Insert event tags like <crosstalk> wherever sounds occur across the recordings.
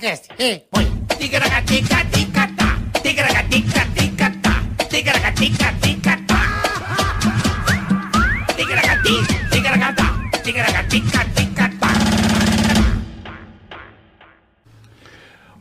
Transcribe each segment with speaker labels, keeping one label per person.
Speaker 1: Cast. Ei, põe. Ticaracatica-ticatá. Ticaracatica-ticatá. Ticaracatica-ticatá. Ticaracati, ticaracatá. Ticaracatica-ticatá.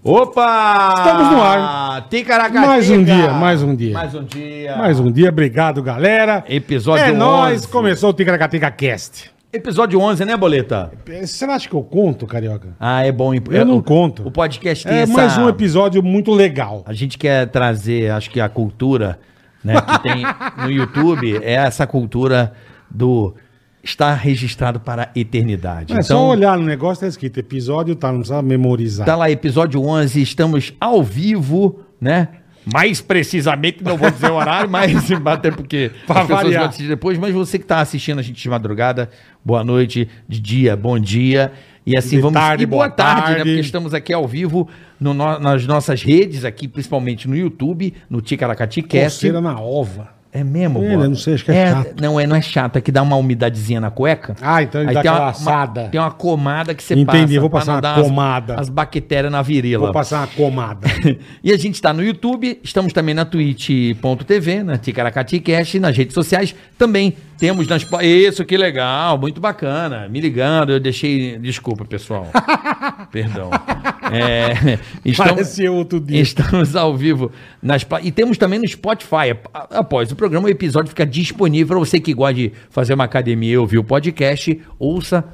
Speaker 2: Opa!
Speaker 3: Estamos no ar.
Speaker 2: Ticaracatica.
Speaker 3: Mais um dia, mais um dia.
Speaker 2: Mais um dia.
Speaker 3: Mais um dia, obrigado, galera.
Speaker 2: Episódio
Speaker 3: É
Speaker 2: 11.
Speaker 3: nóis, começou o Ticaracatica Cast.
Speaker 2: Episódio 11, né, Boleta?
Speaker 3: Você acha que eu conto, Carioca?
Speaker 2: Ah, é bom.
Speaker 3: Eu não conto.
Speaker 2: O podcast tem
Speaker 3: É
Speaker 2: essa...
Speaker 3: mais um episódio muito legal.
Speaker 2: A gente quer trazer, acho que a cultura né, que
Speaker 3: <laughs>
Speaker 2: tem no YouTube é essa cultura do estar registrado para a eternidade. Então,
Speaker 3: É só olhar no negócio, tá escrito episódio, tá? Não precisa memorizar.
Speaker 2: Tá lá, episódio 11, estamos ao vivo, né? Mais precisamente, não vou dizer o <laughs> horário, mas até <laughs> porque
Speaker 3: Pra
Speaker 2: as pessoas vão
Speaker 3: variar.
Speaker 2: assistir depois. Mas você que está assistindo a gente de madrugada, boa noite, de dia, bom dia. E assim
Speaker 3: De
Speaker 2: vamos.
Speaker 3: tarde,
Speaker 2: e boa,
Speaker 3: boa
Speaker 2: tarde, né?
Speaker 3: tarde.
Speaker 2: Porque estamos aqui ao vivo no no- nas nossas redes, aqui principalmente no YouTube, no Ticaracati Cast.
Speaker 3: Coceira na ova.
Speaker 2: É mesmo,
Speaker 3: É,
Speaker 2: Bola?
Speaker 3: eu não sei, acho que é chato.
Speaker 2: Não, é, não é chato, é que dá uma umidadezinha na cueca.
Speaker 3: Ah, então ele dá
Speaker 2: tem
Speaker 3: aquela
Speaker 2: uma,
Speaker 3: assada.
Speaker 2: Uma, tem uma comada que você
Speaker 3: Entendi,
Speaker 2: passa.
Speaker 3: eu vou
Speaker 2: pra
Speaker 3: passar
Speaker 2: não
Speaker 3: uma
Speaker 2: dar as-
Speaker 3: pomada.
Speaker 2: As, bactérias na virila.
Speaker 3: Vou passar uma
Speaker 2: <laughs>
Speaker 3: comada.
Speaker 2: E a gente está no YouTube, estamos também na twitch.tv, na Ticaracati Cash, nas redes sociais. Também temos nas... pa- Isso, que legal, muito bacana. Me ligando, eu deixei... Desculpa,
Speaker 3: <laughs>
Speaker 2: pessoal. Perdão. É, <laughs>
Speaker 3: Parece eu outro dia.
Speaker 2: Estamos ao vivo. Nas, pla- e temos também no Spotify. A- Após o programa, o episódio fica disponível para você que gosta de fazer uma academia e ouvir o podcast. Ouça.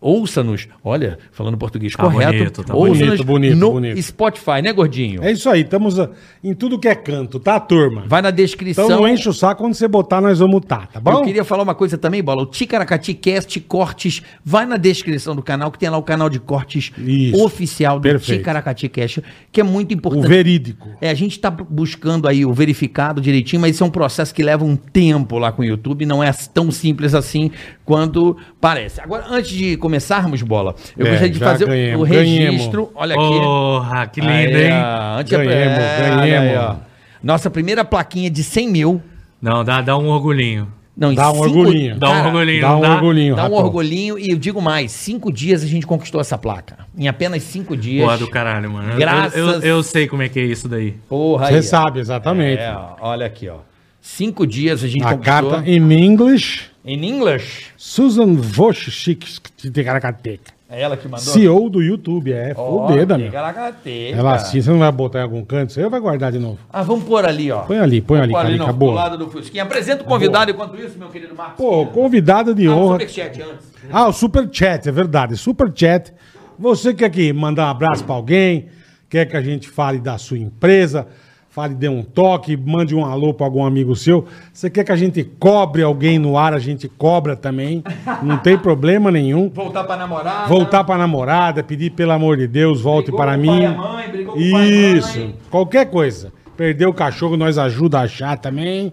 Speaker 2: Ouça-nos, olha, falando português
Speaker 4: Tá
Speaker 2: correto.
Speaker 4: bonito, tá
Speaker 2: ouça-nos
Speaker 3: bonito, bonito,
Speaker 2: no
Speaker 3: bonito.
Speaker 2: Spotify, né, gordinho?
Speaker 3: É isso aí, estamos ah, em tudo que é canto, tá, turma?
Speaker 2: Vai na descrição.
Speaker 3: Então não enche o saco, quando você botar, nós vamos tá, tá bom?
Speaker 2: Eu queria falar uma coisa também, Bola. O Ticaracati Cast Cortes, vai na descrição do canal, que tem lá o canal de cortes
Speaker 3: Isso.
Speaker 2: oficial do
Speaker 3: Perfeito.
Speaker 2: Ticaracati Cast, que é muito
Speaker 3: O
Speaker 2: importante.
Speaker 3: verídico.
Speaker 2: É, a gente está buscando aí o verificado direitinho, mas isso é um processo que leva um tempo lá com o YouTube, não é tão simples assim quanto parece. Agora, antes de começarmos, Bola, eu
Speaker 3: É,
Speaker 2: gostaria de
Speaker 3: já
Speaker 2: fazer o- o
Speaker 3: ganhamos,
Speaker 2: registro. Olha aqui.
Speaker 4: Porra, que lindo,
Speaker 2: Aí,
Speaker 4: hein?
Speaker 2: ó, antes-
Speaker 3: Ganhamos,
Speaker 2: é,
Speaker 3: ganhamos.
Speaker 2: olha aí, ó. Nossa primeira plaquinha de 100 mil.
Speaker 4: Não, dá, dá um orgulhinho.
Speaker 2: Não, em
Speaker 3: Dá um orgulhinho.
Speaker 4: Dá um
Speaker 2: Cara,
Speaker 4: orgulhinho,
Speaker 3: Dá
Speaker 4: não
Speaker 3: um
Speaker 4: dá?
Speaker 3: orgulhinho,
Speaker 2: Dá um
Speaker 3: ratão.
Speaker 2: orgulhinho e eu digo mais, cinco dias a gente conquistou essa placa. Em apenas cinco dias.
Speaker 4: Porra do caralho, mano. Eu-
Speaker 2: Graças-
Speaker 4: Eu, eu, eu sei como é que é isso daí.
Speaker 2: Porra
Speaker 3: Você
Speaker 2: aí. ó.
Speaker 3: sabe, exatamente.
Speaker 2: É, Então, ó, olha aqui, ó. Cinco dias a gente
Speaker 3: A
Speaker 2: conquistou.
Speaker 3: carta em English,
Speaker 2: In English.
Speaker 3: Susan Wojcik, de Caracateca,
Speaker 2: É ela que mandou.
Speaker 3: CEO do YouTube, é
Speaker 2: Ó,
Speaker 3: fodeda, meu.
Speaker 2: ticaracateca.
Speaker 3: Ela assim, você não vai botar em algum canto, isso aí ou vai guardar de novo.
Speaker 2: Ah, vamos pôr ali, ó.
Speaker 3: Põe ali, põe ali,
Speaker 2: Pôr ali
Speaker 3: Carica,
Speaker 2: no do
Speaker 3: boa.
Speaker 2: lado do Fusquinha. Apresenta o convidado enquanto isso, meu querido Marcos.
Speaker 3: Pô, convidado de
Speaker 2: Ah, o
Speaker 3: honra.
Speaker 2: superchat antes.
Speaker 3: Ah, o Superchat, é verdade, Superchat. Você quer que mandar um abraço pra alguém, quer que a gente fale da sua empresa, fale, dê um toque, mande um alô pra algum amigo seu. Você quer que a gente cobre alguém no ar, a gente cobra também, não tem problema nenhum.
Speaker 2: Voltar pra namorar. né?
Speaker 3: Voltar pra namorada, pedir pelo amor de Deus, volte
Speaker 2: Brigou
Speaker 3: para
Speaker 2: com o
Speaker 3: mim.
Speaker 2: pai e a mãe, brigou com o pai e a
Speaker 3: Isso.
Speaker 2: mãe.
Speaker 3: Qualquer coisa. Perdeu o cachorro, nós ajuda a achar também.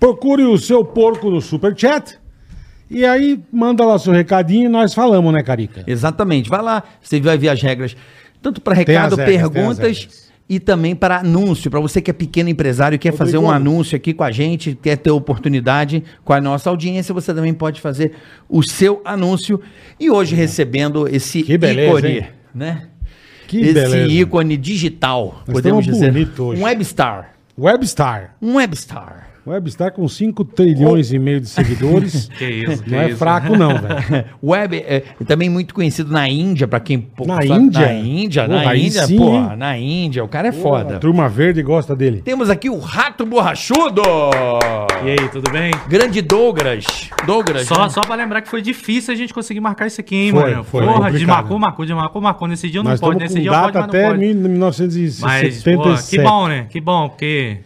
Speaker 3: Procure o seu porco no Superchat E aí, manda lá seu recadinho e nós falamos, né, Carica?
Speaker 2: Exatamente. Vai lá, você vai ver as regras, tanto para
Speaker 3: Tem
Speaker 2: recado,
Speaker 3: as regras, tem as
Speaker 2: perguntas
Speaker 3: regras.
Speaker 2: e também para anúncio. Para você que é pequeno empresário, e quer fazer um
Speaker 3: Rodrigo.
Speaker 2: anúncio aqui com a gente, quer ter oportunidade com a nossa audiência, você também pode fazer o seu anúncio. E hoje recebendo esse
Speaker 3: Que beleza,
Speaker 2: ícone,
Speaker 3: hein?
Speaker 2: né?
Speaker 3: Que
Speaker 2: esse
Speaker 3: beleza.
Speaker 2: ícone digital,
Speaker 3: Nós
Speaker 2: podemos
Speaker 3: estamos
Speaker 2: dizer.
Speaker 3: bonito hoje.
Speaker 2: Um webstar.
Speaker 3: Webstar.
Speaker 2: Um webstar. <laughs>
Speaker 3: Webstar com 5 trilhões e meio de seguidores.
Speaker 4: <laughs> Que isso, que
Speaker 3: Não é
Speaker 4: isso.
Speaker 3: fraco, não,
Speaker 4: <laughs>
Speaker 3: velho.
Speaker 2: Web é, também muito conhecido na Índia, para quem pô,
Speaker 3: Na
Speaker 2: sabe-
Speaker 3: Índia?
Speaker 2: na Índia,
Speaker 3: Porra,
Speaker 2: na
Speaker 3: aí
Speaker 2: Índia,
Speaker 3: sim,
Speaker 2: porra,
Speaker 3: hein?
Speaker 2: na Índia, o cara é
Speaker 3: A
Speaker 2: foda.
Speaker 3: turma verde gosta dele.
Speaker 2: Temos aqui o Rato Borrachudo!
Speaker 4: E aí, tudo bem?
Speaker 2: Grande Douglas. Douglas.
Speaker 4: Só,
Speaker 2: né?
Speaker 4: só pra lembrar que foi difícil a gente conseguir marcar isso aqui, hein,
Speaker 3: Foi,
Speaker 4: mano?
Speaker 3: foi,
Speaker 4: Porra,
Speaker 3: complicado.
Speaker 4: desmarcou, marcou, desmarcou, marcou. Nesse dia não
Speaker 3: Nós
Speaker 4: pode,
Speaker 2: né?
Speaker 3: estamos
Speaker 4: nesse
Speaker 3: com
Speaker 4: dia
Speaker 3: data
Speaker 4: pode, mas
Speaker 3: até
Speaker 4: não pode.
Speaker 3: 1977.
Speaker 4: Mas, porra, que bom, né? Que bom, porque...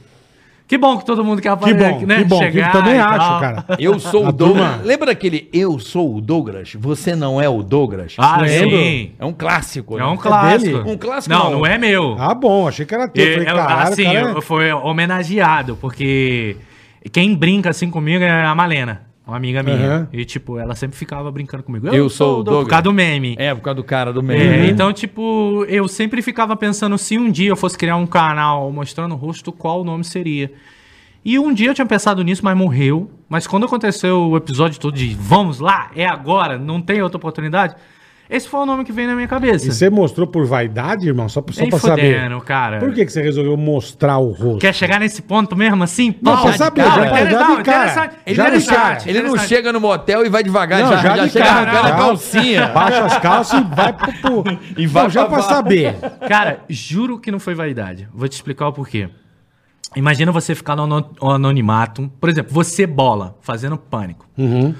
Speaker 4: Que bom que todo mundo quer
Speaker 3: Que
Speaker 4: aparecer,
Speaker 3: bom,
Speaker 4: aqui, né?
Speaker 3: que bom. que
Speaker 4: Chegar
Speaker 3: eu também
Speaker 4: e tal.
Speaker 3: acho, cara.
Speaker 2: Eu sou
Speaker 3: A
Speaker 2: o Douglas.
Speaker 3: turma-
Speaker 2: Lembra aquele Eu sou o Douglas? Você não é o Douglas?
Speaker 4: Ah,
Speaker 2: Lembra?
Speaker 4: sim.
Speaker 2: É um clássico.
Speaker 4: É um
Speaker 2: né?
Speaker 4: clássico.
Speaker 2: Um clássico
Speaker 4: Não,
Speaker 2: não.
Speaker 4: não é meu.
Speaker 3: Ah, bom, achei que era teu.
Speaker 4: E,
Speaker 3: Falei,
Speaker 4: eu-
Speaker 3: caralho,
Speaker 4: assim,
Speaker 3: cara, é-"
Speaker 4: eu fui homenageado, porque quem brinca assim comigo é a Malena, uma amiga minha.
Speaker 3: Aham.
Speaker 4: E, tipo, ela sempre ficava brincando comigo.
Speaker 2: Eu sou o Douglas.
Speaker 4: Por causa do meme.
Speaker 2: É, por causa do cara do meio.
Speaker 4: É,
Speaker 2: né?
Speaker 4: então, tipo, eu sempre ficava pensando se um dia eu fosse criar um canal mostrando o rosto, qual o nome seria. E um dia eu tinha pensado nisso, mas morreu. Mas quando aconteceu o episódio todo de vamos lá, é agora, não tem outra oportunidade, Esse foi o nome que veio na minha cabeça.
Speaker 3: E você mostrou por vaidade, irmão? Só, pra- só
Speaker 4: Nem
Speaker 3: pra saber.
Speaker 4: fudendo, cara.
Speaker 3: Por que, que você resolveu mostrar o rosto?
Speaker 4: Quer chegar nesse ponto mesmo assim?
Speaker 3: Não,
Speaker 4: Pau,
Speaker 3: você sabe,
Speaker 4: cara,
Speaker 3: já- já
Speaker 4: interessa-
Speaker 3: de cara.
Speaker 4: interessante,
Speaker 3: Ele
Speaker 2: já de
Speaker 4: interessante,
Speaker 3: cara.
Speaker 2: Ele não
Speaker 4: então, interessante.
Speaker 2: chega no motel e vai devagar,
Speaker 3: Não,
Speaker 2: já,
Speaker 3: já
Speaker 2: já,
Speaker 3: de
Speaker 2: chega
Speaker 3: cara,
Speaker 2: arrancando
Speaker 3: já.
Speaker 2: a
Speaker 3: <laughs>
Speaker 2: calcinha.
Speaker 3: Baixa as calças e vai pro... pro-
Speaker 2: <laughs> E vai
Speaker 3: Não, já
Speaker 2: pra
Speaker 3: pra
Speaker 2: baixo.
Speaker 3: saber.
Speaker 4: Cara, juro que não foi vaidade. Vou te explicar o porquê. Imagina você ficar no ano- no anonimato. Por exemplo, você bola, fazendo pânico.
Speaker 3: Uhum.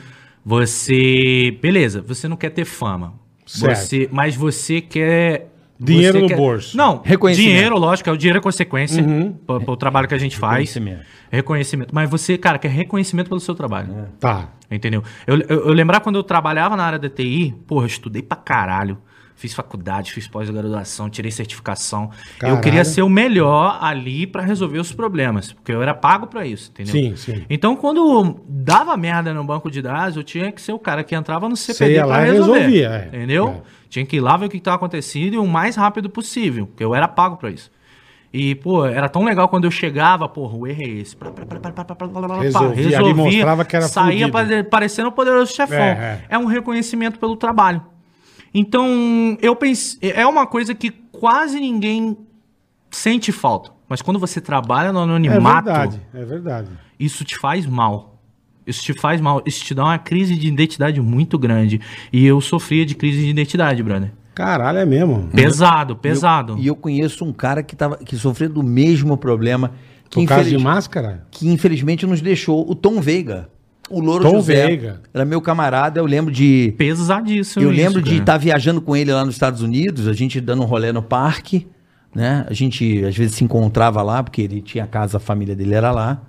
Speaker 4: Você. Beleza, você não quer ter fama.
Speaker 3: Certo.
Speaker 4: Você, mas você quer.
Speaker 3: Dinheiro
Speaker 4: você
Speaker 3: no
Speaker 4: quer-
Speaker 3: bolso. Uhum.
Speaker 4: Não,
Speaker 2: Reconhecimento.
Speaker 4: dinheiro, lógico, é o dinheiro é consequência pro, pro trabalho que a gente faz.
Speaker 2: Reconhecimento.
Speaker 4: Reconhecimento. Mas você, cara, quer reconhecimento pelo seu trabalho.
Speaker 3: Tá.
Speaker 4: Entendeu? Eu, eu, eu lembrar quando eu trabalhava na área da TI, porra, eu estudei pra caralho. Fiz faculdade, fiz pós-graduação, tirei certificação.
Speaker 3: Caralho.
Speaker 4: Eu queria ser o melhor ali pra resolver os problemas, porque eu era pago pra isso, entendeu?
Speaker 3: Sim, sim.
Speaker 4: Então, quando dava merda no banco de dados, eu tinha que ser o cara que entrava no
Speaker 3: Você
Speaker 4: CPD
Speaker 3: ia
Speaker 4: pra
Speaker 3: lá e
Speaker 4: resolver.
Speaker 3: resolvia, é.
Speaker 4: Entendeu? Tinha que ir lá ver o que estava acontecendo e o mais rápido possível, porque eu era pago pra isso. E, pô, era tão legal quando eu chegava, porra, eu errei esse. Pá, pá, pá, pá, pá, pá, pá, pá, pá,
Speaker 3: Resolvia ali, mostrava que era
Speaker 4: Saía
Speaker 3: fudido.
Speaker 4: pare- parecendo um poderoso chefão.
Speaker 3: É,
Speaker 4: É, um reconhecimento pelo trabalho. Então, eu pensei. É uma coisa que quase ninguém sente falta. Mas quando você trabalha no
Speaker 3: É
Speaker 4: anonimato,
Speaker 3: verdade, é verdade.
Speaker 4: isso te faz mal. Isso te faz mal. Isso te dá uma crise de identidade muito grande. E eu sofria de crise de identidade, brother.
Speaker 3: Caralho, é mesmo.
Speaker 4: Pesado, pesado.
Speaker 2: E eu conheço um cara que, tava, que sofreu do mesmo problema. Que,
Speaker 3: Por causa de
Speaker 2: infeliz-
Speaker 3: máscara?
Speaker 2: que infelizmente nos deixou, o Tom Veiga. O Louro
Speaker 3: Tom
Speaker 2: José.
Speaker 3: Veiga.
Speaker 2: Era meu camarada, eu lembro de...
Speaker 4: Pesadíssimo.
Speaker 2: Eu
Speaker 4: isso,
Speaker 2: lembro de
Speaker 4: cara.
Speaker 2: estar viajando com ele lá nos Estados Unidos, a gente dando um rolê no parque, né? A gente às vezes se encontrava lá, porque ele tinha casa, a família dele era lá.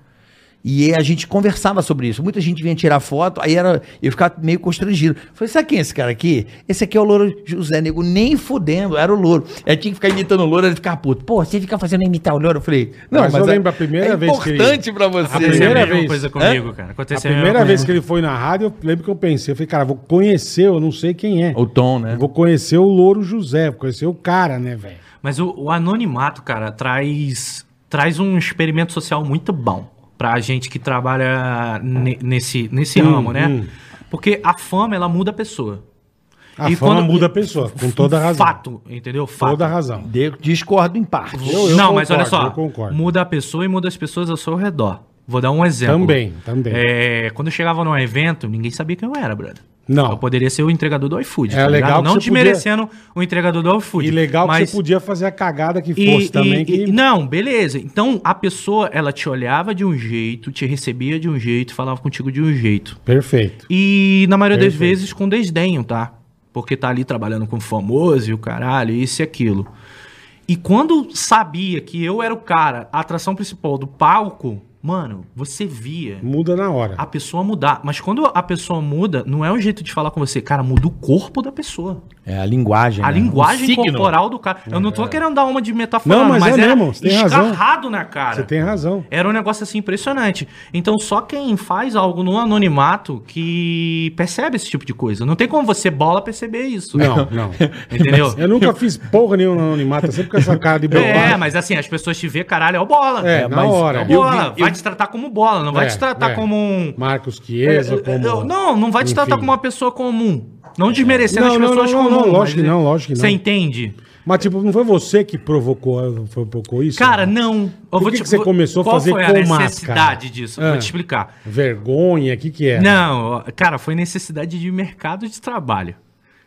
Speaker 2: E a gente conversava sobre isso. Muita gente vinha tirar foto, aí era, eu ficava meio constrangido. Falei, sabe quem é esse cara aqui? Esse aqui é o Louro José Nego, nem fudendo, era o Louro. Aí tinha que ficar imitando o Louro, ele ficava puto. Pô, você fica fazendo imitar o Louro? Eu falei, não,
Speaker 3: Mas
Speaker 2: mas,
Speaker 3: eu
Speaker 2: é-
Speaker 3: lembro a primeira
Speaker 2: é
Speaker 3: vez que ele-
Speaker 2: importante pra
Speaker 3: A
Speaker 2: você.
Speaker 4: Aconteceu
Speaker 3: primeira
Speaker 4: a mesma
Speaker 3: vez. É?
Speaker 4: coisa comigo, cara. Aconteceu
Speaker 3: A
Speaker 4: mesma
Speaker 3: primeira
Speaker 4: coisa
Speaker 3: vez que ele foi na rádio, eu lembro que eu pensei, eu falei, cara, eu vou conhecer, eu não sei quem é.
Speaker 2: O Tom, né?
Speaker 3: Eu vou conhecer o Louro José, vou conhecer o cara, né, velho?
Speaker 4: Mas o, o anonimato, cara, traz, traz um experimento social muito bom pra gente que trabalha ne- nesse, nesse ramo, né?
Speaker 3: hum.
Speaker 4: Porque a fama, ela muda a pessoa.
Speaker 3: A
Speaker 4: E
Speaker 3: fama
Speaker 4: quando-
Speaker 3: muda a pessoa, com toda a razão.
Speaker 4: Fato, entendeu? Fato.
Speaker 3: Toda a razão.
Speaker 2: De- Discordo em parte.
Speaker 3: Eu- eu
Speaker 4: não, mas
Speaker 3: concordo,
Speaker 4: olha só.
Speaker 3: eu concordo.
Speaker 4: Muda a pessoa e muda as pessoas ao seu redor. Vou dar um exemplo.
Speaker 3: Também, também.
Speaker 4: É, quando eu chegava num evento, ninguém sabia quem eu era, brother.
Speaker 3: Não.
Speaker 4: Eu poderia ser o entregador do iFood. tá
Speaker 3: É legal
Speaker 4: ligado?
Speaker 3: que
Speaker 4: Não
Speaker 3: você podia-
Speaker 4: desmerecendo o entregador do iFood.
Speaker 3: E legal que
Speaker 4: mas
Speaker 3: você podia fazer a cagada que
Speaker 4: E-
Speaker 3: fosse também.
Speaker 4: e-
Speaker 3: que...
Speaker 4: e- não, beleza. Então a pessoa, ela te olhava de um jeito, te recebia de um jeito, falava contigo de um jeito.
Speaker 3: Perfeito.
Speaker 4: E na maioria das
Speaker 3: Perfeito.
Speaker 4: vezes com desdenho, tá? Porque tá ali trabalhando com famoso e o caralho, isso e aquilo. E quando sabia que eu era o cara, a atração principal do palco, mano, você via
Speaker 3: Muda na hora.
Speaker 4: a pessoa mudar. Mas quando a pessoa muda, não é um jeito de falar com você, cara, muda o corpo da pessoa.
Speaker 2: É a linguagem.
Speaker 4: A
Speaker 2: né? O
Speaker 4: linguagem
Speaker 2: signo.
Speaker 4: corporal do cara. Eu não tô querendo dar uma de metáfora,
Speaker 3: É. Não, mas é
Speaker 4: era
Speaker 3: mesmo, você tem razão.
Speaker 4: escarrado na cara.
Speaker 3: Você tem razão.
Speaker 4: Era um negócio assim impressionante. Então só quem faz algo no anonimato que percebe esse tipo de coisa. Não tem como você bola perceber isso.
Speaker 3: Não,
Speaker 4: <laughs>
Speaker 3: não. <laughs>
Speaker 4: Entendeu?
Speaker 3: Eu nunca fiz porra nenhuma no anonimato, sempre com essa cara de
Speaker 4: É,
Speaker 3: preocupado.
Speaker 4: mas assim, as pessoas te vê, caralho, é o bola.
Speaker 3: É, na hora.
Speaker 4: É o
Speaker 3: Eu
Speaker 4: bola. vai te tratar como bola, não vai
Speaker 3: É,
Speaker 4: te tratar
Speaker 3: é.
Speaker 4: como um. é,
Speaker 3: Marcos Chiesa, como... um-
Speaker 4: Eu- Não, não vai te tratar
Speaker 3: Enfim. É.
Speaker 4: como uma pessoa comum. Não desmerecendo
Speaker 3: Não,
Speaker 4: as
Speaker 3: não,
Speaker 4: pessoas
Speaker 3: não, não,
Speaker 4: comuns.
Speaker 3: não, lógico
Speaker 4: mas- é-
Speaker 3: que não, lógico que não.
Speaker 4: Você entende?
Speaker 3: Mas, tipo, não foi você que provocou, provocou isso?
Speaker 4: Cara, não. Eu
Speaker 3: Por que que você começou a
Speaker 4: qual
Speaker 3: fazer
Speaker 4: foi
Speaker 3: com
Speaker 4: a
Speaker 3: máscara?
Speaker 4: necessidade disso?
Speaker 3: Ah.
Speaker 4: Vou te explicar.
Speaker 3: Vergonha, o que que é?
Speaker 4: Não, cara, foi necessidade de mercado de trabalho.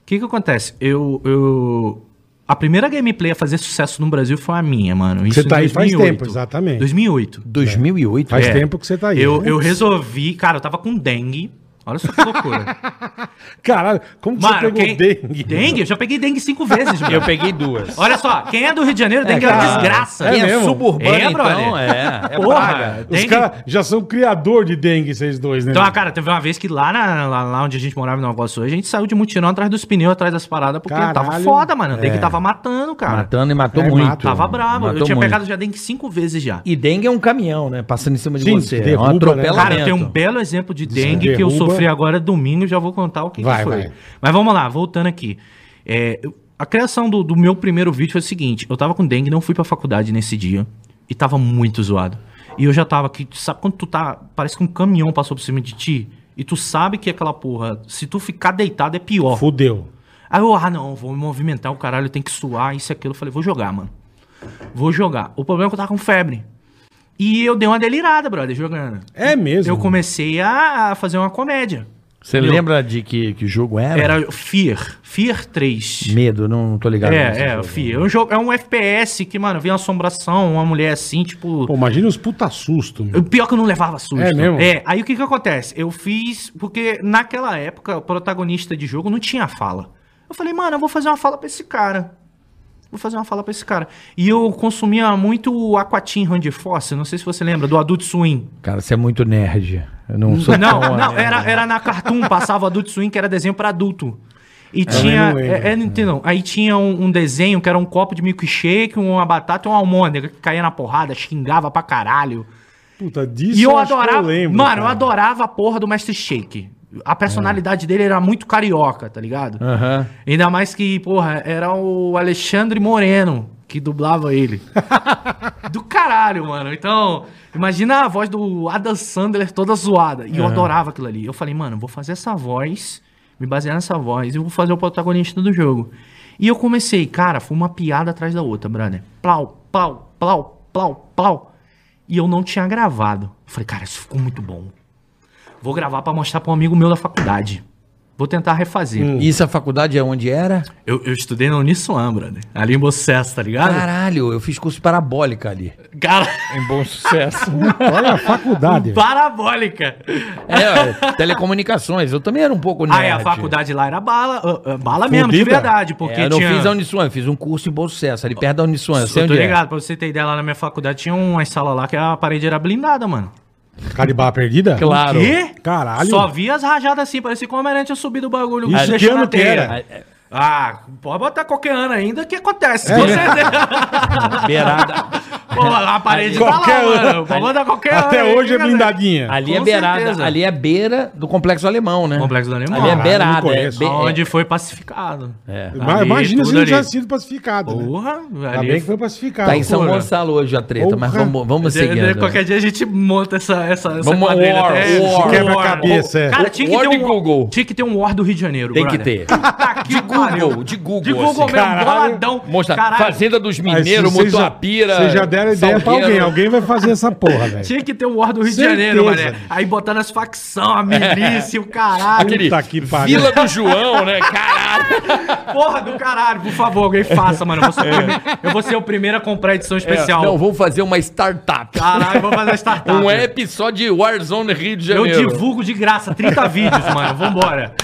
Speaker 4: O que que acontece? Eu, eu... A primeira gameplay a fazer sucesso no Brasil foi a minha, mano.
Speaker 3: Você
Speaker 4: em
Speaker 3: tá aí faz tempo, exatamente.
Speaker 4: 2008.
Speaker 2: 2008.
Speaker 3: Faz
Speaker 2: é.
Speaker 3: tempo que você tá aí.
Speaker 4: Eu, eu
Speaker 3: Putz,
Speaker 4: resolvi... Cara, eu tava com dengue. Olha só que loucura.
Speaker 3: <laughs> Caralho, como que você
Speaker 4: Mano,
Speaker 3: pegou
Speaker 4: quem...
Speaker 3: dengue?
Speaker 4: Dengue? Eu já peguei dengue cinco vezes,
Speaker 2: <laughs>
Speaker 4: mano.
Speaker 2: Eu peguei duas.
Speaker 4: Olha só, quem é do Rio de Janeiro, dengue é,
Speaker 2: cara,
Speaker 4: uma desgraça.
Speaker 2: Quem é,
Speaker 3: mesmo?
Speaker 2: suburbano,
Speaker 4: É,
Speaker 2: então,
Speaker 4: brother.
Speaker 2: é. é
Speaker 4: Porra,
Speaker 2: praga.
Speaker 3: Os
Speaker 4: dengue-
Speaker 3: caras já são criador de dengue, vocês dois, né?
Speaker 4: Então, ah, cara, teve uma vez que lá, na- lá, lá onde a gente morava no Algoçu, a gente saiu de mutirão atrás dos pneus, atrás das paradas, porque
Speaker 3: Caralho.
Speaker 4: tava foda, mano. Dengue tava matando, cara.
Speaker 2: Matando e matou
Speaker 3: É,
Speaker 2: muito.
Speaker 3: mata.
Speaker 4: Tava bravo.
Speaker 2: Matou
Speaker 4: Eu tinha
Speaker 2: muito.
Speaker 4: pegado já dengue cinco vezes já.
Speaker 2: E dengue é um caminhão, né? Passando em cima de
Speaker 3: Sim,
Speaker 2: você.
Speaker 3: derruba,
Speaker 2: é um atropelamento.
Speaker 4: Cara, eu tenho um belo exemplo de dengue que eu
Speaker 3: Derruba.
Speaker 4: sofri agora domingo, já vou contar o que, que
Speaker 3: Vai,
Speaker 4: foi.
Speaker 3: vai.
Speaker 4: Mas vamos lá, voltando aqui. É, eu- a criação do, do meu primeiro vídeo foi o seguinte: eu tava com dengue, não fui pra faculdade nesse dia e tava muito zoado. E eu já tava aqui, sabe quando tu tá. Parece que um caminhão passou por cima de ti e tu sabe que aquela porra, se tu ficar deitado é pior.
Speaker 3: Fudeu.
Speaker 4: Aí eu, ah, não, vou me movimentar, o caralho, eu tenho que suar, isso e aquilo. Eu falei, vou jogar, mano. Vou jogar. O problema é que eu tava com febre. E eu dei uma delirada, brother, jogando.
Speaker 3: É mesmo.
Speaker 4: Eu comecei a a fazer uma comédia.
Speaker 2: Você lembra de que, que jogo era?
Speaker 4: Era Fear. Fear 3.
Speaker 2: Medo, não, não tô ligado. nesse
Speaker 4: É, é,
Speaker 2: jogo.
Speaker 4: fi, é um jogo, é um FPS que, mano, vem uma assombração, uma mulher assim, tipo.
Speaker 3: Pô, imagina os puta susto. meu.
Speaker 4: O pior que eu não levava susto.
Speaker 3: É mesmo?
Speaker 4: É, aí o que que acontece? Eu fiz, porque naquela época o protagonista de jogo não tinha fala. Eu falei, mano, eu vou fazer uma fala pra esse cara. Vou fazer uma fala pra esse cara. E eu consumia muito o Aquatim Randy Fosse, não sei se você lembra, do Adult Swim.
Speaker 2: Cara, você é muito nerd. Eu não sou
Speaker 4: Não,
Speaker 2: tão,
Speaker 4: não,
Speaker 2: né?
Speaker 4: era, era na Cartoon, passava Adult Swim, que era desenho pra adulto. E
Speaker 3: eu
Speaker 4: tinha.
Speaker 3: não lembro.
Speaker 4: É, é, não entendo, não. Aí tinha um, um desenho que era um copo de milkshake, uma batata e uma almôndega que caía na porrada, xingava pra caralho.
Speaker 3: Puta, disso
Speaker 4: E eu
Speaker 3: acho que
Speaker 4: adorava.
Speaker 3: lembro,
Speaker 4: mano, eu
Speaker 3: cara.
Speaker 4: adorava a porra do Mestre Shake. A personalidade dele era muito carioca, tá ligado?
Speaker 3: Ah.
Speaker 2: Aham.
Speaker 4: Ainda mais que, porra, era o Alexandre Moreno que dublava ele. do caralho, mano. Então, imagina a voz do Adam Sandler toda zoada. E eu adorava aquilo ali. Eu falei, mano, vou fazer essa voz, me basear nessa voz e vou fazer o protagonista do jogo. E eu comecei, cara, foi uma piada atrás da outra, brother. Plau, plau, plau, plau, plau. E eu não tinha gravado. Eu falei, cara, isso ficou muito bom. Vou gravar pra mostrar pra um amigo meu da faculdade. Vou tentar refazer.
Speaker 2: E Isso a faculdade é onde era?
Speaker 4: Eu, eu estudei na Uniswan, brother. Ali em Bocessa, tá ligado?
Speaker 2: Caralho, eu fiz curso parabólica ali. <laughs>
Speaker 4: Cara,
Speaker 2: Em bom sucesso.
Speaker 3: Olha a É, faculdade.
Speaker 4: um parabólica.
Speaker 2: <laughs> é, telecomunicações. Eu também era um pouco nerd.
Speaker 4: Ah, é, a faculdade lá era bala, ah, ah, bala mesmo, de
Speaker 3: Fudida.
Speaker 4: verdade, porque
Speaker 2: Porque É, eu não
Speaker 4: tinha...
Speaker 2: fiz a Uniswan, eu fiz um curso em bom sucesso, ali perto da Uniswan. Eu sei
Speaker 4: eu tô
Speaker 2: onde é.
Speaker 4: ligado, pra você ter ideia, lá na minha faculdade tinha umas salas lá que a parede era blindada, mano.
Speaker 3: Caribá perdida?
Speaker 2: Claro.
Speaker 4: Quê?
Speaker 3: Caralho.
Speaker 4: Só via as rajadas assim, parecia que o Homem-Aranha tinha subido o bagulho.
Speaker 3: Isso
Speaker 4: deixou
Speaker 3: que ano
Speaker 4: na
Speaker 3: que
Speaker 4: teia.
Speaker 3: era?
Speaker 4: Ah, pode botar qualquer ano ainda que acontece.
Speaker 3: É.
Speaker 4: Com certeza. <laughs>
Speaker 2: Beirada.
Speaker 4: Pô, lá a parede
Speaker 3: Qualquer
Speaker 4: tá lá, mano.
Speaker 3: ano.
Speaker 4: Pode botar qualquer
Speaker 3: Até
Speaker 4: ano aí, né,
Speaker 3: hoje é
Speaker 4: fica-
Speaker 3: blindadinha.
Speaker 2: Ali é
Speaker 4: Com
Speaker 2: beirada,
Speaker 4: certeza.
Speaker 2: ali é beira do complexo alemão, né?
Speaker 4: Complexo do Alemão. Ah,
Speaker 2: Ali é
Speaker 4: Caralho,
Speaker 3: não
Speaker 2: beirada. É,
Speaker 3: conheço.
Speaker 2: be-
Speaker 4: Onde foi pacificado.
Speaker 2: é.
Speaker 3: Ma-
Speaker 4: Ali,
Speaker 3: imagina se
Speaker 4: tudo
Speaker 3: não
Speaker 4: ali.
Speaker 3: tivesse sido pacificado. Né?
Speaker 4: Porra,
Speaker 3: Tá
Speaker 4: ali
Speaker 3: bem que foi pacificado.
Speaker 2: Tá em São
Speaker 4: Ah, Loucura.
Speaker 2: Gonçalo hoje a treta, mas
Speaker 3: Porra.
Speaker 2: vamos, vamos
Speaker 4: De- de-
Speaker 2: seguindo.
Speaker 4: qualquer dia a gente monta essa, essa, essa
Speaker 2: Vamos- war, war.
Speaker 3: Quebra a cabeça, é.
Speaker 4: Cara, tinha que,
Speaker 2: War
Speaker 4: ter
Speaker 2: de
Speaker 4: um,
Speaker 2: Google.
Speaker 4: tinha que ter um War do Rio de Janeiro,
Speaker 2: Tem que <laughs>
Speaker 4: brother.
Speaker 2: ter.
Speaker 4: Puta que
Speaker 2: De Google,
Speaker 4: pariu.
Speaker 2: de Google,
Speaker 4: De Google
Speaker 2: assim.
Speaker 4: mesmo,
Speaker 3: Caralho.
Speaker 4: boladão.
Speaker 2: Mostra, Fazenda dos
Speaker 3: Mas
Speaker 2: Mineiros,
Speaker 3: vocês já-
Speaker 2: Mutuapira.
Speaker 3: Vocês já deram ideia pra
Speaker 2: Salgueiro.
Speaker 3: alguém. Alguém vai fazer essa porra, velho.
Speaker 4: Tinha que ter um War do Rio
Speaker 3: Certeza.
Speaker 4: de Janeiro, mané. Aí botando as facção, a milícia, o caralho.
Speaker 2: Aquele
Speaker 3: Puta que tá pariu.
Speaker 2: Vila do João, né? Caralho.
Speaker 4: Porra do caralho, por favor, alguém faça, mano. Eu vou ser, o prime- eu vou ser o primeiro a comprar a edição especial.
Speaker 2: Não, vamos fazer uma startup.
Speaker 4: Caralho, vou fazer a startup. né?
Speaker 2: Um app só de Warzone Rio de
Speaker 4: Eu
Speaker 2: Janeiro.
Speaker 4: divulgo de
Speaker 2: <laughs>
Speaker 4: graça 30 vídeos, mano. Vambora.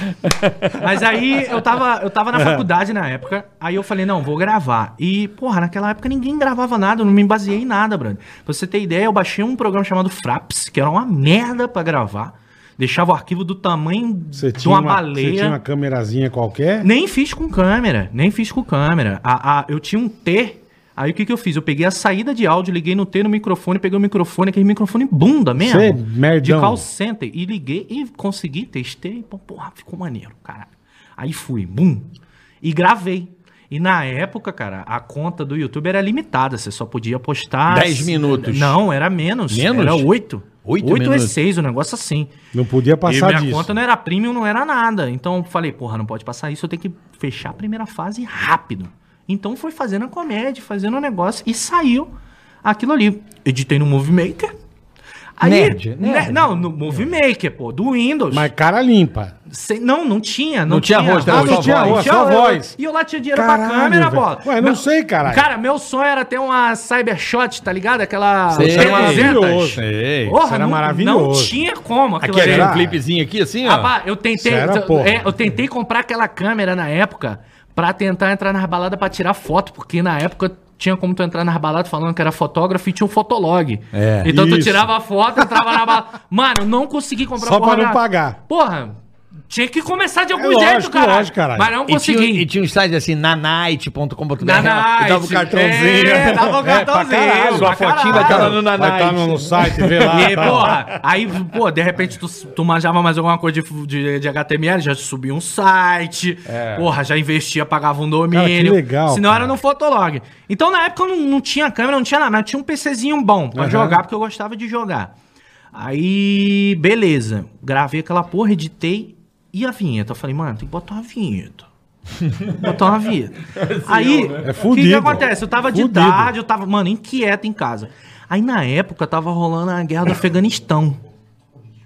Speaker 4: Mas aí eu tava, eu tava na faculdade na época. Aí eu falei, não, vou gravar. E, porra, naquela época ninguém gravava nada, eu não me baseei em nada, Brando. Pra você ter ideia, eu baixei um programa chamado Fraps, que era uma merda pra gravar. Deixava o arquivo do tamanho
Speaker 3: Você
Speaker 4: de
Speaker 3: tinha,
Speaker 4: uma,
Speaker 3: uma, você
Speaker 4: baleia.
Speaker 3: tinha uma câmerazinha qualquer.
Speaker 4: Nem fiz com câmera, nem fiz com câmera. A, a- eu tinha um T, aí o que, que eu fiz? Eu peguei a saída de áudio, liguei no T no microfone, peguei o microfone, aquele microfone bunda mesmo.
Speaker 3: Cê é merdão.
Speaker 4: De call center. E liguei e consegui, testei. e, pô, Porra, ficou maneiro, caralho. Aí fui, bum. E gravei. E na época, cara, a conta do YouTube era limitada. Você só podia postar.
Speaker 2: 10 minutos.
Speaker 4: Não, era menos.
Speaker 2: Menos?
Speaker 4: Era 8.
Speaker 2: Oito
Speaker 4: 8
Speaker 2: minutos?
Speaker 4: é 6, um negócio assim
Speaker 3: Não podia
Speaker 4: e
Speaker 3: passar
Speaker 4: minha
Speaker 3: disso.
Speaker 4: conta não era premium, não era nada. Então eu falei, porra, não pode passar isso, eu tenho que fechar a primeira fase rápido. Então foi fazendo a comédia, fazendo o negócio e saiu aquilo ali. Editei no Movie Maker. Aí,
Speaker 2: Nerd,
Speaker 4: né,
Speaker 2: nerd.
Speaker 4: Não, no Movie Maker, pô, do Windows.
Speaker 3: Mas cara limpa.
Speaker 4: Sem- não, não tinha. Não,
Speaker 2: Não tinha rosto, era
Speaker 4: Ah,
Speaker 2: só
Speaker 4: não tinha
Speaker 2: voz.
Speaker 4: rosto,
Speaker 3: Só
Speaker 4: só
Speaker 3: voz.
Speaker 4: voz. E eu lá tinha dinheiro
Speaker 3: Caralho,
Speaker 4: pra câmera,
Speaker 3: velho.
Speaker 4: bola.
Speaker 3: Ué, não sei, caralho.
Speaker 4: Cara, meu sonho era ter uma Cybershot, tá ligado? Aquela
Speaker 2: Sei.
Speaker 3: Isso era
Speaker 2: Trezentas.
Speaker 3: maravilhoso.
Speaker 2: Sei.
Speaker 3: Isso
Speaker 4: Porra,
Speaker 3: era
Speaker 4: não, não
Speaker 3: maravilhoso.
Speaker 4: tinha como aquilo
Speaker 3: Aquele
Speaker 4: ali.
Speaker 3: era
Speaker 2: Um clipezinho aqui assim, ó.
Speaker 4: Rapaz, eu tentei,
Speaker 3: Isso era
Speaker 4: eu-
Speaker 3: porra.
Speaker 4: é, eu tentei comprar aquela câmera na época pra tentar entrar nas baladas pra tirar foto, porque na época tinha como tu entrar nas baladas falando que era fotógrafo e tinha um fotolog.
Speaker 2: É.
Speaker 4: então tu
Speaker 3: Isso.
Speaker 4: tirava a foto, entrava
Speaker 3: <laughs>
Speaker 4: na balada. Mano, eu não consegui comprar
Speaker 3: Só
Speaker 4: porra
Speaker 3: pra não
Speaker 4: da-
Speaker 3: pagar.
Speaker 4: Porra, tinha que começar de
Speaker 3: É
Speaker 4: algum jeito,
Speaker 3: lógico,
Speaker 4: cara.
Speaker 3: lógico, caralho.
Speaker 4: Mas não
Speaker 2: E tinha, um
Speaker 4: consegui.
Speaker 2: e tinha uns sites assim, nanite.com.br.
Speaker 3: <laughs>
Speaker 4: Nanite.
Speaker 2: Dava o cartãozinho.
Speaker 4: É, dava o
Speaker 3: É, pra
Speaker 4: cartãozinho.
Speaker 3: caralho.
Speaker 2: Sua
Speaker 4: pra
Speaker 2: fotinha vai
Speaker 4: caralho.
Speaker 2: estar lá no
Speaker 3: Vai
Speaker 2: Nanite.
Speaker 3: estar no, no site, vê lá.
Speaker 4: tá E,
Speaker 3: tá.
Speaker 4: porra, aí, pô, de repente tu, tu manjava mais alguma coisa de, de, de HTML, já subia um site, porra, já investia, pagava um domínio.
Speaker 3: É. Cara, que legal,
Speaker 4: Senão
Speaker 3: cara.
Speaker 4: era no Fotolog. Então, na época, eu não, não tinha câmera, não tinha nada, mas tinha um PCzinho bom pra
Speaker 3: Aham.
Speaker 4: jogar, porque eu gostava de jogar. Aí, beleza. Gravei aquela porra, editei, e a vinheta? Eu falei, mano, tem que botar uma vinheta. Botar uma vinheta. Aí,
Speaker 3: É
Speaker 4: o que, que
Speaker 3: fudido.
Speaker 4: acontece? Eu tava de
Speaker 3: Fudido.
Speaker 4: tarde, eu tava, mano, inquieto em casa. Aí, na época, tava rolando a guerra do Afeganistão.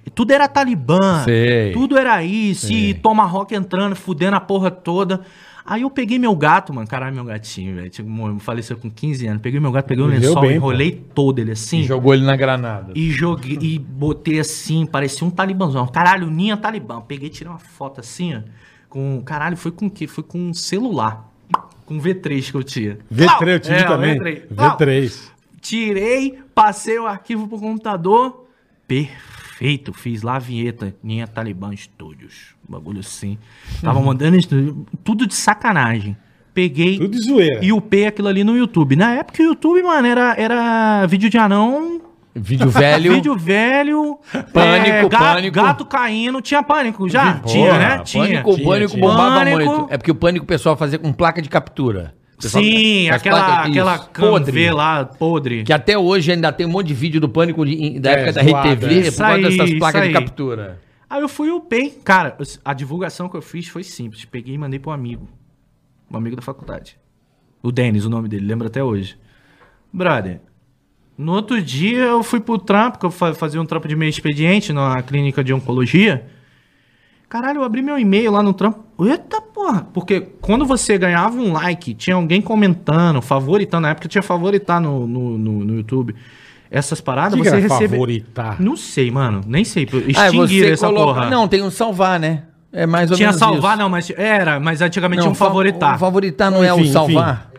Speaker 4: E Tudo era Talibã,
Speaker 2: Sei.
Speaker 4: tudo era isso, e Tomahawk entrando, fudendo a porra toda. Aí eu peguei meu gato, mano, caralho, meu gatinho, velho, tipo, mo- faleceu com 15 anos. Peguei meu gato, peguei um
Speaker 3: Viveu
Speaker 4: lençol,
Speaker 3: bem, pô.
Speaker 4: enrolei todo ele assim.
Speaker 2: <laughs> Jogou ele na granada.
Speaker 4: E joguei, e botei assim, parecia um talibãzão. Caralho, Ninha Talibã. Peguei, tirei uma foto assim, ó. Com, caralho, foi com o quê? Foi com um celular. Com V3 que eu tinha.
Speaker 3: V3, eu tive
Speaker 4: É,
Speaker 3: também.
Speaker 4: V3. Plau!
Speaker 3: V3.
Speaker 4: Tirei, passei o arquivo pro computador. Perfeito, fiz lá a vinheta. Ninha Talibã Studios. Bagulho assim. Tava
Speaker 3: Uhum.
Speaker 4: mandando estu- tudo de sacanagem. Peguei
Speaker 3: Tudo de zoeira.
Speaker 4: e upei aquilo ali no YouTube. Na época o YouTube, mano, era, era vídeo de anão
Speaker 2: Vídeo velho.
Speaker 4: <laughs> Vídeo velho.
Speaker 2: <laughs>
Speaker 4: é,
Speaker 2: Pânico, pânico.
Speaker 4: Gato caindo. Tinha pânico já?
Speaker 2: Porra,
Speaker 4: tinha, né? Tinha.
Speaker 2: Pânico,
Speaker 3: Tinha,
Speaker 2: pânico
Speaker 3: tinha.
Speaker 2: bombava
Speaker 4: Pânico.
Speaker 2: muito. É porque o pânico o pessoal fazia com placa de captura. O pessoal
Speaker 4: Sim,
Speaker 2: faz
Speaker 4: aquela,
Speaker 2: placa- isso,
Speaker 4: aquela
Speaker 2: podre.
Speaker 4: canvê lá, podre.
Speaker 2: Que até hoje ainda tem um monte de vídeo do pânico de- da
Speaker 3: É,
Speaker 2: época da
Speaker 3: zoado,
Speaker 2: RedeTV
Speaker 3: é.
Speaker 2: por
Speaker 4: Isso
Speaker 2: causa
Speaker 4: aí,
Speaker 2: dessas
Speaker 4: isso
Speaker 2: placas de
Speaker 4: aí.
Speaker 2: captura.
Speaker 4: Aí eu fui e upei. Cara, eu- a divulgação que eu fiz foi simples. Peguei e mandei pra um amigo. Um amigo da faculdade. O Denis, o nome dele, lembro até hoje. Brother, no outro dia eu fui pro trampo, que eu fa- fazia um trampo de meio expediente na clínica de oncologia. Caralho, eu abri meu e-mail lá no trampo. Eita porra! Porque quando você ganhava um like, tinha alguém comentando, favoritando. Na época tinha favoritar no, no, no- no YouTube. Essas paradas
Speaker 3: O que que
Speaker 4: Ah,
Speaker 3: é
Speaker 4: você
Speaker 3: era
Speaker 4: recebe.
Speaker 3: favoritar?
Speaker 4: Ah. Não sei, mano. Nem sei.
Speaker 2: Ah,
Speaker 4: Extinguir essa
Speaker 2: coloca-
Speaker 4: porra.
Speaker 2: Não, tem um salvar, né? É mais ou
Speaker 4: Tinha
Speaker 2: menos
Speaker 4: salvar,
Speaker 2: isso.
Speaker 4: não, mas era, mas antigamente tinha um
Speaker 2: fa-
Speaker 4: favoritar.
Speaker 2: O favoritar não é
Speaker 3: Enfim,
Speaker 2: o salvar.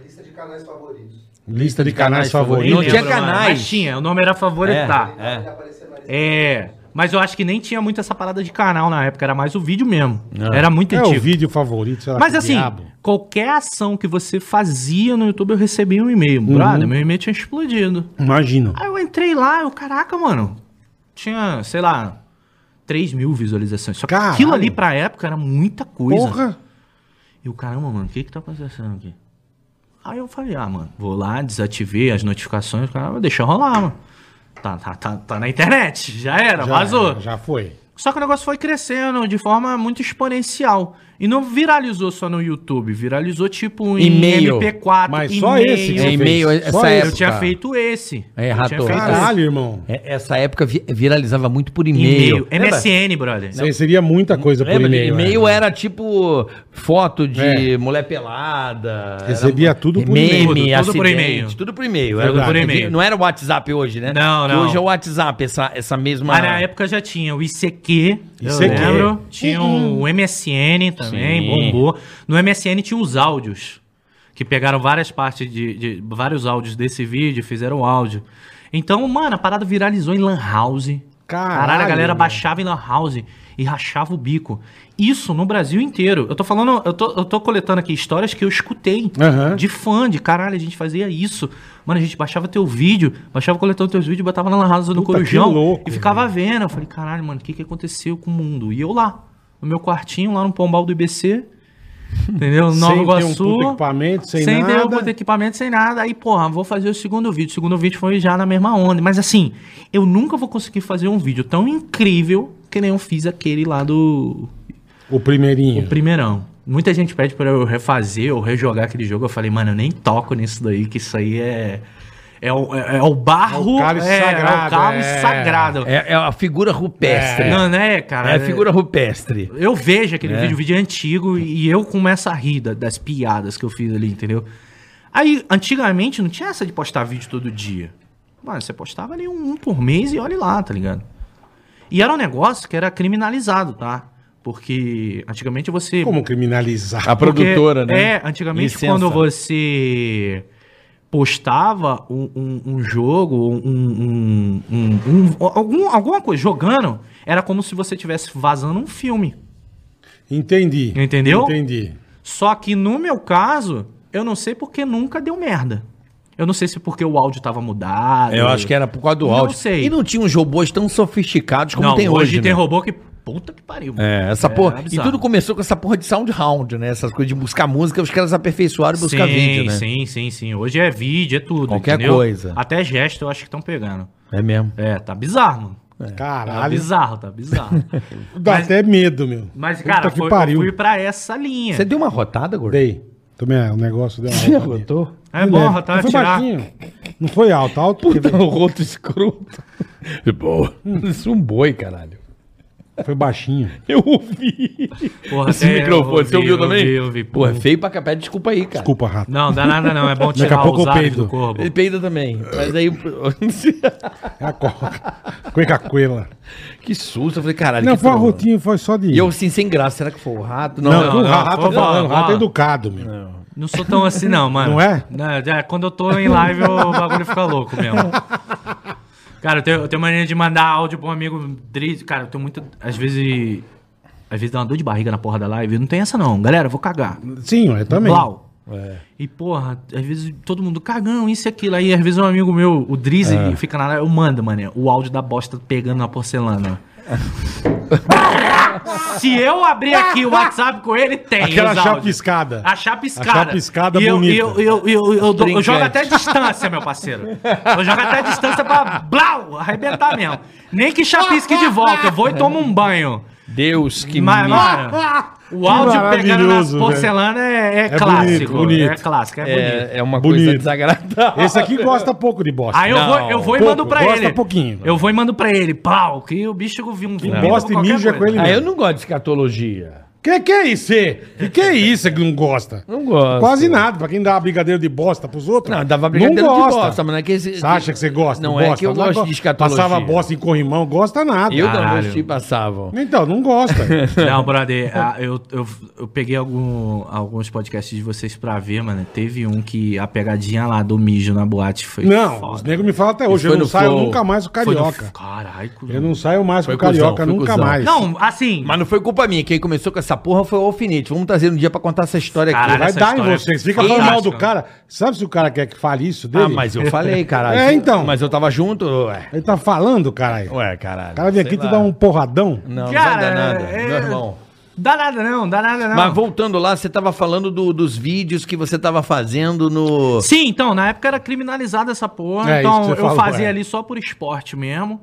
Speaker 3: Lista de canais
Speaker 2: canais favoritos.
Speaker 4: Nem
Speaker 2: Não
Speaker 3: favoritos.
Speaker 2: tinha
Speaker 4: mano,
Speaker 2: canais.
Speaker 4: Mas tinha, o nome era favoritar. É,
Speaker 2: É,
Speaker 4: Mas eu acho que nem tinha muito essa parada de canal na época, era mais o vídeo mesmo. Era muito
Speaker 3: É
Speaker 4: antigo.
Speaker 3: o vídeo favorito, sei lá,
Speaker 4: Mas
Speaker 3: que
Speaker 4: assim,
Speaker 3: diabo.
Speaker 4: qualquer ação que você fazia no YouTube, eu recebia um e-mail. Brother, meu e-mail tinha explodido.
Speaker 3: Imagino.
Speaker 4: Aí eu entrei lá, eu, caraca, mano. Tinha, sei lá, 3 mil visualizações. Só que
Speaker 3: Caralho.
Speaker 4: aquilo ali pra época era muita coisa.
Speaker 3: Porra.
Speaker 4: E o caramba, mano, o que que tá acontecendo aqui? Aí eu falei, ah, mano, vou lá, desativei as notificações, cara, deixa rolar, mano. Tá, tá, tá, tá na internet, já
Speaker 3: Já,
Speaker 4: era, vazou.
Speaker 3: Já foi.
Speaker 4: Só que o negócio foi crescendo de forma muito exponencial. E não viralizou só no YouTube, viralizou tipo em
Speaker 2: E-mail.
Speaker 4: MP4,
Speaker 3: Mas só esse que
Speaker 2: É
Speaker 3: você
Speaker 2: e-mail,
Speaker 3: fez.
Speaker 2: essa
Speaker 3: Só
Speaker 4: Eu
Speaker 2: época.
Speaker 4: tinha feito esse.
Speaker 2: É,
Speaker 4: Eu tinha
Speaker 2: rato.
Speaker 4: feito
Speaker 3: Caralho, irmão.
Speaker 2: É, Essa época vi- viralizava muito por
Speaker 4: esse.
Speaker 2: e-mail.
Speaker 4: E-mail. É
Speaker 2: Lembra?
Speaker 4: MSN, brother.
Speaker 3: Isso aí seria muita coisa por
Speaker 2: Lembra?
Speaker 3: e-mail.
Speaker 2: E-mail,
Speaker 3: né?
Speaker 2: era tipo foto de
Speaker 3: É.
Speaker 2: mulher pelada.
Speaker 3: Recebia
Speaker 2: era-
Speaker 3: tudo por
Speaker 2: meme,
Speaker 4: e-mail.
Speaker 2: Tudo por e-mail.
Speaker 4: acidente,
Speaker 2: Tudo por e-mail.
Speaker 4: Tudo
Speaker 2: Era-
Speaker 4: por e-mail.
Speaker 2: Não era o WhatsApp hoje, né?
Speaker 4: Não,
Speaker 2: Porque
Speaker 4: não.
Speaker 2: Hoje é o WhatsApp, essa, essa mesma.
Speaker 4: Mas Ah, na época já tinha o ICQ, eu
Speaker 3: ICQ.
Speaker 4: lembro. Tinha o MSN também,
Speaker 2: Sim.
Speaker 4: bombou. No MSN tinha os áudios, que pegaram várias partes de, de- vários áudios desse vídeo, e fizeram áudio. Então, mano, a parada viralizou em Lan House.
Speaker 3: Caralho,
Speaker 4: Caralho, a galera
Speaker 3: mano.
Speaker 4: baixava em Lan House e rachava o bico. Isso no Brasil inteiro. Eu tô falando, eu tô, eu tô coletando aqui histórias que eu escutei
Speaker 3: Aham.
Speaker 4: de fã, de caralho, a gente fazia isso. Mano, a gente baixava teu vídeo, baixava coletando teus vídeos, botava na Lan House do
Speaker 3: Puta,
Speaker 4: Corujão
Speaker 3: que louco,
Speaker 4: e ficava vendo. Eu falei, caralho, mano, o que, que aconteceu com o mundo? E eu lá, no meu quartinho, lá no Pombal do IBC,
Speaker 3: <laughs>
Speaker 4: entendeu?
Speaker 3: Sem
Speaker 4: Nova
Speaker 3: ter um
Speaker 4: Iguaçu.
Speaker 3: puto equipamento, sem
Speaker 4: ter
Speaker 3: nada.
Speaker 4: um puto equipamento, sem nada. Aí, porra, vou fazer o segundo vídeo. O segundo vídeo foi já na mesma onda. Mas assim, eu nunca vou conseguir fazer um vídeo tão incrível que nem eu fiz aquele lá do
Speaker 2: é-
Speaker 3: O primeirinho.
Speaker 4: o primeirão. Muita gente pede pra eu refazer ou rejogar aquele jogo. Eu falei, mano, eu nem toco nisso daí, que isso aí é. É o, é, é o barro.
Speaker 3: É o cálice
Speaker 4: É o
Speaker 3: sagrado,
Speaker 4: cálice
Speaker 3: é.
Speaker 4: sagrado.
Speaker 2: É, é a figura rupestre.
Speaker 4: Não, né, cara?
Speaker 2: É a figura rupestre.
Speaker 4: Eu vejo aquele
Speaker 2: É.
Speaker 4: vídeo, o vídeo é antigo, e eu começo a rir da- das piadas que eu fiz ali, entendeu? Aí, antigamente, não tinha essa de postar vídeo todo dia. Mano, você postava ali um, um por mês e olha lá, tá ligado? E era um negócio que era criminalizado, tá? Porque antigamente você.
Speaker 3: Como criminalizar?
Speaker 2: A
Speaker 4: Porque,
Speaker 2: produtora, né?
Speaker 4: É, antigamente
Speaker 2: Licença.
Speaker 4: quando você postava um, um- um jogo, um, um- um- um- um- algum- alguma coisa jogando, era como se você estivesse vazando um filme.
Speaker 3: Entendi.
Speaker 4: Entendeu?
Speaker 3: Entendi.
Speaker 4: Só que no meu caso, eu não sei porque nunca deu merda. Eu não sei se porque o áudio tava mudado.
Speaker 2: Eu acho que é era por causa do
Speaker 4: Não
Speaker 2: áudio.
Speaker 4: sei.
Speaker 2: E não tinha uns robôs tão sofisticados como
Speaker 4: não,
Speaker 2: tem hoje.
Speaker 4: hoje tem
Speaker 2: né?
Speaker 4: robô que puta que pariu.
Speaker 2: É, essa porra. e
Speaker 4: bizarro.
Speaker 2: tudo começou com essa porra de sound round, né? Essas coisas de buscar música, os caras aperfeiçoaram e buscar
Speaker 4: sim,
Speaker 2: vídeo, né?
Speaker 4: Sim, sim, sim. Hoje é vídeo, é tudo.
Speaker 2: Qualquer coisa.
Speaker 4: Até gesto eu acho que estão pegando.
Speaker 2: É mesmo.
Speaker 4: É, tá bizarro, mano. Tá
Speaker 3: Caralho.
Speaker 4: bizarro, tá bizarro.
Speaker 3: <laughs> Dá
Speaker 4: Mas-
Speaker 3: até medo, meu.
Speaker 4: Mas,
Speaker 3: Puta
Speaker 4: cara,
Speaker 3: que
Speaker 4: foi, eu
Speaker 3: pariu.
Speaker 4: fui pra essa linha.
Speaker 2: Você deu uma rotada, gordo?
Speaker 3: Dei. Também é, o negócio deu
Speaker 2: Você
Speaker 4: <laughs>
Speaker 3: uma alta.
Speaker 2: rotou?
Speaker 4: É bom,
Speaker 3: Leve. Não
Speaker 4: tá
Speaker 3: né? foi
Speaker 4: tirar.
Speaker 3: baixinho. Não foi alto, alto.
Speaker 2: Puta, um roto
Speaker 3: <laughs>
Speaker 2: escroto. Pô, isso é um boi, caralho.
Speaker 3: Foi baixinho.
Speaker 2: Eu ouvi.
Speaker 4: Porra,
Speaker 2: Esse
Speaker 4: é, eu
Speaker 2: microfone, você ouviu
Speaker 4: ouvi, eu
Speaker 2: também?
Speaker 4: ouvi, eu ouvi.
Speaker 2: Pô, é feio pra capé, desculpa aí, cara.
Speaker 3: Desculpa, rato.
Speaker 4: Não, dá nada não, é bom
Speaker 3: Daqui a
Speaker 4: tirar
Speaker 3: pouco
Speaker 4: os
Speaker 3: eu
Speaker 4: ares
Speaker 3: peido.
Speaker 4: do corpo.
Speaker 2: Ele peida também. Mas aí.
Speaker 3: É a coca. Cueca coela.
Speaker 2: <laughs> que susto. Eu falei, caralho.
Speaker 3: Não,
Speaker 2: que
Speaker 3: foi uma
Speaker 2: trauma.
Speaker 3: rotinha, foi só de.
Speaker 2: E eu assim, sem graça. Será que foi o rato? Não,
Speaker 3: Não,
Speaker 2: não.
Speaker 3: o
Speaker 4: não,
Speaker 3: rato,
Speaker 4: vamos,
Speaker 3: falando, o rato é
Speaker 4: vamos.
Speaker 3: educado, meu.
Speaker 4: Não sou tão assim, não, mano.
Speaker 3: Não é?
Speaker 4: é, quando eu tô em live, o bagulho fica louco mesmo. Cara, eu tenho, eu tenho mania de mandar áudio pra um amigo. dri- Cara, eu tenho muito. Às vezes. Às vezes dá uma dor de barriga na porra da live. Não tem essa, não. Galera, eu vou cagar.
Speaker 3: Sim, eu também.
Speaker 4: Blau.
Speaker 3: É.
Speaker 4: E, porra, às vezes todo mundo cagão, isso e aquilo. Aí, às vezes, um amigo meu, o Drizzy,
Speaker 3: É.
Speaker 4: fica na live, eu mando, mané, o áudio da bosta pegando na
Speaker 3: <laughs>
Speaker 4: porcelana. Se eu abrir aqui o WhatsApp com ele, tem.
Speaker 3: Aquela
Speaker 4: os áudios.
Speaker 3: chapiscada.
Speaker 4: A chapiscada.
Speaker 3: A chapiscada
Speaker 4: e eu,
Speaker 3: bonita.
Speaker 4: E eu, eu, eu, eu, eu dou- eu jogo
Speaker 2: Brincante.
Speaker 4: até a distância, meu parceiro. Eu jogo até a distância pra blau, arrebentar mesmo. Nem que chapisque de volta, eu vou e tomo um banho.
Speaker 2: Deus, que
Speaker 4: Mas,
Speaker 2: merda.
Speaker 4: mano, o áudio pegando nas
Speaker 3: maravilhoso,
Speaker 4: porcelana é, é
Speaker 3: É bonito,
Speaker 4: clássico.
Speaker 3: bonito.
Speaker 4: É clássico, é, bonito.
Speaker 2: É, é uma
Speaker 3: Bonito.
Speaker 2: coisa desagradável.
Speaker 3: <laughs> Esse aqui gosta pouco de bosta.
Speaker 4: Aí eu
Speaker 2: Não,
Speaker 4: vou, eu vou e
Speaker 3: pouco,
Speaker 4: mando pra
Speaker 3: gosta
Speaker 4: ele.
Speaker 3: pouquinho.
Speaker 4: Eu vou e mando pra ele. Pau, que o bicho viu um filme.
Speaker 3: bosta e mijo é com ele
Speaker 2: Ah, eu não gosto de escatologia.
Speaker 3: Que que é isso? cê? Que que é isso que não gosta?
Speaker 2: Não gosto.
Speaker 3: Quase nada. Pra quem dá brigadeiro de bosta pros outros.
Speaker 2: Não, dava brincadeira
Speaker 3: não
Speaker 2: de
Speaker 3: gosta.
Speaker 2: bosta, mas não é que... esse-
Speaker 3: Você acha que você gosta?
Speaker 2: Não
Speaker 3: gosta?
Speaker 2: é que eu
Speaker 3: Não
Speaker 2: gosto
Speaker 3: gosta.
Speaker 2: de escatologia.
Speaker 3: Passava bosta em corrimão, gosta nada.
Speaker 2: Eu não,
Speaker 4: Caralho.
Speaker 2: meus tios passavam.
Speaker 3: Então, não gosta.
Speaker 2: <laughs>
Speaker 4: <laughs> Não, brother, ah, eu, eu, eu peguei algum- alguns podcasts de vocês pra ver, mano. Teve um que a pegadinha lá do mijo na boate foi
Speaker 3: não,
Speaker 4: foda.
Speaker 3: os negros me falam até hoje.
Speaker 2: E foi
Speaker 3: Eu não
Speaker 2: no
Speaker 3: saio
Speaker 2: flow.
Speaker 3: nunca mais com
Speaker 4: Foi do f-
Speaker 3: carioca.
Speaker 4: Caralho.
Speaker 3: Eu não saio mais
Speaker 2: Foi
Speaker 3: com carioca,
Speaker 2: cuzão, foi
Speaker 3: nunca
Speaker 2: cuzão.
Speaker 3: mais.
Speaker 4: Não, assim...
Speaker 2: Mas não foi culpa minha. Quem começou com essa porra foi o Alfinete. Vamos trazer um dia pra contar essa história
Speaker 4: Caralho,
Speaker 2: aqui.
Speaker 3: Vai
Speaker 4: essa
Speaker 3: dar em
Speaker 4: história é
Speaker 3: vocês. Fica falando mal do
Speaker 4: fantástica.
Speaker 3: cara. Sabe se o cara quer que fale isso dele?
Speaker 2: Ah, mas eu falei, caralho.
Speaker 3: É, então.
Speaker 2: Mas eu tava junto, ué.
Speaker 3: Ele tá falando, caralho. O
Speaker 2: Ué, caralho.
Speaker 3: cara vem
Speaker 2: sei
Speaker 3: aqui e te
Speaker 2: lá.
Speaker 3: dá um porradão.
Speaker 2: Não,
Speaker 4: Cara,
Speaker 2: não vai dar nada.
Speaker 4: é-
Speaker 2: Meu irmão.
Speaker 4: Dá nada não, dá nada
Speaker 3: é.
Speaker 4: não.
Speaker 2: Mas voltando lá, você tava falando do- dos vídeos que você tava fazendo no...
Speaker 4: Sim, então, na época era criminalizada essa porra,
Speaker 3: É, isso
Speaker 4: então
Speaker 3: que
Speaker 4: eu
Speaker 3: você falou,
Speaker 4: fazia
Speaker 3: é.
Speaker 4: ali só por esporte mesmo.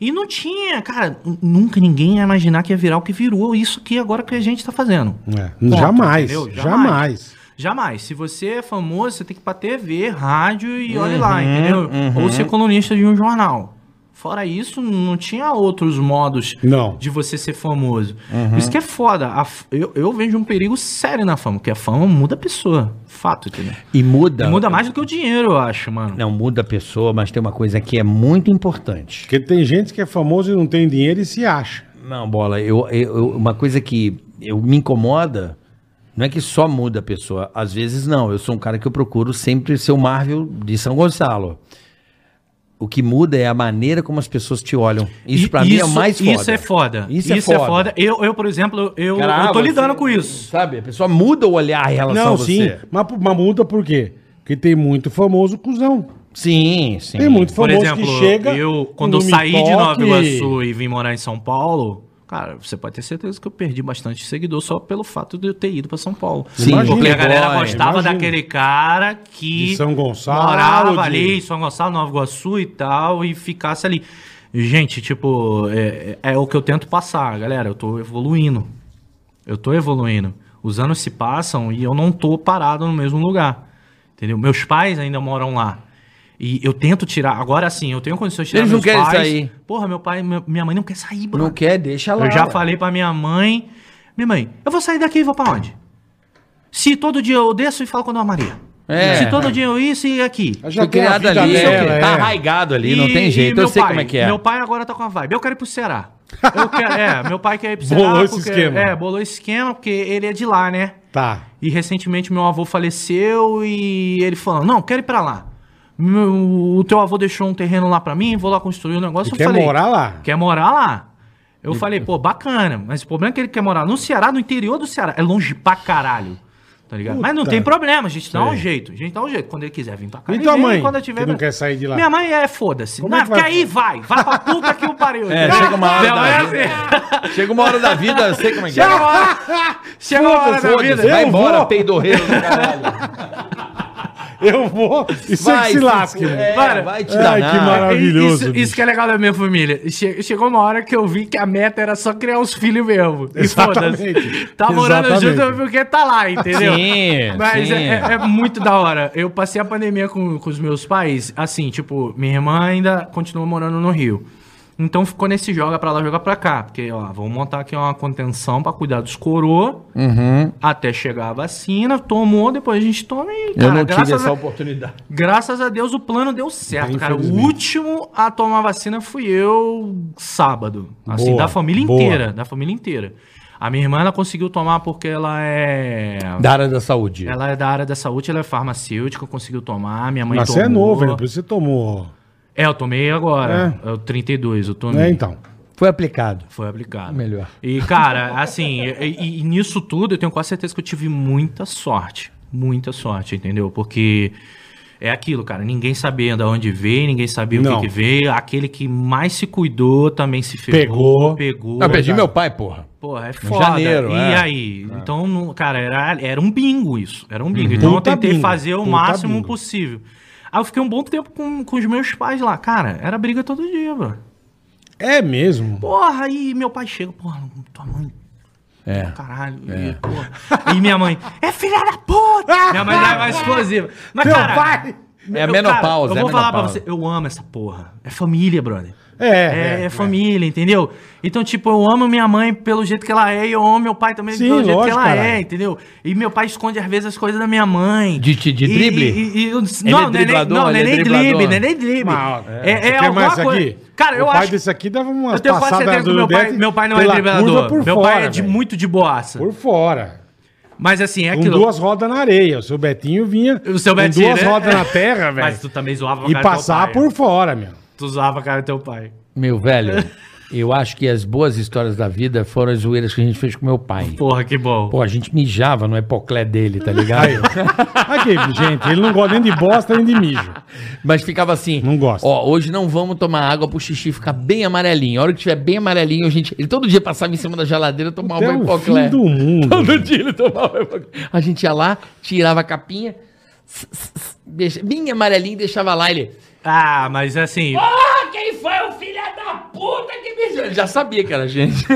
Speaker 4: E não tinha, cara, n- nunca ninguém ia imaginar que ia virar o que virou, isso que agora que a gente tá fazendo.
Speaker 3: É,
Speaker 4: Ponto,
Speaker 3: jamais,
Speaker 4: entendeu?
Speaker 3: jamais.
Speaker 4: Jamais. Se você é famoso, você tem que ir pra TV, rádio e olha
Speaker 3: Uhum,
Speaker 4: lá, entendeu? Ou ser colunista de um jornal. Fora isso, não tinha outros modos
Speaker 3: Não. Uhum.
Speaker 4: de você ser famoso. Isso que é foda. A f- eu, eu vejo um perigo sério na fama, porque a fama muda a pessoa. Fato, entendeu?
Speaker 2: E muda.
Speaker 4: E muda mais do que o dinheiro, eu acho, mano.
Speaker 2: Não, muda a pessoa, mas tem uma coisa que é muito importante.
Speaker 3: Porque tem gente que é famoso e não tem dinheiro e se acha.
Speaker 2: Não, bola, eu, eu- eu- uma coisa que eu me incomoda não é que só muda a pessoa. Às vezes não. Eu sou um cara que eu procuro sempre ser o Marvel de São Gonçalo. O que muda é a maneira como as pessoas te olham. Isso pra mim é o mais foda.
Speaker 4: Isso é foda.
Speaker 2: Isso, é foda.
Speaker 4: Eu, eu, por exemplo, eu,
Speaker 2: Cara,
Speaker 4: eu tô
Speaker 2: você-
Speaker 4: lidando com isso.
Speaker 2: Sabe? A pessoa muda o olhar em relação a
Speaker 3: não, sim.
Speaker 2: você.
Speaker 3: Mas, mas muda por quê? Porque tem muito famoso cuzão.
Speaker 2: Sim, sim.
Speaker 3: Tem muito
Speaker 4: Por
Speaker 3: famoso
Speaker 4: exemplo,
Speaker 3: que chega.
Speaker 4: eu, quando eu
Speaker 3: não me
Speaker 4: saí de Nova
Speaker 3: toque.
Speaker 4: Iguaçu e vim morar em São Paulo, cara, você pode ter certeza que eu perdi bastante seguidor só pelo fato de eu ter ido pra São Paulo.
Speaker 2: Sim,
Speaker 4: porque a
Speaker 2: Playboy,
Speaker 4: galera gostava
Speaker 3: imagino.
Speaker 4: daquele cara que
Speaker 3: De São Gonçalo,
Speaker 4: morava
Speaker 3: de-
Speaker 4: ali, em São Gonçalo, Nova Iguaçu e tal, e ficasse ali. Gente, tipo, é, é o que eu tento passar, galera. Eu tô evoluindo. Eu tô evoluindo. Os anos se passam e eu não tô parado no mesmo lugar. Entendeu? Meus pais ainda moram lá. E eu tento tirar. Agora sim, eu tenho condições de tirar
Speaker 2: Eles não
Speaker 4: meus
Speaker 2: querem
Speaker 4: pais.
Speaker 2: sair.
Speaker 4: Porra, meu pai, meu- minha mãe não quer sair, bro.
Speaker 2: Não quer, deixa lá.
Speaker 4: Eu já
Speaker 2: ué.
Speaker 4: falei pra minha mãe. Minha mãe, eu vou sair daqui e vou pra onde? Se todo dia eu desço e falo com a Dona Maria.
Speaker 2: É.
Speaker 4: Se todo dia eu isso e aqui.
Speaker 3: Ela
Speaker 2: Foi
Speaker 3: tem a
Speaker 2: criado
Speaker 3: vida
Speaker 2: ali,
Speaker 3: dela,
Speaker 4: né?
Speaker 3: é.
Speaker 2: tá arraigado ali, não
Speaker 4: E-
Speaker 2: tem jeito.
Speaker 4: e
Speaker 2: Eu
Speaker 4: meu
Speaker 2: sei
Speaker 4: pai,
Speaker 2: como é que é.
Speaker 4: Meu pai agora tá com a vibe. Eu quero ir pro Ceará. Eu quero- é, meu pai quer ir
Speaker 2: <laughs>
Speaker 4: pro Ceará.
Speaker 3: Bolou esse
Speaker 4: porque-
Speaker 3: esquema.
Speaker 4: É, bolou esse esquema, porque ele é de lá, né?
Speaker 3: Tá.
Speaker 4: E recentemente meu avô faleceu e ele falou: Não, quero ir pra lá. Meu- o teu avô deixou um terreno lá pra mim, vou lá construir um negócio.
Speaker 3: Ele
Speaker 4: eu
Speaker 3: quer
Speaker 4: falei,
Speaker 3: morar lá.
Speaker 4: Quer morar lá. Eu falei, pô, bacana. Mas o problema é que ele quer morar no Ceará, no interior do Ceará. É longe pra caralho. Tá ligado? Mas não
Speaker 3: Puta.
Speaker 4: tem problema, a gente dá um jeito. A gente dá um jeito. Quando ele quiser vir pra cá,
Speaker 3: E
Speaker 4: ele
Speaker 3: tua
Speaker 4: vem,
Speaker 3: mãe,
Speaker 4: Quando eu tiver
Speaker 3: que não
Speaker 4: pra-
Speaker 3: quer sair de lá?
Speaker 4: Minha mãe é foda-se.
Speaker 3: Como
Speaker 4: Não,
Speaker 3: é que
Speaker 4: porque
Speaker 3: vai-
Speaker 4: aí vai. Vai pra puta que o pariu.
Speaker 2: É, chega uma hora
Speaker 4: Minha mãe é
Speaker 2: da vida.
Speaker 4: assim.
Speaker 2: Chega uma hora da vida, eu sei como é que é.
Speaker 4: Chega uma
Speaker 3: <laughs>
Speaker 4: hora. Chega uma hora da
Speaker 2: Foda-se,
Speaker 4: vida.
Speaker 2: vai
Speaker 3: Eu
Speaker 2: embora, <laughs>
Speaker 3: vou.
Speaker 2: peidorreiro do caralho.
Speaker 4: <laughs>
Speaker 3: Eu vou e você que se lasque. né?
Speaker 2: é,
Speaker 3: mano.
Speaker 4: Mano,
Speaker 2: vai te
Speaker 3: ai,
Speaker 2: danar.
Speaker 3: que maravilhoso,
Speaker 4: Isso,
Speaker 3: bicho.
Speaker 4: isso que é legal da minha família. Che- Chegou uma hora que eu vi que a meta era só criar os filhos mesmo. E
Speaker 3: Exatamente.
Speaker 4: foda-se. Tá morando
Speaker 3: Exatamente.
Speaker 4: junto porque tá lá, entendeu?
Speaker 2: Sim,
Speaker 4: Mas
Speaker 2: sim.
Speaker 4: é, é- é muito da hora. Eu passei a pandemia com, com os meus pais, assim, tipo, minha irmã ainda continua morando no Rio. Então ficou nesse joga pra lá, joga pra cá. Porque, ó, vamos montar aqui uma contenção pra cuidar dos coroa
Speaker 2: Uhum.
Speaker 4: até chegar a vacina. Tomou, depois a gente toma e.
Speaker 2: Eu não tive
Speaker 4: Ah, graças
Speaker 2: essa
Speaker 4: a-
Speaker 2: oportunidade.
Speaker 4: Graças a Deus o plano deu certo,
Speaker 3: Bem,
Speaker 4: cara. O
Speaker 3: infelizmente.
Speaker 4: último a tomar vacina fui eu sábado. Assim,
Speaker 3: Boa,
Speaker 4: da família
Speaker 3: boa.
Speaker 4: inteira. Da família inteira. A minha irmã ela conseguiu tomar porque ela é.
Speaker 2: Da área da saúde.
Speaker 4: Ela é da área da saúde, ela é farmacêutica, conseguiu tomar. Minha mãe
Speaker 3: Mas você é
Speaker 4: tomou.
Speaker 3: novo, né? Por isso você tomou.
Speaker 4: É, eu tomei agora. É. o 32, eu tomei.
Speaker 3: É, então.
Speaker 2: Foi aplicado.
Speaker 4: Foi aplicado.
Speaker 2: Melhor.
Speaker 4: E, cara, assim, e, e- e nisso tudo eu tenho quase certeza que eu tive muita sorte. Muita sorte, entendeu? Porque é aquilo, cara. Ninguém sabia de onde veio, ninguém sabia o
Speaker 3: Não.
Speaker 4: que, que veio. Aquele que mais se cuidou também se
Speaker 3: Pegou.
Speaker 4: ferrou. Pegou.
Speaker 2: eu perdi meu pai, porra.
Speaker 4: Porra, é foda.
Speaker 2: janeiro,
Speaker 4: e
Speaker 2: é.
Speaker 4: aí? Então, não- cara, era, era um bingo isso. Era um bingo. Então
Speaker 3: Uhum. Puta
Speaker 4: eu tentei
Speaker 3: bingo,
Speaker 4: fazer o
Speaker 3: puta
Speaker 4: máximo
Speaker 3: bingo.
Speaker 4: possível. Aí eu fiquei um bom tempo com, com os meus pais lá. Cara, era briga todo dia, bro.
Speaker 3: É mesmo.
Speaker 4: Porra, aí meu pai chega, porra, tua mãe.
Speaker 2: É.
Speaker 4: Caralho. E, porra. E minha mãe, é filha da
Speaker 2: <laughs>
Speaker 4: puta! minha mãe é mais explosiva. Mas,
Speaker 3: Meu
Speaker 4: cara,
Speaker 3: pai!
Speaker 2: É a
Speaker 4: eu-
Speaker 2: menopausa,
Speaker 4: cara,
Speaker 2: é
Speaker 4: Eu vou
Speaker 2: a
Speaker 4: falar pra
Speaker 2: menopausa.
Speaker 4: você, eu amo essa porra. É família, brother.
Speaker 3: É,
Speaker 4: É,
Speaker 3: é,
Speaker 4: é família, entendeu? Então, tipo, eu amo minha mãe pelo jeito que ela é e eu amo meu pai também
Speaker 3: Sim,
Speaker 4: pelo jeito que
Speaker 3: lógico,
Speaker 4: ela é,
Speaker 3: caralho.
Speaker 4: entendeu? E meu pai esconde às vezes as coisas da minha mãe.
Speaker 2: De- de- de
Speaker 4: E-
Speaker 2: drible?
Speaker 4: e- e- e eu-
Speaker 2: é
Speaker 4: não, não é nem-
Speaker 2: driblador,
Speaker 4: não, não
Speaker 2: ele
Speaker 4: é
Speaker 2: é
Speaker 4: nem
Speaker 2: driblador.
Speaker 4: drible, não é nem drible.
Speaker 3: Mas,
Speaker 4: É, é,
Speaker 3: você quer
Speaker 4: alguma
Speaker 3: mais
Speaker 4: coisa.
Speaker 3: aqui?
Speaker 4: Cara, eu
Speaker 3: o pai
Speaker 4: acho.
Speaker 3: desse aqui dava uma
Speaker 4: Eu tenho quase certeza que meu pai, meu pai não é driblador. Meu pai é de, muito de boaça.
Speaker 3: Por fora.
Speaker 4: Mas assim, é
Speaker 3: Com
Speaker 4: aquilo.
Speaker 3: duas rodas na areia. O seu Betinho vinha
Speaker 4: O seu Betinho,
Speaker 3: com duas
Speaker 4: né?
Speaker 3: rodas na terra,
Speaker 4: <laughs> Mas
Speaker 3: velho.
Speaker 4: tu também zoava com a
Speaker 3: E
Speaker 4: cara do teu
Speaker 3: passar
Speaker 4: pai. né?
Speaker 3: por fora, meu.
Speaker 4: Tu zoava a cara do teu pai.
Speaker 2: Meu velho, eu acho que as boas histórias da vida foram as zoeiras que a gente fez com meu pai.
Speaker 4: Porra, que bom.
Speaker 2: Pô, a gente mijava no epoclé dele, tá ligado?
Speaker 3: Aqui, gente, ele não gosta nem de bosta nem de mijo.
Speaker 2: <laughs>
Speaker 4: <laughs>
Speaker 2: Mas ficava assim.
Speaker 3: Não gosto.
Speaker 2: Ó, hoje não vamos tomar água pro xixi ficar bem amarelinho. A hora que tiver bem amarelinho, a gente. Ele todo dia passava em cima da geladeira tomava
Speaker 3: Até
Speaker 2: um
Speaker 3: Então, o
Speaker 2: epoclé.
Speaker 3: fim do mundo.
Speaker 2: Todo dia ele tomava epoclé. A gente ia lá, tirava a capinha, s- s- s- deixa- bem amarelinho, deixava lá ele.
Speaker 4: Ah, mas assim.
Speaker 2: Ah, quem foi o filho da puta que me. Ele já sabia que era a gente.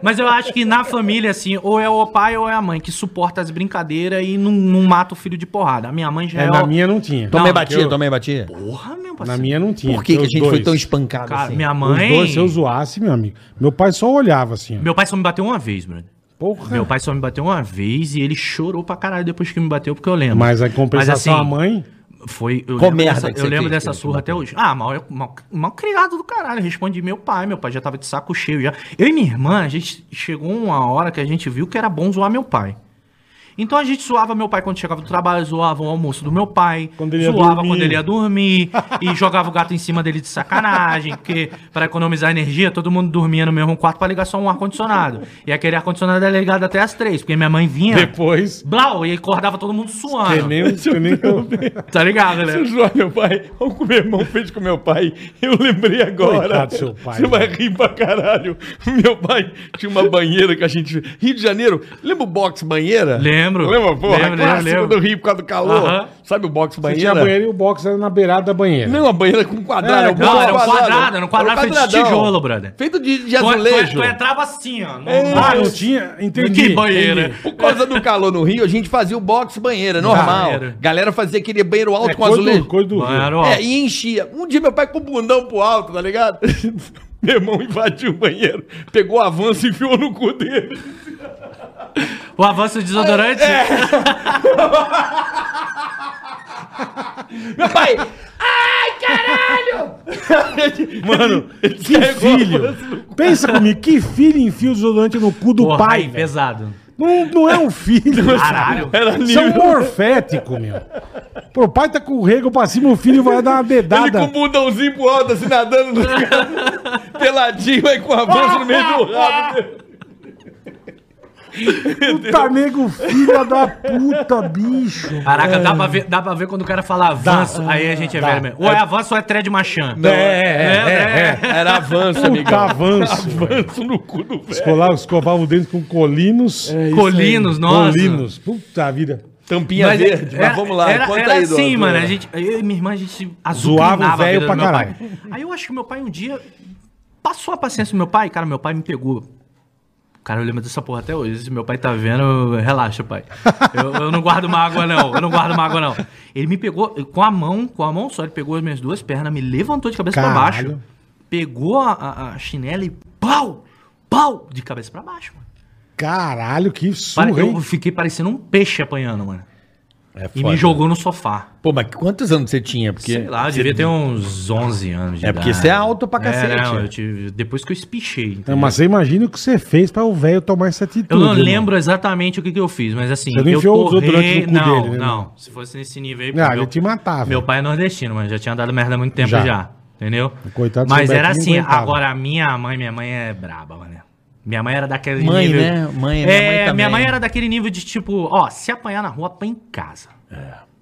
Speaker 4: Mas eu acho que na família, assim, ou é o pai ou é a mãe que suporta as brincadeiras e não, não mata o filho de porrada. A minha mãe já é.
Speaker 3: É, na
Speaker 4: o-
Speaker 3: minha não
Speaker 2: <laughs>
Speaker 3: tinha.
Speaker 2: Tomei
Speaker 4: Não,
Speaker 2: batia,
Speaker 3: eu-
Speaker 2: tomei batia.
Speaker 4: Porra, meu parceiro.
Speaker 3: Na minha não tinha.
Speaker 2: Por que, que a
Speaker 3: Os
Speaker 2: gente foi
Speaker 3: dois.
Speaker 2: tão espancado
Speaker 4: Cara,
Speaker 2: assim?
Speaker 4: minha
Speaker 3: Os
Speaker 4: mãe.
Speaker 3: dois, se eu zoasse, meu amigo. Meu pai só olhava assim, ó.
Speaker 4: Meu pai só me bateu uma vez, mano.
Speaker 3: Porra.
Speaker 4: Meu pai só me bateu uma vez e ele chorou pra caralho depois que me bateu, porque eu lembro.
Speaker 3: Mas a compensação,
Speaker 4: Mas,
Speaker 3: a
Speaker 4: assim,
Speaker 3: mãe...
Speaker 4: Foi. Eu
Speaker 2: Qual
Speaker 4: lembro
Speaker 2: merda
Speaker 4: dessa,
Speaker 2: que
Speaker 4: eu
Speaker 2: você
Speaker 4: lembro
Speaker 2: fez,
Speaker 4: dessa
Speaker 2: cara,
Speaker 4: surra até hoje. Ah, mal, mal, mal criado do caralho. Respondi meu pai. Meu pai já tava de saco cheio já. Eu e minha irmã, a gente chegou uma hora que a gente viu que era bom zoar meu pai. Então a gente zoava meu pai quando chegava do trabalho, zoava o almoço do meu pai,
Speaker 3: Quando ele ia
Speaker 4: zoava
Speaker 3: dormir.
Speaker 4: quando ele ia dormir e jogava o gato em cima dele de sacanagem, porque pra economizar energia, todo mundo dormia no mesmo quarto pra ligar só um ar condicionado. E aquele ar condicionado era ligado até às três, porque minha mãe vinha,
Speaker 3: Depois...
Speaker 4: blau, e acordava todo mundo
Speaker 3: Eu
Speaker 4: suando.
Speaker 3: nem,
Speaker 4: <laughs>
Speaker 3: eu nem,
Speaker 4: Tá ligado, né?
Speaker 5: Seu João, meu pai, o que meu irmão fez com meu pai, eu lembrei agora.
Speaker 3: Coitado do seu pai,
Speaker 5: Você vai
Speaker 3: né?
Speaker 5: rir pra caralho. Meu pai tinha uma banheira que a gente. Rio de Janeiro, lembra o box banheira?
Speaker 4: Lembro.
Speaker 5: Lembra, porra?
Speaker 4: Lembro, lembro,
Speaker 5: clássico
Speaker 4: lembro.
Speaker 5: do Rio por causa do calor.
Speaker 4: Aham.
Speaker 5: Sabe o box
Speaker 3: Você
Speaker 5: banheira?
Speaker 3: tinha banheiro e o box era na beirada da banheira.
Speaker 5: Não, a banheira com
Speaker 3: É,
Speaker 5: quadrado. era um
Speaker 3: não,
Speaker 5: box
Speaker 4: era um quadrado, era um quadrado feito de
Speaker 5: quadradão.
Speaker 4: tijolo, brother.
Speaker 5: Feito de, de
Speaker 2: É
Speaker 4: Tu- tu-
Speaker 5: azulejo.
Speaker 4: Tu, entrava assim, ó. no-
Speaker 3: Ah, não tinha? Entendi.
Speaker 4: Que banheiro.
Speaker 3: entendi.
Speaker 5: Por
Speaker 2: Por causa do calor no Rio, a gente fazia o box banheira, normal.
Speaker 4: Banheiro.
Speaker 2: Galera fazia aquele banheiro alto
Speaker 3: É
Speaker 2: com
Speaker 3: coisa
Speaker 2: azulejo.
Speaker 3: do, coisa do Rio.
Speaker 4: Mano, ó.
Speaker 2: É, e enchia. Um dia meu pai com o bundão pro alto, tá ligado? <laughs>
Speaker 5: Meu irmão invadiu o banheiro, pegou o avanço e enfiou no cu dele.
Speaker 4: O avanço do desodorante?
Speaker 2: É.
Speaker 4: <laughs>
Speaker 2: Meu pai!
Speaker 3: Mano,
Speaker 4: um
Speaker 3: que filho. Pensa comigo, que filho enfia o desodorante no cu do
Speaker 4: assim. Porra,
Speaker 3: pai,
Speaker 4: aí,
Speaker 3: velho?
Speaker 4: pesado.
Speaker 3: Não, não é um filho.
Speaker 4: Caralho.
Speaker 5: Era
Speaker 3: Isso é um
Speaker 5: nível-
Speaker 4: <laughs>
Speaker 3: morfético, meu. Pô, o pai tá com o rego pra cima, o filho vai
Speaker 5: Ele
Speaker 3: dar uma
Speaker 5: com o
Speaker 3: dedada.
Speaker 5: bundãozinho pro alto, assim,
Speaker 4: <laughs>
Speaker 5: nadando, tá ligado? peladinho, aí com o avanço no meio do rabo. dele.
Speaker 3: Puta Tá nego, filha da puta, bicho.
Speaker 4: Caraca, dá, pra ver, dá pra ver quando o cara fala avanço, aí a gente é velho mesmo. Ou é avanço ou é thread machan.
Speaker 2: é,
Speaker 4: né?
Speaker 2: Era avanço,
Speaker 3: Puta
Speaker 2: amigão.
Speaker 3: avanço. velho.
Speaker 5: Isso no cu do velho.
Speaker 3: Escolar, escovava o dente com colinos.
Speaker 4: Colinos, nossa.
Speaker 3: Colinos, puta vida.
Speaker 2: Tampinha
Speaker 4: Mas
Speaker 2: verde,
Speaker 4: era-
Speaker 2: mas vamos lá.
Speaker 4: Era,
Speaker 2: conta
Speaker 4: era
Speaker 2: aí,
Speaker 4: assim,
Speaker 2: dona
Speaker 4: mano.
Speaker 2: Antônia.
Speaker 4: A gente, eu e minha irmã, a gente se
Speaker 3: Zoava o
Speaker 4: azucrinava a
Speaker 3: velho
Speaker 4: vida
Speaker 3: pra
Speaker 4: do meu
Speaker 3: caralho.
Speaker 4: pai. Aí eu acho que meu pai um dia passou a paciência do meu pai. Cara, meu pai me pegou. Cara, eu lembro dessa porra até hoje. Se meu pai tá vendo, eu- relaxa, pai. Eu, eu não guardo mágoa, não. Eu não guardo mágoa, não. Ele me pegou com a mão, com a mão só. Ele pegou as minhas duas pernas, me levantou de cabeça pra
Speaker 3: Caralho.
Speaker 4: baixo. Pegou a, a- a chinela e pau! Pau! De cabeça pra baixo, mano.
Speaker 3: Caralho, que
Speaker 4: Pare-
Speaker 3: surra,
Speaker 4: Eu
Speaker 3: hein?
Speaker 4: fiquei parecendo um peixe apanhando, mano.
Speaker 2: É
Speaker 4: E
Speaker 2: foda.
Speaker 4: me jogou no sofá.
Speaker 2: Pô, mas quantos anos você tinha? Porque
Speaker 4: Sei lá, eu devia ter uns 11 anos de
Speaker 2: É, porque você é alto pra
Speaker 4: É,
Speaker 2: cacete.
Speaker 4: não, eu tive- depois que eu espichei.
Speaker 3: É,
Speaker 4: entendeu?
Speaker 3: Mas você imagina o que você fez pra o velho tomar essa atitude.
Speaker 4: eu não
Speaker 3: Então, irmão.
Speaker 4: lembro exatamente o que, que eu fiz, mas assim,
Speaker 3: Você não
Speaker 4: eu
Speaker 3: enfiou o desodorante
Speaker 4: torrei...
Speaker 3: no cu
Speaker 4: Não,
Speaker 3: dele, né,
Speaker 4: não. Se fosse nesse nível aí...
Speaker 3: Não,
Speaker 4: porque
Speaker 3: Ah, ele te matava.
Speaker 4: Meu pai é nordestino, mas já tinha dado merda há muito tempo
Speaker 3: Já.
Speaker 4: já. entendeu?
Speaker 3: Coitado do seu
Speaker 4: mas era
Speaker 3: Betinho,
Speaker 4: assim,
Speaker 3: aguentava.
Speaker 4: agora a minha mãe, minha mãe é braba, mano. Minha mãe era daquele
Speaker 2: Mãe,
Speaker 4: nível...
Speaker 2: né? Mãe, minha mãe
Speaker 4: é,
Speaker 2: também.
Speaker 4: minha mãe era daquele nível de tipo, ó, se apanhar na rua, apanha em casa.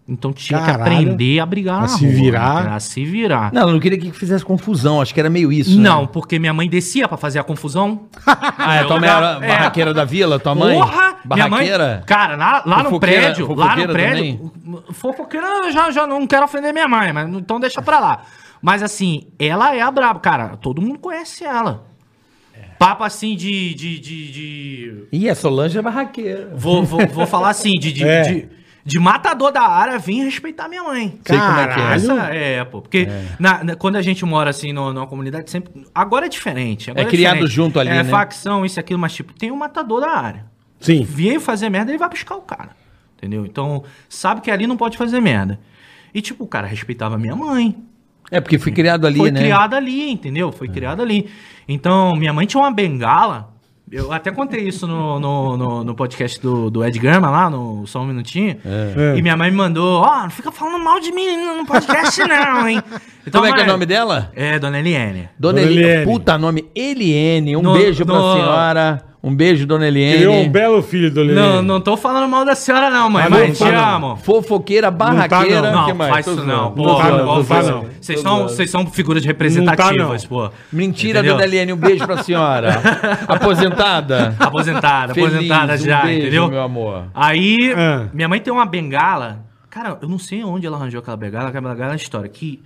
Speaker 4: Então tinha
Speaker 3: É. Caralho.
Speaker 4: que aprender a brigar
Speaker 3: A
Speaker 4: na
Speaker 3: se
Speaker 4: rua,
Speaker 3: virar.
Speaker 4: né? A se virar.
Speaker 2: Não, eu não queria que fizesse confusão, acho que era meio isso.
Speaker 4: Não,
Speaker 2: Né?
Speaker 4: porque minha mãe descia pra fazer a confusão.
Speaker 2: <laughs> Ah,
Speaker 4: Eu
Speaker 2: tua mãe era
Speaker 4: jogava- é.
Speaker 2: barraqueira da vila, tua mãe?
Speaker 4: Porra! Minha mãe,
Speaker 2: Barraqueira?
Speaker 4: cara, lá, lá no
Speaker 2: Fofoqueira-
Speaker 4: prédio, lá
Speaker 2: fofoqueira
Speaker 4: no prédio, fofoqueira eu já, já não quero ofender minha mãe, mas então deixa pra lá. Mas assim, ela é a braba, cara, todo mundo conhece ela.
Speaker 2: É.
Speaker 4: Papo assim de... de, de, de-
Speaker 2: Ih, a Solange é barraqueira.
Speaker 4: vou, vou, vou falar assim, de, de,
Speaker 3: É.
Speaker 4: de, de matador da área vir respeitar minha mãe.
Speaker 2: Sei como é que é.
Speaker 3: Caralho.
Speaker 4: Essa é, pô. Porque na- na- quando a gente mora assim no- numa comunidade, sempre. Agora é diferente. agora
Speaker 2: É criado
Speaker 4: diferente.
Speaker 2: junto ali,
Speaker 4: É
Speaker 2: né?
Speaker 4: facção, isso, aquilo, mas tipo, tem um matador da área.
Speaker 3: Sim.
Speaker 4: Vem fazer merda, ele vai buscar o cara. Entendeu? Então, sabe que ali não pode fazer merda. E, tipo, o cara respeitava minha mãe.
Speaker 2: É, porque fui criado ali,
Speaker 4: Foi
Speaker 2: né?
Speaker 4: criada ali, entendeu? Foi criada ali. Então, minha mãe tinha uma bengala. Eu até contei isso no, no, no, no podcast do, do Ed Gama lá, no Só Um Minutinho.
Speaker 3: É.
Speaker 4: E minha mãe me mandou, ó, não fica falando mal de mim no
Speaker 2: <laughs>
Speaker 4: podcast não, hein? Então,
Speaker 2: Como é que é o
Speaker 4: mãe-
Speaker 2: nome dela?
Speaker 4: É, Dona Eliane.
Speaker 2: Dona
Speaker 3: Dona
Speaker 2: Eliane.
Speaker 3: Eliane.
Speaker 2: Puta nome, Eliene. Um
Speaker 4: No-
Speaker 2: beijo pra
Speaker 4: no-
Speaker 2: senhora. Um beijo, Dona Eliene.
Speaker 3: Criou um belo filho do Lelê. é
Speaker 4: Não, não tô falando mal da senhora não, mãe,
Speaker 3: Ah, não,
Speaker 4: mas
Speaker 3: tá
Speaker 4: te
Speaker 3: não.
Speaker 4: amo.
Speaker 2: Fofoqueira, barraqueira.
Speaker 3: não.
Speaker 2: que
Speaker 4: Não,
Speaker 2: mais?
Speaker 4: faz
Speaker 2: Tô
Speaker 4: isso
Speaker 2: zoando.
Speaker 4: não. Pô,
Speaker 3: Não tá não,
Speaker 4: igual
Speaker 3: não tá
Speaker 4: faz-
Speaker 3: não.
Speaker 4: Vocês são, vocês são figuras
Speaker 3: Não tá
Speaker 4: representativas,
Speaker 3: não.
Speaker 4: pô.
Speaker 2: Mentira,
Speaker 4: Entendeu?
Speaker 2: Dona Eliane. Um beijo pra
Speaker 4: <laughs>
Speaker 2: senhora. Aposentada. <laughs>
Speaker 4: Aposentada,
Speaker 2: Feliz,
Speaker 4: aposentada
Speaker 2: um
Speaker 4: já,
Speaker 2: beijo,
Speaker 4: entendeu?
Speaker 2: meu amor.
Speaker 4: Aí,
Speaker 3: Ah.
Speaker 4: minha mãe tem uma bengala. Cara, eu não sei onde ela arranjou aquela bengala, aquela bengala é uma história que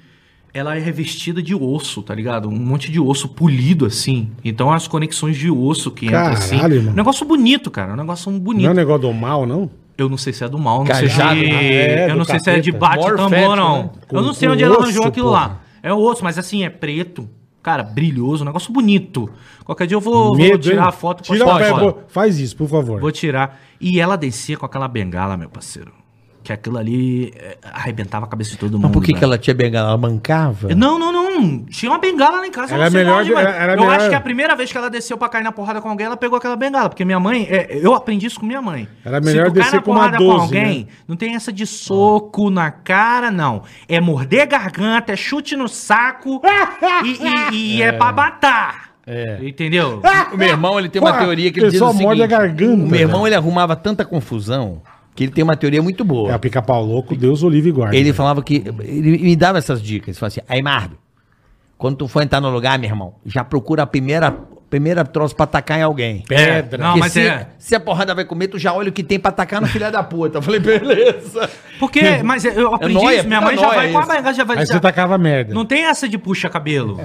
Speaker 4: ela é revestida de osso, tá ligado? Um monte de osso polido assim. Então as conexões de osso que entram
Speaker 3: Caralho,
Speaker 4: assim.
Speaker 3: irmão.
Speaker 4: Um negócio bonito, cara, um negócio
Speaker 3: Não
Speaker 4: bonito.
Speaker 3: é um negócio do mal, não?
Speaker 4: Eu não sei se é do mal, não
Speaker 2: Cajado,
Speaker 4: sei se
Speaker 2: né?
Speaker 3: É,
Speaker 4: eu
Speaker 3: do
Speaker 4: não sei se é de
Speaker 3: capeta.
Speaker 4: bate
Speaker 2: Morfético,
Speaker 4: tambor não.
Speaker 2: né?
Speaker 4: eu não sei
Speaker 3: Com-
Speaker 4: onde
Speaker 3: com
Speaker 4: ela
Speaker 3: osso,
Speaker 4: arranjou aquilo
Speaker 3: porra.
Speaker 4: lá. É osso, mas assim, é preto. Cara, brilhoso, um negócio bonito. Qualquer dia eu vou, vou
Speaker 3: Medo,
Speaker 4: tirar
Speaker 3: hein?
Speaker 4: a foto
Speaker 3: Tira
Speaker 4: postar
Speaker 3: o pé,
Speaker 4: foto.
Speaker 3: pô. Faz isso, por favor.
Speaker 4: Vou tirar. E ela descia com aquela bengala, meu parceiro. Que aquilo ali é, arrebentava a cabeça de todo mundo.
Speaker 2: Mas por que, que
Speaker 4: velho.
Speaker 2: ela tinha bengala? Ela mancava?
Speaker 4: Não, não, não. Tinha uma bengala lá em casa. eu
Speaker 3: Era
Speaker 4: não sei
Speaker 3: melhor
Speaker 4: onde,
Speaker 3: de-
Speaker 4: mas
Speaker 3: era
Speaker 4: eu
Speaker 3: melhor-
Speaker 4: acho que a primeira vez que ela desceu pra cair na porrada com alguém, ela pegou aquela bengala. Porque minha mãe... é, eu aprendi isso com minha mãe.
Speaker 3: Era melhor
Speaker 4: Se tu cai
Speaker 3: descer
Speaker 4: na
Speaker 3: com uma né?
Speaker 4: porrada
Speaker 3: 12,
Speaker 4: com alguém, não tem essa de soco na cara, não. É morder garganta, é chute
Speaker 3: <laughs>
Speaker 4: no saco e, e- e é. pra matar.
Speaker 2: É.
Speaker 4: Entendeu?
Speaker 2: O meu irmão, ele tem uma
Speaker 3: Porra,
Speaker 2: teoria que ele
Speaker 3: ele
Speaker 2: diz
Speaker 3: só
Speaker 2: o seguinte,
Speaker 3: morde a garganta,
Speaker 2: O meu irmão,
Speaker 3: velho.
Speaker 2: ele arrumava tanta confusão que ele tem uma teoria muito
Speaker 3: É o
Speaker 2: boa.
Speaker 3: pica-pau louco, Deus o livre e guarda.
Speaker 2: Ele falava que... Ele me dava essas dicas. Ele falava assim, aí, Mardo, quando tu for entrar no lugar, meu irmão, já procura a primeira, primeira troço pra atacar em alguém.
Speaker 4: Pedra. Não,
Speaker 2: Porque
Speaker 4: mas
Speaker 2: se,
Speaker 4: é...
Speaker 2: se a porrada vai comer, tu já olha o que tem pra atacar no filho da puta. Eu falei, beleza. <laughs>
Speaker 4: Porque, mas eu aprendi
Speaker 2: É nóia,
Speaker 4: isso. Minha
Speaker 2: puta
Speaker 4: mãe já
Speaker 2: nóia
Speaker 4: vai com a
Speaker 2: isso.
Speaker 4: barriga, já vai.
Speaker 3: Aí
Speaker 4: já-
Speaker 3: você tá tacava merda.
Speaker 4: Não tem essa de puxa
Speaker 3: <laughs>
Speaker 4: cabelo.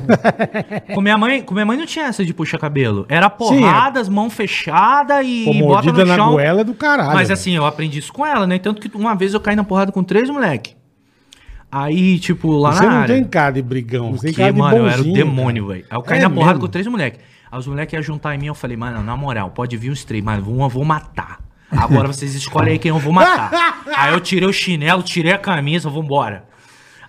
Speaker 4: com, minha mãe, com minha mãe não tinha essa de puxa cabelo. Era porradas, mão fechada e
Speaker 3: Pô,
Speaker 4: bota
Speaker 3: mordida
Speaker 4: no
Speaker 3: na
Speaker 4: chão.
Speaker 3: goela é do caralho.
Speaker 4: Mas
Speaker 3: velho.
Speaker 4: assim, eu aprendi isso com ela, né? Tanto que uma vez eu caí na porrada com três moleque. Aí, tipo, lá
Speaker 3: você
Speaker 4: na
Speaker 3: não
Speaker 4: área.
Speaker 3: tem cara de brigão, você tem
Speaker 4: Porque,
Speaker 3: cara de
Speaker 4: mano, eu era o
Speaker 3: bonzinho,
Speaker 4: demônio,
Speaker 3: cara.
Speaker 4: velho. Aí eu caí
Speaker 3: É
Speaker 4: na porrada
Speaker 3: mesmo?
Speaker 4: com três moleques. Aí os moleques iam juntar em mim, eu falei, mano, na moral, pode vir os três, mas uma eu vou matar.
Speaker 3: <laughs>
Speaker 4: Agora vocês escolhem aí quem eu vou matar. aí eu tirei o chinelo, tirei a camisa, vambora.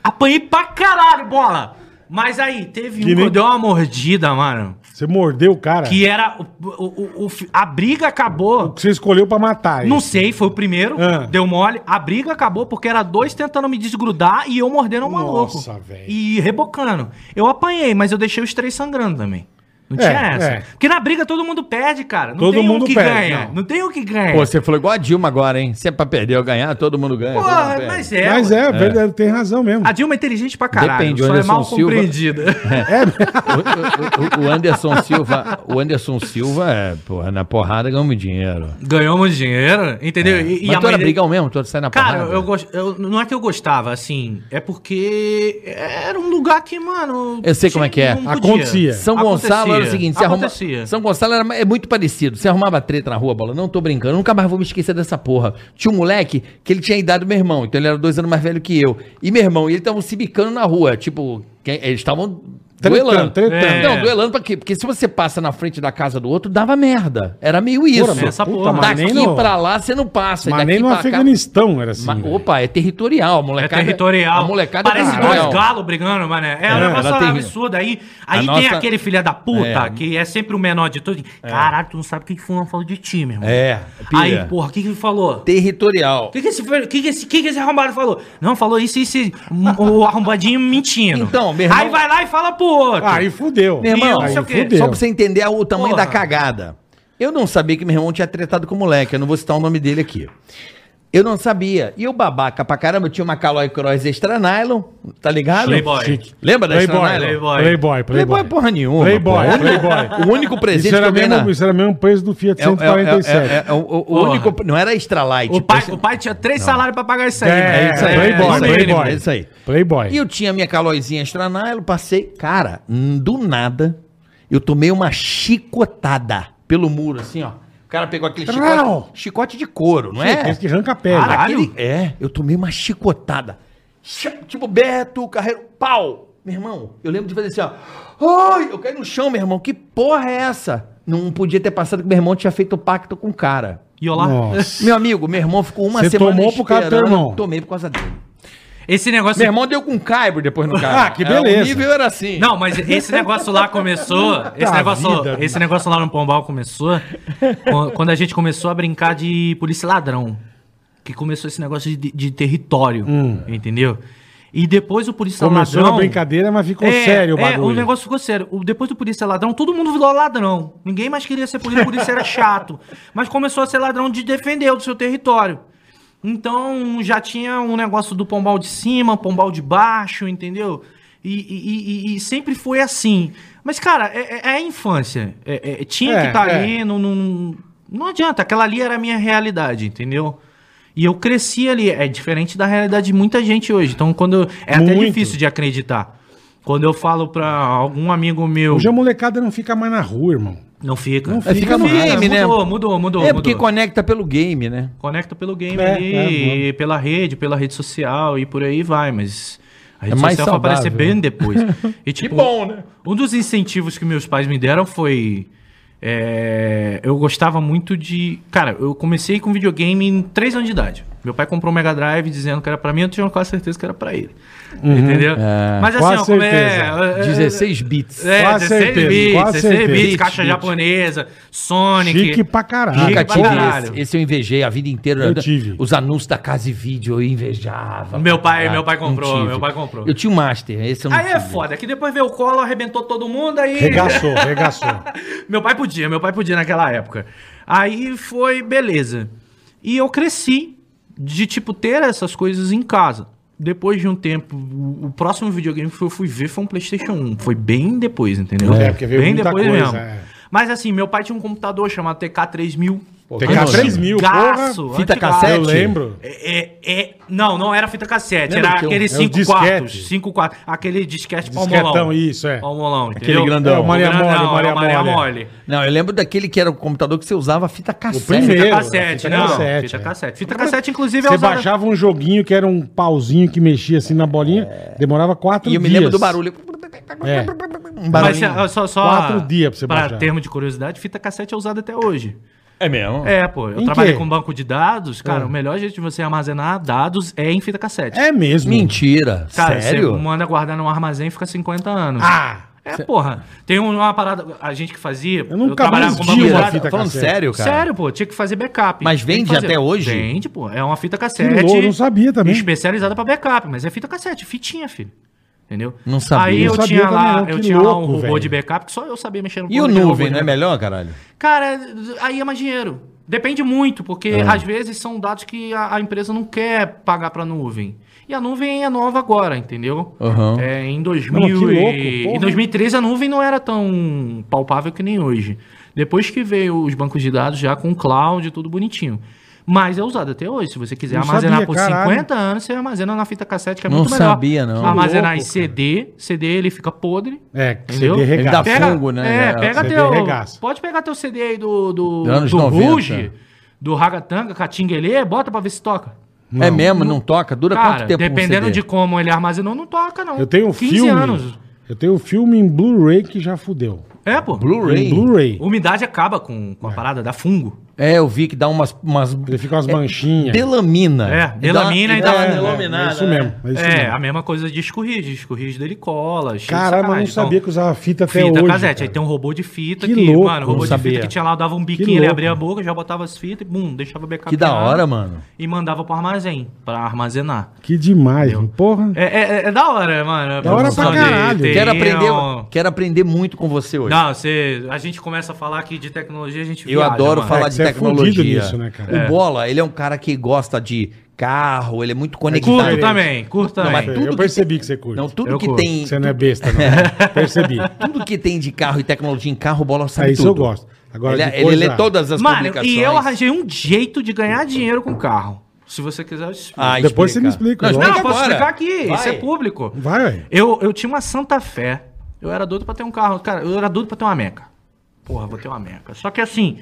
Speaker 4: Apanhei pra caralho, bola! Mas aí, teve
Speaker 3: Que
Speaker 4: um que
Speaker 3: nem-
Speaker 4: eu dei uma mordida, mano.
Speaker 3: Você mordeu o cara
Speaker 4: Que era. o- o- o- o fi- a briga acabou.
Speaker 3: que você escolheu pra matar. ele.
Speaker 4: Não sei, foi o primeiro,
Speaker 3: Ah.
Speaker 4: deu mole, a briga acabou porque era dois tentando me desgrudar e eu mordendo um maluco.
Speaker 3: Nossa, velho.
Speaker 4: E rebocando. Eu apanhei, mas eu deixei os três sangrando também. Não
Speaker 3: É,
Speaker 4: tinha essa.
Speaker 3: é.
Speaker 4: Porque na briga todo mundo perde, cara. Não
Speaker 3: Todo
Speaker 4: tem
Speaker 3: mundo
Speaker 4: um que
Speaker 3: perde,
Speaker 4: ganha.
Speaker 3: não.
Speaker 4: Não. tem um que ganha.
Speaker 2: Pô, você falou igual a Dilma agora, hein? Se é pra perder ou ganhar, todo mundo ganha. todo mundo
Speaker 4: Porra,
Speaker 2: perde.
Speaker 4: mas é.
Speaker 3: Mas
Speaker 4: ué.
Speaker 3: é, verdade, tem razão mesmo.
Speaker 4: A Dilma é inteligente pra caralho.
Speaker 2: Depende, o
Speaker 4: só é
Speaker 2: Anderson
Speaker 4: mal
Speaker 2: Silva-
Speaker 4: compreendida.
Speaker 2: <laughs>
Speaker 3: É.
Speaker 4: <laughs>
Speaker 2: O, o- o Anderson Silva, o Anderson Silva é, porra, na porrada ganhou muito dinheiro.
Speaker 4: Ganhou muito dinheiro, entendeu? E, e
Speaker 2: É. Mas
Speaker 4: a
Speaker 2: tu
Speaker 4: mãe
Speaker 2: era
Speaker 4: dele-
Speaker 2: brigão mesmo, tu sai na
Speaker 4: Cara,
Speaker 2: porrada.
Speaker 4: eu, gost- eu- não é que eu gostava, assim, é porque era um lugar que, mano...
Speaker 2: Eu sei como é que é.
Speaker 4: não podia.
Speaker 3: Acontecia.
Speaker 2: São Gonçalo era o
Speaker 4: Acontecia.
Speaker 2: seguinte, se arruma...
Speaker 4: Acontecia.
Speaker 2: São Gonçalo era é muito parecido. Você arrumava treta na rua, bola. Não tô brincando, nunca mais vou me esquecer dessa porra. Tinha um moleque que ele tinha a idade do meu irmão, então ele era dois anos mais velho que eu. E meu irmão, e ele estavam se bicando na rua. Tipo, que- eles estavam.
Speaker 3: Tretando,
Speaker 2: Duelando.
Speaker 3: tretando.
Speaker 2: É. Não, duelando pra quê? Porque se você passa na frente da casa do outro, dava merda. Era meio isso.
Speaker 3: mas
Speaker 4: essa
Speaker 3: puta,
Speaker 4: porra.
Speaker 3: mas
Speaker 2: daqui
Speaker 3: nem no-
Speaker 2: pra lá você não passa. e
Speaker 3: Mas
Speaker 2: daqui
Speaker 3: nem no
Speaker 2: pra cá-
Speaker 3: Afeganistão era assim.
Speaker 2: Ma-
Speaker 3: velho.
Speaker 2: Opa, é territorial, a
Speaker 4: É
Speaker 2: molecada.
Speaker 4: territorial.
Speaker 2: A molecada é
Speaker 4: Parece
Speaker 2: territorial.
Speaker 4: dois galos brigando, mané. É, um
Speaker 2: É,
Speaker 4: negócio
Speaker 2: ela tem-
Speaker 4: absurdo. Aí, aí tem
Speaker 2: nossa-
Speaker 4: aquele filho da puta,
Speaker 2: É.
Speaker 4: que é sempre o menor de todos. Caralho, tu não sabe o que que fulano falou de ti, meu irmão.
Speaker 2: É,
Speaker 4: Aí,
Speaker 2: pira.
Speaker 4: porra, o que que ele falou?
Speaker 2: Territorial.
Speaker 4: O que, que, esse, fe- que, que, esse, que, que esse arrombado falou? Não, falou isso e esse o arrombadinho mentindo.
Speaker 2: Então, meu irmão-
Speaker 4: Aí vai lá e fala pro outro.
Speaker 3: Ah, Aí fudeu.
Speaker 2: Meu irmão, é
Speaker 4: Ih, não sei o quê.
Speaker 3: fudeu.
Speaker 2: Só pra você entender o tamanho
Speaker 4: Porra.
Speaker 2: da cagada. Eu não sabia que meu irmão tinha tretado com o moleque. Eu não vou citar o nome dele aqui. Eu não sabia. E eu babaca pra caramba, eu tinha uma Caloi Cross extra nylon, tá ligado?
Speaker 4: Playboy.
Speaker 3: Chique.
Speaker 2: Lembra da
Speaker 3: Playboy,
Speaker 2: extra nylon?
Speaker 3: Playboy. Playboy,
Speaker 2: é Playboy é
Speaker 3: Playboy.
Speaker 2: porra nenhuma.
Speaker 3: Playboy,
Speaker 2: porra.
Speaker 3: Playboy.
Speaker 2: O único presente
Speaker 3: Isso era,
Speaker 2: que eu ganhei
Speaker 3: mesmo,
Speaker 2: na-
Speaker 3: isso era mesmo preço do Fiat
Speaker 2: É, é,
Speaker 3: 147.
Speaker 2: é, é, é, o, o- o
Speaker 4: Porra.
Speaker 2: único. Não era extra light.
Speaker 4: O pai,
Speaker 2: Esse-
Speaker 4: o pai tinha três salários pra pagar isso aí.
Speaker 3: É,
Speaker 4: né?
Speaker 3: Tipo, é isso aí, Playboy,
Speaker 2: isso aí,
Speaker 3: Playboy.
Speaker 2: é isso aí.
Speaker 3: Playboy.
Speaker 2: E eu tinha minha calóizinha estranada, eu passei. Cara, hum, do nada, eu tomei uma chicotada pelo muro, assim, ó. O cara pegou aquele
Speaker 3: Não.
Speaker 2: chicote, chicote de couro, não é?
Speaker 3: Esse que arranca a pele.
Speaker 2: Cara,
Speaker 4: Caralho.
Speaker 2: aquele- é, eu tomei uma chicotada. Cha- Tipo, Beto, Carreiro, pau. Meu irmão, eu lembro de fazer assim, ó. Ai, eu caí no chão, meu irmão. Que porra é essa? Não podia ter passado que meu irmão tinha feito pacto com o cara.
Speaker 4: E olá.
Speaker 3: Nossa.
Speaker 2: Meu amigo, meu irmão ficou uma
Speaker 3: Você
Speaker 2: semana
Speaker 3: tomou por causa do teu
Speaker 2: esperando.
Speaker 3: irmão?
Speaker 2: Tomei por causa dele.
Speaker 4: Esse negócio.
Speaker 2: Meu irmão deu com caibro depois no cara.
Speaker 3: <laughs> Ah, que
Speaker 2: É,
Speaker 3: beleza.
Speaker 2: o nível era assim.
Speaker 4: Não, mas esse negócio lá começou. Esse
Speaker 3: Puta
Speaker 4: negócio,
Speaker 3: vida.
Speaker 4: esse negócio lá no Pombal começou quan- quando a gente começou a brincar de polícia e ladrão. Que começou esse negócio de, de território. Entendeu? E depois o polícia
Speaker 3: Hum. Começou
Speaker 4: ladrão.
Speaker 3: na brincadeira, mas ficou sério o
Speaker 4: É,
Speaker 3: bagulho.
Speaker 4: o negócio ficou sério. O- Depois do polícia ladrão, todo mundo virou ladrão. Ninguém mais queria ser polícia, polícia era chato. Mas começou a ser ladrão de defender o seu território. Então já tinha um negócio do pombal de cima, pombal de baixo, entendeu? E, e- e- e- e sempre foi assim. Mas, cara, é, é- é a infância. É- é- tinha
Speaker 3: É,
Speaker 4: que estar
Speaker 3: é.
Speaker 4: ali. Não, não, não adianta. Aquela ali era a minha realidade, entendeu? E eu cresci ali. É diferente da realidade de muita gente hoje. Então, quando. eu- É até
Speaker 3: Muito.
Speaker 4: difícil de acreditar. Quando eu falo pra algum amigo meu.
Speaker 3: Hoje a molecada não fica mais na rua, irmão.
Speaker 4: Não fica. É
Speaker 3: Não
Speaker 4: Não
Speaker 3: fica,
Speaker 2: fica no game, né?
Speaker 4: Mudou, mudou, mudou.
Speaker 2: é porque
Speaker 4: mudou.
Speaker 2: conecta pelo game, né?
Speaker 4: Conecta pelo game
Speaker 3: É,
Speaker 4: ali,
Speaker 3: é, mano.
Speaker 4: e pela rede, pela rede social e por aí vai, mas. A rede
Speaker 2: É mais
Speaker 4: social vai aparecer
Speaker 2: saudável. né? <laughs>
Speaker 4: bem depois. E, tipo,
Speaker 2: bom, né?
Speaker 4: Um dos incentivos que meus pais me deram foi. é, eu gostava muito de. Cara, eu comecei com videogame em 3 anos de idade. Meu pai comprou um Mega Drive dizendo que era pra mim, eu tinha quase certeza que era pra ele.
Speaker 2: Uhum.
Speaker 4: Entendeu? Mas assim,
Speaker 3: Quase
Speaker 4: ó, como é-
Speaker 3: certeza.
Speaker 4: é- é-
Speaker 2: 16 bits.
Speaker 4: É,
Speaker 3: Quase
Speaker 4: 16
Speaker 3: certeza,
Speaker 4: bits,
Speaker 3: quase
Speaker 4: 16 bits,
Speaker 3: certeza.
Speaker 4: caixa
Speaker 3: Bits.
Speaker 4: japonesa, Sonic.
Speaker 3: Chique pra caralho.
Speaker 2: Nunca
Speaker 4: Chique pra
Speaker 2: tive
Speaker 4: caralho.
Speaker 2: esse, esse eu invejei a vida inteira.
Speaker 3: Eu tive.
Speaker 2: Os anúncios da Casa e Vídeo eu invejava.
Speaker 4: Meu pai-
Speaker 2: Caralho,
Speaker 4: meu pai
Speaker 2: não
Speaker 4: comprou,
Speaker 2: tive.
Speaker 4: meu pai comprou.
Speaker 2: Eu tinha o Master, esse eu não
Speaker 4: Aí é
Speaker 2: tive.
Speaker 4: foda, que depois veio o colo, arrebentou todo mundo, aí.
Speaker 3: Regaçou, regaçou.
Speaker 4: <laughs> Meu pai podia, meu pai podia naquela época. Aí foi beleza. E eu cresci de, tipo, ter essas coisas em casa. Depois de um tempo, o o próximo videogame que eu fui ver foi um PlayStation 1. Foi bem depois, entendeu?
Speaker 3: É, porque veio
Speaker 4: bem
Speaker 3: muita
Speaker 4: depois
Speaker 3: coisa,
Speaker 4: mesmo.
Speaker 3: é.
Speaker 4: Mas assim, meu pai tinha um computador chamado TK3000.
Speaker 3: TK3000,
Speaker 4: Antigaço,
Speaker 3: porra.
Speaker 2: Fita
Speaker 4: antigaço.
Speaker 2: cassete?
Speaker 3: Eu lembro.
Speaker 4: É, é- é- não, não era fita cassete,
Speaker 2: Lembra
Speaker 4: era
Speaker 2: que é um-
Speaker 4: aquele
Speaker 3: é um
Speaker 4: 5
Speaker 3: disquete.
Speaker 4: quartos. 5 quartos. Aquele disquete
Speaker 3: Disquetão,
Speaker 4: palmolão.
Speaker 3: isso, é.
Speaker 4: Palmolão,
Speaker 2: Aquele
Speaker 4: entendeu?
Speaker 2: grandão. É, o
Speaker 3: Maria
Speaker 4: O grandão,
Speaker 3: Mole,
Speaker 4: é o
Speaker 3: Maria
Speaker 4: Maria
Speaker 3: Mole.
Speaker 4: Mole.
Speaker 2: Não, eu lembro daquele que era o computador que você usava fita cassete.
Speaker 3: primeiro.
Speaker 4: Fita
Speaker 3: Meu,
Speaker 4: cassete,
Speaker 3: é fita
Speaker 4: não.
Speaker 3: cassete,
Speaker 4: fita
Speaker 3: é.
Speaker 4: cassete. Fita cassete, inclusive, é
Speaker 3: Você
Speaker 4: usada-
Speaker 3: baixava um joguinho que era um pauzinho que mexia assim na bolinha, demorava quatro
Speaker 2: É. E eu
Speaker 3: dias.
Speaker 2: me lembro do barulho.
Speaker 3: É.
Speaker 2: Um
Speaker 4: Mas,
Speaker 2: barulhinho.
Speaker 4: ah, só, só
Speaker 3: Quatro dias pra você baixar.
Speaker 4: termo de curiosidade, fita cassete é usada até hoje.
Speaker 2: É mesmo?
Speaker 4: É, pô. Eu
Speaker 3: Em
Speaker 4: trabalhei
Speaker 3: quê?
Speaker 4: com banco de dados. Cara, o melhor jeito de você armazenar dados é em fita cassete.
Speaker 3: É mesmo.
Speaker 2: Mentira.
Speaker 4: Cara,
Speaker 2: Sério?
Speaker 4: você é manda guardar num armazém e fica 50 anos.
Speaker 3: Ah!
Speaker 4: É, porra. Tem uma parada, a gente que fazia.
Speaker 3: Eu nunca mais vi
Speaker 4: banco de
Speaker 3: uma
Speaker 4: dados.
Speaker 3: fita
Speaker 2: Falando
Speaker 3: cassete.
Speaker 2: tá sério, cara.
Speaker 4: Sério, pô, tinha que fazer backup.
Speaker 2: Mas
Speaker 4: Tem que
Speaker 2: vende
Speaker 4: fazer.
Speaker 2: até hoje?
Speaker 4: Vende, pô. É uma fita
Speaker 3: Que
Speaker 4: cassete.
Speaker 3: louco, eu não sabia também.
Speaker 4: Especializada pra backup, mas é fita cassete, fitinha, filho. Entendeu?
Speaker 2: Não sabia.
Speaker 4: Aí
Speaker 2: Não
Speaker 4: eu
Speaker 3: sabia
Speaker 4: tinha
Speaker 3: também,
Speaker 4: lá,
Speaker 3: não.
Speaker 4: eu
Speaker 3: Que
Speaker 4: tinha lá um
Speaker 3: louco,
Speaker 4: robô
Speaker 3: velho.
Speaker 4: de backup que só eu sabia mexer no
Speaker 2: E o
Speaker 4: programa de robô
Speaker 2: nuvem,
Speaker 4: de
Speaker 2: não é
Speaker 4: backup.
Speaker 2: melhor, caralho?
Speaker 4: Cara, aí é mais dinheiro. Depende muito, porque
Speaker 2: Ah.
Speaker 4: às vezes são dados que a, a empresa não quer pagar pra nuvem. E a nuvem é nova agora, entendeu?
Speaker 2: Aham.
Speaker 4: É, em 2000
Speaker 3: Mano, que
Speaker 4: e-
Speaker 3: louco, porra.
Speaker 4: em 2013 a nuvem não era tão palpável que nem hoje. Depois que veio os bancos de dados já com cloud, tudo bonitinho. Mas é usado até hoje. Se você quiser
Speaker 3: Não
Speaker 4: armazenar
Speaker 3: sabia,
Speaker 4: por
Speaker 3: caralho.
Speaker 4: 50 anos, você armazena na fita cassete, que é
Speaker 2: Não
Speaker 4: muito melhor.
Speaker 2: sabia, não.
Speaker 4: Armazenar
Speaker 3: Que
Speaker 4: em
Speaker 3: louco,
Speaker 4: CD. CD, ele fica podre.
Speaker 3: É, que
Speaker 4: Entendeu?
Speaker 3: CD
Speaker 2: Ele dá
Speaker 3: regaça.
Speaker 2: Pega- fungo, né?
Speaker 4: É, pega
Speaker 3: CD
Speaker 4: teu.
Speaker 3: regaça.
Speaker 4: Pode pegar teu CD aí do. Do,
Speaker 2: Do anos
Speaker 4: do
Speaker 2: 90.
Speaker 4: Ruge, do Ragatanga, Catinguelê, bota pra ver se toca.
Speaker 2: É mesmo? Não toca? Dura
Speaker 4: Cara,
Speaker 2: quanto tempo um
Speaker 4: dependendo
Speaker 2: CD?
Speaker 4: de como ele armazenou, não toca, não.
Speaker 3: Eu tenho um
Speaker 4: 15
Speaker 3: filme.
Speaker 4: anos.
Speaker 3: Eu tenho um filme em Blu-ray que já fudeu.
Speaker 4: É, pô.
Speaker 3: Em
Speaker 2: Blu-ray?
Speaker 3: Blu-ray.
Speaker 4: Umidade acaba com, com a parada, dá fungo.
Speaker 2: É, eu vi que dá umas... umas...
Speaker 3: Ele
Speaker 2: É
Speaker 3: fica umas manchinhas.
Speaker 2: Delamina.
Speaker 4: É, delamina e
Speaker 2: dá,
Speaker 4: dá-
Speaker 2: uma
Speaker 4: é,
Speaker 2: delaminada,
Speaker 3: é isso
Speaker 2: né?
Speaker 3: mesmo. É isso
Speaker 4: É,
Speaker 3: mesmo.
Speaker 4: a mesma coisa de escorrido. Escorrido dele cola. cheio de
Speaker 3: Caralho, mas
Speaker 4: sacanagem. Então,
Speaker 3: não sabia que usava fita até
Speaker 4: Fita
Speaker 3: hoje.
Speaker 4: casete. Aí
Speaker 3: cara.
Speaker 4: tem um robô de fita
Speaker 3: Que
Speaker 4: que,
Speaker 3: louco,
Speaker 4: mano,
Speaker 3: não
Speaker 4: robô de
Speaker 2: sabia.
Speaker 4: fita que tinha lá, dava um biquinho, ele
Speaker 3: louco.
Speaker 4: abria a boca, já botava as fitas e, bum, deixava backup.
Speaker 2: Que da hora, mano.
Speaker 4: E mandava pro armazém, pra armazenar.
Speaker 3: Que demais, mano. porra.
Speaker 4: É, é- é da hora, mano.
Speaker 3: Da hora pra
Speaker 4: Produção de
Speaker 3: caralho.
Speaker 4: TI,
Speaker 2: Quero aprender,
Speaker 4: ó.
Speaker 2: quero aprender muito com você hoje.
Speaker 4: Não, você, a gente começa a falar aqui de tecnologia, a gente
Speaker 2: Eu adoro
Speaker 4: mano.
Speaker 2: falar
Speaker 3: É que
Speaker 2: de
Speaker 3: você é
Speaker 2: tecnologia.
Speaker 3: fudido nisso, né, cara?
Speaker 2: O
Speaker 3: É.
Speaker 2: Bola, ele é um cara que gosta de carro, ele é muito conectado.
Speaker 4: Curto também, curto
Speaker 2: Não,
Speaker 4: também.
Speaker 2: mas tudo
Speaker 3: eu
Speaker 2: que-
Speaker 3: percebi que você curte.
Speaker 2: Não, tudo
Speaker 4: Eu
Speaker 2: que
Speaker 4: curto.
Speaker 2: tem,
Speaker 3: Você não é besta,
Speaker 2: <laughs>
Speaker 3: não. percebi.
Speaker 2: tudo que tem de carro e tecnologia em carro, o Bola sabe
Speaker 3: É isso
Speaker 2: tudo.
Speaker 3: eu gosto. Agora,
Speaker 2: ele, é-
Speaker 3: de
Speaker 2: ele
Speaker 3: coisa-
Speaker 2: lê todas as
Speaker 4: Mano,
Speaker 2: publicações.
Speaker 4: e eu arranjei um jeito de ganhar dinheiro com carro. Se você quiser, eu te explico.
Speaker 2: Ah,
Speaker 3: Depois você me explica,
Speaker 2: Não,
Speaker 4: não,
Speaker 2: explica
Speaker 4: eu posso
Speaker 2: agora.
Speaker 4: explicar aqui,
Speaker 2: Vai.
Speaker 4: isso é público.
Speaker 3: Vai, ué.
Speaker 4: Eu, eu tinha uma Santa Fé. Eu era doido pra ter um carro. Cara, eu era doido pra ter uma Meca. Porra, vou ter uma Meca. Só que assim,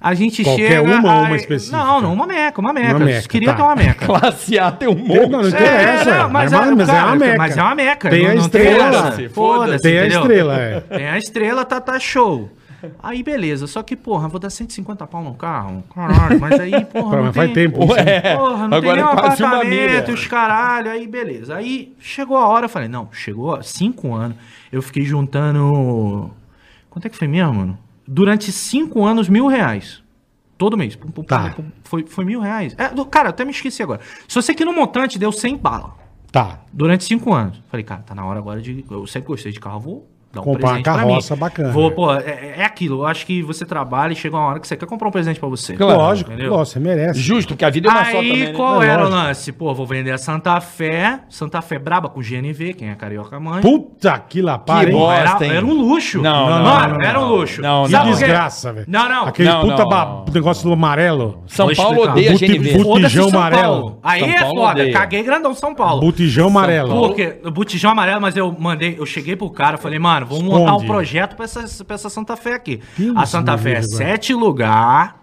Speaker 4: a gente
Speaker 3: Qualquer
Speaker 4: chega.
Speaker 3: uma ou uma
Speaker 4: a-
Speaker 3: específica?
Speaker 4: Não, não, uma Meca, uma Meca.
Speaker 3: Uma Meca,
Speaker 4: Queria
Speaker 3: tá.
Speaker 4: ter uma Meca.
Speaker 2: Classe A tem um
Speaker 3: Não, não
Speaker 2: monte.
Speaker 3: interessa.
Speaker 4: não, mas,
Speaker 3: É, mas,
Speaker 4: é,
Speaker 3: mas é
Speaker 4: cara,
Speaker 3: uma meca.
Speaker 4: Mas é uma Meca.
Speaker 3: Tem
Speaker 4: não-
Speaker 3: a
Speaker 4: não
Speaker 3: estrela.
Speaker 4: essa.
Speaker 2: Foda-se,
Speaker 4: Foda-se.
Speaker 3: Tem a
Speaker 4: entendeu?
Speaker 3: estrela, é.
Speaker 4: Tem a estrela, tá, tá show. Aí beleza, só que porra, vou dar 150 pau no carro. Caralho, mas aí, porra.
Speaker 3: Pô,
Speaker 4: não
Speaker 3: mas faz
Speaker 4: tem-
Speaker 3: tempo. isso, né?
Speaker 2: É,
Speaker 4: <laughs> Porra, não
Speaker 2: agora
Speaker 4: tem nenhum
Speaker 2: é quase uma
Speaker 4: apartamento,
Speaker 2: milha.
Speaker 4: os caralho. Aí, beleza. Aí chegou a hora, eu falei, não, chegou a cinco anos. Eu fiquei juntando. Quanto é que foi mesmo, mano? Durante cinco anos, mil reais. Todo mês. Pum, pum,
Speaker 3: Tá.
Speaker 4: pum, pum. Foi, foi mil reais. É, do- cara, eu até me esqueci agora. Só sei que no montante deu 100 bala.
Speaker 3: Tá.
Speaker 4: Durante cinco anos. Falei, cara, tá na hora agora de. Eu sempre gostei de carro, vou dar um
Speaker 3: Comprar uma
Speaker 4: presente pra
Speaker 3: carroça
Speaker 4: mim.
Speaker 3: bacana.
Speaker 4: Vou, pô, é, é aquilo. Eu acho que você trabalha e chega uma hora que você quer comprar um presente pra você.
Speaker 2: Claro,
Speaker 3: Lógico,
Speaker 4: entendeu?
Speaker 3: lógico, você merece.
Speaker 2: Justo, porque a vida é uma
Speaker 4: Aí,
Speaker 2: só também, né?
Speaker 4: qual
Speaker 3: É
Speaker 4: era o
Speaker 3: lógico.
Speaker 4: lance? Pô, vou vender a Santa Fé, Santa Fé braba com GNV, quem é carioca mãe.
Speaker 3: Puta que lapara,
Speaker 2: Que
Speaker 3: hein?
Speaker 2: bosta,
Speaker 4: era,
Speaker 2: hein?
Speaker 4: era um luxo.
Speaker 2: Não, não,
Speaker 4: Mano,
Speaker 2: não, não,
Speaker 4: era um
Speaker 2: não.
Speaker 4: luxo.
Speaker 2: Não,
Speaker 3: Que
Speaker 2: não.
Speaker 4: por quê?
Speaker 3: desgraça, velho.
Speaker 4: Não, não.
Speaker 3: Aquele
Speaker 2: Não,
Speaker 3: puta
Speaker 2: não,
Speaker 3: ba-
Speaker 2: não.
Speaker 3: negócio amarelo.
Speaker 2: São
Speaker 4: Vou
Speaker 2: Paulo
Speaker 4: explicar.
Speaker 2: odeia
Speaker 3: Buti-
Speaker 2: GNV.
Speaker 3: Buti-
Speaker 4: Foda-se
Speaker 3: Botijão
Speaker 4: São
Speaker 3: amarelo.
Speaker 4: Paulo. Aí
Speaker 2: São
Speaker 4: é
Speaker 2: Paulo
Speaker 4: foda.
Speaker 2: odeia.
Speaker 4: Caguei grandão São Paulo.
Speaker 3: Botijão amarelo.
Speaker 4: Porque o botijão amarelo, mas eu mandei, eu cheguei pro cara, falei, mano, vamos montar
Speaker 3: Esconde.
Speaker 4: um projeto pra essa, pra essa Santa Fé aqui.
Speaker 3: Deus
Speaker 4: a Santa
Speaker 3: me
Speaker 4: Fé é
Speaker 3: livre, velho.
Speaker 4: sete lugar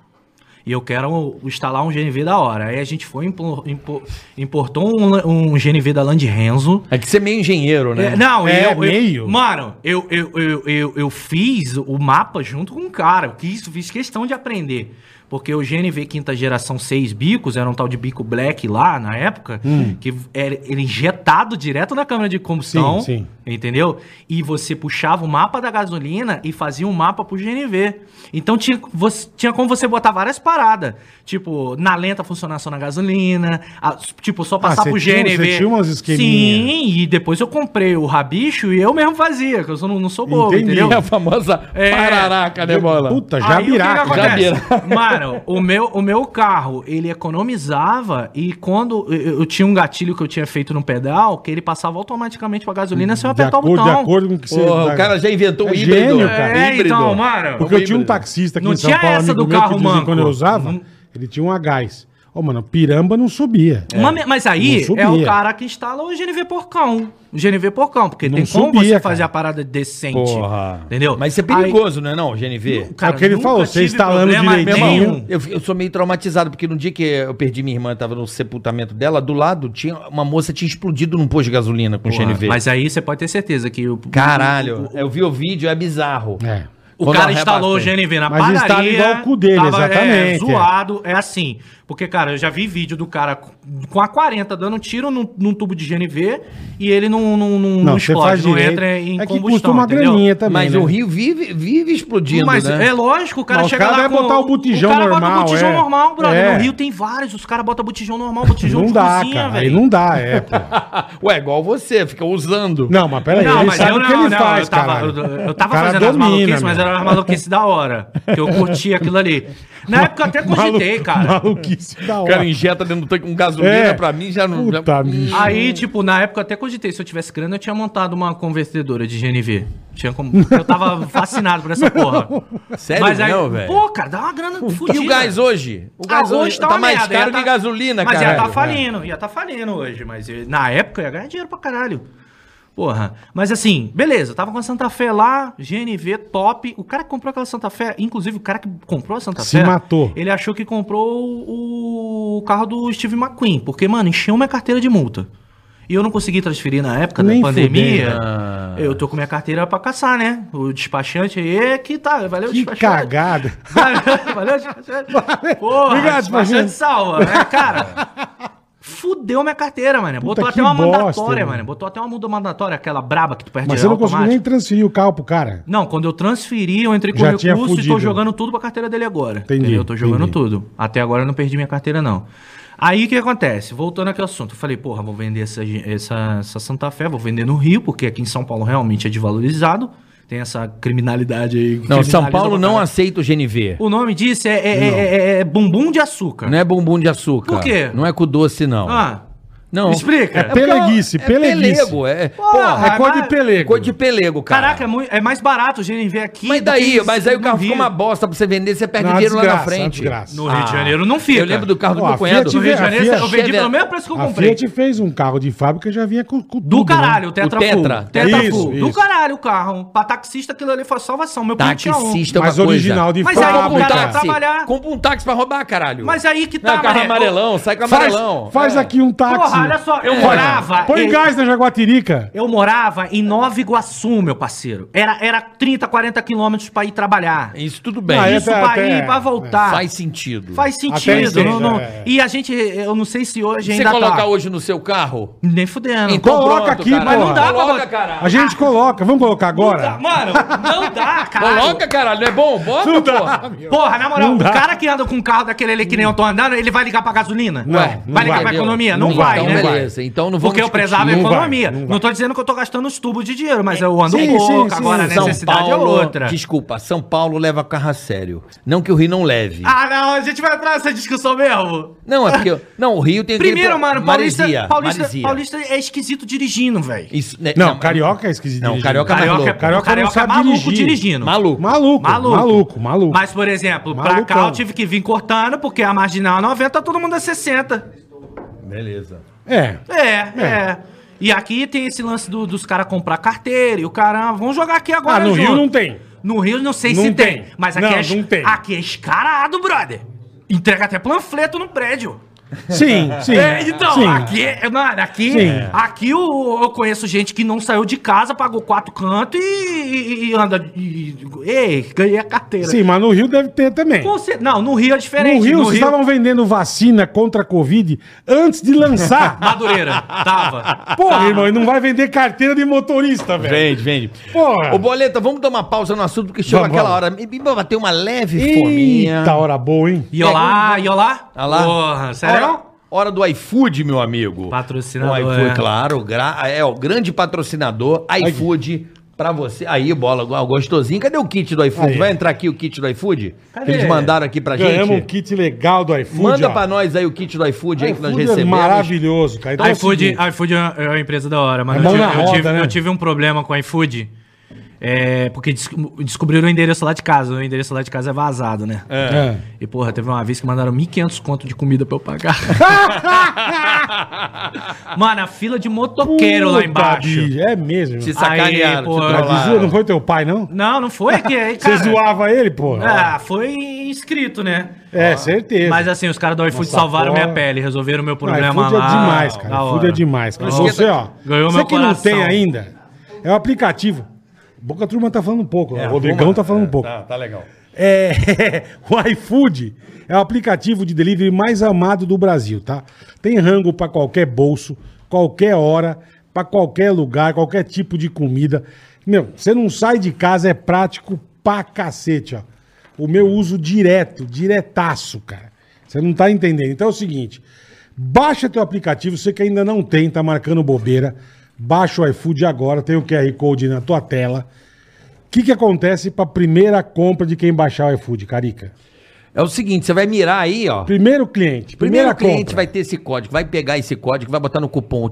Speaker 4: e eu quero instalar um GNV da hora. Aí a gente foi, impor- impor- importou um, um GNV da Land Renzo.
Speaker 2: É que você é meio engenheiro, né?
Speaker 4: É, não,
Speaker 3: É,
Speaker 4: eu, eu-
Speaker 3: meio.
Speaker 4: Mano, eu, eu, eu, eu, eu fiz o mapa junto com o cara. Eu quis, fiz questão de aprender. Porque o GNV quinta geração seis bicos, era um tal de bico black lá na época,
Speaker 3: Hum.
Speaker 4: que era, era injetado direto na câmara de combustão.
Speaker 3: Sim,
Speaker 4: Entendeu? E você puxava o mapa da gasolina e fazia um mapa pro GNV. Então tinha, você, tinha como você botar várias paradas. Tipo, na lenta funcionar só na gasolina. a- tipo, só passar
Speaker 3: você
Speaker 4: pro
Speaker 3: Ah, tinha-
Speaker 4: GNV.
Speaker 3: você tinha umas esqueminha.
Speaker 4: Sim, Sim, e depois eu comprei o rabicho e eu mesmo fazia, que eu só não, não sou bobo,
Speaker 3: Entendi.
Speaker 4: entendeu?
Speaker 2: <laughs> É a famosa
Speaker 4: É.
Speaker 2: pararaca, né, Bola?
Speaker 3: Puta,
Speaker 4: Aí o que que
Speaker 3: jabiraca.
Speaker 4: acontece?
Speaker 2: Jabiraca.
Speaker 4: Mano, o meu, o meu carro, ele economizava e quando eu, eu tinha um gatilho que eu tinha feito no pedal, que ele passava automaticamente pra gasolina sem eu
Speaker 3: de,
Speaker 4: apertar
Speaker 3: acordo,
Speaker 4: o
Speaker 3: de
Speaker 4: botão.
Speaker 3: acordo com o que você...
Speaker 2: Porra, o cara já inventou o
Speaker 3: É
Speaker 2: híbrido.
Speaker 3: gênio, cara.
Speaker 4: É,
Speaker 2: Híbrido.
Speaker 4: então, mano.
Speaker 3: Porque eu tinha um
Speaker 2: Híbrido.
Speaker 3: taxista aqui
Speaker 4: Não
Speaker 3: em São
Speaker 4: tinha
Speaker 3: Paulo,
Speaker 4: essa
Speaker 3: amigo
Speaker 4: do
Speaker 3: meu,
Speaker 4: carro
Speaker 3: que de vez em
Speaker 4: manco.
Speaker 3: quando eu usava,
Speaker 4: Não-
Speaker 3: ele tinha um a gás. Ô, mano, piramba não subia.
Speaker 4: É. Uma me- Mas
Speaker 3: Não
Speaker 4: aí
Speaker 3: subia.
Speaker 4: é o cara que instala o GNV porcão. O GNV porcão, porque
Speaker 3: Não
Speaker 4: tem como
Speaker 3: subia,
Speaker 4: você
Speaker 3: cara.
Speaker 4: fazer a parada decente.
Speaker 2: Porra.
Speaker 4: Entendeu?
Speaker 2: Mas isso é
Speaker 4: Aí-
Speaker 2: perigoso, não é não, GNV?
Speaker 3: É o que ele
Speaker 4: nunca
Speaker 3: falou, você
Speaker 4: tive
Speaker 3: instalando
Speaker 4: problema
Speaker 3: direitinho.
Speaker 4: nenhum.
Speaker 3: Não.
Speaker 2: Eu, fi- eu sou meio traumatizado, porque no dia que eu perdi minha irmã, tava no sepultamento dela, do lado tinha uma moça tinha explodido num posto de gasolina com
Speaker 4: Porra,
Speaker 2: GNV.
Speaker 4: Mas aí você pode ter certeza que o.
Speaker 2: Caralho, eu vi o vídeo, é bizarro.
Speaker 3: É.
Speaker 4: O
Speaker 2: Quando
Speaker 4: cara
Speaker 2: arrebata
Speaker 4: instalou o
Speaker 2: aí.
Speaker 4: GNV na
Speaker 3: Mas
Speaker 4: padaria.
Speaker 3: instala igual o cu dele,
Speaker 4: É,
Speaker 3: exatamente,
Speaker 4: zoado, é assim. Porque, cara, eu já vi vídeo do cara com a 40 dando tiro num, num tubo de GNV e ele não, não, não, não
Speaker 3: Não, você faz
Speaker 4: explode, não
Speaker 3: direito.
Speaker 4: entra em
Speaker 3: é que
Speaker 4: combustão,
Speaker 3: custa uma
Speaker 4: entendeu?
Speaker 3: graninha também,
Speaker 2: Mas
Speaker 3: né?
Speaker 2: o Rio vive, vive explodindo,
Speaker 4: Mas
Speaker 2: né?
Speaker 4: é lógico, o cara
Speaker 3: Não, os
Speaker 4: chega
Speaker 3: cara
Speaker 4: lá
Speaker 3: vai botar o botijão
Speaker 4: cara bota
Speaker 3: normal,
Speaker 4: o botijão
Speaker 3: é.
Speaker 4: normal, brother.
Speaker 3: É.
Speaker 4: No Rio tem vários, os caras botam botijão normal, botijão
Speaker 3: Não
Speaker 4: de
Speaker 3: dá,
Speaker 4: cozinha,
Speaker 3: cara. Aí
Speaker 4: velho.
Speaker 3: não dá,
Speaker 4: <laughs>
Speaker 3: é, pô.
Speaker 2: <laughs> Ué, igual você, fica usando.
Speaker 3: Não, mas peraí, ele sabe o que ele faz,
Speaker 4: eu tava,
Speaker 3: caralho.
Speaker 4: eu, eu tava
Speaker 3: O cara
Speaker 4: fazendo as
Speaker 3: domina,
Speaker 4: maluquices,
Speaker 3: meu.
Speaker 4: mas era uma maluquice da hora. Que eu curtia aquilo ali.
Speaker 3: <laughs>
Speaker 4: Na época eu até cogitei,
Speaker 3: Malu-
Speaker 4: cara.
Speaker 3: Maluquice da
Speaker 2: O cara
Speaker 3: hora.
Speaker 2: injeta dentro do tanque com gasolina,
Speaker 3: É.
Speaker 2: pra mim já não... Ah, já-
Speaker 3: Puta, bicho.
Speaker 4: Aí, tipo, na época eu até cogitei, se eu tivesse grana, eu tinha montado uma convertedora de GNV. Tinha como... Eu
Speaker 2: <laughs>
Speaker 4: tava fascinado por essa porra.
Speaker 2: Sério
Speaker 4: Mas aí,
Speaker 2: não, velho?
Speaker 4: pô, cara, dá uma grana fudida.
Speaker 2: E o gás hoje? O
Speaker 4: Ah,
Speaker 2: gás hoje tá,
Speaker 4: uma
Speaker 2: mais
Speaker 4: merda,
Speaker 2: caro
Speaker 4: ia tá-
Speaker 2: que gasolina, É.
Speaker 4: mas
Speaker 2: cara.
Speaker 4: ia tá falindo, ia tá falindo hoje. Mas eh, na época ia ganhar dinheiro pra caralho. Porra. Mas assim, beleza, tava com a Santa Fé lá, GNV top. O cara que comprou aquela Santa Fé, inclusive o cara que comprou a Santa
Speaker 3: Se
Speaker 4: Fé.
Speaker 3: matou.
Speaker 4: Ele achou que comprou o o carro do Steve McQueen, porque, mano, encheu minha carteira de multa. E eu não consegui transferir na época
Speaker 3: Nem
Speaker 4: da pandemia.
Speaker 3: fudendo.
Speaker 4: Eu tô com minha carteira pra caçar, né? O despachante aí, que tá, valeu
Speaker 3: Que
Speaker 4: despachante.
Speaker 3: cagada.
Speaker 4: Valeu, despachante. Porra,
Speaker 3: Obrigado,
Speaker 4: despachante
Speaker 3: despachante.
Speaker 4: salva, né, cara? Fudeu minha carteira, mano. Botou
Speaker 3: que
Speaker 4: até uma
Speaker 3: bosta,
Speaker 4: mandatória,
Speaker 3: mano.
Speaker 4: mano. Botou até uma multa mandatória, aquela braba que tu perde
Speaker 3: Mas você não
Speaker 4: é automático.
Speaker 3: conseguiu nem transferir o carro pro cara.
Speaker 4: Não, quando eu transferi, eu entrei com
Speaker 3: Já tinha
Speaker 4: recurso e tô
Speaker 3: fudido.
Speaker 4: jogando tudo pra carteira dele agora.
Speaker 3: Entendi,
Speaker 4: entendeu? Eu tô jogando
Speaker 3: entendi.
Speaker 4: tudo. Até agora eu não perdi minha carteira, não. Aí o que acontece? Voltando aqui ao assunto, eu falei, porra, vou vender essa, essa, essa Santa Fé, vou vender no Rio, porque aqui em São Paulo realmente é desvalorizado. Tem essa criminalidade aí.
Speaker 2: Não,
Speaker 4: criminaliza
Speaker 2: São Paulo
Speaker 4: pra
Speaker 2: não
Speaker 4: caralho.
Speaker 2: aceita o GNV.
Speaker 4: O nome disso é, é- é- é- é bumbum de açúcar.
Speaker 2: Não é bumbum de açúcar.
Speaker 4: Por quê?
Speaker 2: Não é com doce, não.
Speaker 4: Ah,
Speaker 2: não.
Speaker 4: me explica.
Speaker 3: É peleguice, peleguice.
Speaker 2: pelego, é...
Speaker 4: Porra,
Speaker 2: Porra,
Speaker 3: É coisa
Speaker 4: mas-
Speaker 3: de pelego.
Speaker 2: coisa de pelego, cara.
Speaker 4: Caraca, é, mui- é mais barato o GNV aqui.
Speaker 2: Mas
Speaker 4: do
Speaker 2: daí,
Speaker 4: que
Speaker 2: mas aí o
Speaker 4: no
Speaker 2: carro
Speaker 4: Rio.
Speaker 2: fica uma bosta pra você vender, você perde
Speaker 3: Não,
Speaker 2: dinheiro lá na
Speaker 3: desgraça,
Speaker 2: frente.
Speaker 3: desgraça.
Speaker 4: No Rio de Janeiro não fica.
Speaker 2: Eu lembro do carro é do
Speaker 3: Ó,
Speaker 2: meu
Speaker 3: a
Speaker 2: cunhado.
Speaker 3: Fiat
Speaker 4: No Rio de
Speaker 3: A
Speaker 4: Janeiro
Speaker 3: Fiat-
Speaker 4: eu vendi
Speaker 2: Chevy-
Speaker 4: pelo mesmo preço que eu
Speaker 3: A
Speaker 4: comprei.
Speaker 3: Fiat fez um carro de fábrica já vinha com, com
Speaker 4: Do
Speaker 3: tudo, né?
Speaker 4: caralho, o
Speaker 2: é
Speaker 4: Tetra
Speaker 2: O Tetra.
Speaker 4: Full. Tetra
Speaker 3: Isso,
Speaker 4: Full. Do
Speaker 3: isso.
Speaker 4: caralho o carro. Pra taxista aquilo ali foi salvação. Meu primo tinha um.
Speaker 2: Taxista é uma
Speaker 3: Mas
Speaker 2: coisa.
Speaker 3: original de
Speaker 4: Mas aí,
Speaker 2: Compra um
Speaker 4: cara,
Speaker 3: fábrica.
Speaker 2: táxi.
Speaker 4: trabalhar.
Speaker 2: Compra um táxi pra roubar, caralho.
Speaker 4: Mas aí que
Speaker 2: Não,
Speaker 4: tá,
Speaker 2: carro
Speaker 4: mané.
Speaker 2: amarelão, sai com
Speaker 3: Faz,
Speaker 2: amarelão.
Speaker 3: faz
Speaker 2: É.
Speaker 3: aqui um táxi.
Speaker 4: Porra, olha só, eu
Speaker 2: É.
Speaker 4: morava.
Speaker 3: Põe
Speaker 4: eu-
Speaker 3: gás na Jaguatirica.
Speaker 4: Eu morava em Nova Iguaçu, meu parceiro. Era, era 30, 40 quilômetros pra ir trabalhar.
Speaker 2: Isso tudo bem.
Speaker 3: Ah, é,
Speaker 4: Isso
Speaker 3: até-
Speaker 4: pra
Speaker 3: até-
Speaker 4: ir pra voltar.
Speaker 2: Faz sentido.
Speaker 4: Faz
Speaker 3: Até
Speaker 4: sentido.
Speaker 3: entendo,
Speaker 4: não- não-
Speaker 3: é.
Speaker 4: E a gente, eu não sei se hoje
Speaker 2: Você
Speaker 4: ainda
Speaker 2: coloca
Speaker 4: tá.
Speaker 2: hoje no seu carro? Então
Speaker 4: Nem fudendo.
Speaker 3: Coloca aqui,
Speaker 2: Mas não
Speaker 3: porra.
Speaker 2: dá pra
Speaker 4: Coloca,
Speaker 2: botar. caralho.
Speaker 3: A gente coloca, vamos colocar
Speaker 4: Não dá,
Speaker 3: agora?
Speaker 4: Ah. Mano,
Speaker 2: <laughs>
Speaker 4: não dá, cara.
Speaker 2: Coloca, caralho. Não é bom? Bota,
Speaker 3: Não
Speaker 2: porra.
Speaker 3: dá, meu.
Speaker 4: Porra, na moral,
Speaker 3: Não
Speaker 4: o
Speaker 3: dá.
Speaker 4: cara que anda com um carro daquele ali que nem eu tô andando, ele vai ligar pra gasolina?
Speaker 3: Não,
Speaker 4: Ué,
Speaker 3: não
Speaker 4: vai ligar
Speaker 3: vai.
Speaker 4: pra economia? Não,
Speaker 2: Não
Speaker 4: vai,
Speaker 2: vai,
Speaker 4: né?
Speaker 2: então beleza, então não vamos
Speaker 4: Porque eu
Speaker 2: discutir.
Speaker 4: prezava a
Speaker 3: Não vai,
Speaker 4: economia.
Speaker 3: não
Speaker 4: Não,
Speaker 3: vai. É.
Speaker 4: tô dizendo que eu tô gastando os tubos de dinheiro, mas eu ando
Speaker 3: Sim,
Speaker 4: um pouco,
Speaker 3: sim,
Speaker 4: agora
Speaker 3: sim.
Speaker 4: a
Speaker 2: São
Speaker 4: necessidade
Speaker 2: Paulo,
Speaker 4: é outra.
Speaker 2: Desculpa, São Paulo leva carro a sério. Não que o Rio não leve.
Speaker 4: Ah, não, a gente vai entrar nessa discussão mesmo.
Speaker 2: Não, é porque. Não, o Rio tem.
Speaker 4: Primeiro,
Speaker 2: tem-
Speaker 4: mano, paulista,
Speaker 2: Maresia,
Speaker 4: paulista,
Speaker 2: Maresia.
Speaker 4: paulista é esquisito dirigindo, velho.
Speaker 2: Isso, né,
Speaker 3: Não,
Speaker 2: mas-
Speaker 3: carioca é esquisito.
Speaker 2: Não,
Speaker 3: dirigir.
Speaker 2: carioca é mais
Speaker 4: Carioca,
Speaker 2: louco.
Speaker 3: Carioca não
Speaker 4: carioca,
Speaker 3: sabe
Speaker 4: é maluco
Speaker 3: dirigir.
Speaker 4: dirigindo.
Speaker 2: Maluco.
Speaker 3: Maluco, maluco, maluco.
Speaker 4: Mas, por exemplo, pra cá
Speaker 3: Malucão.
Speaker 4: eu tive que vir cortando, porque a marginal é 90, todo mundo é 60.
Speaker 2: Beleza.
Speaker 3: É.
Speaker 4: É, é. E aqui tem esse lance do- dos caras comprar carteira e o caramba. Vamos jogar aqui agora.
Speaker 3: Ah, no
Speaker 4: junto.
Speaker 3: Rio não tem.
Speaker 4: No Rio não sei
Speaker 3: Não
Speaker 4: se tem.
Speaker 3: tem.
Speaker 4: Mas aqui,
Speaker 3: Não,
Speaker 4: é, es-
Speaker 3: não tem.
Speaker 4: aqui é escarado, brother. Entrega até panfleto no prédio.
Speaker 3: Sim, sim.
Speaker 4: É, então,
Speaker 3: sim.
Speaker 4: aqui, é- mano, aqui,
Speaker 3: Sim.
Speaker 4: aqui eu, eu conheço gente que não saiu de casa, pagou quatro cantos e, e- e anda. E, ei, ganhei a carteira.
Speaker 3: Sim, mas no Rio deve ter também.
Speaker 4: Com cer- Não, no Rio é diferente.
Speaker 3: No Rio, vocês estavam vendendo vacina contra a Covid antes de
Speaker 4: <laughs>
Speaker 3: lançar.
Speaker 4: Madureira, tava.
Speaker 3: Porra,
Speaker 4: tava.
Speaker 3: irmão, ele não vai vender carteira de motorista, velho.
Speaker 2: Vende, vende.
Speaker 3: Porra.
Speaker 2: Ô, Boleta, vamos dar uma pausa no assunto, porque chegou
Speaker 3: Vamos,
Speaker 2: aquela
Speaker 3: vamos.
Speaker 2: hora. Me me bateu uma leve fominha.
Speaker 3: Eita, hora boa, hein?
Speaker 4: E olá, e olá.
Speaker 2: Olha Tá lá.
Speaker 4: Porra, sério?
Speaker 2: Hora, hora do iFood, meu amigo.
Speaker 4: Patrocinador,
Speaker 2: O iFood,
Speaker 4: é.
Speaker 2: claro. gra- é o grande patrocinador iFood pra você. Aí, bola, ó, gostosinho. Cadê o kit do iFood?
Speaker 3: Aí.
Speaker 2: Vai entrar aqui o kit do iFood?
Speaker 4: Cadê?
Speaker 2: Que eles mandaram aqui pra
Speaker 3: Ganhamos um
Speaker 2: gente.
Speaker 3: kit legal do iFood.
Speaker 2: Manda
Speaker 3: ó.
Speaker 2: pra nós aí o kit do iFood aí que nós
Speaker 3: iFood é
Speaker 2: recebemos.
Speaker 3: maravilhoso, cara. Então é o
Speaker 4: iFood,
Speaker 3: seguinte,
Speaker 4: iFood é uma- é uma empresa da hora,
Speaker 3: É
Speaker 4: mano.
Speaker 3: mão
Speaker 4: eu, tive,
Speaker 3: na
Speaker 4: eu
Speaker 3: roda,
Speaker 4: tive-
Speaker 3: né?
Speaker 4: eu tive um problema com o iFood. é, porque des- descobriram o endereço lá de casa. O endereço lá de casa é vazado, né?
Speaker 3: é.
Speaker 4: E, porra, teve uma vez que mandaram 1.500 conto de comida pra
Speaker 3: <laughs>
Speaker 4: eu pagar. mano, a fila de motoqueiro lá
Speaker 3: Puta,
Speaker 4: embaixo.
Speaker 3: bicho, É mesmo.
Speaker 2: Te
Speaker 3: irmão.
Speaker 2: sacanearam,
Speaker 4: Aí,
Speaker 2: te
Speaker 4: pô,
Speaker 3: Ah,
Speaker 2: trollaram.
Speaker 4: claro.
Speaker 3: de zoa, não foi teu pai, não?
Speaker 4: Não, não foi que aí,
Speaker 3: Você
Speaker 4: cara.
Speaker 3: zoava ele, pô?
Speaker 4: Ah, foi inscrito, né?
Speaker 3: É, certeza.
Speaker 4: Mas assim, os caras do iFood salvaram
Speaker 3: porra.
Speaker 4: minha pele, resolveram meu
Speaker 3: Não,
Speaker 4: problema
Speaker 3: iFood
Speaker 4: lá.
Speaker 3: é demais,
Speaker 4: da
Speaker 3: cara.
Speaker 4: hora.
Speaker 3: iFood é demais, cara.
Speaker 2: Não esquenta-
Speaker 3: Você, ó.
Speaker 4: Ganhou
Speaker 3: você
Speaker 4: meu
Speaker 3: que não
Speaker 4: coração.
Speaker 3: tem ainda, é o aplicativo. Boca Turma tá falando um pouco.
Speaker 2: É,
Speaker 3: o Rodrigão
Speaker 2: vamos-
Speaker 3: tá falando
Speaker 2: é,
Speaker 3: um pouco.
Speaker 2: Tá, tá legal.
Speaker 3: É, <laughs> o iFood é o aplicativo de delivery mais amado do Brasil, tá? Tem rango pra qualquer bolso, qualquer hora, pra qualquer lugar, qualquer tipo de comida. Meu, você não sai de casa, é prático pra cacete, ó. O meu uso direto, diretaço, cara. Você não tá entendendo. Então é o seguinte, baixa teu aplicativo, você que ainda não tem, tá marcando bobeira. Baixa o iFood agora, tem o QR Code na tua tela. O que, que acontece para primeira compra de quem baixar o iFood, Carica?
Speaker 2: É o seguinte, você vai mirar aí, ó.
Speaker 3: Primeiro cliente, primeira
Speaker 2: Primeiro
Speaker 3: compra.
Speaker 2: cliente vai ter esse código, vai pegar esse código, vai botar no cupom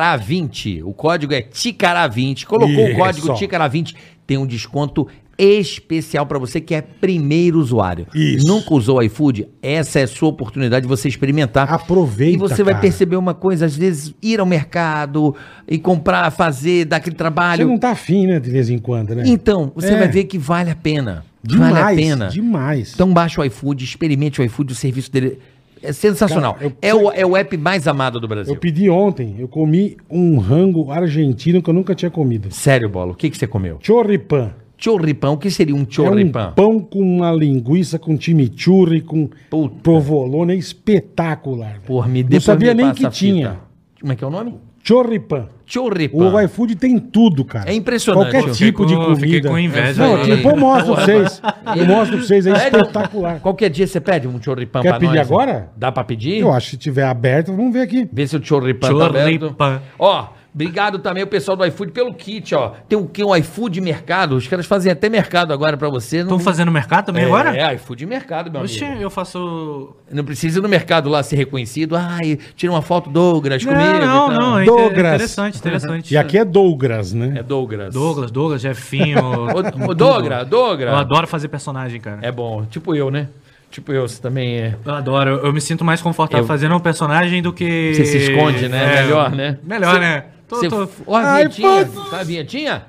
Speaker 2: TICARÁ20. O código é TICARÁ20. Colocou
Speaker 3: Isso.
Speaker 2: o código TICARÁ20, tem um desconto especial pra você que é primeiro usuário.
Speaker 3: Isso.
Speaker 2: Nunca usou o iFood? Essa é a sua oportunidade de você experimentar.
Speaker 3: Aproveita,
Speaker 2: E você
Speaker 3: cara.
Speaker 2: vai perceber uma coisa, às vezes ir ao mercado e comprar, fazer, dar aquele
Speaker 3: Você
Speaker 2: trabalho.
Speaker 3: não tá afim, né, de vez em quando, né?
Speaker 2: Então, você
Speaker 3: É.
Speaker 2: vai ver que vale a pena.
Speaker 3: demais,
Speaker 2: vale a pena.
Speaker 3: demais.
Speaker 2: Então baixa o iFood, experimente o iFood, o serviço dele é sensacional.
Speaker 3: Cara, eu-
Speaker 2: é, o, é o app mais amado do Brasil.
Speaker 3: eu pedi ontem, eu comi um rango argentino que eu nunca tinha comido.
Speaker 2: Sério, Bolo, o que, que você comeu?
Speaker 3: Chorripan.
Speaker 2: Chorripão, o que seria um
Speaker 3: É um
Speaker 2: chorripão?
Speaker 3: pão com uma linguiça, com chimichurri, com
Speaker 2: Puta.
Speaker 3: provolone, é espetacular. velho.
Speaker 2: Por me
Speaker 3: Não
Speaker 2: depois
Speaker 3: sabia
Speaker 2: me
Speaker 3: nem
Speaker 2: passa
Speaker 3: que
Speaker 2: a fita.
Speaker 3: tinha.
Speaker 2: Como é que é o nome?
Speaker 3: Chorripan.
Speaker 2: Chorripão.
Speaker 3: O iFood tem tudo, cara.
Speaker 2: É impressionante.
Speaker 3: Qualquer
Speaker 2: Eu
Speaker 3: tipo de
Speaker 4: fiquei com-
Speaker 3: comida.
Speaker 4: fiquei com inveja né?
Speaker 3: Não,
Speaker 2: aí.
Speaker 3: depois eu mostro
Speaker 2: <laughs>
Speaker 3: pra vocês. Eu mostro pra vocês, é espetacular.
Speaker 2: um Qualquer dia você pede um chorripão
Speaker 3: Quer
Speaker 2: pra
Speaker 3: pedir
Speaker 2: nós, né?
Speaker 3: agora?
Speaker 2: Dá pra pedir?
Speaker 3: Eu acho que se tiver aberto, vamos ver aqui.
Speaker 2: Vê se o chorripão tá
Speaker 4: Chorripã.
Speaker 2: aberto. Ó, obrigado também ao pessoal do iFood pelo kit, ó. Tem o que? O iFood Mercado. Os caras fazem até mercado agora pra você. Não...
Speaker 4: Estão fazendo mercado também
Speaker 2: é,
Speaker 4: agora?
Speaker 2: É, iFood Mercado, meu
Speaker 4: Oxi,
Speaker 2: amigo.
Speaker 4: eu faço.
Speaker 2: Não precisa ir no mercado lá ser reconhecido. Ai, tira uma foto Douglas
Speaker 4: Não,
Speaker 2: comigo. e tal.
Speaker 4: não, não. É inter-
Speaker 3: Douglas.
Speaker 4: interessante, interessante.
Speaker 3: E aqui é Douglas,
Speaker 2: É
Speaker 3: né?
Speaker 2: Douglas.
Speaker 4: Douglas, Douglas,
Speaker 2: <laughs>
Speaker 4: Jefinho.
Speaker 2: Ô, ô,
Speaker 4: <laughs> tudo.
Speaker 2: Douglas, Douglas.
Speaker 4: Eu adoro fazer personagem, cara.
Speaker 2: É bom. Tipo eu, né? Tipo eu, você também é.
Speaker 4: Eu adoro. Eu, eu me sinto mais confortável
Speaker 2: Eu-
Speaker 4: fazendo um personagem do que. É.
Speaker 2: Você se esconde, né? Melhor, né?
Speaker 4: Melhor,
Speaker 2: Você-
Speaker 4: né? Tô-
Speaker 2: Você...
Speaker 4: tô-
Speaker 2: Ó, a
Speaker 3: Ai,
Speaker 2: vinhetinha.
Speaker 3: putz.
Speaker 2: Tá a vinhetinha?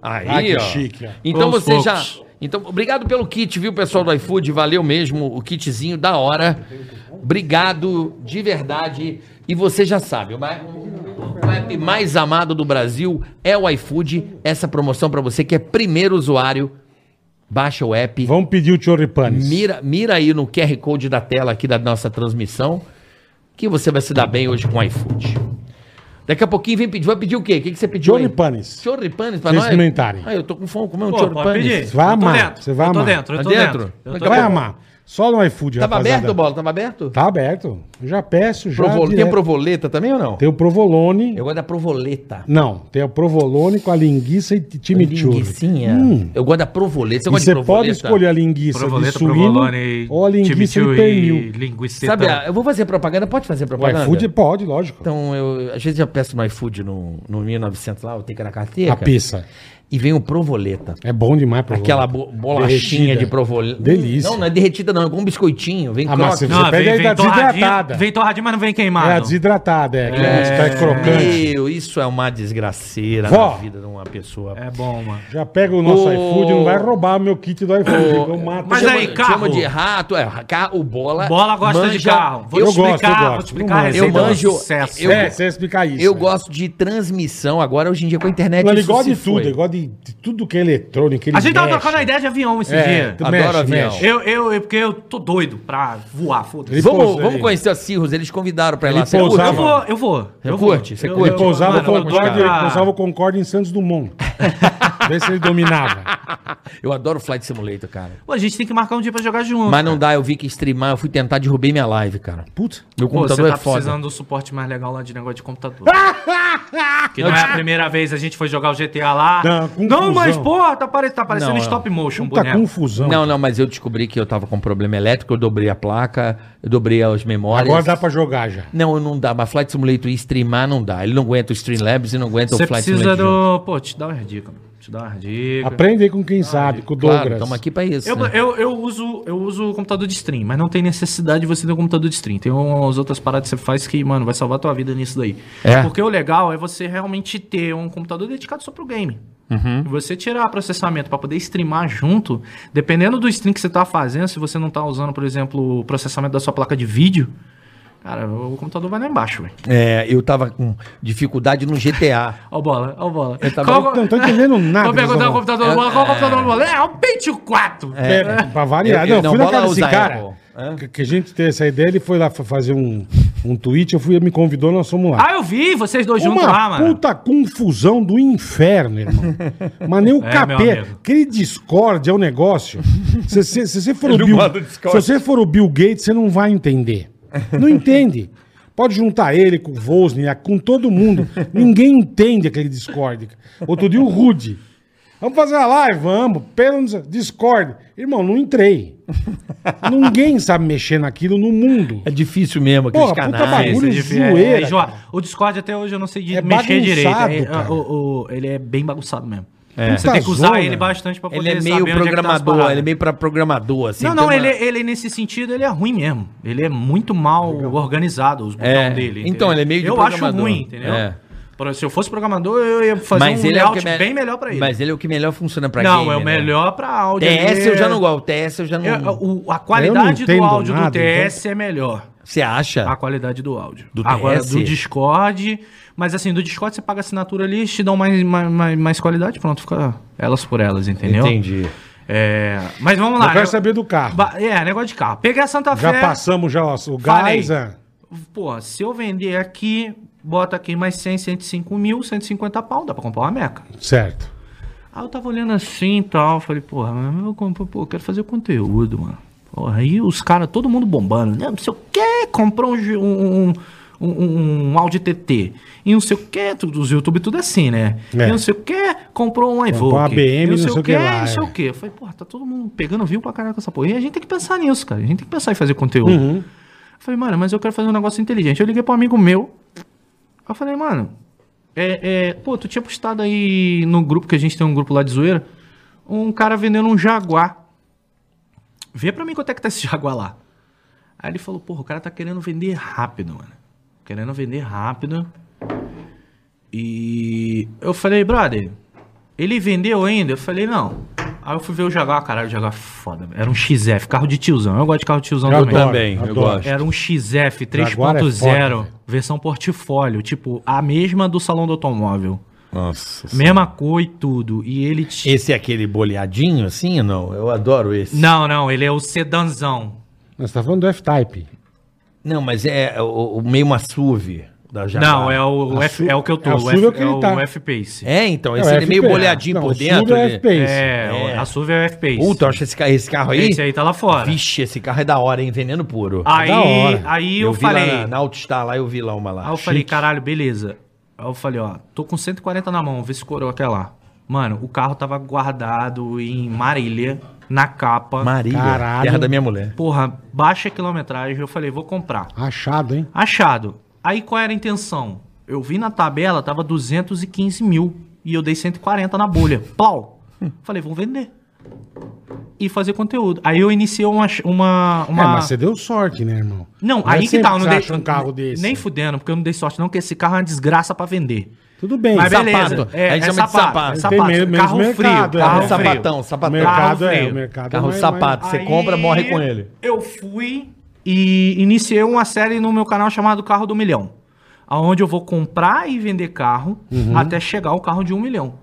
Speaker 2: Aí,
Speaker 3: Ah, que
Speaker 2: ó.
Speaker 3: chique, ó.
Speaker 2: Então
Speaker 4: Aos
Speaker 2: você já...
Speaker 4: poucos.
Speaker 2: Então, obrigado pelo kit, viu, pessoal do iFood? Valeu mesmo, o kitzinho da hora. Obrigado, de verdade. E você já sabe, o ma- o app mais amado do Brasil é o iFood. Essa promoção pra você que é primeiro usuário, baixa o app.
Speaker 3: Vamos pedir o Choripanes.
Speaker 2: Mira, mira aí no QR Code da tela aqui da nossa transmissão que você vai se dar bem hoje com o iFood. Daqui a pouquinho vem pedir. Vai pedir o quê? O que, que você pediu? aí?
Speaker 3: Choripanes.
Speaker 2: Choripanes pra
Speaker 3: Vocês
Speaker 2: nós?
Speaker 3: experimentarem.
Speaker 2: Ah, eu tô com fome, comer um
Speaker 4: Pô, pode pedir.
Speaker 2: choripanes.
Speaker 3: Vai
Speaker 4: Eu tô
Speaker 3: amar,
Speaker 4: dentro,
Speaker 3: você vai
Speaker 4: Eu tô
Speaker 3: amar.
Speaker 4: dentro, eu
Speaker 2: Tá
Speaker 4: tô
Speaker 2: dentro?
Speaker 4: dentro. Eu
Speaker 2: Daqui
Speaker 4: tô
Speaker 2: a
Speaker 3: Vai
Speaker 4: dentro.
Speaker 3: amar. Só no iFood,
Speaker 2: Tava
Speaker 3: rapaziada.
Speaker 2: aberto, Bola? Tava aberto?
Speaker 3: Tá aberto. Eu já peço, já.
Speaker 2: Provol- Tem
Speaker 3: direto.
Speaker 2: provoleta também ou não?
Speaker 3: Tem o provolone.
Speaker 2: Eu gosto da provoleta.
Speaker 3: Não, tem o provolone com a linguiça e chimichurri.
Speaker 2: Linguicinha. Eu gosto da provoleta. Você
Speaker 3: Hum. E
Speaker 2: gosta
Speaker 3: você
Speaker 2: de
Speaker 3: pode
Speaker 2: provoleta?
Speaker 3: escolher a linguiça de
Speaker 4: Provoleta,
Speaker 3: suíno
Speaker 4: provolone,
Speaker 3: ou a linguiça de
Speaker 4: chimichurri,
Speaker 3: pernil.
Speaker 4: linguiça.
Speaker 2: Sabe, ah, eu vou fazer propaganda. Pode fazer
Speaker 3: então. O
Speaker 2: propaganda?
Speaker 3: iFood é pode, lógico.
Speaker 2: Então, eu, às vezes eu peço no iFood no, no 1900 lá, eu tenho que ir na carteira.
Speaker 3: a pizza.
Speaker 2: E vem o provoleta.
Speaker 3: É bom demais, provolone.
Speaker 2: Aquela bo- bolachinha
Speaker 3: Derretida.
Speaker 2: de provoleta.
Speaker 3: Delícia.
Speaker 2: Não, não é derretida, não. É como um biscoitinho. Vem
Speaker 3: Ah,
Speaker 2: croque.
Speaker 3: mas você-
Speaker 4: Não,
Speaker 3: pede
Speaker 4: vem,
Speaker 3: aí da
Speaker 4: vem torradinho,
Speaker 3: desidratada.
Speaker 4: vem torradinho, mas não vem queimado.
Speaker 3: É a desidratada, é. aquele que é crocante.
Speaker 2: Meu, isso é uma desgraceira
Speaker 3: Vó.
Speaker 2: na vida de uma pessoa.
Speaker 4: É bom, mano.
Speaker 3: Já pega o nosso
Speaker 2: Ô.
Speaker 3: iFood, não vai roubar meu kit do iFood. Eu mato.
Speaker 4: Mas
Speaker 2: Chama-
Speaker 4: aí, carro.
Speaker 2: Chama de rato, é, ca- o bola.
Speaker 4: Bola gosta de
Speaker 2: manja-
Speaker 4: carro. Vou
Speaker 2: eu,
Speaker 4: te
Speaker 3: gosto, eu
Speaker 4: explicar,
Speaker 3: gosto.
Speaker 4: vou te explicar a
Speaker 3: Eu
Speaker 4: receita do
Speaker 2: manjo-
Speaker 4: sucesso.
Speaker 2: eu-
Speaker 3: é, você explicar isso.
Speaker 2: eu
Speaker 3: é.
Speaker 2: gosto de transmissão agora, hoje em dia, com a internet.
Speaker 3: Não, ele
Speaker 2: isso
Speaker 3: gosta
Speaker 2: se
Speaker 3: de tudo,
Speaker 2: foi.
Speaker 3: ele gosta de, de tudo que é eletrônico. ele
Speaker 4: A gente tava
Speaker 3: mexe.
Speaker 4: trocando a ideia de avião esse
Speaker 3: É,
Speaker 4: dia.
Speaker 3: tu
Speaker 2: Adoro
Speaker 3: mexe,
Speaker 2: avião.
Speaker 3: mexe.
Speaker 4: Eu, eu, eu- porque eu tô doido pra voar,
Speaker 3: Ele
Speaker 4: foda-se.
Speaker 2: Vamos,
Speaker 3: pousa,
Speaker 2: vamos
Speaker 3: ele-
Speaker 2: conhecer a Cirrus, eles convidaram pra ir
Speaker 3: Ele
Speaker 2: lá. Você
Speaker 3: pousava.
Speaker 4: Eu
Speaker 2: curte?
Speaker 4: vou, eu vou.
Speaker 2: Você
Speaker 4: eu vou.
Speaker 2: curte? Você
Speaker 4: Eu-
Speaker 2: curte?
Speaker 4: eu-
Speaker 3: Pousava,
Speaker 4: mano,
Speaker 3: o
Speaker 4: eu tô
Speaker 3: Concorde,
Speaker 4: doido pra-
Speaker 3: pousava o Concorde em
Speaker 2: <laughs>
Speaker 3: Santos Dumont. Vê se ele dominava.
Speaker 2: <laughs> Eu adoro Flight Simulator, cara.
Speaker 4: Pô, a gente tem que marcar um dia pra jogar junto.
Speaker 2: Mas não dá, eu vi que streamar, eu fui tentar, derrubei minha live, cara.
Speaker 3: Putz.
Speaker 2: Meu
Speaker 4: Pô, você
Speaker 2: computador
Speaker 4: tá
Speaker 2: é foda.
Speaker 4: precisando do suporte mais legal lá de negócio
Speaker 2: <laughs>
Speaker 4: de computador. que não é a primeira vez a gente foi jogar o GTA lá.
Speaker 3: Não,
Speaker 4: Não,
Speaker 3: confusão.
Speaker 4: mas, pô, tá, pare... tá parecendo
Speaker 2: Não, é.
Speaker 4: stop motion,
Speaker 3: Puta
Speaker 4: boneco.
Speaker 3: confusão.
Speaker 2: Não, não, mas eu descobri que eu tava com um problema elétrico, eu dobrei a placa, eu dobrei as memórias.
Speaker 3: Agora dá pra jogar já.
Speaker 2: Não, não dá, mas Flight Simulator e streamar não dá. Ele não aguenta o Streamlabs e não aguenta
Speaker 4: Você
Speaker 2: o Flight
Speaker 4: precisa
Speaker 2: Simulator. junto.
Speaker 4: do. Pô, te dá uma dica, mano. Te dá uma dica.
Speaker 3: Aprende aí com quem sabe, com o
Speaker 2: Claro,
Speaker 3: Douglas.
Speaker 2: estamos aqui pra isso.
Speaker 4: Eu,
Speaker 2: né?
Speaker 4: eu, eu, uso, eu uso o computador de stream, mas não tem necessidade de você ter um computador de stream. Tem umas outras paradas que você faz que, mano, vai salvar a tua vida nisso daí.
Speaker 2: É?
Speaker 4: Porque o legal é você realmente ter um computador dedicado só pro game.
Speaker 3: Uhum.
Speaker 4: E Você tirar processamento pra poder streamar junto, dependendo do stream que você tá fazendo, se você não tá usando, por exemplo, o processamento da sua placa de vídeo, Cara, o computador vai lá embaixo, velho.
Speaker 2: É, eu tava com dificuldade no
Speaker 4: <laughs>
Speaker 2: GTA.
Speaker 4: Ó, o bola, ó, o bola.
Speaker 2: tá
Speaker 4: Qual-
Speaker 3: bom. Não
Speaker 4: <laughs>
Speaker 3: tô entendendo nada
Speaker 4: Vou perguntar
Speaker 3: dessa
Speaker 4: o computador do bola. Qual o computador do bola? É o Pentium 4.
Speaker 3: É, pra variar.
Speaker 2: Eu- eu-
Speaker 3: não, eu fui
Speaker 2: não, bola
Speaker 3: na casa desse
Speaker 2: usar
Speaker 3: cara.
Speaker 2: É.
Speaker 3: Que, que a gente teve essa ideia, ele foi lá fa- fazer um, um tweet, eu fui, ele me convidou, nós fomos lá.
Speaker 4: Ah, eu vi vocês dois juntos lá,
Speaker 3: Uma
Speaker 4: mano.
Speaker 3: puta confusão do inferno, irmão. Mas nem o
Speaker 4: <laughs> É, meu
Speaker 3: capeta.
Speaker 4: amigo.
Speaker 3: Aquele Discord é o negócio. Se, se- se você for o
Speaker 5: Ele
Speaker 3: Bill,
Speaker 5: manda o
Speaker 3: se
Speaker 5: Discord.
Speaker 3: você for o Bill Gates, você não vai entender. Não entende. Pode juntar ele com o Wozniak, com todo mundo. Ninguém entende aquele Discord. Outro dia o Rude. Vamos fazer a live, vamos. Pelo Discord. Irmão, não entrei. Ninguém sabe mexer naquilo no mundo.
Speaker 2: É difícil mesmo aqueles
Speaker 3: Porra, puta
Speaker 2: canais.
Speaker 3: bagulho.
Speaker 4: Isso, difícil,
Speaker 3: zoeira,
Speaker 4: é, enjoa-
Speaker 3: cara.
Speaker 4: o Discord até hoje eu não sei de
Speaker 3: É
Speaker 4: mexer direito.
Speaker 3: bagunçado,
Speaker 4: É,
Speaker 3: cara.
Speaker 4: o- o- ele é bem bagunçado mesmo. É, Você
Speaker 3: Puta
Speaker 4: tem que usar
Speaker 3: zona.
Speaker 4: ele bastante pra poder
Speaker 2: É. Ele é meio
Speaker 4: saber onde que tá as
Speaker 2: programador,
Speaker 4: paradas.
Speaker 2: ele é meio pra programador, assim.
Speaker 4: não,
Speaker 2: tem
Speaker 4: não,
Speaker 2: uma-
Speaker 4: ele, ele nesse sentido ele é ruim mesmo. Ele é muito mal organizado, os botões
Speaker 2: É,
Speaker 4: dele.
Speaker 2: então, ele é meio de
Speaker 4: Eu acho
Speaker 2: programador.
Speaker 4: ruim, entendeu?
Speaker 2: É.
Speaker 4: Pra- Se eu fosse programador, eu ia fazer
Speaker 2: Mas
Speaker 4: um
Speaker 2: ele é o
Speaker 4: layout
Speaker 2: que me-
Speaker 4: bem melhor pra ele.
Speaker 2: Mas ele é o que melhor funciona pra
Speaker 4: não,
Speaker 2: game,
Speaker 4: é o
Speaker 2: né?
Speaker 4: melhor pra áudio.
Speaker 2: TS eu já não
Speaker 4: gosto.
Speaker 2: gosto. TS eu já não.
Speaker 4: a qualidade do
Speaker 3: entendo
Speaker 4: áudio
Speaker 3: nada,
Speaker 4: do TS é melhor.
Speaker 2: Você acha?
Speaker 4: A qualidade do áudio.
Speaker 2: É. Do
Speaker 4: Agora,
Speaker 2: TS?
Speaker 4: do Discord. Mas assim, do Discord você paga assinatura ali, eles te dão mais, mais, mais, mais qualidade, pronto, fica elas por elas, entendeu?
Speaker 2: Entendi.
Speaker 4: É, mas vamos lá.
Speaker 3: Eu quero
Speaker 4: né?
Speaker 3: saber do carro.
Speaker 4: Ba- É, negócio de carro. Peguei a Santa
Speaker 3: Já
Speaker 4: Fé.
Speaker 3: passamos já o o
Speaker 4: Falei.
Speaker 3: gás. é.
Speaker 4: Porra, se eu vender aqui, bota aqui mais 100, 105 mil, 150 pau, dá pra comprar uma Meca.
Speaker 3: Certo.
Speaker 4: Aí eu tava olhando assim e tal, falei, porra, mas eu vou comprar- pô, eu quero fazer conteúdo, mano. Porra, aí os caras, todo mundo bombando, né? Não sei o que, comprou um, G- um, um, um, um Audi TT. E não sei o que, tudo, os YouTube tudo assim, né?
Speaker 3: É.
Speaker 4: E não sei o que, comprou um iVoke.
Speaker 3: uma BM,
Speaker 4: e
Speaker 3: não sei o que
Speaker 4: quê,
Speaker 3: lá,
Speaker 4: Não sei
Speaker 3: é.
Speaker 4: o que. Eu falei, porra, tá todo mundo pegando view pra caraca essa porra. E a gente tem que pensar nisso, cara. A gente tem que pensar em fazer conteúdo.
Speaker 3: Uhum.
Speaker 4: Eu falei, mano, mas eu quero fazer um negócio inteligente. Eu liguei pra um amigo meu, eu falei, mano, é, é, pô, tu tinha postado aí no grupo, que a gente tem um grupo lá de zoeira, um cara vendendo um Jaguar. Vê pra mim quanto é que tá esse <laughs> Jaguar lá. Aí ele falou, porra, o cara tá querendo vender rápido, mano. Querendo vender rápido. E eu falei, brother, ele vendeu ainda? Eu falei, não. Aí eu fui ver o Jaguar, caralho, o Jaguar é foda. velho. Era um XF, carro de tiozão. Eu gosto de carro de tiozão
Speaker 3: Eu
Speaker 4: também.
Speaker 3: adoro,
Speaker 2: também, eu
Speaker 3: adoro.
Speaker 2: gosto.
Speaker 4: Era um XF
Speaker 3: Jaguar é
Speaker 4: 3.0,
Speaker 3: foda,
Speaker 4: versão portfólio, tipo, a mesma do salão do automóvel.
Speaker 2: Nossa.
Speaker 4: Mesma cor e tudo. E ele tinha.
Speaker 2: Esse é aquele boleadinho assim ou não? Eu adoro esse.
Speaker 4: Não, não, ele é o sedanzão.
Speaker 3: Nós tá falando do F-Type.
Speaker 2: Não, mas é o, o meio uma SUV da Jaguar.
Speaker 4: Não, é o,
Speaker 3: A
Speaker 4: F-
Speaker 3: Su-
Speaker 4: é o que eu tô.
Speaker 3: a
Speaker 4: o
Speaker 3: SUV
Speaker 4: F-
Speaker 3: é o que
Speaker 4: é
Speaker 3: ele
Speaker 4: o,
Speaker 3: tá.
Speaker 4: F-Pace. É,
Speaker 2: É, então, esse
Speaker 3: É, o
Speaker 2: ele é meio
Speaker 3: FPA.
Speaker 2: boleadinho
Speaker 3: Não,
Speaker 2: por
Speaker 3: o SUV
Speaker 2: dentro.
Speaker 3: é
Speaker 2: ele-
Speaker 3: FPA.
Speaker 2: É.
Speaker 4: a SUV é o F-Pace.
Speaker 2: Puta, eu acho esse carro, esse carro aí.
Speaker 4: Esse aí tá lá fora.
Speaker 2: Vixe, esse carro é da hora, hein? Veneno puro.
Speaker 4: aí
Speaker 3: da hora.
Speaker 4: aí eu,
Speaker 2: vi
Speaker 4: falei.
Speaker 2: Lá na, na Altstar lá, eu vi lá uma lá.
Speaker 4: Aí eu falei, caralho, beleza. Aí eu falei, ó, tô com 140 na mão, vê se coroa até lá. Mano, o carro tava guardado em Marília, na capa.
Speaker 2: Marília,
Speaker 3: Caralho.
Speaker 2: terra da minha mulher.
Speaker 4: Porra, baixa quilometragem. Eu falei, vou comprar.
Speaker 3: Achado, hein?
Speaker 4: Achado. Aí qual era a intenção? Eu vi na tabela, tava 215 mil. E eu dei 140 na bolha. Plau!
Speaker 3: Hum.
Speaker 4: Falei, vamos vender. E fazer conteúdo. Aí eu iniciei uma. uma, uma...
Speaker 3: É, mas você deu sorte, né, irmão?
Speaker 4: Não,
Speaker 3: é
Speaker 4: aí que
Speaker 3: sempre
Speaker 4: tá. Eu
Speaker 3: você
Speaker 4: não dei,
Speaker 3: acha um carro desse.
Speaker 4: Nem fudendo, porque eu não dei sorte, não, porque esse carro é uma desgraça pra vender.
Speaker 3: Tudo bem.
Speaker 4: Mas é
Speaker 3: sapato.
Speaker 4: beleza.
Speaker 2: sapato. A gente chama de sapato.
Speaker 4: é
Speaker 2: Tem
Speaker 4: sapato.
Speaker 3: menos- menos
Speaker 4: carro
Speaker 3: mercado,
Speaker 4: frio.
Speaker 3: é.
Speaker 4: Carro
Speaker 3: É,
Speaker 4: frio.
Speaker 2: sapatão,
Speaker 3: O
Speaker 2: sapatão.
Speaker 3: mercado
Speaker 4: Carro
Speaker 3: é,
Speaker 4: feio.
Speaker 3: o mercado
Speaker 2: Carro
Speaker 3: é mais-
Speaker 2: sapato.
Speaker 3: mais-
Speaker 2: Você compra, morre com ele.
Speaker 4: Eu fui e iniciei uma série no meu canal chamado Carro do Milhão. Onde eu vou comprar e vender carro até chegar o carro de um milhão.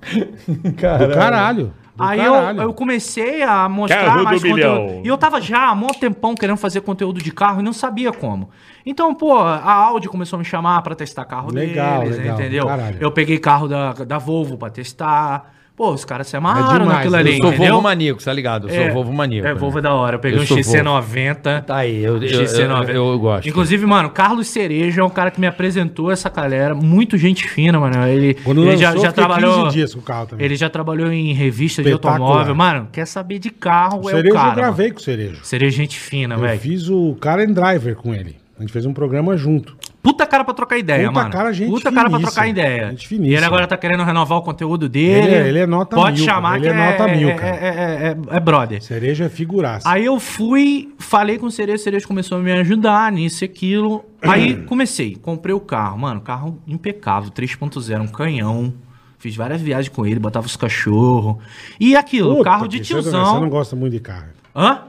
Speaker 3: Do caralho. do
Speaker 4: Aí eu,
Speaker 3: caralho.
Speaker 4: eu comecei a mostrar
Speaker 5: Carro do
Speaker 4: mais
Speaker 5: milhão.
Speaker 4: conteúdo. E eu tava já há muito tempão querendo fazer conteúdo de carro e não sabia como. Então, pô, a Audi começou a me chamar pra testar carro
Speaker 3: Legal,
Speaker 4: deles,
Speaker 3: legal,
Speaker 4: entendeu?
Speaker 3: caralho.
Speaker 4: Eu peguei carro da, da Volvo pra testar. Pô, os caras se amarraram
Speaker 3: demais,
Speaker 4: naquilo
Speaker 3: eu
Speaker 4: ali,
Speaker 2: Eu sou
Speaker 4: entendeu?
Speaker 2: Volvo maníaco, tá ligado? Eu sou Volvo maníaco. né?
Speaker 4: É, Volvo é da hora. Eu peguei
Speaker 2: Eu
Speaker 4: um
Speaker 2: sou
Speaker 4: XC90.
Speaker 2: Tá aí, eu- eu-
Speaker 4: XC90.
Speaker 2: eu- eu gosto.
Speaker 4: Inclusive, mano, Carlos Cereja é um cara que me apresentou essa galera. Muito gente fina, mano. Ele,
Speaker 3: Quando
Speaker 4: ele
Speaker 3: lançou,
Speaker 4: já, já
Speaker 3: fiquei
Speaker 4: trabalhou.
Speaker 3: 15 dias com o carro também.
Speaker 4: Ele já trabalhou em revista de
Speaker 3: Espetacular.
Speaker 4: automóvel. Mano, quer saber de carro
Speaker 3: O
Speaker 4: é
Speaker 3: Cerejo
Speaker 4: o cara.
Speaker 3: eu gravei
Speaker 4: mano.
Speaker 3: com o Cerejo.
Speaker 4: Cereja é gente fina,
Speaker 3: Eu
Speaker 4: velho.
Speaker 3: fiz o Car and Driver com ele. A gente fez um programa junto.
Speaker 4: Puta cara pra trocar ideia,
Speaker 3: Puta
Speaker 4: mano.
Speaker 3: cara, gente
Speaker 4: Puta cara pra
Speaker 3: finíssima.
Speaker 4: trocar ideia.
Speaker 3: Gente
Speaker 4: e
Speaker 3: finíssima.
Speaker 4: ele agora tá querendo renovar o conteúdo dele.
Speaker 3: Ele é- ele é nota
Speaker 4: Pode
Speaker 3: mil,
Speaker 4: chamar
Speaker 3: cara. Ele
Speaker 4: que
Speaker 3: é nota mil,
Speaker 4: é-
Speaker 3: cara.
Speaker 4: É, é, é- é brother.
Speaker 3: Cerejo é figuraça.
Speaker 4: Aí eu fui, falei com o Cereja, o Cereja começou a me ajudar nisso e aquilo.
Speaker 3: <clears throat>
Speaker 4: Aí comecei, comprei o carro. Mano, carro impecável, 3.0, um canhão. Fiz várias viagens com ele, botava os cachorros. E aquilo,
Speaker 3: Puta
Speaker 4: carro de
Speaker 3: que-
Speaker 4: tiozão.
Speaker 3: Você não gosta muito de carro.
Speaker 4: Hã?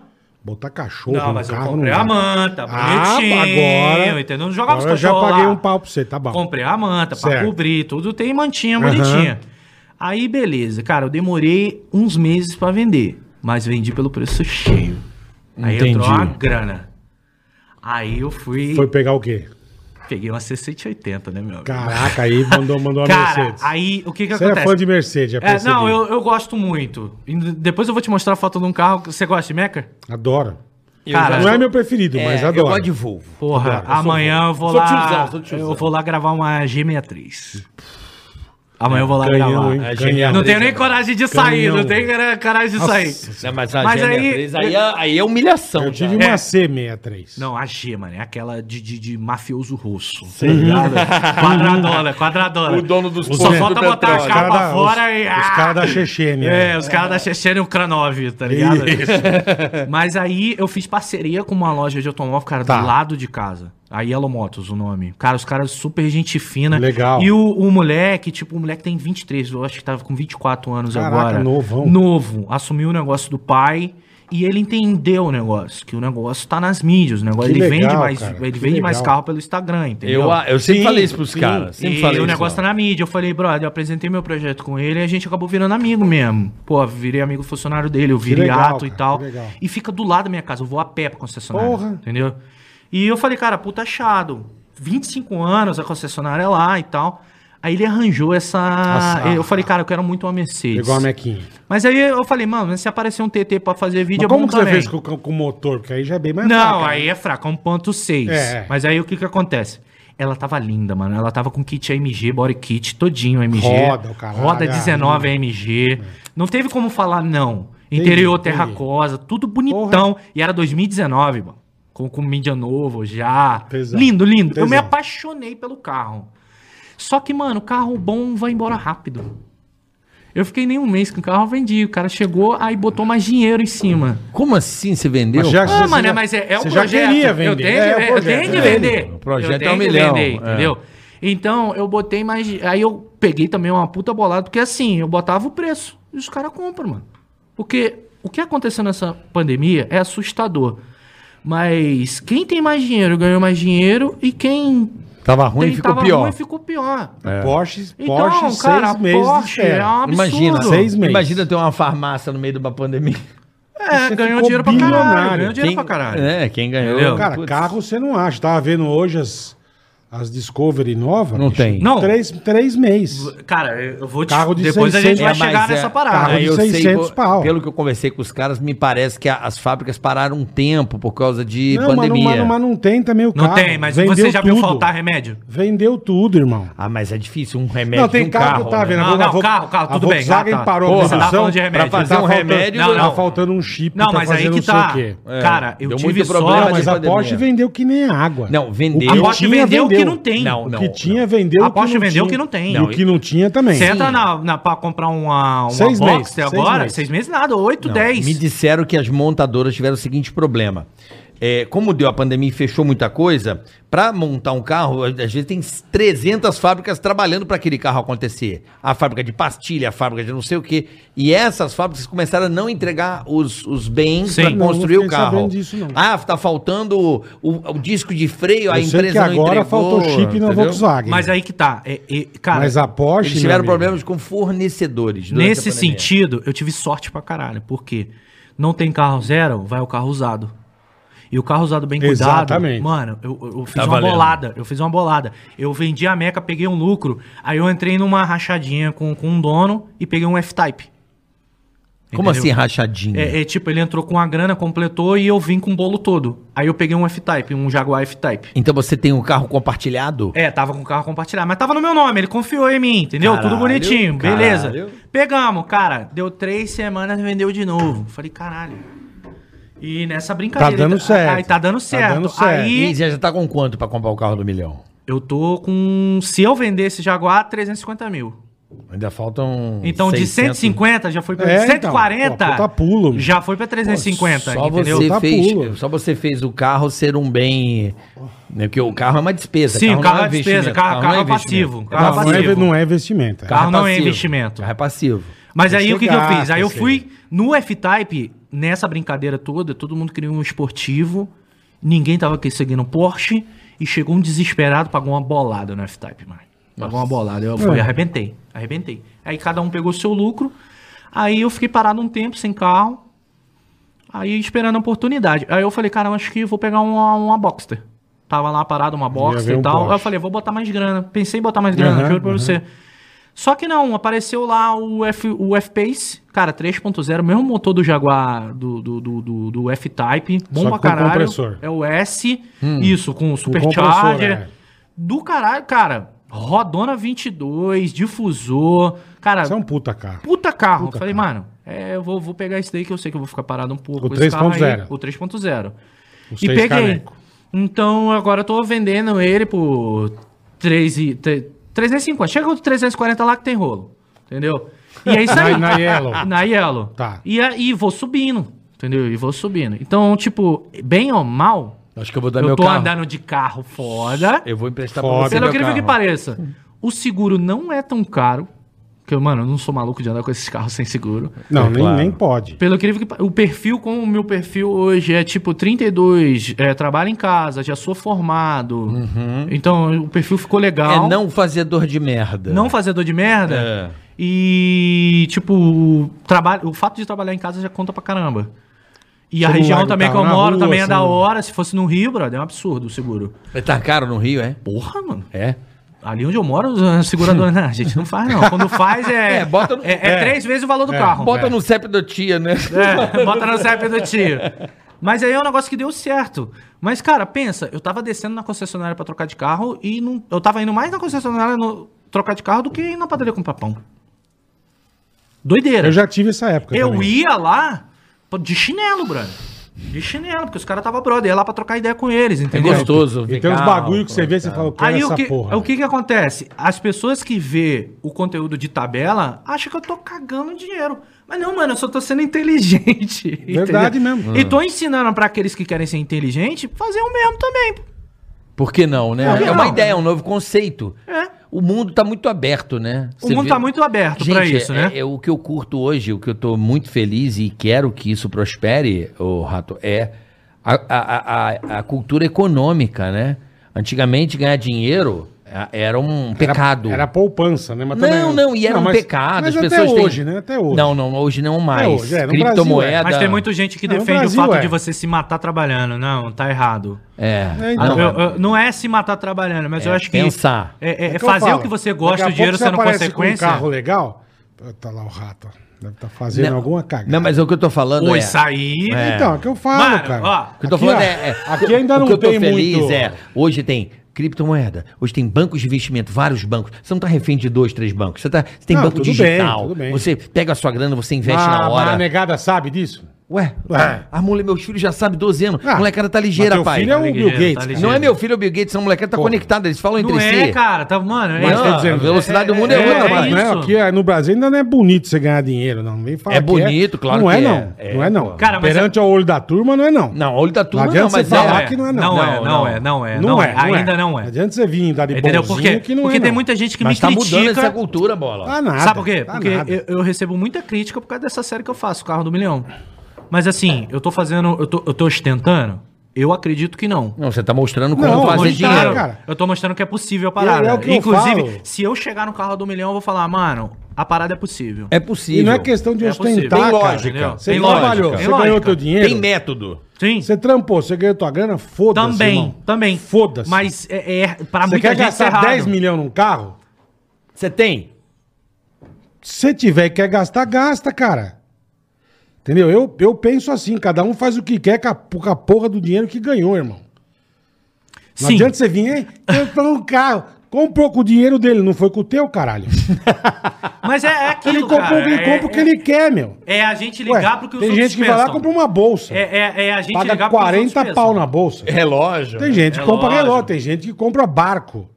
Speaker 3: Botar cachorro
Speaker 4: Não,
Speaker 3: no
Speaker 4: mas eu
Speaker 3: um carro
Speaker 4: comprei
Speaker 3: não
Speaker 4: a
Speaker 3: dá.
Speaker 4: manta,
Speaker 3: Ah,
Speaker 4: Tá bonitinho.
Speaker 3: agora.
Speaker 4: Entendeu? Não jogava
Speaker 3: agora eu
Speaker 4: os
Speaker 3: já
Speaker 4: cachorros
Speaker 3: paguei
Speaker 4: lá.
Speaker 3: um pau pra você, tá bom.
Speaker 4: Comprei a manta pra
Speaker 3: Certo.
Speaker 4: cobrir, tudo tem mantinha
Speaker 3: Aham.
Speaker 4: bonitinha. Aí, beleza. Cara, eu demorei uns meses pra vender, mas vendi pelo preço cheio. Aí entrou
Speaker 3: Entendi.
Speaker 4: uma grana. Aí eu fui,
Speaker 3: Foi pegar o quê?
Speaker 4: peguei uma C180, né, meu amigo?
Speaker 3: Caraca, aí mandou, mandou a
Speaker 4: Cara,
Speaker 3: Mercedes.
Speaker 4: aí o que que
Speaker 3: Você é
Speaker 4: acontece?
Speaker 3: fã de Mercedes, já
Speaker 4: É,
Speaker 3: percebi.
Speaker 4: não, eu, eu gosto muito. E Depois eu vou te mostrar a foto de um carro. que Você gosta de Meca?
Speaker 3: Adoro.
Speaker 4: Cara,
Speaker 3: Não é meu preferido, mas
Speaker 2: eu
Speaker 3: adoro.
Speaker 2: gosto de Volvo.
Speaker 4: Porra,
Speaker 3: Adoro, eu sou
Speaker 4: amanhã eu vou
Speaker 2: Sou
Speaker 4: lá.
Speaker 2: tiozão, sou tiozão.
Speaker 4: Eu vou lá gravar uma G63. Amanhã eu vou lá gravar.
Speaker 2: É
Speaker 3: Canhão.
Speaker 2: genial.
Speaker 4: Não tenho nem coragem de sair,
Speaker 3: Canhão.
Speaker 4: não tenho cara- coragem de
Speaker 3: Nossa.
Speaker 4: sair.
Speaker 2: Não, mas a
Speaker 4: Mas aí-
Speaker 2: GM3, aí, é- aí é humilhação.
Speaker 3: Eu tive
Speaker 2: já.
Speaker 3: uma
Speaker 4: É.
Speaker 3: C63.
Speaker 4: Não, a G, mano, é aquela de, de, de mafioso russo. Tá ligado? quadradona, quadradona.
Speaker 5: O dono dos
Speaker 4: Só
Speaker 5: postos do
Speaker 4: falta botar a
Speaker 5: petróleo.
Speaker 3: Os caras
Speaker 4: capa
Speaker 3: da,
Speaker 4: fora
Speaker 3: os,
Speaker 4: e.
Speaker 3: os
Speaker 4: ah!
Speaker 3: caras da Chechênia.
Speaker 4: É, os caras da Chechênia e o Kranov, tá ligado? Mas aí eu fiz parceria com uma loja de automóvel, cara,
Speaker 3: Tá.
Speaker 4: do lado de casa. A Yellow Motors, o nome. Cara, os caras super gente fina.
Speaker 3: Legal.
Speaker 4: E o, o moleque, tipo, o moleque tem 23, eu acho que tava com 24 anos
Speaker 3: Caraca,
Speaker 4: agora.
Speaker 3: novão.
Speaker 4: Novo. Assumiu o negócio do pai. E ele entendeu o negócio, que o negócio tá nas mídias, o negócio,
Speaker 3: Que
Speaker 4: ele
Speaker 3: legal,
Speaker 4: vende mais,
Speaker 3: cara,
Speaker 4: ele
Speaker 3: que
Speaker 4: vende mais
Speaker 3: legal.
Speaker 4: carro pelo Instagram, entendeu?
Speaker 2: Eu, eu sempre
Speaker 3: um Sim,
Speaker 2: falei isso pros
Speaker 3: sim.
Speaker 2: caras. Sempre
Speaker 4: e
Speaker 2: falei
Speaker 4: o
Speaker 2: isso.
Speaker 4: negócio tá na mídia. Eu falei, brother, eu apresentei meu projeto com ele e a gente acabou virando amigo mesmo. Pô, virei amigo funcionário dele, eu virei
Speaker 3: legal,
Speaker 4: ato e
Speaker 3: cara,
Speaker 4: tal.
Speaker 3: que legal.
Speaker 4: E fica do lado da minha casa, eu vou a pé pra concessionária.
Speaker 3: Porra.
Speaker 4: Entendeu? E eu falei, cara, puta achado. 25 anos, a concessionária é lá e tal. Aí ele arranjou essa.
Speaker 3: Essa-
Speaker 4: Eu falei, cara, eu quero muito uma Mercedes.
Speaker 3: Pegou a Mequinha.
Speaker 4: Mas aí eu falei, mano, se aparecer um TT pra fazer vídeo,
Speaker 3: Mas
Speaker 4: é bom
Speaker 3: como que você
Speaker 4: também.
Speaker 3: fez com, com- com o motor? Porque aí já é bem mais
Speaker 4: Não,
Speaker 3: fraca, né?
Speaker 4: aí é fraca, 1.6.
Speaker 3: É.
Speaker 4: Mas aí o que que acontece? Ela tava linda, mano. Ela tava com kit AMG, body kit, todinho AMG.
Speaker 3: Roda, o caralho, É.
Speaker 4: Roda 19 AMG. Não teve como falar não. Interior
Speaker 3: Entendi, entendi.
Speaker 4: terracosa, tudo bonitão. E era 2019, mano. Com, com mídia novo já.
Speaker 3: Pesado.
Speaker 4: Lindo, lindo. Eu me
Speaker 3: Pesado.
Speaker 4: apaixonei pelo carro. Só que, mano, carro bom vai embora rápido. Eu fiquei nem um mês com o carro, eu vendi. O cara chegou, aí botou mais dinheiro em cima.
Speaker 2: Como assim você vendeu?
Speaker 3: Mas já-
Speaker 4: Ah,
Speaker 3: Você
Speaker 4: mano,
Speaker 3: já-
Speaker 4: é, mas é, é um
Speaker 3: você já
Speaker 4: projeto.
Speaker 3: queria vender.
Speaker 4: Eu tenho,
Speaker 3: É, é o
Speaker 4: de, eu
Speaker 3: projeto,
Speaker 4: tenho de
Speaker 3: é.
Speaker 4: vender.
Speaker 2: O projeto
Speaker 4: Eu tenho
Speaker 2: é um
Speaker 4: de
Speaker 2: milhão,
Speaker 4: vender,
Speaker 2: é.
Speaker 4: entendeu? Então, eu botei mais... Aí eu peguei também uma puta bolada, porque assim, eu botava o preço. E os caras compram, mano. Porque o que aconteceu nessa pandemia é assustador. Mas quem tem mais dinheiro ganhou mais dinheiro e quem
Speaker 2: Tava ruim
Speaker 4: tem-
Speaker 2: e ficou
Speaker 4: tava
Speaker 2: pior.
Speaker 4: ruim ficou pior.
Speaker 3: Porsche,
Speaker 4: Então,
Speaker 3: É. Porsche
Speaker 4: cara,
Speaker 3: seis meses
Speaker 4: Porsche
Speaker 3: de espera.
Speaker 4: é um absurdo.
Speaker 2: Imagina,
Speaker 3: Seis meses.
Speaker 2: imagina ter uma farmácia no meio de uma pandemia.
Speaker 4: É,
Speaker 3: Você
Speaker 4: ganhou
Speaker 3: ficou
Speaker 4: dinheiro pra caralho.
Speaker 3: bilionário.
Speaker 4: Ganhou dinheiro pra
Speaker 2: Quem-
Speaker 4: caralho.
Speaker 2: É, quem ganhou.
Speaker 4: Entendeu?
Speaker 3: Cara,
Speaker 2: Putz.
Speaker 3: carro você não acha. Tava vendo hoje as, as Discovery nova.
Speaker 2: Não tem.
Speaker 4: Não.
Speaker 3: Três, três meses.
Speaker 4: Cara, eu vou te...
Speaker 3: Carro de
Speaker 4: Depois a gente
Speaker 3: 600.
Speaker 4: vai
Speaker 2: É, mas
Speaker 4: chegar
Speaker 2: é,
Speaker 4: nessa parada.
Speaker 3: carro
Speaker 2: Aí
Speaker 3: de
Speaker 2: eu
Speaker 3: 600
Speaker 2: sei,
Speaker 3: pau.
Speaker 2: pô, Pelo que eu conversei com os caras, me parece que a- as fábricas pararam um tempo por causa de
Speaker 3: não, mas, não,
Speaker 2: pandemia.
Speaker 3: mas, não- mas não tem também o
Speaker 4: Não
Speaker 3: carro.
Speaker 4: tem, mas
Speaker 3: Vendeu
Speaker 4: você já viu
Speaker 3: tudo.
Speaker 4: faltar remédio?
Speaker 3: Vendeu tudo, irmão.
Speaker 2: Ah, mas é difícil um remédio
Speaker 3: Não, tem
Speaker 2: de um
Speaker 3: carro,
Speaker 2: carro.
Speaker 3: que eu tava
Speaker 2: né?
Speaker 3: vendo.
Speaker 4: Não,
Speaker 3: agora,
Speaker 4: não,
Speaker 3: a Vol-
Speaker 4: carro, carro,
Speaker 3: a
Speaker 4: tudo bem,
Speaker 3: Volkswagen
Speaker 4: tá, tá.
Speaker 3: parou a
Speaker 4: Porra, você tá
Speaker 3: produção
Speaker 4: falando de remédio.
Speaker 2: Pra fazer um
Speaker 3: faltando-
Speaker 2: remédio,
Speaker 4: Não,
Speaker 3: Tá
Speaker 4: não.
Speaker 3: faltando um chip
Speaker 4: Não,
Speaker 3: tá
Speaker 4: mas aí
Speaker 3: fazendo
Speaker 4: que
Speaker 3: não sei
Speaker 4: tá.
Speaker 3: o quê.
Speaker 4: Cara, eu
Speaker 2: É, deu
Speaker 4: tive
Speaker 2: muito
Speaker 4: sorte.
Speaker 2: problema,
Speaker 3: Não, mas a
Speaker 2: pandemia.
Speaker 3: Porsche vendeu que nem água.
Speaker 2: Não,
Speaker 3: O que
Speaker 4: A
Speaker 2: vendeu.
Speaker 4: Porsche
Speaker 3: tinha,
Speaker 4: vendeu o que
Speaker 3: vendeu.
Speaker 4: não tem.
Speaker 2: Não,
Speaker 3: O
Speaker 2: não.
Speaker 3: que tinha, vendeu
Speaker 4: A
Speaker 3: o que
Speaker 4: Porsche
Speaker 3: não
Speaker 4: vendeu o
Speaker 3: tinha.
Speaker 4: que não tem.
Speaker 3: E o
Speaker 4: Não,
Speaker 3: que não tinha também.
Speaker 4: Você entra
Speaker 2: Sim.
Speaker 4: na, na, pra comprar uma, uma
Speaker 3: Seis
Speaker 4: Boxster
Speaker 3: meses, seis
Speaker 4: agora,
Speaker 3: meses.
Speaker 4: seis meses nada, oito,
Speaker 2: Não,
Speaker 4: dez.
Speaker 2: Me disseram que as montadoras tiveram o seguinte problema. É, como deu a pandemia e fechou muita coisa, para montar um carro, às vezes tem 300 fábricas trabalhando para aquele carro acontecer. A fábrica de pastilha, a fábrica de não sei o quê. E essas fábricas começaram a não entregar os, os bens
Speaker 4: Sim.
Speaker 2: para
Speaker 4: Não,
Speaker 2: construir
Speaker 3: não
Speaker 2: o
Speaker 3: fiquei
Speaker 2: carro.
Speaker 3: sabendo disso, não.
Speaker 2: Ah, tá faltando o, o- o disco de freio, a
Speaker 3: Eu sei
Speaker 2: empresa
Speaker 3: que agora
Speaker 2: entregou,
Speaker 3: faltou chip na
Speaker 2: entendeu?
Speaker 3: Volkswagen.
Speaker 4: Mas aí que tá. É, é, cara,
Speaker 3: Mas a Porsche.
Speaker 2: Eles tiveram
Speaker 3: meu amigo,
Speaker 2: problemas com fornecedores. durante
Speaker 4: nesse
Speaker 2: a pandemia.
Speaker 4: sentido, eu tive sorte pra caralho. Por quê? Não tem carro zero, vai o carro usado. E o carro usado bem cuidado.
Speaker 3: Exatamente.
Speaker 4: Mano, eu, eu- eu fiz
Speaker 2: Tá
Speaker 4: uma
Speaker 2: valendo.
Speaker 4: bolada. Eu fiz uma bolada. Eu vendi a Meca, peguei um lucro. Aí eu entrei numa rachadinha com, com um dono e peguei um F-Type.
Speaker 2: Como
Speaker 4: Entendeu?
Speaker 2: assim, rachadinho?
Speaker 3: Hum.
Speaker 4: É, é, tipo, ele entrou com a grana, completou e eu vim com o bolo todo. Aí eu peguei um F-Type, um Jaguar F-Type.
Speaker 2: Então você tem um carro compartilhado?
Speaker 4: É, tava com o carro compartilhado, mas tava no meu nome, ele confiou em mim, entendeu? Tudo
Speaker 2: Caralho,
Speaker 4: bonitinho,
Speaker 2: caralho.
Speaker 4: beleza. Pegamos, cara, deu três semanas, vendeu de novo. Falei, caralho. E nessa brincadeira.
Speaker 3: Tá dando
Speaker 4: aí-
Speaker 3: certo.
Speaker 4: Aí tá dando
Speaker 3: Tá
Speaker 4: certo.
Speaker 3: dando certo.
Speaker 2: E
Speaker 4: Aí
Speaker 2: já já tá com quanto pra comprar o carro do milhão?
Speaker 4: eu tô com. Se eu vender esse Jaguar, 350 mil.
Speaker 2: Ainda faltam.
Speaker 4: Então, de 150 já foi pra
Speaker 3: É, então.
Speaker 4: 140.
Speaker 3: Pô, puta pulo, meu.
Speaker 4: já foi pra 350,
Speaker 2: só
Speaker 4: entendeu?
Speaker 2: você
Speaker 3: Tá
Speaker 2: fez,
Speaker 3: pulo.
Speaker 2: só você fez o carro ser um bem, né, porque o carro é uma despesa.
Speaker 4: Sim, o carro
Speaker 2: não
Speaker 4: é despesa,
Speaker 2: investimento,
Speaker 4: carro-
Speaker 2: não
Speaker 4: carro é
Speaker 2: investimento.
Speaker 4: passivo,
Speaker 2: Carro
Speaker 4: carro
Speaker 3: Não, não é,
Speaker 4: passivo.
Speaker 3: não é investimento. é.
Speaker 4: Carro não é
Speaker 2: passivo.
Speaker 4: investimento.
Speaker 2: Carro é passivo.
Speaker 4: Mas
Speaker 3: Você
Speaker 4: aí o que, que eu
Speaker 3: gasta,
Speaker 4: fiz? Aí eu
Speaker 3: você-
Speaker 4: fui no F-Type, nessa brincadeira toda, todo mundo queria um esportivo, ninguém tava conseguindo um Porsche, e chegou um desesperado, pagou uma bolada no F-Type, mano. Pagou uma bolada. Eu
Speaker 3: É.
Speaker 4: fui, arrebentei, arrebentei. Aí cada um pegou seu lucro, aí eu fiquei parado um tempo sem carro, aí esperando a oportunidade. Aí eu falei, cara, eu acho que vou pegar uma, uma Boxster. Tava lá parado uma
Speaker 3: ver
Speaker 4: Boxster
Speaker 3: um
Speaker 4: e tal. Aí eu
Speaker 3: Porsche.
Speaker 4: falei, vou botar mais grana. Pensei em botar mais grana,
Speaker 3: Aham,
Speaker 4: juro pra
Speaker 3: aham.
Speaker 4: você. Só que não, apareceu lá o, F, o F-Pace, cara, 3.0, mesmo motor do Jaguar, do, do, do, do- do F-Type, bom
Speaker 3: Só
Speaker 4: pra
Speaker 3: que com
Speaker 4: caralho.
Speaker 3: compressor. Hum.
Speaker 4: É o S, isso, com
Speaker 3: compressor,
Speaker 4: supercharger.
Speaker 3: é.
Speaker 4: Do caralho, cara, rodona 22, difusor, cara,
Speaker 3: Isso é um puta carro.
Speaker 4: puta carro.
Speaker 3: Puta
Speaker 4: Falei, mano, é, eu vou, vou pegar esse daí que eu sei que eu vou ficar parado um pouco.
Speaker 3: O
Speaker 4: com esse carro aí,
Speaker 3: 3.0.
Speaker 4: O 3.0.
Speaker 3: O
Speaker 4: E
Speaker 3: seis
Speaker 4: peguei.
Speaker 3: caneco.
Speaker 4: Então agora eu tô vendendo ele por 3 e, tre- 350. Chega com 340 lá que tem rolo. Entendeu? E é isso aí.
Speaker 3: <laughs> Na- na Yellow.
Speaker 4: Na Yellow.
Speaker 3: Tá.
Speaker 4: E, a- e vou subindo. Entendeu? E vou subindo. Então, tipo, bem ou mal,
Speaker 2: Acho que eu vou dar
Speaker 4: eu
Speaker 2: meu
Speaker 4: tô
Speaker 2: carro.
Speaker 4: andando de carro foda.
Speaker 2: Eu vou emprestar
Speaker 3: Foda.
Speaker 4: Pelo
Speaker 2: meu
Speaker 4: incrível que
Speaker 2: carro.
Speaker 4: pareça, o seguro não é tão caro. Porque, mano, eu não sou maluco de andar com esses carros sem seguro.
Speaker 3: Não, nem,
Speaker 2: claro.
Speaker 3: nem pode.
Speaker 4: Pelo incrível que pa- o perfil como o meu perfil hoje é tipo 32, é, trabalho em casa, já sou formado.
Speaker 3: Uhum.
Speaker 4: Então o perfil ficou legal.
Speaker 2: É não fazedor de merda.
Speaker 4: não fazedor de merda.
Speaker 2: É.
Speaker 4: E tipo, trabalho, o fato de trabalhar em casa já conta pra caramba. E a
Speaker 3: Você não
Speaker 4: região
Speaker 3: larga o
Speaker 4: também que
Speaker 3: carro
Speaker 4: eu
Speaker 3: na
Speaker 4: moro
Speaker 3: rua,
Speaker 4: também é
Speaker 3: você
Speaker 4: da
Speaker 3: não-
Speaker 4: hora, se fosse no Rio, brother, é um absurdo o seguro.
Speaker 2: Tá caro no Rio, é?
Speaker 4: Porra, mano.
Speaker 2: É.
Speaker 4: Ali onde eu moro, a seguradora, não, né? a gente não faz não. Quando faz é
Speaker 2: <laughs> É, bota no-
Speaker 4: é, é
Speaker 3: é.
Speaker 4: três vezes o valor do carro.
Speaker 2: Bota no CEP da tia, né?
Speaker 4: É, bota no CEP do tio. Mas aí é um negócio que deu certo. Mas, cara, pensa, eu tava descendo na concessionária pra trocar de carro e não, eu tava indo mais na concessionária no, trocar de carro do que ir na padaria comprar pão. Doideira.
Speaker 3: Eu já tive essa época.
Speaker 4: Eu
Speaker 3: também.
Speaker 4: ia lá pô, de chinelo, brother. De chinelo, porque os caras tava brother. Ia lá pra trocar ideia com eles,
Speaker 2: É
Speaker 4: entendeu?
Speaker 2: gostoso.
Speaker 3: E
Speaker 2: ver
Speaker 3: tem uns
Speaker 2: carro,
Speaker 3: bagulho que você vê, você
Speaker 2: cara.
Speaker 3: fala, o que é
Speaker 4: Aí o
Speaker 3: essa
Speaker 4: que,
Speaker 3: porra?
Speaker 4: o que que acontece? As pessoas que vê o conteúdo de tabela acham que eu tô cagando dinheiro. Mas não, mano, eu só tô sendo inteligente. <laughs>
Speaker 3: Verdade
Speaker 4: entendeu?
Speaker 3: mesmo.
Speaker 4: E tô ensinando pra aqueles que querem ser inteligente fazer o mesmo também.
Speaker 2: Por que não, né?
Speaker 4: Por que
Speaker 2: é uma
Speaker 4: não?
Speaker 2: ideia, é um novo conceito.
Speaker 4: É.
Speaker 2: O mundo tá muito aberto, né?
Speaker 4: O mundo tá muito aberto pra isso,
Speaker 2: é-
Speaker 4: né?
Speaker 2: é o que eu curto hoje, o que eu tô muito feliz e quero que isso prospere, ô Rato, é a, a- a- a- a cultura econômica, né? Antigamente ganhar dinheiro a- era um
Speaker 3: Era-
Speaker 2: pecado.
Speaker 3: Era, poupança, né? Mas
Speaker 2: Não, não, e era um
Speaker 3: mas-
Speaker 2: pecado.
Speaker 3: Mas
Speaker 2: as
Speaker 3: até
Speaker 2: pessoas têm-
Speaker 3: hoje, né? Até hoje.
Speaker 2: Não, não, hoje não mais.
Speaker 3: hoje, é, no Brasil, é.
Speaker 2: Criptomoeda.
Speaker 4: Mas tem muita gente que
Speaker 3: Não, no
Speaker 4: defende
Speaker 3: Brasil,
Speaker 4: o fato
Speaker 3: é.
Speaker 4: de você se matar trabalhando. Não, tá errado.
Speaker 2: É.
Speaker 3: É,
Speaker 4: Ah, eu- eu-
Speaker 3: então.
Speaker 4: Não, é se matar trabalhando, mas eu acho que.
Speaker 2: pensar.
Speaker 4: É, é- é
Speaker 3: É eu
Speaker 4: fazer
Speaker 3: falo.
Speaker 4: o que você
Speaker 3: Daqui
Speaker 4: gosta,
Speaker 3: a
Speaker 4: o dinheiro
Speaker 3: pouco você
Speaker 4: sendo
Speaker 3: aparece
Speaker 4: consequência.
Speaker 3: Com um carro legal, tá lá o rato. ó. Deve estar fazendo
Speaker 2: Não,
Speaker 3: alguma cagada.
Speaker 2: Não, mas o que eu tô falando
Speaker 4: Pô,
Speaker 2: é...
Speaker 4: isso aí.
Speaker 3: É. Então, é o que eu falo,
Speaker 4: Mano,
Speaker 3: cara.
Speaker 4: ó,
Speaker 2: O que eu tô
Speaker 3: Aqui,
Speaker 2: falando
Speaker 3: ó,
Speaker 2: é, é-
Speaker 3: Aqui ainda
Speaker 2: o
Speaker 3: não
Speaker 2: que eu tô
Speaker 3: tem
Speaker 2: feliz
Speaker 3: muito.
Speaker 2: é, hoje tem criptomoeda, hoje tem bancos de investimento, vários bancos. Você não tá refém de dois, três bancos. Você, tá, você tem
Speaker 3: Não,
Speaker 2: banco
Speaker 3: tudo
Speaker 2: digital.
Speaker 3: bem, tudo bem.
Speaker 2: Você pega a sua grana, você investe
Speaker 3: Ah,
Speaker 2: na
Speaker 3: mas A
Speaker 2: hora.
Speaker 3: negada sabe disso?
Speaker 2: Ué,
Speaker 3: Ué.
Speaker 2: a mulher, meus filhos já sabem, 12 anos.
Speaker 3: Ah,
Speaker 2: A molecada tá
Speaker 3: Mas
Speaker 2: ligeira,
Speaker 3: teu
Speaker 2: pai.
Speaker 3: filho é o Bill
Speaker 4: ligeiro, tá
Speaker 3: Gates. cara.
Speaker 4: ligeiro.
Speaker 2: Não é meu filho, é o Bill Gates, são molecada tá
Speaker 3: Porra.
Speaker 2: conectada, eles falam
Speaker 4: Não
Speaker 2: entre si.
Speaker 4: é, cara. Tá, mano, é,
Speaker 3: Então, Mas
Speaker 4: isso.
Speaker 3: tá
Speaker 2: Não,
Speaker 3: dizendo-
Speaker 2: a velocidade do mundo é,
Speaker 4: é,
Speaker 2: outra,
Speaker 4: é
Speaker 2: mas
Speaker 3: mas não é,
Speaker 4: isso.
Speaker 3: aqui é, no Brasil ainda não é bonito você ganhar dinheiro, não. não vem falar
Speaker 2: É
Speaker 3: que
Speaker 2: bonito, claro
Speaker 3: não
Speaker 2: que
Speaker 3: é,
Speaker 2: é.
Speaker 3: Não
Speaker 2: É,
Speaker 3: não é, não.
Speaker 4: Cara, mas
Speaker 3: Perante ao olho da turma, não é, não.
Speaker 2: Não, olho da turma
Speaker 3: Não adianta
Speaker 2: não,
Speaker 3: você
Speaker 2: mas
Speaker 3: falar
Speaker 2: é.
Speaker 3: que não é, não.
Speaker 4: Não é,
Speaker 2: Não,
Speaker 4: não
Speaker 2: não.
Speaker 4: é, não é. Não é, ainda não é.
Speaker 3: adianta você vir dar de
Speaker 4: Entendeu?
Speaker 3: bonzinho
Speaker 4: Porque,
Speaker 3: que não é,
Speaker 4: porque tem
Speaker 3: não.
Speaker 4: muita gente que
Speaker 2: Mas
Speaker 4: me
Speaker 2: tá mudando
Speaker 4: critica.
Speaker 2: essa cultura, bola.
Speaker 3: Tá nada.
Speaker 4: Sabe por quê?
Speaker 3: tá
Speaker 4: Porque é
Speaker 3: nada.
Speaker 4: eu, eu recebo muita crítica por causa dessa série que eu faço, Carro do Milhão. Mas assim, eu tô fazendo. Eu tô, eu tô ostentando? Eu acredito que não.
Speaker 2: Não, você tá mostrando como
Speaker 3: Não,
Speaker 2: fazer
Speaker 3: mas tá,
Speaker 2: dinheiro.
Speaker 3: cara.
Speaker 4: Eu tô mostrando que é possível a parada.
Speaker 3: é o que eu
Speaker 4: Inclusive,
Speaker 3: falo.
Speaker 4: se eu chegar no carro do milhão, eu vou falar, mano, a parada é possível.
Speaker 2: É
Speaker 3: E
Speaker 2: possível.
Speaker 3: não é questão de
Speaker 4: É possível.
Speaker 3: ostentar,
Speaker 4: Tem
Speaker 3: cara.
Speaker 2: lógica.
Speaker 4: Entendeu?
Speaker 3: Você
Speaker 4: Tem
Speaker 3: trabalhou,
Speaker 4: lógica.
Speaker 3: você
Speaker 4: Tem
Speaker 3: ganhou
Speaker 4: lógica.
Speaker 3: teu dinheiro.
Speaker 2: Tem método.
Speaker 4: Sim.
Speaker 3: Você trampou, você ganhou tua grana, foda-se.
Speaker 4: Também,
Speaker 3: irmão.
Speaker 4: também.
Speaker 3: Foda-se.
Speaker 4: Mas é, é para
Speaker 3: Você
Speaker 4: muita
Speaker 3: quer
Speaker 4: gente isso
Speaker 3: gastar
Speaker 4: é errado.
Speaker 3: 10 milhões num carro?
Speaker 2: Você tem?
Speaker 3: Se tiver e quer gastar, gasta, cara. Entendeu? Eu, eu penso assim, cada um faz o que quer com a, com a porra do dinheiro que ganhou, irmão. Não
Speaker 4: Sim.
Speaker 3: adianta você vir, hein? Comprou um carro. Comprou com o dinheiro dele, não foi com o teu, caralho.
Speaker 4: Mas é, é aquilo,
Speaker 3: <laughs> Ele comprou,
Speaker 4: cara.
Speaker 3: ele
Speaker 4: é,
Speaker 3: compra o que ele quer, meu.
Speaker 4: é a gente
Speaker 3: Ué,
Speaker 4: ligar pro que os
Speaker 3: tem
Speaker 4: outros
Speaker 3: gente que vai lá e
Speaker 4: pensam.
Speaker 3: compra uma bolsa.
Speaker 4: É, é, é a gente
Speaker 3: paga
Speaker 4: ligar pro que os outros
Speaker 3: 40 pau
Speaker 4: pensam.
Speaker 3: na bolsa.
Speaker 2: Relógio. né?
Speaker 3: Tem gente que
Speaker 4: É
Speaker 3: compra
Speaker 4: lógico.
Speaker 3: relógio, tem gente que compra barco.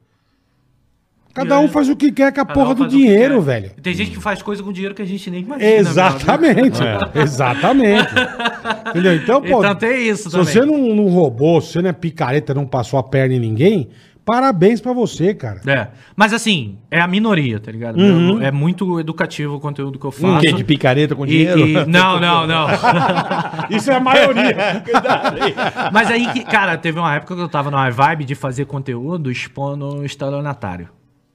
Speaker 3: Cada
Speaker 4: E
Speaker 3: um
Speaker 4: aí?
Speaker 3: faz o que quer com a
Speaker 4: Cada
Speaker 3: porra
Speaker 4: um
Speaker 3: do
Speaker 4: faz o que
Speaker 3: dinheiro,
Speaker 4: quer.
Speaker 3: velho.
Speaker 4: Tem gente que faz coisa com dinheiro que a gente nem imagina.
Speaker 3: Exatamente, exatamente. Entendeu? Então, pô,
Speaker 4: É. Então tem
Speaker 3: se
Speaker 4: isso também.
Speaker 3: você não, não roubou, se você não é picareta, não passou a perna em ninguém, Parabéns pra você, cara.
Speaker 4: É. Mas assim, é a minoria, tá ligado?
Speaker 3: Uhum. Hum, é
Speaker 4: Eu- É muito educativo o conteúdo que eu faço.
Speaker 2: quê? De picareta com
Speaker 4: E-
Speaker 2: dinheiro?
Speaker 4: e- <laughs> não, não, não.
Speaker 3: Isso é a maioria.
Speaker 4: Mas aí, que, cara, teve uma época que eu tava numa vibe de fazer conteúdo expondo estelionatário.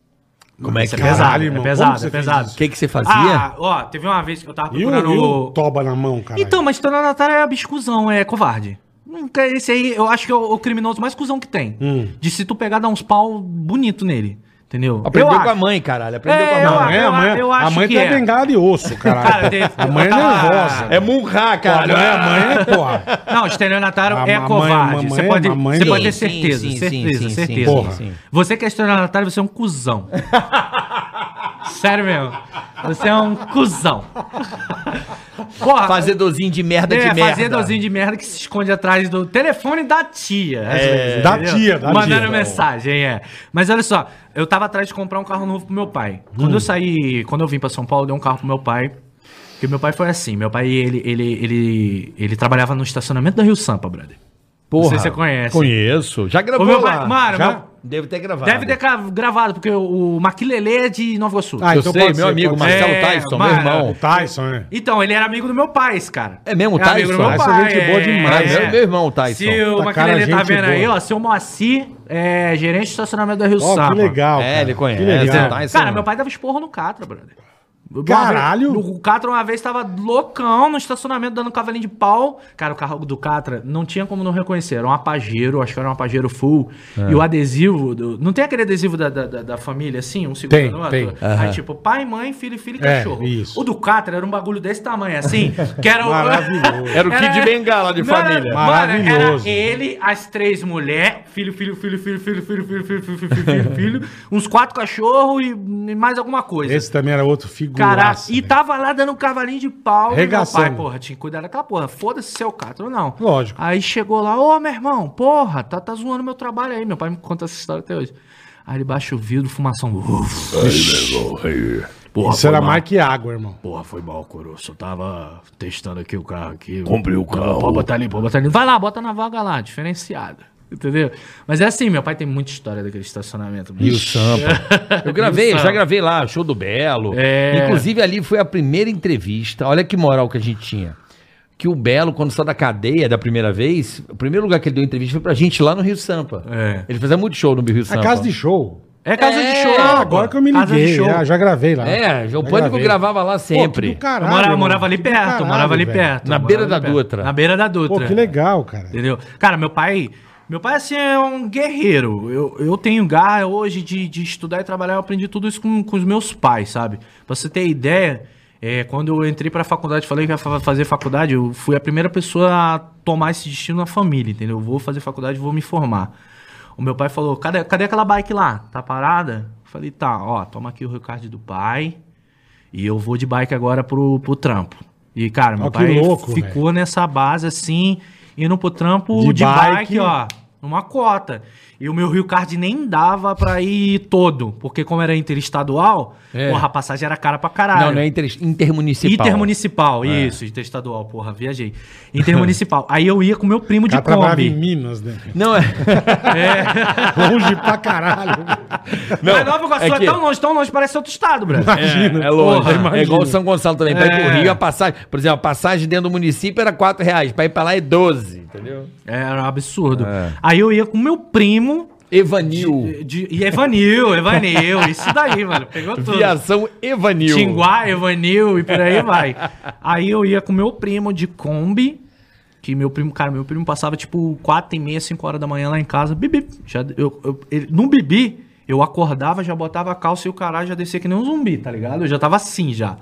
Speaker 2: <laughs> Como é que é?
Speaker 4: É
Speaker 3: Caralho,
Speaker 4: pesado,
Speaker 3: irmão,
Speaker 4: é
Speaker 3: como
Speaker 4: pesado,
Speaker 3: você
Speaker 4: é
Speaker 3: fez
Speaker 4: pesado.
Speaker 2: O que, que você fazia?
Speaker 4: Ah, ó, teve uma vez que eu tava
Speaker 3: <laughs> E o,
Speaker 4: procurando...
Speaker 3: e o toba na mão, cara.
Speaker 4: Então, mas estelionatário é abiscuzão, é covarde. Nunca- Esse aí, eu acho que é o, o criminoso mais cuzão que tem.
Speaker 3: Hum.
Speaker 4: De se tu pegar, dar uns pau bonito nele. Entendeu?
Speaker 2: Aprendeu
Speaker 4: Eu
Speaker 2: com a
Speaker 4: acho.
Speaker 2: mãe, caralho. Aprendeu
Speaker 4: É,
Speaker 2: com a
Speaker 4: eu
Speaker 2: mãe.
Speaker 3: amanhã,
Speaker 4: eu-
Speaker 3: amanhã,
Speaker 4: eu
Speaker 3: a
Speaker 4: acho
Speaker 3: mãe
Speaker 4: que
Speaker 3: tá
Speaker 4: é. Ah,
Speaker 3: bengada de osso, caralho.
Speaker 4: Cara, teve-
Speaker 3: A mãe é nervosa.
Speaker 2: É murrar, caralho.
Speaker 3: Amanhã, amanhã, é, ah, porra.
Speaker 4: Não, estelionatário
Speaker 3: A
Speaker 4: é
Speaker 3: mamãe-
Speaker 4: covarde.
Speaker 3: mamãe-
Speaker 4: Você pode,
Speaker 3: mamãe-
Speaker 4: você
Speaker 3: Sim,
Speaker 4: pode ter
Speaker 2: sim,
Speaker 4: certeza,
Speaker 2: sim, sim,
Speaker 4: certeza,
Speaker 2: sim, sim,
Speaker 4: certeza.
Speaker 3: porra.
Speaker 2: sim.
Speaker 4: Você que é estelionatário, você é
Speaker 2: <laughs>
Speaker 4: um cuzão. Sério mesmo. Você é um cuzão. Porra,
Speaker 2: Fazedorzinho é de merda
Speaker 4: é,
Speaker 2: de merda.
Speaker 4: fazedorzinho de merda que se esconde atrás do telefone da tia. às
Speaker 2: É.
Speaker 4: vezes,
Speaker 3: da
Speaker 4: entendeu?
Speaker 3: tia, da
Speaker 4: Mandando
Speaker 3: tia.
Speaker 4: mensagem, é. Mas olha só, eu tava atrás de comprar um carro novo pro meu pai. Quando
Speaker 3: Hum.
Speaker 4: eu saí, quando eu vim pra São Paulo, eu dei um carro pro meu pai. Porque meu pai foi assim, meu pai, ele, ele, ele, ele trabalhava no estacionamento da Rio Sampa, brother.
Speaker 2: Porra,
Speaker 4: Não sei se você conhece.
Speaker 2: Conheço. Já
Speaker 4: O
Speaker 2: gravou
Speaker 4: meu
Speaker 2: lá.
Speaker 4: pai, mano,
Speaker 3: Já?
Speaker 4: meu-
Speaker 2: Deve ter gravado.
Speaker 4: deve ter ca- gravado, porque o Maquilele é de Nova Iguaçu.
Speaker 3: Ah,
Speaker 2: Eu
Speaker 3: então
Speaker 2: sei,
Speaker 3: pode
Speaker 2: meu
Speaker 3: ser,
Speaker 2: amigo
Speaker 3: pode ser.
Speaker 2: Marcelo
Speaker 4: É,
Speaker 2: Tyson, meu
Speaker 4: mano.
Speaker 2: irmão.
Speaker 3: O Tyson, né?
Speaker 4: Então, ele era amigo do meu pai, esse cara.
Speaker 2: É mesmo, o
Speaker 4: Era amigo
Speaker 2: Tyson?
Speaker 4: do meu
Speaker 3: Tyson é
Speaker 4: pai,
Speaker 3: gente boa demais.
Speaker 2: É meu- meu irmão, o Tyson.
Speaker 4: Se o
Speaker 3: Tá,
Speaker 4: Maquilele
Speaker 3: cara,
Speaker 4: tá
Speaker 3: gente
Speaker 4: vendo aí,
Speaker 3: boa.
Speaker 4: ó, seu Moacir, é gerente de estacionamento da Rio
Speaker 3: Ó, que
Speaker 4: Sampa.
Speaker 3: legal.
Speaker 2: É,
Speaker 3: cara.
Speaker 2: ele conhece,
Speaker 3: Que legal.
Speaker 2: tá,
Speaker 4: Cara, meu pai dava esporro no Catra, brother. Uma vez-
Speaker 3: Caralho!
Speaker 4: o Catra uma vez tava loucão no estacionamento dando um cavalinho de pau. Cara, o carro do Catra não tinha como não reconhecer. Era um apagero, acho que era um apagero full.
Speaker 3: É.
Speaker 4: E o adesivo. do- Não tem aquele adesivo da, da, da- da família assim? Um segundo
Speaker 3: Tem,
Speaker 4: outro?
Speaker 3: tem.
Speaker 4: Aí tipo, pai, mãe, filho, filho e
Speaker 3: É,
Speaker 4: cachorro.
Speaker 3: isso.
Speaker 4: O do Catra era um bagulho desse tamanho assim, que era o.
Speaker 3: <laughs> Maravilhoso.
Speaker 2: Era o Kid Bengala de
Speaker 4: Não, era-
Speaker 2: família.
Speaker 4: Mano,
Speaker 3: Maravilhoso.
Speaker 4: era ele, as três mulheres, filho, filho, filho, filho, filho, filho, filho, filho, filho, filho, filho, filho, <laughs> uns quatro cachorros e e mais alguma coisa.
Speaker 3: Esse também era outro né? figuraça.
Speaker 4: Caraca, e
Speaker 3: velho.
Speaker 4: tava lá dando um cavalinho de pau. e
Speaker 3: Regaçando.
Speaker 4: Meu pai, porra, tinha que cuidar daquela porra. Foda-se se é o Catra ou não.
Speaker 3: Lógico.
Speaker 4: Aí chegou lá, ô meu irmão, porra, tá, tá zoando meu trabalho aí. Meu pai me conta essa história até hoje. Aí ele baixa o vidro, fumação. Uf, porra,
Speaker 3: Isso
Speaker 4: foi
Speaker 3: era
Speaker 4: mal.
Speaker 3: mais que água, irmão.
Speaker 4: Porra, foi mal, coroço. Eu tava testando aqui o carro aqui. Comprei o carro. Pode botar ali, pode botar ali. Vai lá, bota na vaga lá, diferenciada. Entendeu? Mas é assim, meu pai tem muita história daquele estacionamento.
Speaker 2: E o
Speaker 4: <laughs>
Speaker 2: Sampa. Eu gravei,
Speaker 4: Sampa.
Speaker 2: já gravei lá, show do Belo.
Speaker 4: É.
Speaker 2: Inclusive, ali foi a primeira entrevista. Olha que moral que a gente tinha. Que o Belo, quando saiu da cadeia da primeira vez, o primeiro lugar que ele deu entrevista foi pra gente lá no Rio Sampa.
Speaker 4: É.
Speaker 2: Ele fazia muito show no Rio
Speaker 3: É
Speaker 2: Sampa.
Speaker 3: casa de show.
Speaker 4: É casa de
Speaker 2: É,
Speaker 4: show.
Speaker 3: Ah,
Speaker 4: pô.
Speaker 3: agora que eu me
Speaker 4: Casa de
Speaker 3: liguei. né?
Speaker 4: show.
Speaker 3: Já, já gravei lá.
Speaker 2: É, o
Speaker 3: Já
Speaker 2: Pânico
Speaker 3: gravei.
Speaker 2: gravava lá sempre.
Speaker 3: Pô, que do caralho,
Speaker 4: Eu morava,
Speaker 3: irmão.
Speaker 4: morava ali
Speaker 3: Que do
Speaker 4: perto,
Speaker 3: caralho,
Speaker 4: morava ali
Speaker 3: velho.
Speaker 4: perto.
Speaker 2: Na
Speaker 4: morava
Speaker 2: beira
Speaker 4: ali
Speaker 2: da
Speaker 4: perto.
Speaker 2: Dutra.
Speaker 4: Na beira da Dutra.
Speaker 3: Pô, que legal, cara.
Speaker 4: Entendeu? Cara, meu pai. Meu pai, assim, é um guerreiro. Eu, eu tenho garra hoje de, de estudar e trabalhar. Eu aprendi tudo isso com, com os meus pais, sabe? Pra você ter ideia, é, quando eu entrei pra faculdade, falei que ia fa- fazer faculdade, eu fui a primeira pessoa a tomar esse destino na família, entendeu? Eu vou fazer faculdade, vou me formar. O meu pai falou: cadê, cadê aquela bike lá? Tá parada? Eu falei: tá, ó, toma aqui o recado do pai. E eu vou de bike agora pro, pro trampo. E, cara, meu
Speaker 3: Ó, que
Speaker 4: pai
Speaker 3: louco,
Speaker 4: ficou nessa base assim, indo pro trampo
Speaker 3: De
Speaker 4: de,
Speaker 3: bike.
Speaker 4: bike, ó. Uma cota. E o meu Rio Card nem dava pra ir todo. Porque, como era interestadual,
Speaker 2: É.
Speaker 4: porra, a passagem era cara pra caralho.
Speaker 2: Não, não é inter- intermunicipal. É.
Speaker 4: Intermunicipal, isso, interestadual, porra, viajei. Intermunicipal. Aí eu ia com meu primo
Speaker 3: O
Speaker 4: de
Speaker 3: cara trabalhava em
Speaker 4: Kombi.
Speaker 3: Minas, né?
Speaker 2: Não
Speaker 3: <laughs>
Speaker 2: é.
Speaker 3: É. Longe pra caralho.
Speaker 2: Não,
Speaker 4: Mas Nova Iguaçu
Speaker 2: é
Speaker 4: é,
Speaker 2: que-
Speaker 4: tão longe, tão longe, parece outro estado, Brasil.
Speaker 2: <laughs>
Speaker 3: Imagina.
Speaker 2: É longe.
Speaker 4: Porra,
Speaker 2: é
Speaker 3: imagina.
Speaker 2: igual o São Gonçalo também. Pra ir pro
Speaker 4: É.
Speaker 2: Rio, a passagem. Por exemplo, a passagem dentro do município era 4 reais. Pra ir pra lá é 12, entendeu?
Speaker 4: Era um absurdo.
Speaker 2: É.
Speaker 4: Aí eu ia com meu primo,
Speaker 2: Evanil.
Speaker 4: De, de- e Evanil, Evanil, isso daí, mano.
Speaker 2: <laughs>
Speaker 4: Pegou tudo.
Speaker 2: Viação Evanil.
Speaker 4: Tinguá, Evanil e por aí vai. Aí eu ia com meu primo de Kombi, que meu primo, cara, meu primo passava tipo 4 e meia, 5 horas da manhã lá em casa. Bibi. Já, eu, eu- ele- no bibi, eu acordava, já botava a calça e o caralho já descia que nem um zumbi, tá ligado? Eu já tava assim já.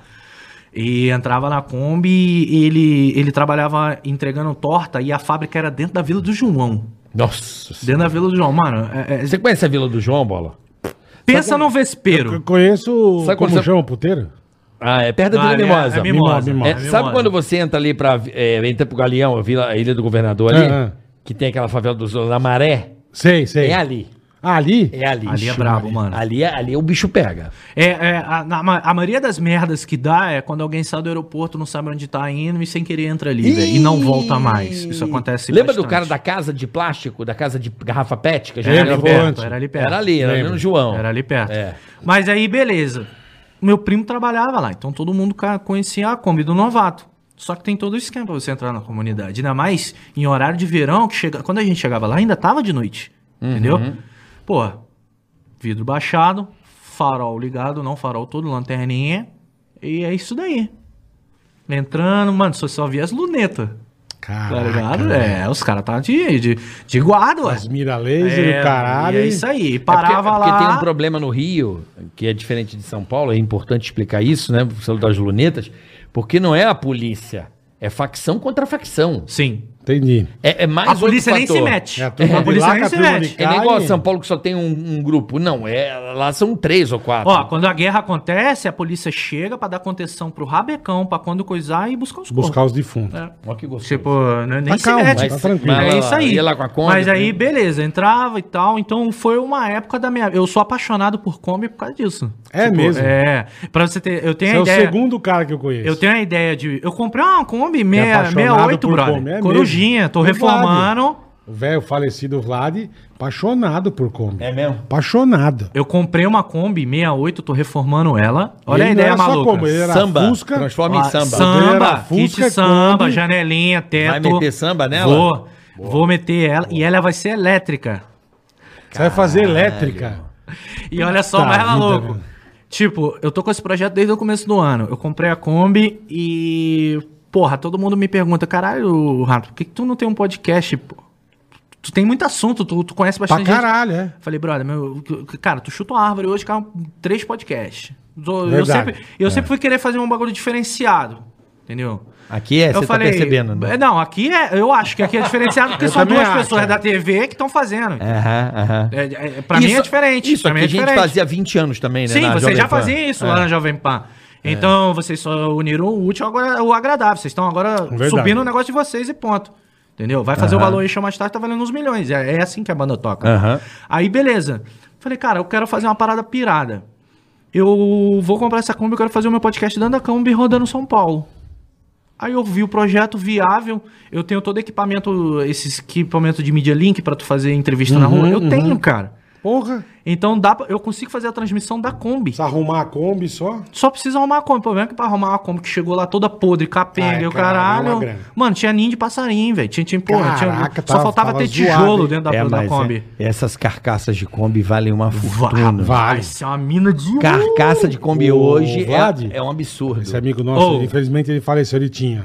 Speaker 4: E entrava na Kombi e ele, ele trabalhava entregando torta e a fábrica era dentro da Vila do João.
Speaker 2: Nossa Senhora.
Speaker 4: Dentro da Vila do João, mano. é- é-
Speaker 2: Você conhece a Vila do João, Bola?
Speaker 4: pensa no
Speaker 3: Eu
Speaker 4: vespeiro.
Speaker 3: conheço.
Speaker 2: Sabe
Speaker 3: como
Speaker 2: quando você-
Speaker 3: chama o puteiro?
Speaker 2: Ah, é perto da Vila
Speaker 4: Ah, é-
Speaker 2: Mimosa.
Speaker 4: é Mimosa,
Speaker 2: É,
Speaker 4: Mimosa,
Speaker 2: sabe
Speaker 4: Mimosa.
Speaker 2: quando você entra ali pra. É, entra pro Galeão, a, Vila, a Ilha do Governador ali?
Speaker 3: É, é.
Speaker 2: Que tem aquela favela dos da Maré?
Speaker 3: Sei, sei.
Speaker 2: É ali.
Speaker 3: Ali?
Speaker 2: É ali.
Speaker 4: Ali é
Speaker 2: Ixi,
Speaker 4: brabo,
Speaker 2: Maria.
Speaker 4: mano.
Speaker 2: Ali, é- ali é o bicho pega.
Speaker 4: É, é, a, na- ma- a maioria das merdas que dá é quando alguém sai do aeroporto, não sabe onde tá indo e sem querer entra ali, velho, e não volta mais. Isso acontece
Speaker 2: Lembra do
Speaker 4: bastante.
Speaker 2: cara da casa de plástico, da casa de garrafa pet? Que a
Speaker 4: Era ali
Speaker 3: Lembra,
Speaker 2: gravou?
Speaker 4: perto,
Speaker 3: volante?
Speaker 4: era ali perto.
Speaker 2: Era ali, era ali no João.
Speaker 4: é. Era ali perto.
Speaker 2: É.
Speaker 4: Mas aí, beleza. Meu primo trabalhava lá, então todo mundo ca- conhecia a Kombi do novato. Só que tem todo o esquema pra você entrar na comunidade. Ainda mais em horário de verão, que chega... quando a gente chegava lá, ainda tava de noite.
Speaker 2: Uhum.
Speaker 4: Entendeu? Pô, vidro baixado, farol ligado, não farol todo, lanterninha. E é isso daí. Entrando, mano, só, só via as lunetas. Tá ligado? É, os caras tá de, de, de guarda, ué.
Speaker 3: As mira laser e
Speaker 4: É,
Speaker 3: o caralho.
Speaker 4: e é isso aí. E
Speaker 2: É porque-
Speaker 4: parava
Speaker 2: é porque,
Speaker 4: lá.
Speaker 2: tem um problema no Rio, que é diferente de São Paulo, é importante explicar isso, né? Por causa das lunetas, porque não é a polícia, é facção contra facção.
Speaker 4: Sim.
Speaker 3: Entendi.
Speaker 2: É, é mais
Speaker 4: a polícia
Speaker 2: outro
Speaker 4: nem se
Speaker 2: fator.
Speaker 4: mete.
Speaker 3: É, a turma
Speaker 4: a
Speaker 3: de
Speaker 4: polícia
Speaker 3: lá
Speaker 4: nem
Speaker 3: com a
Speaker 4: se
Speaker 3: turma
Speaker 4: mete.
Speaker 3: de-
Speaker 2: É nem igual a
Speaker 3: Cai.
Speaker 2: São Paulo que só tem um, um grupo. Não, é, lá são três ou quatro.
Speaker 4: Ó, quando a guerra acontece, a polícia chega pra dar contenção pro rabecão, pra quando coisar e buscar os
Speaker 3: Buscar os defuntos.
Speaker 2: Ó que gostoso.
Speaker 4: Tipo, né, nem
Speaker 3: Tá
Speaker 4: se
Speaker 3: calmo,
Speaker 4: mete.
Speaker 3: tá tranquilo.
Speaker 2: mas
Speaker 4: é
Speaker 2: lá,
Speaker 4: isso aí.
Speaker 2: Ia lá com a Kombi,
Speaker 4: Mas aí,
Speaker 2: né?
Speaker 4: beleza, entrava e tal. Então foi uma época da minha. Eu sou apaixonado por Kombi por causa disso.
Speaker 3: É mesmo?
Speaker 4: É. Pra você ter. Eu tenho
Speaker 3: Você
Speaker 4: a
Speaker 3: é o
Speaker 4: ideia.
Speaker 3: segundo cara que eu conheço.
Speaker 4: Eu tenho a ideia de. Eu comprei uma Kombi meia-
Speaker 3: apaixonado
Speaker 4: 68,
Speaker 3: por
Speaker 4: brother.
Speaker 3: Kombi, é mesmo.
Speaker 4: Corujinha, tô
Speaker 3: Verdade.
Speaker 4: reformando.
Speaker 3: O velho falecido Vlad, apaixonado por Kombi.
Speaker 2: É mesmo?
Speaker 3: Apaixonado.
Speaker 4: Eu comprei uma Kombi 68, tô reformando ela.
Speaker 3: Ele
Speaker 4: Olha a
Speaker 3: não
Speaker 4: ideia
Speaker 3: era só
Speaker 4: maluca.
Speaker 3: Kombi, ele era
Speaker 2: samba.
Speaker 3: Fusca.
Speaker 2: Transforma
Speaker 4: Ah,
Speaker 2: em samba.
Speaker 4: Samba,
Speaker 3: Era
Speaker 4: kit
Speaker 3: Fusca,
Speaker 4: samba,
Speaker 3: Kombi.
Speaker 4: janelinha, teto.
Speaker 2: Vai meter samba nela?
Speaker 4: Vou. Vou meter ela e ela vai ser elétrica.
Speaker 3: Você vai fazer elétrica.
Speaker 4: E olha só,
Speaker 3: Puta
Speaker 4: mais
Speaker 3: vida,
Speaker 4: maluco.
Speaker 3: velho.
Speaker 4: Tipo, eu tô com esse projeto desde o começo do ano. Eu comprei a Kombi e. Porra, todo mundo me pergunta: caralho, Rato, por que, que tu não tem um podcast? pô? Tu tem muito assunto, tu, tu conhece
Speaker 3: Pra
Speaker 4: bastante gente.
Speaker 3: caralho, é.
Speaker 4: Falei, brother, meu, cara, tu chuta uma árvore hoje, cara, três podcasts. Eu, eu
Speaker 3: Verdade.
Speaker 4: sempre,
Speaker 2: É.
Speaker 4: eu sempre fui querer fazer um bagulho diferenciado, entendeu?
Speaker 2: Aqui é,
Speaker 4: eu
Speaker 2: você
Speaker 4: falei,
Speaker 2: tá percebendo. né?
Speaker 4: é, não, aqui é, eu acho que aqui
Speaker 2: <laughs>
Speaker 4: é diferenciado porque são
Speaker 3: também
Speaker 4: duas
Speaker 3: acho,
Speaker 4: pessoas
Speaker 3: é.
Speaker 4: da TV que estão fazendo. É.
Speaker 2: Aham, aham.
Speaker 4: é, é, pra mim é
Speaker 2: Isso-
Speaker 4: diferente.
Speaker 2: Isso
Speaker 4: pra
Speaker 2: aqui
Speaker 4: mim é
Speaker 2: a gente
Speaker 4: diferente.
Speaker 2: fazia 20 anos também, né?
Speaker 4: Sim,
Speaker 2: na
Speaker 4: você
Speaker 2: Jovem
Speaker 4: já
Speaker 2: Pan.
Speaker 4: fazia isso
Speaker 2: É.
Speaker 4: lá na Jovem Pan. Então, vocês só uniram o útil agora o agradável. Vocês estão agora
Speaker 3: Verdade.
Speaker 4: subindo o negócio de vocês e ponto. Entendeu? Vai fazer o valor eixo mais tarde, tá valendo uns milhões. É, é assim que a banda toca.
Speaker 2: Aham.
Speaker 4: Aí, beleza. Falei, cara, eu quero fazer uma parada pirada. Eu vou comprar essa Kombi, eu quero fazer o meu podcast dentro da Kombi rodando São Paulo. Aí eu vi o projeto viável. Eu tenho todo equipamento, esse equipamento de Media Link pra tu fazer entrevista na
Speaker 2: Uhum,
Speaker 4: rua. Eu tenho, cara.
Speaker 3: Porra.
Speaker 4: Então dá pra, eu consigo fazer a transmissão da Kombi.
Speaker 3: Precisa arrumar a Kombi só.
Speaker 4: Só precisa arrumar a Kombi. O problema é que pra arrumar uma Kombi que chegou lá toda podre, capenga
Speaker 3: Ai,
Speaker 4: e o
Speaker 3: cara, é
Speaker 4: caralho.
Speaker 3: uma grana.
Speaker 4: Mano, tinha ninho de passarinho, velho. Tinha, tinha, porra, tinha-
Speaker 3: Caraca,
Speaker 4: só
Speaker 3: tava-
Speaker 4: faltava
Speaker 3: tava
Speaker 4: ter
Speaker 3: zoado,
Speaker 4: tijolo
Speaker 3: hein?
Speaker 4: dentro da,
Speaker 2: É,
Speaker 4: da
Speaker 2: mas
Speaker 4: Kombi.
Speaker 2: é- essas carcaças de Kombi valem uma fortuna.
Speaker 3: Vale.
Speaker 4: Isso é uma mina de ouro.
Speaker 2: Carcaça de Kombi
Speaker 3: Ô,
Speaker 2: hoje é-
Speaker 3: Vlad.
Speaker 2: é, um absurdo.
Speaker 3: Uh, Esse amigo nosso,
Speaker 4: Oh.
Speaker 3: ele, infelizmente, ele faleceu. Ele tinha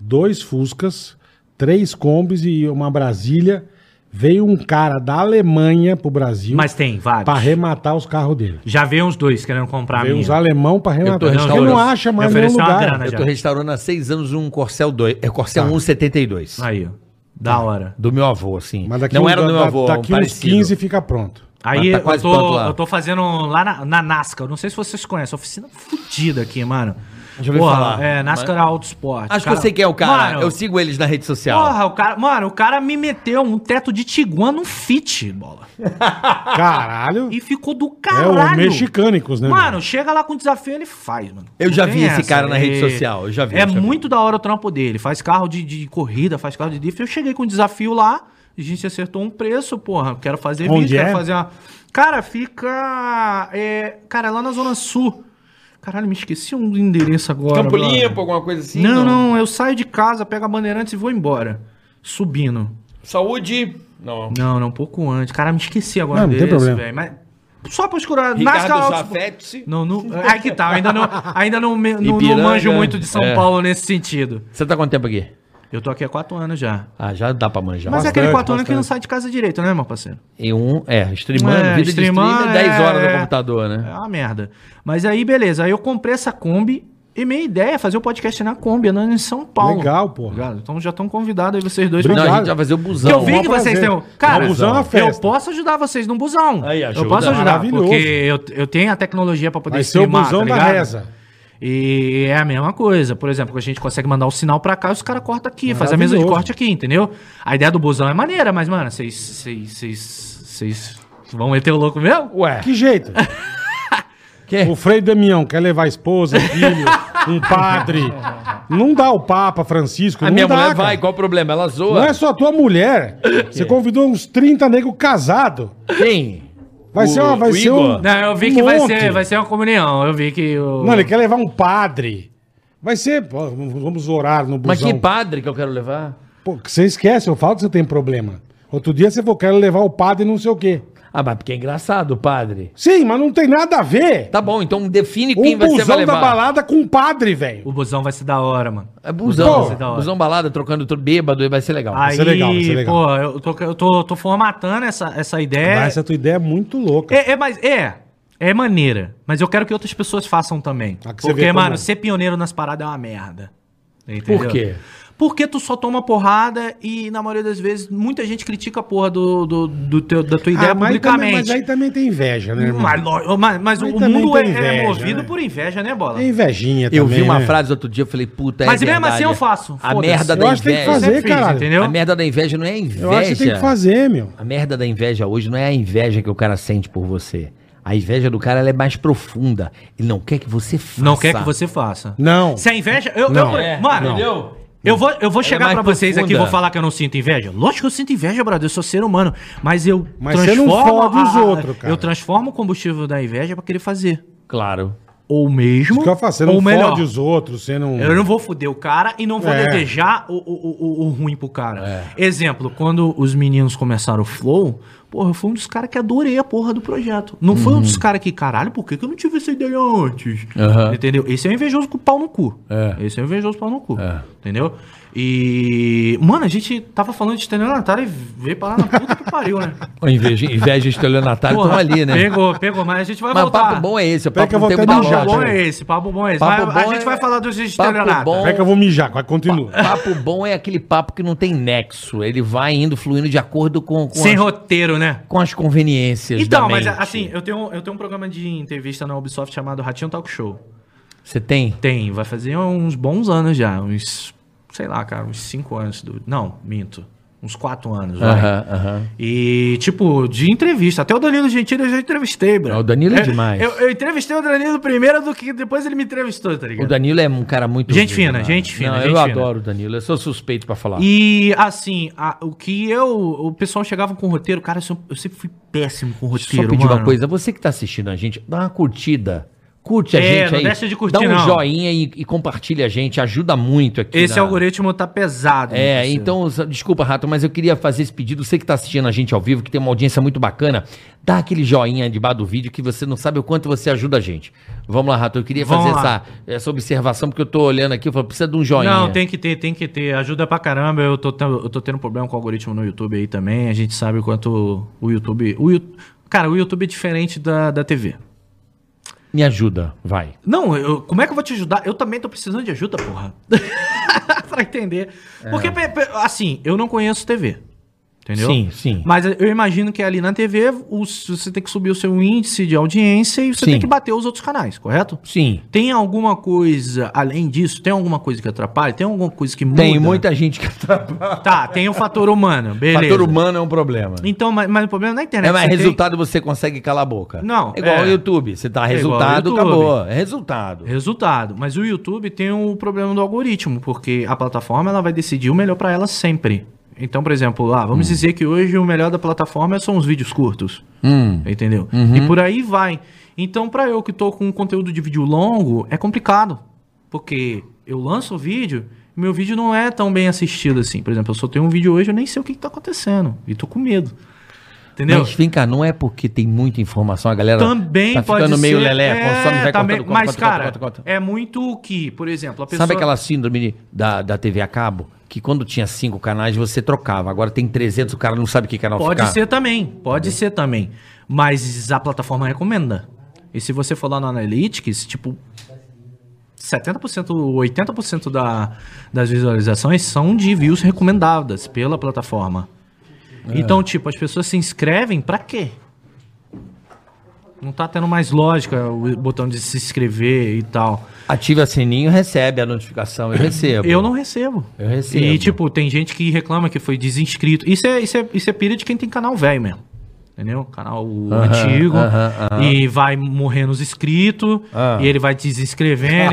Speaker 3: dois Fuscas, três Kombis e uma Brasília. Veio um cara da Alemanha pro Brasil
Speaker 4: Mas tem, vários.
Speaker 3: pra arrematar os carros dele.
Speaker 4: Já veio uns dois querendo comprar a
Speaker 3: Veio
Speaker 4: minha.
Speaker 3: uns alemão
Speaker 2: tô
Speaker 3: pra arrematar. Porque
Speaker 2: restaurando.
Speaker 3: não acha mais
Speaker 4: Me
Speaker 3: nenhum
Speaker 4: ofereceu uma
Speaker 3: lugar.
Speaker 4: grana.
Speaker 2: Eu tô restaurando há seis anos um Corcel 2, é Corcel
Speaker 3: Tá.
Speaker 2: 172.
Speaker 4: Aí, ó. Da hora.
Speaker 2: Do meu avô, assim.
Speaker 3: Mas daqui,
Speaker 2: não
Speaker 3: uns-
Speaker 2: era do meu
Speaker 3: da-
Speaker 2: avô,
Speaker 3: daqui
Speaker 2: um
Speaker 3: uns
Speaker 2: parecido.
Speaker 3: 15 fica
Speaker 4: <laughs>
Speaker 3: pronto.
Speaker 4: Aí
Speaker 2: tá
Speaker 4: eu,
Speaker 2: quase pronto
Speaker 4: tô,
Speaker 2: lá.
Speaker 4: eu tô fazendo lá na, na NASCAR. Não sei se vocês conhecem. Oficina fodida aqui, mano.
Speaker 2: Já ouvi falar.
Speaker 4: É, NASCAR Auto
Speaker 2: Acho
Speaker 4: Sport. Cara-
Speaker 2: que eu sei é quem é o cara.
Speaker 4: Mano,
Speaker 2: eu sigo eles na rede social.
Speaker 4: Porra, o cara, mano, o cara me meteu um teto de tiguan num fit, bola.
Speaker 3: Caralho.
Speaker 4: E ficou do
Speaker 3: É
Speaker 4: caralho.
Speaker 3: o mexicânicos, né?
Speaker 4: Mano, chega lá com um desafio, ele faz, mano.
Speaker 2: Eu
Speaker 4: Não
Speaker 2: já
Speaker 4: tem
Speaker 2: vi esse cara na rede
Speaker 4: E-
Speaker 2: social, eu já vi,
Speaker 4: É
Speaker 2: eu já vi.
Speaker 4: muito da hora o trampo dele. Faz carro de, de corrida, faz carro de drift. Eu cheguei com um desafio lá, a gente acertou um preço, porra. Quero fazer
Speaker 3: Onde
Speaker 4: vídeo,
Speaker 3: é?
Speaker 4: quero fazer uma. Cara, fica. é, Cara, lá na Zona Sul. Caralho, me esqueci um endereço agora.
Speaker 2: Campo
Speaker 4: brother.
Speaker 2: Limpo, alguma coisa assim?
Speaker 4: não, não, eu saio de casa, pego a Bandeirantes e vou embora. Subindo.
Speaker 2: Saúde? Não.
Speaker 4: Não, não, um pouco antes. Cara, me esqueci agora
Speaker 3: Não, não tem problema.
Speaker 4: velho. Mas só pra procurar. NASCAR
Speaker 2: Ricardo
Speaker 4: Auto Sport.
Speaker 2: Jafete.
Speaker 4: Não, não. Aí que tá. eu Ainda não, ainda não, me- não, não
Speaker 2: Ipiranga.
Speaker 4: manjo muito de São
Speaker 2: É.
Speaker 4: Paulo nesse sentido.
Speaker 2: Você tá quanto tempo aqui?
Speaker 4: Eu tô aqui há quatro anos já.
Speaker 2: Ah, já dá pra manjar.
Speaker 4: Mas é aquele quatro anos que
Speaker 3: bastante.
Speaker 4: não sai de casa direito, né, meu parceiro?
Speaker 2: E um, é, streamando,
Speaker 4: É,
Speaker 2: vida
Speaker 4: streamando,
Speaker 2: de streamer, 10
Speaker 4: é,
Speaker 2: horas
Speaker 4: é.
Speaker 2: no computador,
Speaker 4: É
Speaker 2: né?
Speaker 4: uma merda. Mas aí, beleza. Aí eu comprei essa Kombi e minha ideia é fazer o podcast na Kombi, andando em São Paulo.
Speaker 3: Legal, porra.
Speaker 4: Ligado? Então já estão convidados aí vocês dois
Speaker 2: Não,
Speaker 3: Obrigado.
Speaker 2: a gente vai fazer o busão.
Speaker 4: Porque eu vi
Speaker 3: maior
Speaker 4: que vocês
Speaker 3: prazer.
Speaker 4: têm. um- Cara,
Speaker 3: Não, busão é uma
Speaker 4: eu
Speaker 3: festa.
Speaker 4: posso ajudar vocês num busão.
Speaker 2: Aí,
Speaker 4: eu
Speaker 2: ajuda.
Speaker 4: posso ajudar,
Speaker 3: Maravilhoso.
Speaker 4: porque eu, eu tenho a tecnologia pra poder tá
Speaker 3: Vai ser o busão da
Speaker 4: ligado?
Speaker 3: reza.
Speaker 4: E é a mesma coisa. Por exemplo, a gente consegue mandar o sinal pra cá e os caras cortam aqui, faz a mesa de
Speaker 3: Maravilhoso.
Speaker 4: corte aqui, entendeu? A ideia do busão é maneira, mas, mano, vocês. Vocês. Vocês. vocês Vamos meter o louco mesmo?
Speaker 2: Ué.
Speaker 3: Que jeito?
Speaker 2: Que?
Speaker 3: <laughs> O Frei Damião quer levar a esposa, filho, um padre. Não dá o Papa Francisco.
Speaker 2: A
Speaker 3: não
Speaker 2: minha
Speaker 3: dá,
Speaker 2: mulher
Speaker 3: cara.
Speaker 2: vai, qual o problema? Ela zoa.
Speaker 3: Não é só a tua mulher. Você convidou uns 30 negros casados.
Speaker 2: Quem?
Speaker 3: Vai
Speaker 2: O-
Speaker 3: ser uma. Vai
Speaker 2: o
Speaker 3: ser um,
Speaker 2: Igor?
Speaker 4: Não, eu vi
Speaker 3: um
Speaker 4: que vai
Speaker 3: monte.
Speaker 4: ser, vai ser uma comunhão. Eu vi que o.
Speaker 3: Não, ele quer levar um padre. Vai ser. pô, Vamos orar no
Speaker 2: Mas
Speaker 3: busão.
Speaker 2: que padre que eu quero levar?
Speaker 3: Pô, que você esquece, eu falo que você tem problema. Outro dia você falou, quero levar o padre não sei o quê.
Speaker 2: Ah, mas porque é engraçado, padre.
Speaker 3: Sim, mas não tem nada a ver.
Speaker 2: Tá bom, então define
Speaker 3: Um
Speaker 2: quem você vai
Speaker 3: busão
Speaker 2: levar.
Speaker 3: da balada com o padre, velho.
Speaker 4: O busão vai ser da hora, mano.
Speaker 2: É busão,
Speaker 3: Pô.
Speaker 2: né? busão balada, trocando tudo bêbado, e vai ser legal.
Speaker 4: Então, Aí,
Speaker 3: ser legal, vai ser legal.
Speaker 4: pô, eu tô, eu tô, tô formatando essa, essa ideia.
Speaker 3: Mas essa tua ideia é muito louca.
Speaker 4: É, é, mas é. É maneira. Mas eu quero que outras pessoas façam também.
Speaker 3: Ah, que você
Speaker 4: Porque,
Speaker 3: vê
Speaker 4: mano,
Speaker 3: como-
Speaker 4: ser pioneiro nas paradas é uma merda. Entendeu?
Speaker 2: Por quê?
Speaker 4: Porque tu só toma porrada e, na maioria das vezes, muita gente critica a porra do, do, do teu, da tua ideia
Speaker 3: Ah, mas, também, mas
Speaker 4: publicamente.
Speaker 3: aí também tem inveja, né, irmão?
Speaker 4: Mas, lo- mas- mas
Speaker 3: Aí
Speaker 4: o
Speaker 3: também
Speaker 4: mundo é,
Speaker 3: tem
Speaker 4: é
Speaker 3: inveja,
Speaker 4: movido
Speaker 3: né?
Speaker 4: por inveja, né, Bola?
Speaker 3: Tem invejinha
Speaker 2: Eu vi uma
Speaker 3: né?
Speaker 2: frase outro dia, eu falei, puta, é
Speaker 4: Mas mesmo
Speaker 2: verdade.
Speaker 4: assim eu faço,
Speaker 2: A
Speaker 4: foda-se.
Speaker 2: merda
Speaker 4: Eu
Speaker 2: da
Speaker 3: acho que tem que
Speaker 2: inveja.
Speaker 3: fazer,
Speaker 4: Sempre fiz,
Speaker 3: caralho.
Speaker 4: entendeu?
Speaker 2: A merda da inveja não é a inveja.
Speaker 3: Eu acho que tem que fazer, meu.
Speaker 2: A merda da inveja hoje não é a inveja que o cara sente por você. A inveja do cara ela é mais profunda. Ele não quer que você faça.
Speaker 4: Não quer que você faça.
Speaker 3: Não.
Speaker 4: Se a inveja. Eu,
Speaker 3: Não.
Speaker 4: eu-
Speaker 3: É,
Speaker 4: mano,
Speaker 3: não.
Speaker 4: entendeu? Eu vou, eu vou chegar
Speaker 2: É mais
Speaker 4: pra vocês aqui e
Speaker 2: profunda.
Speaker 4: vou falar que eu não sinto inveja. Lógico que eu sinto inveja, brother. Eu sou ser humano. Mas eu
Speaker 3: Mas você não fode os outros, cara.
Speaker 4: Eu transformo o combustível da inveja pra querer fazer.
Speaker 2: Claro.
Speaker 4: Ou mesmo.
Speaker 3: Isso que eu falo, você
Speaker 4: ou
Speaker 3: não
Speaker 4: melhor.
Speaker 3: fode os outros, você não...
Speaker 4: Eu não vou foder o cara e não vou
Speaker 3: É.
Speaker 4: desejar o, o, o, o ruim pro cara.
Speaker 2: É.
Speaker 4: Exemplo, quando os meninos começaram o Flow, porra, eu fui um dos caras que adorei a porra do projeto. Não foi um dos caras que, caralho, por que, que eu não tive essa ideia antes?
Speaker 2: Uhum. Aham.
Speaker 4: Entendeu? Esse é o invejoso com o pau no cu.
Speaker 2: É.
Speaker 4: Esse é o invejoso pau no cu.
Speaker 2: É.
Speaker 4: Entendeu? E. Mano, a gente tava falando de estelionatário e veio parar na puta que pariu,
Speaker 2: <laughs>
Speaker 4: né?
Speaker 2: Inveja, inveja e estelionatário estão
Speaker 4: Porra,
Speaker 2: ali, né?
Speaker 4: Pegou, pegou, mas a gente vai
Speaker 2: Mas o
Speaker 4: voltar.
Speaker 2: papo bom é esse. O
Speaker 3: Peraí que
Speaker 2: papo
Speaker 3: eu vou
Speaker 2: não tem
Speaker 3: até
Speaker 2: muita
Speaker 3: mijar,
Speaker 4: Papo bom
Speaker 2: volta.
Speaker 4: é esse, papo bom é esse.
Speaker 2: Papo
Speaker 4: Mas a
Speaker 2: bom
Speaker 4: gente
Speaker 2: é-
Speaker 4: vai falar dos
Speaker 2: papo
Speaker 4: estelionatários.
Speaker 2: bom
Speaker 3: Como é que eu vou mijar? Vai, continua.
Speaker 2: Papo bom é aquele papo que não tem nexo. Ele vai indo, fluindo de acordo com, com,
Speaker 4: Sem
Speaker 2: as,
Speaker 4: roteiro, né?
Speaker 2: com as conveniências
Speaker 4: Então,
Speaker 2: da
Speaker 4: mas
Speaker 2: mente.
Speaker 4: assim, eu tenho, eu tenho um programa de entrevista na Ubisoft chamado Ratinho Talk Show.
Speaker 2: Você tem?
Speaker 4: Tem, vai fazer uns bons anos já, uns, sei lá, cara, uns 5 anos. Do, não, minto. Uns 4 anos, vai.
Speaker 2: Aham, aham.
Speaker 4: E, tipo, de entrevista. Até o Danilo Gentili eu já entrevistei, bro.
Speaker 2: Ah, o Danilo é
Speaker 4: Eu-
Speaker 2: demais.
Speaker 4: Eu, eu entrevistei o Danilo primeiro do que depois ele me entrevistou, tá ligado?
Speaker 2: O Danilo é um cara muito.
Speaker 4: Gente fina, gente fina,
Speaker 2: Não,
Speaker 4: gente
Speaker 2: eu
Speaker 4: fina.
Speaker 2: adoro o Danilo. Eu sou suspeito pra falar.
Speaker 4: E assim, a- o que eu. O pessoal chegava com roteiro, cara, eu, sou- eu sempre fui péssimo com roteiro.
Speaker 2: Só pedir uma
Speaker 4: mano.
Speaker 2: coisa, você que tá assistindo a gente, dá uma curtida. Curte a
Speaker 4: É,
Speaker 2: gente
Speaker 4: não
Speaker 2: aí.
Speaker 4: deixa de curtir,
Speaker 2: dá um
Speaker 4: não.
Speaker 2: joinha e, e compartilha a gente, ajuda muito aqui.
Speaker 4: Esse
Speaker 2: na-
Speaker 4: algoritmo tá pesado. meu
Speaker 2: É,
Speaker 4: parceiro.
Speaker 2: então, s- desculpa, Rato, mas eu queria fazer esse pedido. Você que tá assistindo a gente ao vivo, que tem uma audiência muito bacana, dá aquele joinha debaixo do vídeo que você não sabe o quanto você ajuda a gente. Vamos lá, Rato, eu queria
Speaker 4: Vamos
Speaker 2: fazer
Speaker 4: lá.
Speaker 2: essa, essa observação, porque eu tô olhando aqui, eu falo, precisa de um joinha.
Speaker 4: Não, tem que ter, tem que ter. Ajuda pra caramba. Eu tô, ten- eu tô tendo problema com o algoritmo no YouTube aí também. A gente sabe o quanto o YouTube. O, Yu- cara, o YouTube é diferente da, da TV.
Speaker 2: Me ajuda, vai.
Speaker 4: Não, eu- como é que eu vou te ajudar? Eu também tô precisando de ajuda, porra. <laughs> pra entender.
Speaker 2: É.
Speaker 4: Porque, pe- pe- assim, eu não conheço TV. Entendeu?
Speaker 2: Sim, sim.
Speaker 4: Mas eu imagino que ali na TV o- você tem que subir o seu índice de audiência e você
Speaker 2: Sim.
Speaker 4: tem que bater os outros canais, correto?
Speaker 2: Sim.
Speaker 4: Tem alguma coisa além disso? Tem alguma coisa que atrapalha? Tem alguma coisa que muda?
Speaker 2: Tem muita gente que atrapalha.
Speaker 4: Tá, tem o fator humano, beleza.
Speaker 2: Fator humano é um problema.
Speaker 4: Então, mas, mas o problema na internet.
Speaker 2: É, mas
Speaker 4: você tem-
Speaker 2: resultado você consegue calar a boca.
Speaker 4: Não,
Speaker 2: É igual
Speaker 4: é.
Speaker 2: ao YouTube. Você dá
Speaker 4: É igual ao
Speaker 2: resultado,
Speaker 4: YouTube.
Speaker 2: acabou. É resultado.
Speaker 4: Resultado. Mas o YouTube tem o problema do algoritmo, porque a plataforma ela vai decidir o melhor pra ela sempre. Então, por exemplo, lá, vamos dizer que hoje o melhor da plataforma são os vídeos curtos.
Speaker 2: Hum.
Speaker 4: Entendeu? E por aí vai. Então, pra eu que tô com um conteúdo de vídeo longo, é complicado. Porque eu lanço o vídeo, meu vídeo não é tão bem assistido assim. Por exemplo, eu só tenho um vídeo hoje, eu nem sei o que, que tá acontecendo. E tô com medo. Entendeu?
Speaker 2: Mas vem cá, não é porque tem muita informação, a galera
Speaker 4: também
Speaker 2: tá
Speaker 4: pode
Speaker 2: ficando
Speaker 4: ser.
Speaker 2: meio lelé,
Speaker 4: é,
Speaker 2: consome, vai
Speaker 4: também,
Speaker 2: cortando, corta,
Speaker 4: Mas,
Speaker 2: corta,
Speaker 4: cara,
Speaker 2: corta, corta, corta.
Speaker 4: é muito o que, por exemplo, a pessoa.
Speaker 2: Sabe aquela síndrome de- da, da TV a cabo? Que quando tinha cinco canais, você trocava. Agora tem 300, o cara não sabe que canal
Speaker 4: Pode
Speaker 2: ficar.
Speaker 4: ser também, pode ser também. Mas a plataforma recomenda. E se você for lá no Analytics, tipo, 70%, 80% da, das visualizações são de views recomendadas pela plataforma.
Speaker 2: É.
Speaker 4: Então, tipo, as pessoas se inscrevem pra quê? Não tá tendo mais lógica o botão de se inscrever e tal.
Speaker 2: Ativa sininho, recebe a notificação. Eu recebo.
Speaker 4: Eu não recebo.
Speaker 2: Eu recebo.
Speaker 4: E, tipo, tem gente que reclama que foi desinscrito. Isso é, isso é, isso é pira de quem tem canal velho mesmo. Entendeu? Canal antigo. E vai morrendo os inscritos.
Speaker 2: Ah.
Speaker 4: E ele vai desinscrevendo.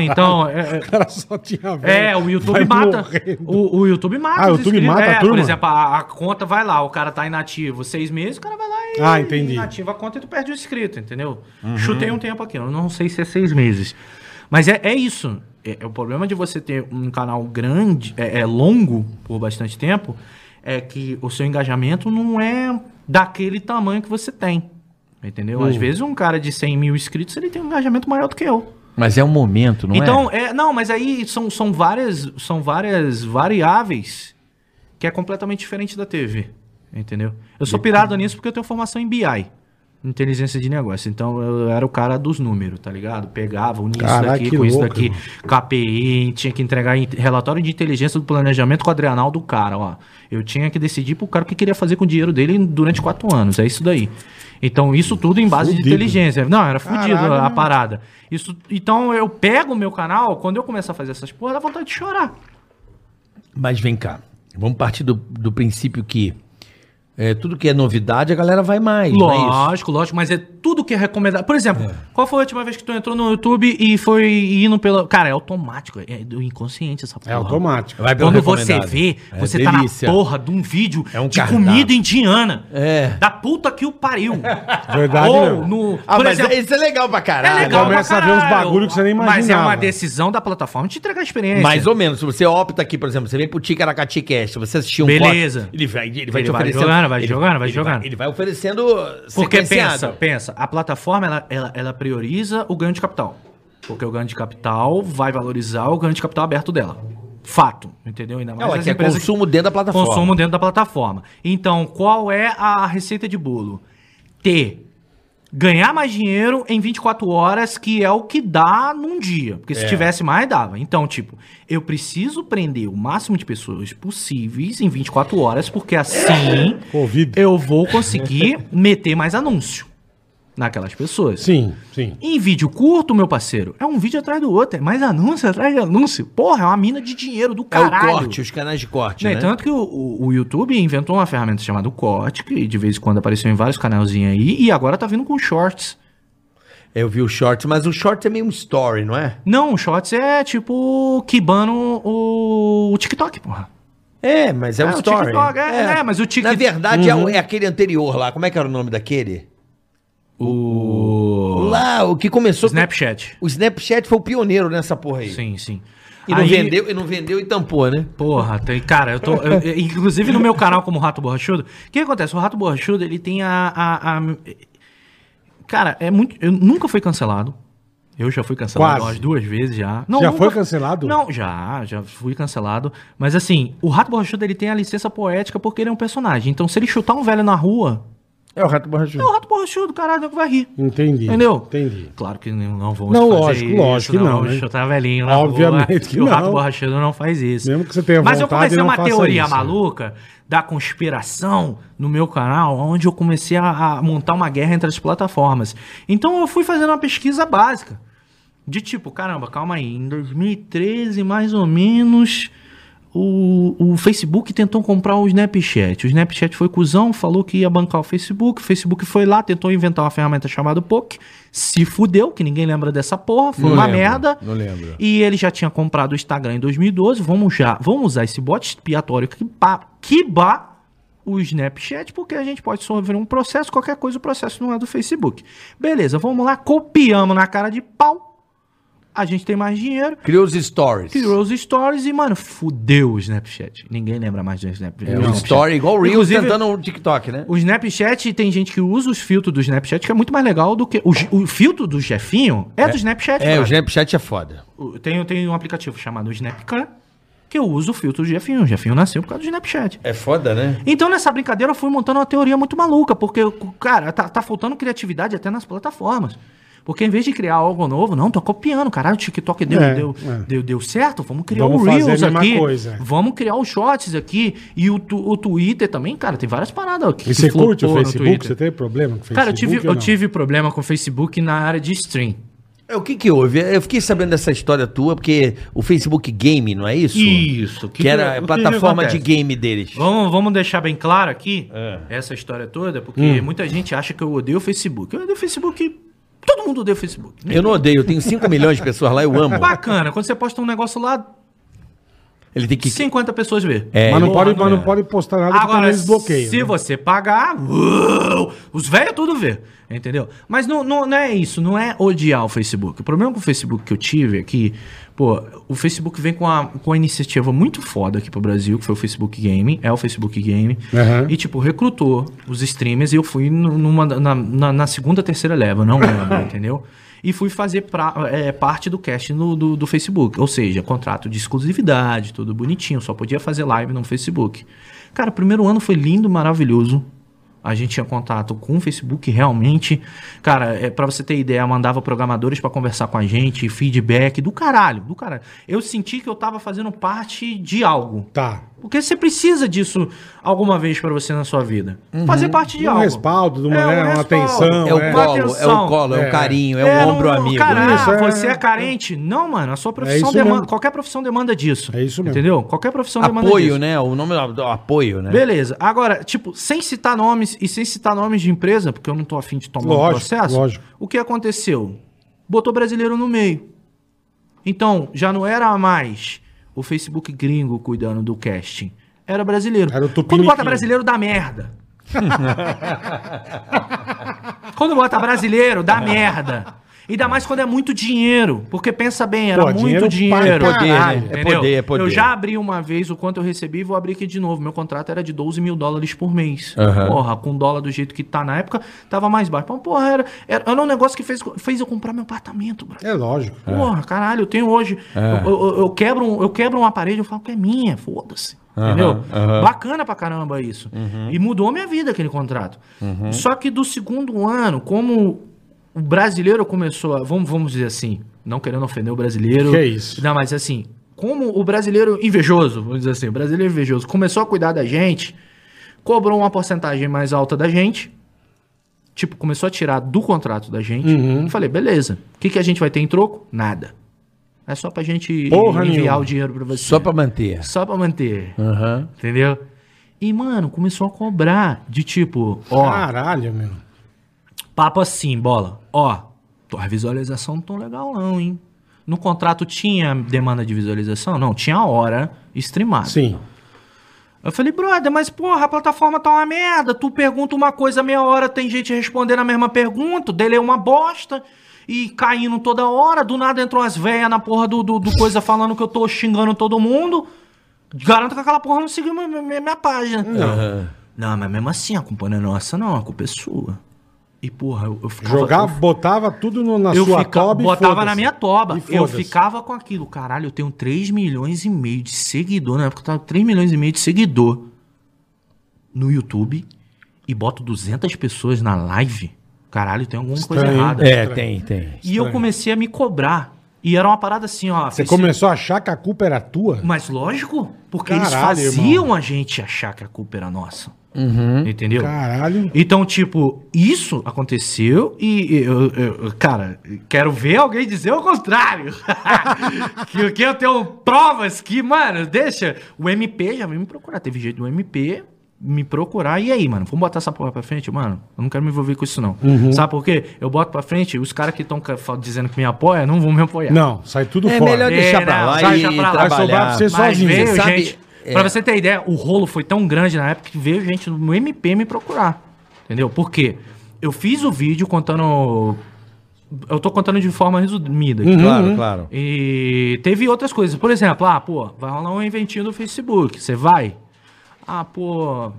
Speaker 2: <laughs>
Speaker 4: Então, é- é-
Speaker 3: O cara só tinha
Speaker 4: é, o YouTube mata.
Speaker 3: morrendo.
Speaker 4: O, o YouTube mata.
Speaker 3: Ah, o
Speaker 4: os
Speaker 3: YouTube
Speaker 4: inscritos.
Speaker 3: mata a
Speaker 4: é,
Speaker 3: turma?
Speaker 4: Por exemplo, a, a conta vai lá, o cara tá inativo seis meses, o cara vai lá e
Speaker 3: Ah, entendi. Uhum.
Speaker 4: inativa a conta e tu perde o inscrito, entendeu? Chutei um tempo aqui, eu não sei se é seis meses. Mas é, é isso. É, é o problema de você ter um canal grande, é, é longo por bastante tempo, é que o seu engajamento não é daquele tamanho que você tem. Entendeu?
Speaker 3: Hum.
Speaker 4: Às vezes um cara de 100 mil inscritos, ele tem um engajamento maior do que eu
Speaker 2: Mas é um momento, não
Speaker 4: então, é? não, mas aí são, são, várias, são várias variáveis que é completamente diferente da TV, entendeu? Eu sou pirado nisso porque eu tenho formação em BI, inteligência de negócio. Então, eu era o cara dos números, tá ligado? Pegava, unia isso
Speaker 3: Caraca,
Speaker 4: daqui
Speaker 3: que
Speaker 4: com isso
Speaker 3: louco,
Speaker 4: daqui, KPI, tinha que entregar em- relatório de inteligência do planejamento quadrianal do cara, ó. Eu tinha que decidir pro cara o que queria fazer com o dinheiro dele durante quatro anos, é isso daí. Então, isso tudo em base
Speaker 3: Fudido.
Speaker 4: de inteligência. Não, era fudido
Speaker 3: Caralho,
Speaker 4: a
Speaker 3: mano.
Speaker 4: parada. Isso, então, eu pego o meu canal, quando eu começo a fazer essas porra, dá vontade de chorar.
Speaker 2: Mas vem cá. Vamos partir do, do princípio que é, tudo que é novidade, a galera vai mais. não é isso?
Speaker 4: Lógico, lógico, mas é tudo que é recomendado. Por exemplo, qual foi a última vez que tu entrou no YouTube e foi indo pela. Cara, é automático, é do inconsciente essa porra.
Speaker 3: É automático.
Speaker 2: Vai pelo
Speaker 4: Quando você
Speaker 2: recomendado.
Speaker 4: vê,
Speaker 2: É,
Speaker 4: você
Speaker 2: delícia.
Speaker 4: tá na porra de um vídeo
Speaker 2: É um
Speaker 4: de
Speaker 2: cardápio.
Speaker 4: comida indiana.
Speaker 2: É.
Speaker 4: Da puta que o pariu.
Speaker 3: <laughs> Verdade
Speaker 4: Ou
Speaker 3: mesmo.
Speaker 4: no.
Speaker 2: Ah,
Speaker 4: Tipo, por
Speaker 2: mas
Speaker 4: exemplo,
Speaker 2: é- isso é legal pra caralho.
Speaker 4: é legal pra
Speaker 3: Começa a ver uns
Speaker 4: caralho,
Speaker 3: bagulho que você nem
Speaker 4: Mas é
Speaker 3: imaginava.
Speaker 4: uma decisão da plataforma de entregar experiência.
Speaker 2: Mais ou menos. Se você opta aqui, por exemplo, você vem pro Ticaracati Cast, você assistiu um
Speaker 4: Beleza.
Speaker 2: corte, ele vai, ele vai
Speaker 4: Ele
Speaker 2: te
Speaker 4: vai
Speaker 2: oferecendo.
Speaker 4: jogando, vai
Speaker 2: ele-
Speaker 4: jogando, vai
Speaker 2: ele
Speaker 4: jogando.
Speaker 2: ele vai oferecendo
Speaker 4: Porque
Speaker 2: sequenciado.
Speaker 4: pensa, pensa, a plataforma ela, ela, ela prioriza o ganho de capital. Porque o ganho de capital vai valorizar o ganho de capital aberto dela. Fato, entendeu? Ainda mais
Speaker 2: Não, é
Speaker 4: as
Speaker 2: que é
Speaker 4: empresas
Speaker 2: consumo dentro da plataforma.
Speaker 4: Consumo dentro da plataforma. Então, qual é a receita de bolo? Ter ganhar mais dinheiro em 24 horas, que é o que dá num dia. Porque
Speaker 2: É.
Speaker 4: se tivesse mais, dava. Então, tipo, eu preciso prender o máximo de pessoas possíveis em 24 horas, porque assim
Speaker 3: Covid.
Speaker 4: eu vou conseguir meter mais anúncio naquelas pessoas.
Speaker 3: Sim, sim.
Speaker 4: Em vídeo curto, meu parceiro, é um vídeo atrás do outro, é mais anúncio atrás de anúncio. Porra, é uma mina de dinheiro do
Speaker 2: É o
Speaker 4: caralho.
Speaker 2: corte, os canais de corte,
Speaker 4: Né,
Speaker 2: né?
Speaker 4: Tanto que o, o- o YouTube inventou uma ferramenta chamada Corte, que de vez em quando apareceu em vários canalzinhos aí, e agora tá vindo com shorts.
Speaker 2: Eu vi o short, mas o short é meio um story, não é?
Speaker 4: Não, shorts é tipo quibando o, o TikTok, porra.
Speaker 2: É, mas é, um
Speaker 4: o
Speaker 2: story.
Speaker 4: TikTok, é, é, mas o
Speaker 2: Na
Speaker 4: TikTok- Uhum.
Speaker 2: verdade, é o- é, aquele anterior lá. Como é que era o nome daquele?
Speaker 4: O
Speaker 2: Lá, o que começou... com-
Speaker 4: Snapchat.
Speaker 2: O Snapchat foi o pioneiro nessa porra aí.
Speaker 4: Sim, sim.
Speaker 2: E não,
Speaker 4: Aí-
Speaker 2: vendeu, e não vendeu e tampou, né?
Speaker 4: Porra, tem, cara, eu tô. eu- eu- inclusive no meu canal como Rato Borrachudo, o que acontece? O Rato Borrachudo, ele tem a. a- a- cara, é muito. Eu nunca fui cancelado. Eu já fui cancelado
Speaker 3: Quase.
Speaker 4: umas duas vezes já.
Speaker 3: Já
Speaker 4: nunca-
Speaker 3: foi cancelado?
Speaker 4: Não, já, já fui cancelado. Mas assim, o Rato Borrachudo ele tem a licença poética porque ele é um personagem. Então, se ele chutar um velho na rua,
Speaker 2: É o Rato
Speaker 4: é
Speaker 2: Borrachudo.
Speaker 4: o Rato Borrachudo, caralho, nego vai rir.
Speaker 3: Entendi.
Speaker 4: Entendeu?
Speaker 3: Entendi.
Speaker 4: Claro que não, não vamos
Speaker 3: Não, lógico, lógico que não,
Speaker 4: vamos
Speaker 3: né?
Speaker 4: chutar velhinho na
Speaker 3: Obviamente
Speaker 4: rua.
Speaker 3: que
Speaker 4: E O rato
Speaker 3: não.
Speaker 4: borracheiro não faz isso.
Speaker 3: Mesmo que você tenha
Speaker 4: Mas eu
Speaker 3: vontade,
Speaker 4: comecei
Speaker 3: não
Speaker 4: uma
Speaker 3: faça
Speaker 4: teoria
Speaker 3: isso. né?
Speaker 4: maluca da conspiração no meu canal, onde eu comecei a, a montar uma guerra entre as plataformas. Então eu fui fazendo uma pesquisa básica. De tipo, caramba, calma aí, em 2013, mais ou menos, o, o Facebook tentou comprar o Snapchat. O Snapchat foi cuzão, falou que ia bancar o Facebook. O Facebook foi lá, tentou inventar uma ferramenta chamada POC. Se fudeu, que ninguém lembra dessa porra, foi
Speaker 2: Não
Speaker 4: uma
Speaker 2: lembro,
Speaker 4: merda.
Speaker 2: não lembro.
Speaker 4: E ele já tinha comprado o Instagram em 2012. Vamos já, vamos usar esse bot expiatório que pá, que bah o Snapchat, porque a gente pode sofrer um processo, qualquer coisa o processo não é do Facebook. Beleza, vamos lá, copiamos na cara de pau. A gente tem mais dinheiro,
Speaker 2: Criou os stories.
Speaker 4: criou os stories e, mano, fudeu o Snapchat. Ninguém lembra mais do Snapchat.
Speaker 2: É
Speaker 4: do
Speaker 2: um
Speaker 4: Snapchat.
Speaker 2: story igual o Reels
Speaker 4: Inclusive,
Speaker 2: tentando o TikTok, né?
Speaker 4: O Snapchat, tem gente que usa os filtros do Snapchat, que é muito mais legal do que... O, ge- o filtro do chefinho é, do Snapchat,
Speaker 2: É,
Speaker 4: cara.
Speaker 2: o Snapchat é foda.
Speaker 4: O- Tem, tem um aplicativo chamado Snapcam, que eu uso o filtro do Jefinho. O Jefinho nasceu por causa do Snapchat.
Speaker 2: É foda, né?
Speaker 4: Então, nessa brincadeira, eu fui montando uma teoria muito maluca, porque, cara, tá, tá faltando criatividade até nas plataformas. Porque em vez de criar algo novo, não, tô copiando, caralho, o TikTok deu,
Speaker 3: É,
Speaker 4: deu,
Speaker 3: é.
Speaker 4: deu, deu certo, vamos criar
Speaker 3: Vamos
Speaker 4: o
Speaker 3: fazer a
Speaker 4: Reels
Speaker 3: mesma
Speaker 4: aqui,
Speaker 3: coisa.
Speaker 4: vamos criar os Shots aqui, e o, tu- o Twitter também, cara, tem várias paradas aqui.
Speaker 3: E você curte o
Speaker 4: flopou no
Speaker 3: Facebook?
Speaker 4: Twitter.
Speaker 3: Você tem problema com o Facebook?
Speaker 4: Cara, eu tive,
Speaker 3: ou
Speaker 4: eu
Speaker 3: não?
Speaker 4: tive problema com o Facebook na área de stream.
Speaker 2: É, O que que houve? Eu fiquei sabendo dessa história tua, porque o Facebook Game, não é isso?
Speaker 4: Isso.
Speaker 2: Que, era a
Speaker 4: o
Speaker 2: plataforma de
Speaker 4: acontece?
Speaker 2: game deles.
Speaker 4: Vamos, vamos deixar bem claro aqui
Speaker 2: É.
Speaker 4: essa história toda, porque
Speaker 2: Hum.
Speaker 4: muita gente acha que eu odeio o Facebook. Eu odeio o Facebook. Todo mundo odeia o Facebook.
Speaker 2: Eu não odeio, eu tenho 5 milhões de pessoas lá, eu amo.
Speaker 4: Bacana, quando você posta um negócio lá,
Speaker 2: Ele tem que.
Speaker 4: 50 pessoas vê.
Speaker 2: É,
Speaker 3: mas não,
Speaker 2: porra,
Speaker 3: pode, mas não
Speaker 2: é.
Speaker 3: pode postar nada que também
Speaker 4: Agora,
Speaker 3: eles bloqueiam.
Speaker 4: se
Speaker 3: né?
Speaker 4: você pagar, uou, os velhos tudo vê, entendeu? Mas não, não, não é isso, não é odiar o Facebook. O problema com o Facebook que eu tive é que, pô, o Facebook vem com a, com a iniciativa muito foda aqui pro Brasil, que foi o Facebook Game, é o Facebook Game,
Speaker 3: Aham.
Speaker 4: e tipo, recrutou os streamers e eu fui nu- numa, na, na, na segunda, terceira leva, não lembro, entendeu? E fui fazer pra- é, parte do cast no- do, do Facebook. Ou seja, contrato de exclusividade, tudo bonitinho. Só podia fazer live no Facebook. Cara, o primeiro ano foi lindo, maravilhoso. A gente tinha contato com o Facebook realmente. Cara, é, para você ter ideia, mandava programadores pra conversar com a gente, feedback do caralho, do caralho. Eu senti que eu tava fazendo parte de algo.
Speaker 3: Tá.
Speaker 4: Porque você precisa disso alguma vez pra você na sua vida. Fazer parte de
Speaker 3: Um
Speaker 4: algo.
Speaker 3: respaldo, de uma,
Speaker 4: É,
Speaker 3: né, uma atenção,
Speaker 2: É o
Speaker 3: É.
Speaker 2: colo, é o
Speaker 4: atenção.
Speaker 2: colo, é
Speaker 3: É.
Speaker 2: o carinho, é, o
Speaker 4: não-
Speaker 2: ombro
Speaker 4: não,
Speaker 2: amigo.
Speaker 4: Cara,
Speaker 3: Isso,
Speaker 4: ah,
Speaker 3: é.
Speaker 4: você é carente. Não, mano, a sua profissão
Speaker 3: isso
Speaker 4: demanda.
Speaker 3: mesmo.
Speaker 4: Qualquer profissão demanda disso.
Speaker 3: É isso mesmo.
Speaker 4: Entendeu? Qualquer profissão demanda disso.
Speaker 2: Apoio, né? O nome do apoio, né?
Speaker 4: Beleza. Agora, tipo, sem citar nomes e sem citar nomes de empresa, porque eu não tô afim de tomar um
Speaker 3: Lógico,
Speaker 4: processo.
Speaker 3: lógico.
Speaker 4: O que aconteceu? Botou brasileiro no meio. Então, já não era mais o Facebook gringo cuidando do casting. Era brasileiro.
Speaker 3: Era o
Speaker 4: Quando bota
Speaker 3: Tupiniquim.
Speaker 4: brasileiro,
Speaker 3: <laughs>
Speaker 4: dá merda. quando bota brasileiro, dá merda. Ainda mais quando é muito dinheiro. Porque pensa bem, era
Speaker 3: Pô,
Speaker 4: muito
Speaker 3: dinheiro pra
Speaker 4: dinheiro.
Speaker 2: É poder,
Speaker 3: Caralho,
Speaker 2: né? É
Speaker 4: Entendeu?
Speaker 2: poder, é poder.
Speaker 4: Eu já abri uma vez o quanto eu recebi e vou abrir aqui de novo. Meu contrato era de 12 mil dólares por mês.
Speaker 2: Aham.
Speaker 4: Porra, com dólar do jeito que tá na época, tava mais baixo. Mas, porra, era, era, era um negócio que fez, fez eu comprar meu apartamento, bro.
Speaker 3: É lógico.
Speaker 4: Porra, caralho, eu tenho hoje. Eu, eu- eu quebro um, eu quebro uma parede, eu falo que é minha, foda-se. entendeu? Bacana pra caramba isso.
Speaker 3: Uhum.
Speaker 4: E mudou a minha vida aquele contrato. Só que do segundo ano, como o brasileiro começou a. Vamos, vamos dizer assim, não querendo ofender o brasileiro.
Speaker 3: Que isso.
Speaker 4: Não, mas assim, como o brasileiro invejoso, vamos dizer assim, o brasileiro invejoso começou a cuidar da gente, cobrou uma porcentagem mais alta da gente. Tipo, começou a tirar do contrato da gente. E falei, beleza. O que, que a gente vai ter em troco? Nada. É só pra gente
Speaker 3: Porra
Speaker 4: enviar
Speaker 3: nenhuma.
Speaker 4: o dinheiro pra você.
Speaker 2: Só pra manter.
Speaker 4: Só pra manter.
Speaker 2: Aham.
Speaker 4: Entendeu? E, mano, começou a cobrar de tipo, ó,
Speaker 3: Caralho, meu.
Speaker 4: papo assim, bola. Ó, tua visualização não tão legal não, hein? No contrato tinha demanda de visualização? Não, tinha hora streamada.
Speaker 3: Sim.
Speaker 4: Eu falei, brother, mas porra, a plataforma tá uma merda. Tu pergunta uma coisa meia hora, tem gente respondendo a mesma pergunta, dele é uma bosta. E caindo toda hora, do nada entrou umas velhas na porra do, do, do coisa falando que eu tô xingando todo mundo. Garanto que aquela porra não seguiu minha, minha- minha página. Não. não, mas mesmo assim, a culpa não é nossa, não, a culpa é sua. E porra, eu, eu ficava.
Speaker 3: Jogava, botava tudo no- na
Speaker 4: eu
Speaker 3: sua
Speaker 4: fica-
Speaker 3: toba e
Speaker 4: botava
Speaker 3: foda-se.
Speaker 4: na minha toba.
Speaker 3: E
Speaker 4: Eu
Speaker 3: foda-se.
Speaker 4: ficava com aquilo. Caralho, eu tenho 3 milhões e meio de seguidor. Na época eu tava 3 milhões e meio de seguidor no YouTube e boto 200 pessoas na live. Caralho, tem alguma coisa
Speaker 3: Estranho.
Speaker 4: errada.
Speaker 2: É, tem, tem.
Speaker 4: E eu comecei a me cobrar. E era uma parada assim, ó.
Speaker 3: Você
Speaker 4: Facebook-
Speaker 3: começou a achar que a culpa era tua?
Speaker 4: Mas lógico, porque eles
Speaker 3: Caralho,
Speaker 4: faziam
Speaker 3: irmão. Uhum.
Speaker 4: a gente achar que a culpa era nossa. Entendeu?
Speaker 3: Caralho.
Speaker 4: Então, tipo, isso aconteceu e, e eu, eu- cara, quero ver alguém dizer o contrário. <laughs> que, que eu tenho provas que, mano, deixa. O MP já veio me procurar. Teve jeito do MP me procurar. E aí, mano, vamos botar essa porra pra frente? Mano, eu não quero me envolver com isso, não. Sabe por quê? Eu boto pra frente, os caras que estão dizendo que me apoiam não vão me apoiar.
Speaker 3: Não, sai tudo
Speaker 2: É
Speaker 3: fora.
Speaker 2: melhor deixar
Speaker 4: É,
Speaker 2: pra
Speaker 4: não,
Speaker 2: lá
Speaker 4: sai,
Speaker 2: e
Speaker 4: deixa pra lá.
Speaker 2: trabalhar.
Speaker 3: Vai sobrar pra você
Speaker 4: Mas
Speaker 3: sozinho.
Speaker 4: veio,
Speaker 2: Sabe-
Speaker 4: gente.
Speaker 2: é.
Speaker 4: Pra você ter ideia, o rolo foi tão grande na época que veio gente no MP me procurar. Entendeu? Por quê? Eu fiz o vídeo contando. Eu tô contando de forma resumida.
Speaker 3: Uhum.
Speaker 4: aqui.
Speaker 2: Claro, claro.
Speaker 4: E teve outras coisas. Por exemplo, ah, pô, vai rolar um eventinho do Facebook. Você vai? Ah, pô,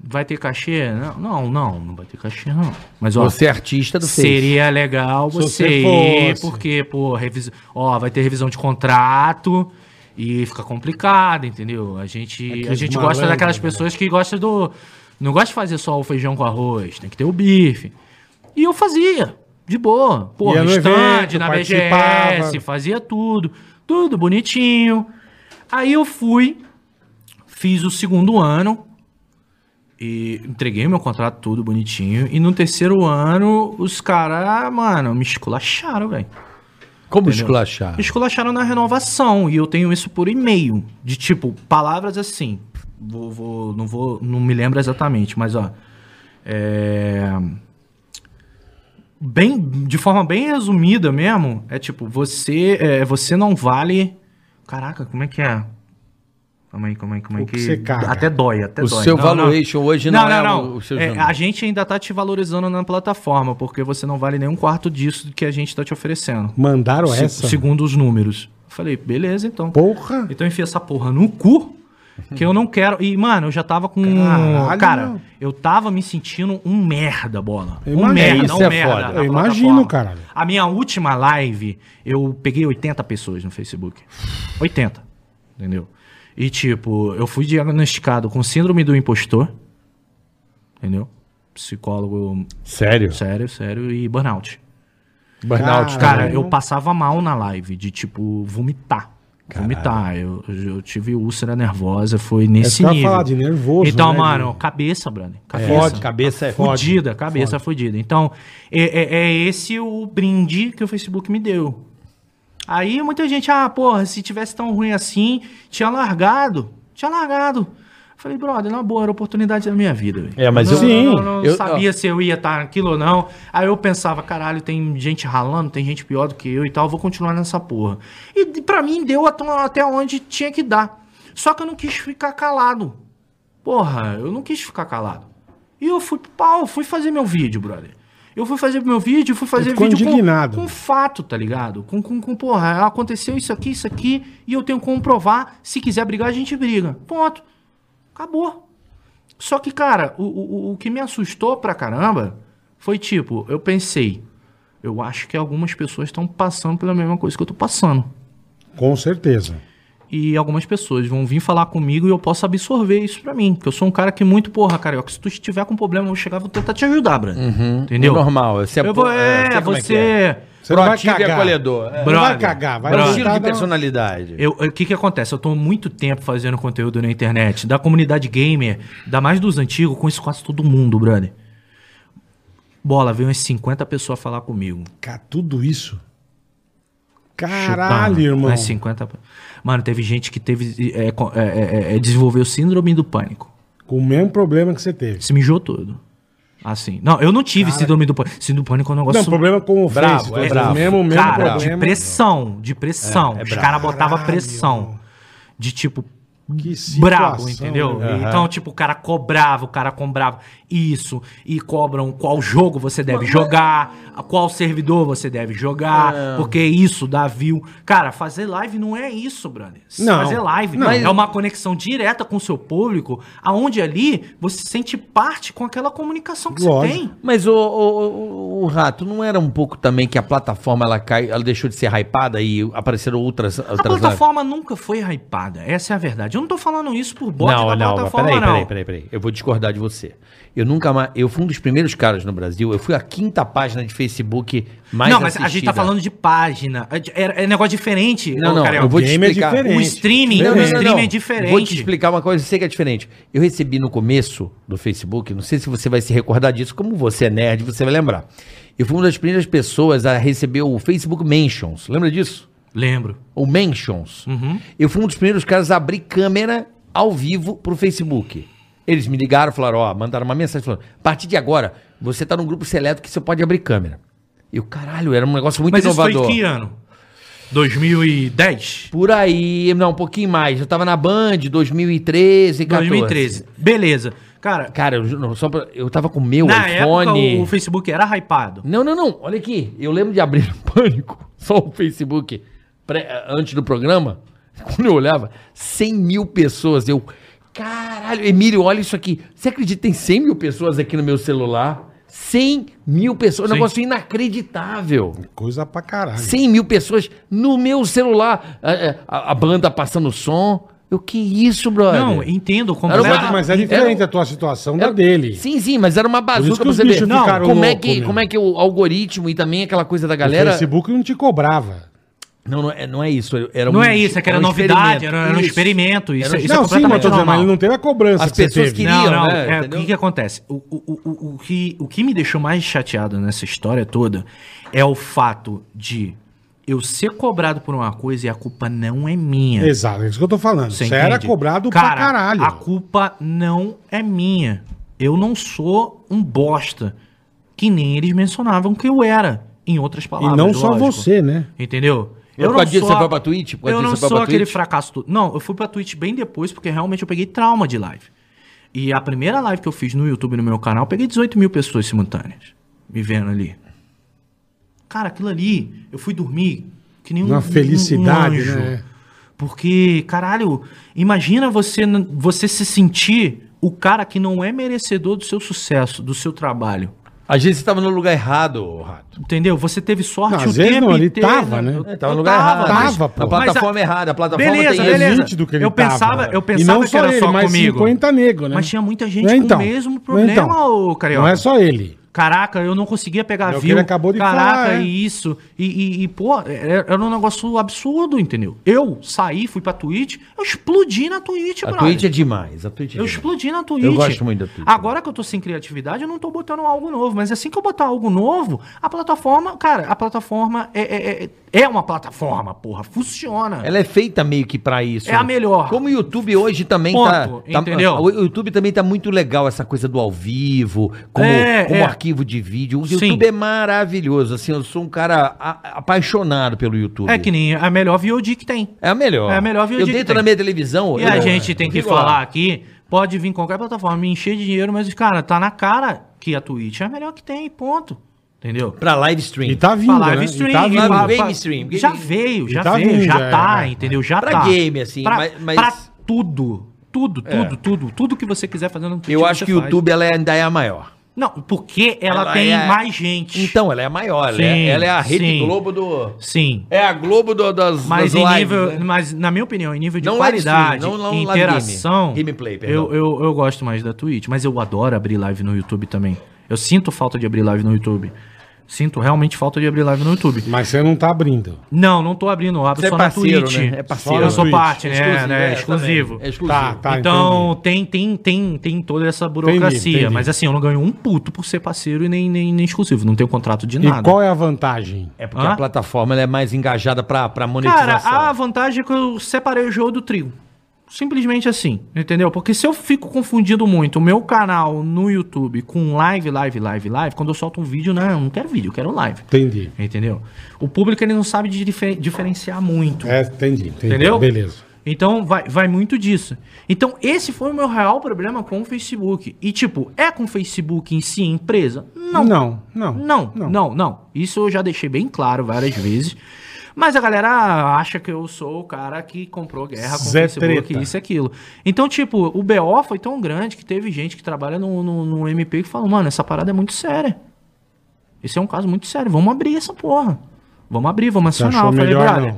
Speaker 4: vai ter cachê? Não, não, não, não vai ter cachê, não. Mas, ó,
Speaker 2: Você é artista do Face.
Speaker 4: Seria legal
Speaker 3: Se
Speaker 4: você
Speaker 3: você
Speaker 4: ir,
Speaker 3: fosse.
Speaker 4: porque, pô, revis... ó, vai ter revisão de contrato e fica complicado, entendeu? A gente, a
Speaker 3: Aqueles
Speaker 4: gente
Speaker 3: malandros,
Speaker 4: gosta daquelas
Speaker 3: né?
Speaker 4: pessoas que gostam do. Não gosta de fazer só o feijão com arroz, tem que ter o bife. E eu fazia, de boa. Pô,
Speaker 3: Ia no
Speaker 4: estande,
Speaker 3: evento,
Speaker 4: na
Speaker 3: participava.
Speaker 4: BGS, fazia tudo. Tudo bonitinho. Aí eu fui, fiz o segundo ano, e entreguei meu contrato tudo bonitinho. E no terceiro ano, os caras, mano, me esculacharam, velho.
Speaker 2: Como
Speaker 4: Entendeu?
Speaker 2: esculachar?
Speaker 4: Esculacharam na renovação e eu tenho isso por e-mail. De tipo, palavras assim. Vou, vou- não vou, não me lembro exatamente, mas ó. É... Bem, de forma bem resumida mesmo, é tipo, você, é, você não vale. Caraca, como é que é? Calma aí, calma aí, calma aí.
Speaker 3: O que você caga.
Speaker 4: Até dói, até
Speaker 2: O
Speaker 4: dói.
Speaker 2: seu valuation hoje é não é o- o seu
Speaker 4: É,
Speaker 2: jornal.
Speaker 4: a gente ainda tá te valorizando na plataforma, porque você não vale nenhum quarto disso que a gente tá te oferecendo.
Speaker 3: Mandaram
Speaker 4: Se-
Speaker 3: essa?
Speaker 4: Segundo os números. Falei, beleza, então.
Speaker 3: Porra!
Speaker 4: Então enfia essa porra no cu, que eu não quero. E, mano, eu já tava com.
Speaker 3: Caralho,
Speaker 4: cara,
Speaker 3: meu.
Speaker 4: eu tava me sentindo um merda, bola.
Speaker 3: Eu
Speaker 4: um
Speaker 3: imagino.
Speaker 4: merda,
Speaker 2: Isso
Speaker 4: um
Speaker 2: é
Speaker 4: merda.
Speaker 2: foda.
Speaker 4: na
Speaker 3: Eu imagino,
Speaker 4: plataforma.
Speaker 3: caralho.
Speaker 4: A minha última live, eu peguei 80 pessoas no Facebook. 80. Entendeu? E, tipo, eu fui diagnosticado com síndrome do impostor. Entendeu? Psicólogo
Speaker 2: Sério?
Speaker 4: sério, sério, e burnout.
Speaker 2: Burnout.
Speaker 3: Cara,
Speaker 4: Cara,
Speaker 3: né?
Speaker 4: eu passava mal na live, de tipo, vomitar. Vomitar. Eu, eu tive úlcera nervosa, foi nesse
Speaker 3: É pra
Speaker 4: nível.
Speaker 3: falar de nervoso,
Speaker 4: Então,
Speaker 3: né,
Speaker 4: mano,
Speaker 3: de- É.
Speaker 4: cabeça, brother. Cabeça.
Speaker 2: Fode, cabeça é fode.
Speaker 4: Fudida, cabeça fudida. Então, é, é- é esse o brinde que o Facebook me deu. Aí muita gente, ah, porra, se tivesse tão ruim assim, tinha largado. Tinha largado. Falei, brother, na boa, era a oportunidade da minha vida. velho.
Speaker 2: É, mas
Speaker 4: não,
Speaker 2: eu-
Speaker 4: não, não,
Speaker 2: Sim.
Speaker 4: não
Speaker 2: Eu-
Speaker 4: sabia se eu ia estar naquilo ou não. Aí eu pensava, caralho, tem gente ralando, tem gente pior do que eu e tal, vou continuar nessa porra. E d- pra mim deu at- até onde tinha que dar. Só que eu não quis ficar calado. Porra, eu não quis ficar calado. E eu fui pro pau, fui fazer meu vídeo, brother. Eu fui fazer meu vídeo, fui fazer
Speaker 3: ficou
Speaker 4: vídeo com-
Speaker 3: indignado.
Speaker 4: com fato, tá ligado? Com, com, com, porra, aconteceu isso aqui, isso aqui, e eu tenho como provar. Se quiser brigar, a gente briga. Ponto. Acabou. Só que, cara, o, o, o- o que me assustou pra caramba foi tipo, eu pensei, eu acho que algumas pessoas estão passando pela mesma coisa que eu tô passando.
Speaker 3: Com certeza.
Speaker 4: E algumas pessoas vão vir falar comigo e eu posso absorver isso pra mim. Porque eu sou um cara que muito, porra, carioca, se tu estiver com problema, eu vou chegar e vou tentar te ajudar, Brad. Entendeu?
Speaker 2: É normal. Você
Speaker 4: Eu vou, é,
Speaker 2: sei como que
Speaker 4: você.
Speaker 2: é.
Speaker 3: Você não vai
Speaker 2: Proativo e
Speaker 3: cagar.
Speaker 2: acolhedor. É.
Speaker 3: Não vai
Speaker 4: Brother,
Speaker 3: cagar, vai
Speaker 2: É um
Speaker 4: brother.
Speaker 2: estilo
Speaker 3: tentar
Speaker 2: de
Speaker 3: dar-
Speaker 2: personalidade.
Speaker 4: Eu- eu- O que que acontece? Eu tô muito tempo fazendo conteúdo na internet, da comunidade gamer, da mais dos antigos, com isso quase todo mundo, brother. Bola, veio umas 50 pessoas falar comigo.
Speaker 3: Cara, tudo isso.
Speaker 4: Chutando,
Speaker 3: Caralho, irmão.
Speaker 4: umas 50... pe- Mano, teve gente que teve é, co- é, é, é, desenvolveu síndrome do pânico.
Speaker 3: Com o mesmo problema que você teve.
Speaker 4: Se mijou todo. Assim. Não, eu não tive síndrome do pânico. Síndrome do pânico é um negócio
Speaker 3: Não, problema com o
Speaker 2: Bravo, é bravo.
Speaker 3: mesmo, mesmo
Speaker 4: cara,
Speaker 3: problema. É,
Speaker 4: de pressão, de pressão. Os caras botavam pressão. De tipo,
Speaker 3: Que situação,
Speaker 4: brabo, entendeu?
Speaker 3: né?
Speaker 4: Então, tipo, o cara cobrava, o cara cobrava isso, e cobram qual jogo você deve
Speaker 3: é-
Speaker 4: jogar, a qual servidor você deve jogar, porque isso dá view. Cara, fazer live não é isso, brother.
Speaker 3: Não,
Speaker 4: fazer live
Speaker 3: não.
Speaker 4: é uma conexão direta com o seu público, aonde ali você se sente parte com aquela comunicação que
Speaker 3: Lógico.
Speaker 4: você tem.
Speaker 2: Mas o, o- o- o Rato, não era um pouco também que a plataforma ela, cai, ela deixou de ser hypada e apareceram outras. outras
Speaker 4: A plataforma nunca foi hypada, essa é a verdade. Eu não tô falando isso por bode
Speaker 2: não,
Speaker 4: da
Speaker 2: não, mas
Speaker 4: plataforma,
Speaker 2: peraí,
Speaker 4: não.
Speaker 2: peraí, peraí, peraí. Eu vou discordar de você. Eu nunca mais. Eu fui um dos primeiros caras no Brasil. Eu fui a quinta página de Facebook mais
Speaker 4: não, mas a gente tá
Speaker 2: assistida.
Speaker 4: falando de página. É, é negócio diferente.
Speaker 2: Não,
Speaker 4: ô,
Speaker 2: não,
Speaker 4: Carioca.
Speaker 2: eu vou te
Speaker 3: Game é
Speaker 2: explicar.
Speaker 3: diferente.
Speaker 4: O streaming,
Speaker 2: Não, não,
Speaker 4: o
Speaker 2: não,
Speaker 4: streaming
Speaker 2: não.
Speaker 4: é diferente.
Speaker 2: Vou te explicar uma coisa, eu sei que é diferente. Eu recebi no começo do Facebook, não sei se você vai se recordar disso, como você é nerd, você vai lembrar. Eu fui uma das primeiras pessoas a receber o Facebook Mentions. Lembra disso?
Speaker 4: Lembro.
Speaker 2: Ou Mentions.
Speaker 4: Uhum.
Speaker 2: Eu fui um dos primeiros caras a abrir câmera ao vivo pro Facebook. Eles me ligaram, falaram, ó, mandaram uma mensagem falando, a partir de agora, você tá num grupo seleto que você pode abrir câmera. E o caralho, era um negócio muito
Speaker 4: Mas isso
Speaker 2: inovador.
Speaker 4: foi que ano? 2010?
Speaker 2: Por aí, não, um pouquinho mais. Eu tava na Band 2013, 14.
Speaker 4: 2013. Beleza. Cara,
Speaker 2: Cara, eu, ju- não, só pra- eu tava com o meu
Speaker 4: na
Speaker 2: iPhone.
Speaker 4: época o Facebook era hypado.
Speaker 2: Não, não, não. Olha aqui. Eu lembro de abrir <laughs> o pânico, só o Facebook, pré- antes do programa. <laughs> Quando eu olhava, 100 mil pessoas. Eu, caralho, Emílio, olha isso aqui. Você acredita que tem 100 mil pessoas aqui no meu celular? 100 mil pessoas. Um
Speaker 4: Sim.
Speaker 2: negócio inacreditável.
Speaker 3: Coisa pra caralho.
Speaker 2: 100 mil pessoas no meu celular. A, a- a banda passando som. Eu, que isso, brother?
Speaker 4: Não, entendo como
Speaker 2: Era uma-
Speaker 3: Mas, mas é diferente a tua situação da
Speaker 2: Era-
Speaker 3: dele.
Speaker 2: Sim, sim, mas era uma
Speaker 3: isso
Speaker 2: bazuca
Speaker 3: que
Speaker 2: pra
Speaker 3: os
Speaker 2: você ver.
Speaker 3: bichos
Speaker 2: Não,
Speaker 3: ficaram
Speaker 2: como, é
Speaker 3: loucos,
Speaker 2: que,
Speaker 3: meu.
Speaker 2: como é que o algoritmo e também aquela coisa da
Speaker 3: O
Speaker 2: galera.
Speaker 3: Facebook não te cobrava.
Speaker 2: Não, não é, não é isso. Era
Speaker 4: Não
Speaker 2: um-
Speaker 4: é isso, é que era
Speaker 2: um experimento.
Speaker 4: novidade, era, era um
Speaker 2: Isso.
Speaker 4: experimento. Isso,
Speaker 2: Era um-
Speaker 4: isso
Speaker 3: não,
Speaker 4: é
Speaker 3: sim, mas eu
Speaker 4: completamente
Speaker 3: tô dizendo, mas
Speaker 4: normal.
Speaker 3: ele não teve a cobrança
Speaker 2: As
Speaker 3: que você
Speaker 2: pessoas
Speaker 3: teve.
Speaker 2: que-
Speaker 4: Não,
Speaker 2: queriam,
Speaker 4: não.
Speaker 2: né?
Speaker 4: é, o
Speaker 2: Entendeu?
Speaker 4: que, que acontece? O, o- o- o- o que, o que me deixou mais chateado nessa história toda é o fato de eu ser cobrado por uma coisa e a culpa não é minha.
Speaker 3: Exato, é isso que eu tô falando. Você, era
Speaker 4: entende?
Speaker 3: cobrado
Speaker 4: Cara,
Speaker 3: pra caralho.
Speaker 4: A culpa não é minha. Eu não sou um bosta. Que nem eles mencionavam que eu era. Em outras
Speaker 3: E
Speaker 4: palavras.
Speaker 3: não só
Speaker 4: lógico.
Speaker 3: você, né?
Speaker 4: Entendeu?
Speaker 2: Por causa disso você foi pra Twitch? Por causa
Speaker 4: Eu
Speaker 2: disso
Speaker 4: não
Speaker 2: você foi
Speaker 4: sou
Speaker 2: pra
Speaker 4: aquele
Speaker 2: Twitch?
Speaker 4: fracasso todo. Não, eu fui pra Twitch bem depois, porque realmente eu peguei trauma de live. E a primeira live que eu fiz no YouTube, no meu canal, eu peguei 18 mil pessoas simultâneas. Me vendo ali. Cara, aquilo ali, eu fui dormir que nem um
Speaker 3: Uma felicidade,
Speaker 4: anjo.
Speaker 3: né?
Speaker 4: Porque, caralho, imagina você, n- você se sentir o cara que não é merecedor do seu sucesso, do seu trabalho.
Speaker 2: Às vezes você tava no lugar errado, ô Rato.
Speaker 4: Entendeu? Você teve sorte
Speaker 3: Não, às vezes não, ele
Speaker 4: inteiro.
Speaker 3: tava, né?
Speaker 4: Eu
Speaker 2: É, tava no lugar errado.
Speaker 4: mas-
Speaker 3: Tava, pô.
Speaker 2: A plataforma é errada, a plataforma
Speaker 4: Beleza,
Speaker 2: tem
Speaker 4: beleza.
Speaker 2: isso.
Speaker 3: nítido que ele
Speaker 4: eu pensava,
Speaker 3: tava.
Speaker 4: eu
Speaker 3: E
Speaker 4: pensava
Speaker 3: não
Speaker 4: que era
Speaker 3: ele,
Speaker 4: só
Speaker 3: mas
Speaker 4: comigo.
Speaker 3: 50 nego, né?
Speaker 4: Mas tinha muita gente
Speaker 3: É,
Speaker 4: com o mesmo problema, ô Carioca.
Speaker 3: Não é só ele.
Speaker 4: Caraca, eu não conseguia pegar
Speaker 3: É o que
Speaker 4: view.
Speaker 3: ele acabou de
Speaker 4: Caraca,
Speaker 3: falar, é.
Speaker 4: e isso. E, e- e, pô, é- era um negócio absurdo, entendeu? Eu saí, fui pra Twitch, eu explodi na Twitch,
Speaker 2: A
Speaker 4: brother.
Speaker 2: Twitch é demais, a Twitch é
Speaker 4: Eu
Speaker 2: demais.
Speaker 4: explodi na Twitch.
Speaker 2: Eu gosto muito da Twitch. né?
Speaker 4: Agora que eu tô sem criatividade, eu não tô botando algo novo. Mas assim que eu botar algo novo, a plataforma, cara, a plataforma é, é, é- é uma plataforma, porra. Funciona.
Speaker 2: Ela é feita meio que pra isso. né?
Speaker 4: É a melhor.
Speaker 2: Como o YouTube hoje também
Speaker 4: Ponto,
Speaker 2: tá, tá-
Speaker 4: entendeu?
Speaker 2: O YouTube também tá muito legal essa coisa do ao vivo, como,
Speaker 4: É,
Speaker 2: como
Speaker 4: é.
Speaker 2: arquivo de vídeo. O
Speaker 4: Sim.
Speaker 2: YouTube é maravilhoso. Assim, eu sou um cara a- apaixonado pelo YouTube.
Speaker 4: É que nem a melhor VOD que tem.
Speaker 2: É a melhor.
Speaker 4: É a melhor vídeo
Speaker 2: Eu
Speaker 4: que
Speaker 2: deito
Speaker 4: tem.
Speaker 2: na minha televisão.
Speaker 4: E
Speaker 2: eu-
Speaker 4: a gente tem que
Speaker 2: Digo lá.
Speaker 4: falar aqui, pode vir qualquer plataforma, me encher de dinheiro, mas, cara, tá na cara que a Twitch é a melhor que tem, ponto. Entendeu?
Speaker 2: Pra live stream.
Speaker 3: E tá vindo,
Speaker 4: Pra
Speaker 3: né?
Speaker 4: live
Speaker 3: e tá
Speaker 4: stream,
Speaker 3: vindo.
Speaker 4: pra-
Speaker 2: Game
Speaker 4: pra-
Speaker 2: stream.
Speaker 4: Já veio, já
Speaker 3: E tá
Speaker 4: veio,
Speaker 3: vindo,
Speaker 4: já
Speaker 3: é,
Speaker 4: tá,
Speaker 3: é, é.
Speaker 4: entendeu? Já
Speaker 2: Pra
Speaker 4: tá.
Speaker 2: game, assim,
Speaker 4: pra,
Speaker 2: mas- mas-
Speaker 4: pra tudo. Tudo, tudo, tudo. Tudo que você quiser fazer no Twitch.
Speaker 2: Eu acho
Speaker 4: você
Speaker 2: que o
Speaker 4: faz.
Speaker 2: YouTube ela é- ainda é a maior.
Speaker 4: Não, porque ela,
Speaker 2: Ela
Speaker 4: tem
Speaker 2: é-
Speaker 4: mais gente.
Speaker 2: Então, ela é a maior. ela,
Speaker 4: Sim,
Speaker 2: é, ela é a Rede
Speaker 4: sim.
Speaker 2: Globo do.
Speaker 4: Sim.
Speaker 2: É a Globo do- das,
Speaker 4: Mas,
Speaker 2: das
Speaker 4: em
Speaker 2: lives,
Speaker 4: nível,
Speaker 2: né?
Speaker 4: mas, na minha opinião, em nível de
Speaker 2: Não live stream,
Speaker 4: qualidade,
Speaker 2: não- não live
Speaker 4: interação,
Speaker 2: game. Gameplay, perdão.
Speaker 4: eu, eu, eu gosto mais da Twitch. Mas eu adoro abrir live no YouTube também. Eu sinto falta de abrir live no YouTube. Sinto realmente falta de abrir live no YouTube.
Speaker 3: Mas você não tá abrindo.
Speaker 4: Não, não tô abrindo, eu abro
Speaker 2: Você é
Speaker 4: só
Speaker 2: parceiro,
Speaker 4: na Twitch.
Speaker 2: né? É
Speaker 3: parceiro.
Speaker 4: Eu sou
Speaker 3: Twitch.
Speaker 4: parte, né?
Speaker 2: Exclusivo,
Speaker 4: né,
Speaker 2: é,
Speaker 4: exclusivo.
Speaker 2: também, é exclusivo.
Speaker 3: Tá, tá.
Speaker 4: então, tem, tem, tem, tem toda essa burocracia.
Speaker 3: entendi.
Speaker 4: Mas assim, eu não ganho um puto por ser parceiro e nem, nem, nem exclusivo. Não tenho contrato de
Speaker 3: E
Speaker 4: nada.
Speaker 3: qual é a vantagem?
Speaker 2: É porque
Speaker 4: Hã?
Speaker 2: a plataforma ela é mais engajada pra, pra
Speaker 4: Cara,
Speaker 2: monetização.
Speaker 4: a vantagem é que eu separei o jogo do trigo. Simplesmente assim, entendeu? Porque se eu fico confundindo muito o meu canal no YouTube com live, live, live, live, quando eu solto um vídeo, não, eu não quero vídeo, eu quero live.
Speaker 3: Entendi.
Speaker 4: Entendeu? O público ele não sabe de difer- diferenciar muito.
Speaker 3: É, entendi, entendi.
Speaker 4: Entendeu?
Speaker 3: Beleza.
Speaker 4: Então vai, vai muito disso. Então esse foi o meu real problema com o Facebook. E tipo, é com o Facebook em si empresa? Não.
Speaker 3: Não, não.
Speaker 4: Não, não, não, Isso eu já deixei bem claro várias vezes. Mas a galera acha que eu sou o cara que comprou guerra com o
Speaker 3: Zé
Speaker 4: Facebook,
Speaker 3: Treta.
Speaker 4: isso e aquilo. Então, tipo, o BO foi tão grande que teve gente que trabalha no, no, no MP que falou, mano, essa parada é muito séria. Esse é um caso muito sério. Vamos abrir essa porra. Vamos abrir, vamos
Speaker 3: Você
Speaker 4: acionar.
Speaker 3: achou
Speaker 4: Eu falei,
Speaker 3: melhor
Speaker 4: brother,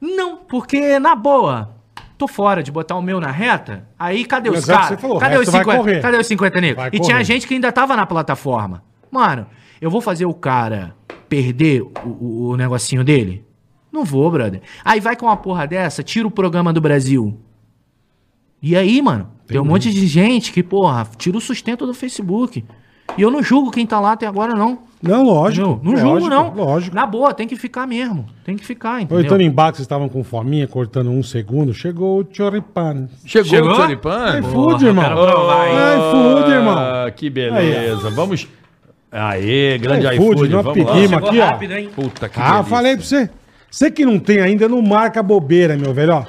Speaker 4: não, porque, na boa, tô fora de botar o meu na reta. Aí, cadê
Speaker 3: Mas
Speaker 4: os
Speaker 3: é o que
Speaker 4: caras?
Speaker 3: você falou, o
Speaker 4: Cadê
Speaker 3: resto
Speaker 4: os
Speaker 3: vai
Speaker 4: 50?
Speaker 3: correr.
Speaker 4: Cadê os 50 nego?
Speaker 3: Vai
Speaker 4: E tinha
Speaker 3: correr.
Speaker 4: gente que ainda tava na plataforma. Mano, eu vou fazer o cara perder o, o- o negocinho dele? Não vou, brother. Aí vai com uma porra dessa, tira o programa do Brasil. E aí, mano, tem um monte de gente que, porra, tira o sustento do Facebook. E eu não julgo quem tá lá até agora, não.
Speaker 3: Não, lógico.
Speaker 4: Entendeu? não
Speaker 3: lógico,
Speaker 4: julgo, não.
Speaker 3: Lógico.
Speaker 4: Na boa, tem que ficar mesmo. Tem que ficar, entendeu?
Speaker 3: Aproveitando embaixo, vocês estavam com fominha, cortando um segundo, chegou o Choripan.
Speaker 2: Chegou,
Speaker 4: Chegou?
Speaker 2: o Choripan?
Speaker 3: Ai, food, irmão.
Speaker 4: quero provar, hein?
Speaker 3: Ai, food, irmão.
Speaker 2: Ah, que beleza. Vamos. Aê, grande
Speaker 3: Ai,
Speaker 2: iFood,
Speaker 3: food, nós
Speaker 2: vamos lá.
Speaker 3: pedimos.
Speaker 4: Chegou
Speaker 3: aqui, ó.
Speaker 4: rápido, hein?
Speaker 2: Puta que
Speaker 3: ah, falei pra você. Você que não tem ainda, não marca bobeira, meu velho. Ó,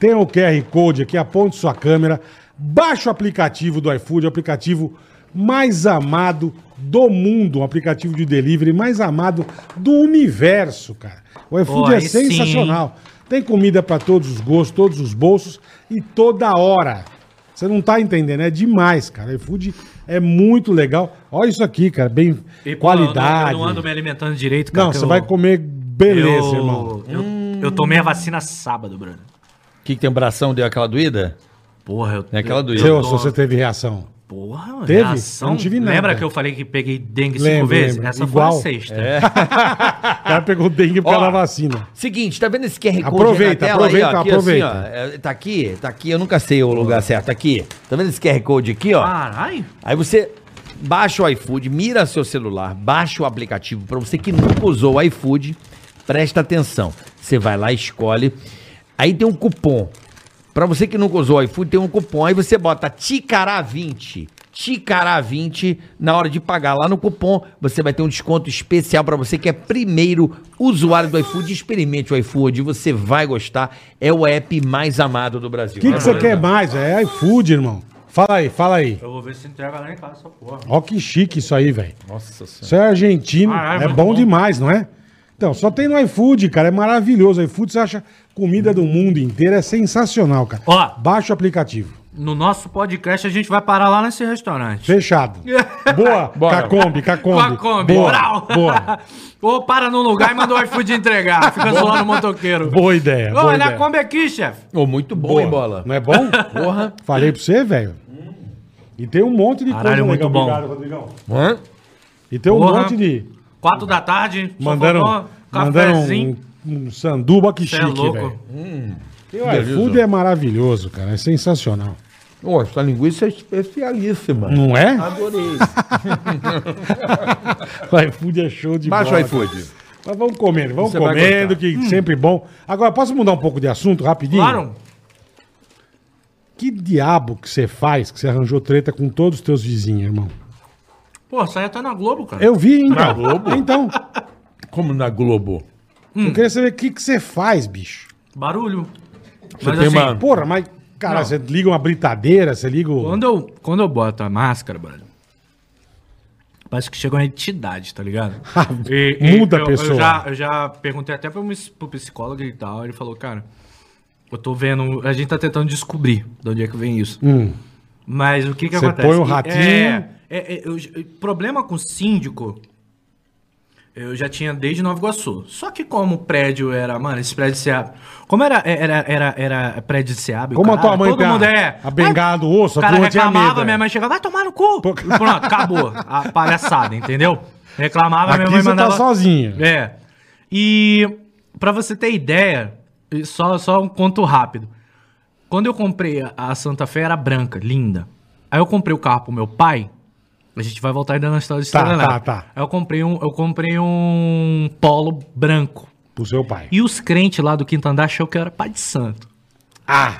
Speaker 3: tem o QR Code aqui, aponte sua câmera, baixa o aplicativo do iFood, o aplicativo mais amado do mundo, um aplicativo de delivery mais amado do universo, cara. O iFood
Speaker 4: Ó,
Speaker 3: é
Speaker 4: aí sim, hein?
Speaker 3: sensacional. Tem comida pra todos os gostos, todos os bolsos e toda hora. Você não tá entendendo, é demais, cara. O iFood é muito legal. Olha isso aqui, cara, bem
Speaker 4: E, pô,
Speaker 3: qualidade.
Speaker 4: né? Eu não, eu não ando me alimentando direito, cara.
Speaker 3: Não,
Speaker 4: que
Speaker 3: você
Speaker 4: eu-
Speaker 3: vai comer beleza,
Speaker 4: eu,
Speaker 3: irmão.
Speaker 4: Eu, eu tomei a vacina sábado, Bruno.
Speaker 2: O que, que tem um bração? Deu aquela doída?
Speaker 4: Porra, eu.
Speaker 2: É aquela
Speaker 4: eu,
Speaker 2: doida.
Speaker 3: Seu,
Speaker 4: eu
Speaker 3: se
Speaker 4: tô-
Speaker 3: você teve reação.
Speaker 4: Porra, mano.
Speaker 3: Teve?
Speaker 4: reação.
Speaker 3: Eu não tive nada.
Speaker 4: Lembra que eu falei que peguei dengue
Speaker 3: Lembro,
Speaker 4: cinco vezes?
Speaker 3: lembro.
Speaker 4: Essa
Speaker 3: Igual.
Speaker 4: foi a sexta.
Speaker 2: É.
Speaker 3: O cara pegou dengue por
Speaker 2: Ó.
Speaker 3: causa da vacina.
Speaker 2: Seguinte, tá vendo esse QR Code
Speaker 3: Aproveita,
Speaker 2: aí na tela
Speaker 3: aproveita,
Speaker 2: aí, ó, aqui,
Speaker 3: aproveita.
Speaker 2: assim, ó, é, tá aqui, tá aqui, eu nunca sei o lugar certo, aqui. Tá vendo esse QR Code aqui,
Speaker 4: Ah,
Speaker 2: ó?
Speaker 4: Caralho.
Speaker 2: Aí você baixa o iFood, mira seu celular, baixa o aplicativo pra você que nunca usou o iFood. Presta atenção. Você vai lá, escolhe. Aí tem um cupom. Pra você que nunca usou o iFood, tem um cupom. Aí você bota Ticará20. Ticará20 na hora de pagar lá no cupom, você vai ter um desconto especial pra você que é primeiro usuário do iFood. Experimente o iFood, você vai gostar. É o app mais amado do Brasil.
Speaker 3: O que,
Speaker 2: né,
Speaker 3: que você
Speaker 2: Bruno?
Speaker 3: quer mais? É iFood, irmão. Fala aí, fala aí.
Speaker 4: Eu vou ver se entrega lá em casa essa porra.
Speaker 3: Ó que chique isso aí, velho.
Speaker 5: Nossa senhora.
Speaker 3: Isso é argentino,
Speaker 4: Ah, é
Speaker 3: é
Speaker 4: muito
Speaker 3: bom
Speaker 4: bom.
Speaker 3: demais, não é? Então, só tem no iFood, cara, é maravilhoso. iFood você acha comida do mundo inteiro, é sensacional, cara.
Speaker 4: Ó.
Speaker 3: Baixa o aplicativo.
Speaker 4: No nosso podcast a gente vai parar lá nesse restaurante. <laughs>
Speaker 3: Fechado. Boa,
Speaker 5: Bora.
Speaker 3: Cacombi, Cacombi.
Speaker 4: Combi,
Speaker 3: boa,
Speaker 4: brau.
Speaker 3: boa.
Speaker 4: <laughs> Ou para num lugar e manda o iFood entregar. Fica zoando o motoqueiro.
Speaker 3: Boa ideia,
Speaker 4: Ô,
Speaker 3: boa
Speaker 4: olha
Speaker 3: ideia.
Speaker 4: a Kombi é aqui, chefe.
Speaker 2: Ô, muito bom,
Speaker 3: Boa.
Speaker 2: hein, bola?
Speaker 3: Não é bom?
Speaker 2: Porra.
Speaker 3: Falei pra você, velho. E tem um monte de
Speaker 4: Caralho, muito
Speaker 3: legal.
Speaker 4: bom.
Speaker 3: Obrigado, Rodrigão.
Speaker 2: Hã?
Speaker 3: E tem um
Speaker 4: Porra.
Speaker 3: monte de...
Speaker 4: Quatro da tarde. só
Speaker 3: Mandaram,
Speaker 4: faltou um
Speaker 3: mandaram
Speaker 4: Cafezinho.
Speaker 3: um, um sanduba que
Speaker 4: Cê é
Speaker 3: chique, velho.
Speaker 4: louco.
Speaker 3: E O iFood é maravilhoso, cara. É sensacional.
Speaker 2: Ô, essa linguiça é especialíssima.
Speaker 3: Não é?
Speaker 2: Adorei.
Speaker 3: <laughs> O iFood é show de
Speaker 2: Baixa o
Speaker 3: bola,
Speaker 2: iFood.
Speaker 3: cara. Mas vamos comendo, vamos
Speaker 2: Você vai
Speaker 3: comendo,
Speaker 2: gostar. Hum.
Speaker 3: que sempre bom. Agora, posso mudar um pouco de assunto rapidinho?
Speaker 4: Claro.
Speaker 3: Que diabo que você faz que você arranjou treta com todos os teus vizinhos, irmão?
Speaker 4: Pô, saiu até na Globo, cara.
Speaker 3: Eu vi, então. Globo? Então,
Speaker 2: Como na Globo.
Speaker 3: eu
Speaker 4: Hum.
Speaker 3: queria saber o que que você faz, bicho.
Speaker 4: Barulho. assim,
Speaker 2: Você tem uma-
Speaker 3: Porra, mas, cara,
Speaker 4: Não.
Speaker 3: você liga uma britadeira, você liga o...
Speaker 4: Quando eu, quando eu boto a máscara, brother, parece que chega uma entidade,
Speaker 3: <laughs>
Speaker 4: tá ligado?
Speaker 3: Ah, Muda a
Speaker 4: eu,
Speaker 3: pessoa.
Speaker 4: Eu já, eu já perguntei até pro, mis- pro psicólogo e tal, ele falou, cara, eu tô vendo, a gente tá tentando descobrir de onde é que vem isso.
Speaker 3: Hum.
Speaker 4: Mas o que que
Speaker 3: Você
Speaker 4: acontece?
Speaker 3: põe um ratinho.
Speaker 4: É, é, é, eu- eu- problema com síndico, eu já tinha desde Nova Iguaçu. Só que como o prédio era, mano, esse prédio de Seab, como era, é, era, era, era prédio de Seab, o
Speaker 3: Como a tua
Speaker 4: caralho,
Speaker 3: mãe
Speaker 4: todo
Speaker 3: tem a-
Speaker 4: mundo é...
Speaker 3: a bengala do osso, a
Speaker 4: o cara
Speaker 3: turma tinha
Speaker 4: reclamava,
Speaker 3: medo, é.
Speaker 4: minha mãe chegava, vai tomar no cu.
Speaker 3: Pô,
Speaker 4: E Pronto, acabou a palhaçada, entendeu? Reclamava,
Speaker 3: Aqui
Speaker 4: minha mãe
Speaker 3: você
Speaker 4: mandava...
Speaker 3: tá sozinha.
Speaker 4: É. E pra você ter ideia, e só, só um conto rápido. Quando eu comprei a- a Santa Fé, era branca, linda. Aí eu comprei o carro pro meu pai. A gente vai voltar ainda na história de
Speaker 3: Tá,
Speaker 4: Estrela
Speaker 3: tá,
Speaker 4: Elétrica.
Speaker 3: tá.
Speaker 4: Aí eu comprei um, eu comprei um polo branco.
Speaker 3: Pro seu pai.
Speaker 4: E os crentes lá do quinto andar achou que eu era pai de santo.
Speaker 3: Ah!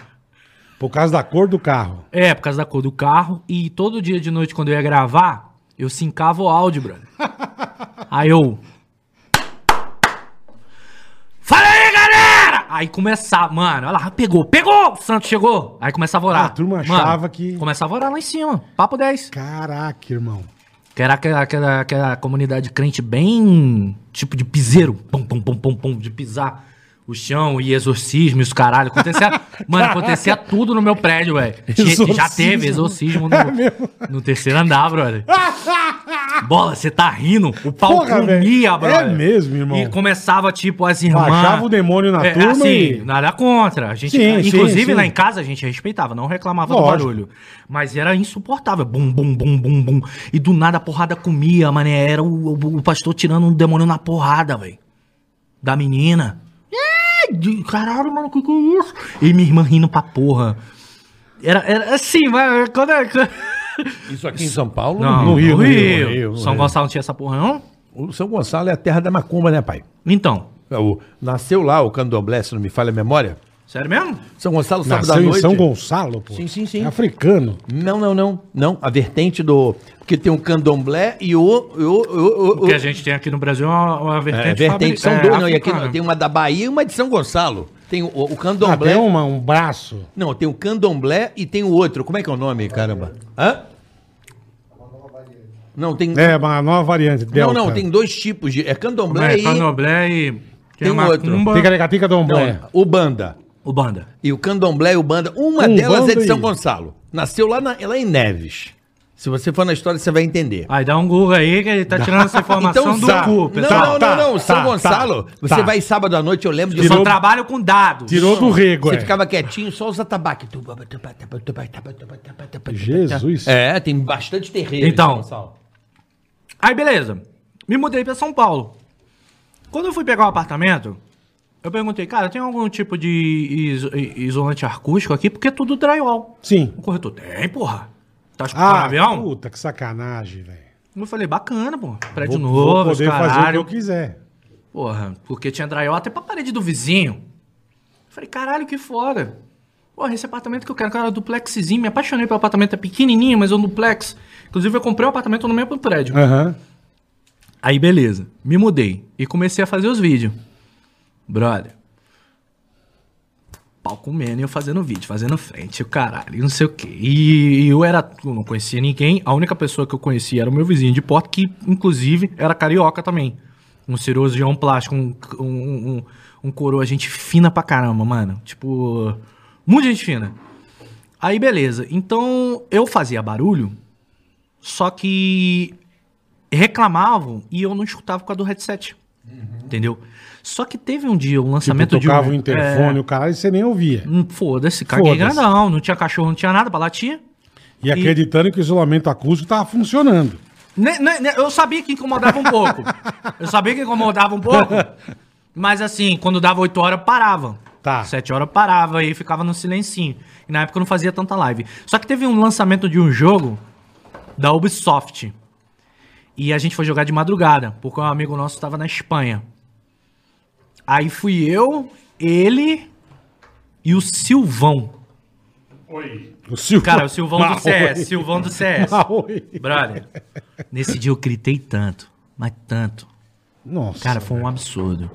Speaker 3: Por causa da cor do carro.
Speaker 4: É, por causa da cor do carro. E todo dia de noite, quando eu ia gravar, eu sincava o
Speaker 3: <laughs>
Speaker 4: áudio, brother. Aí eu. Fala aí, galera! Aí começava, mano, olha lá, pegou, pegou! O Santos chegou! Aí começava a orar.
Speaker 3: Ah, a turma achava que-
Speaker 4: Começava a orar lá em cima, papo 10.
Speaker 3: Caraca, irmão.
Speaker 4: Que era aquela, aquela, aquela comunidade crente bem tipo de piseiro. Pum, pum, pum, pum, pum, de pisar o chão e exorcismo e os
Speaker 3: <laughs>
Speaker 4: caralho. Acontecia, mano, acontecia tudo no meu prédio, velho. Tinha- Já
Speaker 3: Exorcismo.
Speaker 4: teve exorcismo no,
Speaker 3: <laughs> É mesmo?
Speaker 4: no terceiro
Speaker 3: <laughs>
Speaker 4: andar, brother. Bola, você tá rindo. O pau
Speaker 3: Porra,
Speaker 4: comia,
Speaker 3: velho.
Speaker 4: brother.
Speaker 3: É mesmo, irmão.
Speaker 4: E começava, tipo, as irmãs...
Speaker 3: Baixava o demônio na turma
Speaker 4: assim,
Speaker 3: e-
Speaker 4: nada contra. A gente,
Speaker 3: Sim, sim,
Speaker 4: inclusive,
Speaker 3: sim.
Speaker 4: lá em casa a gente respeitava, não reclamava
Speaker 3: Lógico.
Speaker 4: do barulho. Mas era insuportável. Bum, bum, bum, bum, bum. E do nada a porrada comia, mané. Era o, o- o pastor tirando um demônio na porrada, velho. Da menina. É, de- Caralho, mano, que que é isso? E minha irmã rindo pra porra. Era, era assim, mas quando...
Speaker 2: <laughs> Isso aqui em São Paulo?
Speaker 4: Não,
Speaker 3: no Rio,
Speaker 4: no
Speaker 3: no Rio,
Speaker 4: Rio.
Speaker 3: no Rio, no
Speaker 4: São
Speaker 3: Rio.
Speaker 4: Gonçalo não tinha essa porra, não?
Speaker 2: O São Gonçalo é a terra da macumba, né, pai?
Speaker 4: Então,
Speaker 2: É o- nasceu lá o candomblé, se não me falha a memória.
Speaker 4: sério mesmo?
Speaker 2: São Gonçalo, sábado
Speaker 3: Nasceu
Speaker 2: à
Speaker 3: em
Speaker 2: noite.
Speaker 3: São Gonçalo, pô.
Speaker 2: Sim, sim, sim.
Speaker 3: É africano.
Speaker 2: Não, não, não. Não, a vertente do... Porque tem o candomblé e o... o, o, o,
Speaker 4: O
Speaker 2: o
Speaker 4: que a gente tem aqui no Brasil é uma, uma vertente...
Speaker 2: é, vertente são
Speaker 4: fabri-
Speaker 2: dois.
Speaker 4: é,
Speaker 2: não, e aqui
Speaker 4: africana.
Speaker 2: tem uma da Bahia e uma de São Gonçalo. Tem o, o
Speaker 3: Ah,
Speaker 2: candomblé...
Speaker 3: tem uma, um braço.
Speaker 2: Não, tem o candomblé e tem o outro. Como é que é o nome, caramba? Hã? Não, tem...
Speaker 3: É, uma nova variante.
Speaker 2: não,
Speaker 3: Delta.
Speaker 2: não, tem dois tipos de... É candomblé
Speaker 4: É,
Speaker 2: e...
Speaker 4: Candomblé e...
Speaker 2: Tem
Speaker 3: um
Speaker 4: a
Speaker 2: outro.
Speaker 4: macumba.
Speaker 3: Ticaricatica
Speaker 2: Não,
Speaker 3: domblé.
Speaker 2: Ubanda.
Speaker 4: O Banda.
Speaker 2: E o candomblé e o banda, uma
Speaker 3: Um
Speaker 2: delas
Speaker 3: bando
Speaker 2: é de
Speaker 3: e-
Speaker 2: São Gonçalo. Nasceu lá, na- lá em Neves. Se você for na história, você vai entender.
Speaker 4: Aí dá um Google aí que ele tá tirando essa
Speaker 3: Então
Speaker 4: informação do
Speaker 2: sa-
Speaker 4: cu,
Speaker 2: não,
Speaker 4: pessoal.
Speaker 2: não,
Speaker 3: Tá,
Speaker 2: não, não. São
Speaker 3: tá,
Speaker 2: Gonçalo,
Speaker 3: tá,
Speaker 2: você
Speaker 3: tá.
Speaker 2: vai sábado à noite, eu lembro de
Speaker 4: Eu
Speaker 2: São
Speaker 4: só trabalho com dados.
Speaker 3: Tirou do rego,
Speaker 4: um-
Speaker 2: Você
Speaker 3: é.
Speaker 2: ficava quietinho, só usa tabaco.
Speaker 3: Jesus.
Speaker 2: É, tem bastante terreiro
Speaker 4: Então.
Speaker 2: em São Gonçalo.
Speaker 4: Aí, beleza. Me mudei pra São Paulo. Quando eu fui pegar o apartamento, eu perguntei, cara, tem algum tipo de iso- i- isolante acústico aqui? Porque é tudo drywall.
Speaker 3: Sim.
Speaker 4: O corretor, tem, porra. Tá escutando
Speaker 3: Ah,
Speaker 4: avião?
Speaker 3: puta, que sacanagem, velho.
Speaker 4: Eu falei, bacana, pô. Prédio
Speaker 3: Vou-
Speaker 4: É novo,
Speaker 3: vou
Speaker 4: os
Speaker 3: poder fazer o que eu
Speaker 4: caralho.
Speaker 3: quiser.
Speaker 4: Porra, porque tinha drywall até pra parede do vizinho. Falei, caralho, que foda. Porra, esse apartamento que eu quero, cara, duplexzinho. Me apaixonei pelo apartamento, é pequenininho, mas é um duplex. Inclusive, eu comprei um apartamento no mesmo prédio.
Speaker 3: Aham.
Speaker 4: Aí, beleza. Me mudei. E comecei a fazer os vídeos. Brother. Pau comendo e eu fazendo vídeo, fazendo frente, o caralho, não sei o quê. E, e eu era. Eu não conhecia ninguém. A única pessoa que eu conhecia era o meu vizinho de porta, que inclusive era carioca também. Um cirurgião plástico, um, um, um, um coroa, gente fina pra caramba, mano. Tipo. Muita gente fina. Aí, beleza. Então, eu fazia barulho, só que reclamavam e eu não escutava por causa do headset. Entendeu? Só que teve um dia um
Speaker 3: Uhum. Tipo,
Speaker 4: lançamento de.
Speaker 3: tocava
Speaker 4: um-
Speaker 3: o interfone, o caralho, e você nem ouvia.
Speaker 4: Hum, Foda-se, caguei
Speaker 3: Foda-se.
Speaker 4: grandão. Não tinha cachorro, não tinha nada pra latir.
Speaker 3: E acreditando que o isolamento acústico tava funcionando.
Speaker 4: Ne- ne- ne- eu sabia que incomodava um pouco.
Speaker 3: <laughs>
Speaker 4: Eu sabia que incomodava um pouco. Mas assim, quando dava 8 horas, parava.
Speaker 3: Tá.
Speaker 4: 7 horas parava e ficava no silencinho. E na época eu não fazia tanta live. Só que teve um lançamento de um jogo da Ubisoft. E a gente foi jogar de madrugada, porque um amigo nosso tava na Espanha. Aí fui eu, ele e o Silvão.
Speaker 3: O Tá Silvão.
Speaker 4: Cara, o Silvão
Speaker 3: <laughs>
Speaker 4: do CS,
Speaker 3: Maoi.
Speaker 4: Silvão do CS.
Speaker 3: Tá Maoi.
Speaker 4: Brother, nesse dia eu gritei tanto, mas tanto.
Speaker 3: Nossa.
Speaker 4: Cara, foi um absurdo.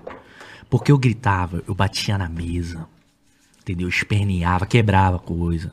Speaker 4: Porque eu gritava, eu batia na mesa, entendeu? Esperneava, quebrava coisa.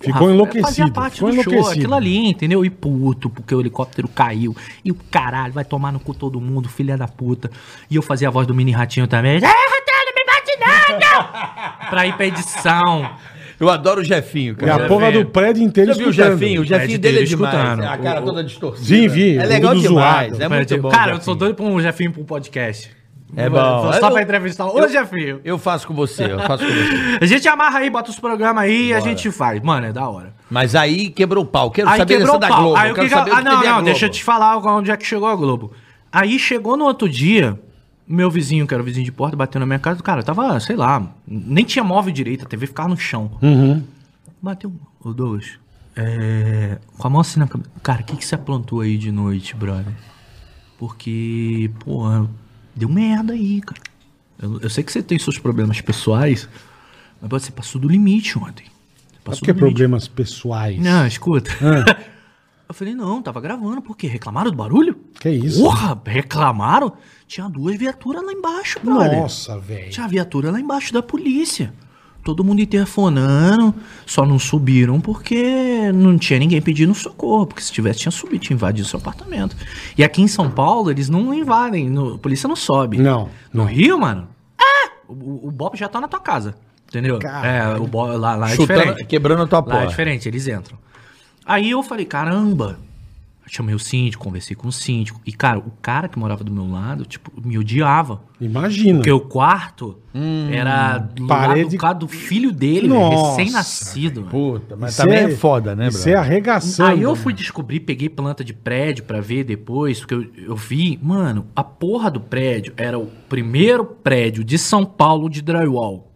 Speaker 3: Ficou enlouquecido,
Speaker 4: Fazia parte
Speaker 3: ficou
Speaker 4: do show,
Speaker 3: enlouquecido.
Speaker 4: aquilo ali, entendeu? E puto, porque o helicóptero caiu. E o caralho, vai tomar no cu todo mundo, filha da puta. E eu fazia a voz do mini ratinho também. <laughs> "É, ratinho, não me bate nada! pra ir pra edição.
Speaker 2: Eu adoro o Jefinho,
Speaker 3: e
Speaker 2: cara.
Speaker 3: a porra do prédio inteiro
Speaker 2: Já viu o Jefinho? O
Speaker 4: É, de
Speaker 2: Jefinho dele é
Speaker 4: dele
Speaker 2: demais.
Speaker 4: escutando.
Speaker 2: né? A cara
Speaker 4: O-
Speaker 2: toda distorcida.
Speaker 3: Sim, vi,
Speaker 2: É
Speaker 3: o
Speaker 2: legal
Speaker 3: do
Speaker 2: demais.
Speaker 3: zoado.
Speaker 2: É muito
Speaker 4: Prédio.
Speaker 2: bom.
Speaker 4: Cara, eu
Speaker 2: Jefinho.
Speaker 4: sou doido pra um Jefinho pro podcast.
Speaker 2: É bom.
Speaker 4: Só
Speaker 2: Eu-
Speaker 4: pra entrevistar. Ô,
Speaker 2: eu-
Speaker 4: Jefinho.
Speaker 2: Eu faço com você, eu faço com você.
Speaker 4: A gente amarra aí, bota os programas aí e a gente faz. Mano, é da hora.
Speaker 2: Mas aí quebrou o pau. Quero
Speaker 4: Aí
Speaker 2: saber dessa
Speaker 4: quebrou o
Speaker 2: da
Speaker 4: pau.
Speaker 2: Globo.
Speaker 4: Aí o
Speaker 2: quero
Speaker 4: que que
Speaker 2: saber
Speaker 4: Ah,
Speaker 2: do que
Speaker 4: não,
Speaker 2: teve a
Speaker 4: não, deixa eu
Speaker 2: Globo.
Speaker 4: te falar onde é que chegou a Globo. Aí chegou no outro dia, meu vizinho, que era o vizinho de porta, bateu na minha casa. Cara, eu tava, sei lá, nem tinha móvel direito, a TV ficava no chão.
Speaker 2: Uhum.
Speaker 4: Bateu o Douglas. É, com a mão assim na cabeça. Cara, o que, que você aprontou aí de noite, brother? Porque, porra, deu merda aí, cara. Eu, eu sei que você tem seus problemas pessoais, mas pô, você passou do limite ontem. Você
Speaker 3: Mas
Speaker 4: passou
Speaker 3: que é
Speaker 4: do limite.
Speaker 3: problemas pessoais.
Speaker 4: Não, escuta.
Speaker 3: Ah.
Speaker 4: <laughs> Eu falei, não, tava gravando, por quê? Reclamaram do barulho?
Speaker 3: Que isso?
Speaker 4: Porra, reclamaram? Tinha duas viaturas lá embaixo, brother.
Speaker 3: Nossa, velho.
Speaker 4: Tinha viatura lá embaixo da polícia. Todo mundo interfonando, só não subiram porque não tinha ninguém pedindo socorro, porque se tivesse tinha subido, tinha invadido seu apartamento. E aqui em São Paulo eles não invadem, no- a polícia não sobe.
Speaker 3: Não, não.
Speaker 4: No Rio, mano, ah, o, o Bob já tá na tua casa, entendeu?
Speaker 3: Caralho.
Speaker 4: É, o Bob lá, lá é
Speaker 2: Chutando-
Speaker 4: diferente.
Speaker 2: quebrando a tua
Speaker 4: Lá é
Speaker 2: porta.
Speaker 4: diferente, eles entram. Aí eu falei, caramba. Chamei o síndico, conversei com o síndico. E, cara, o cara que morava do meu lado, tipo, me odiava.
Speaker 3: Imagina.
Speaker 4: Porque o quarto era do lado
Speaker 3: parede-
Speaker 4: do cara do filho dele, velho,
Speaker 3: Nossa,
Speaker 4: recém-nascido. velho.
Speaker 2: Puta, mas também é foda, né,
Speaker 3: Você
Speaker 2: brother?
Speaker 3: arregaçando.
Speaker 4: Aí eu fui descobrir, peguei planta de prédio pra ver depois, porque eu, eu vi, mano, a porra do prédio era o primeiro prédio de São Paulo de drywall.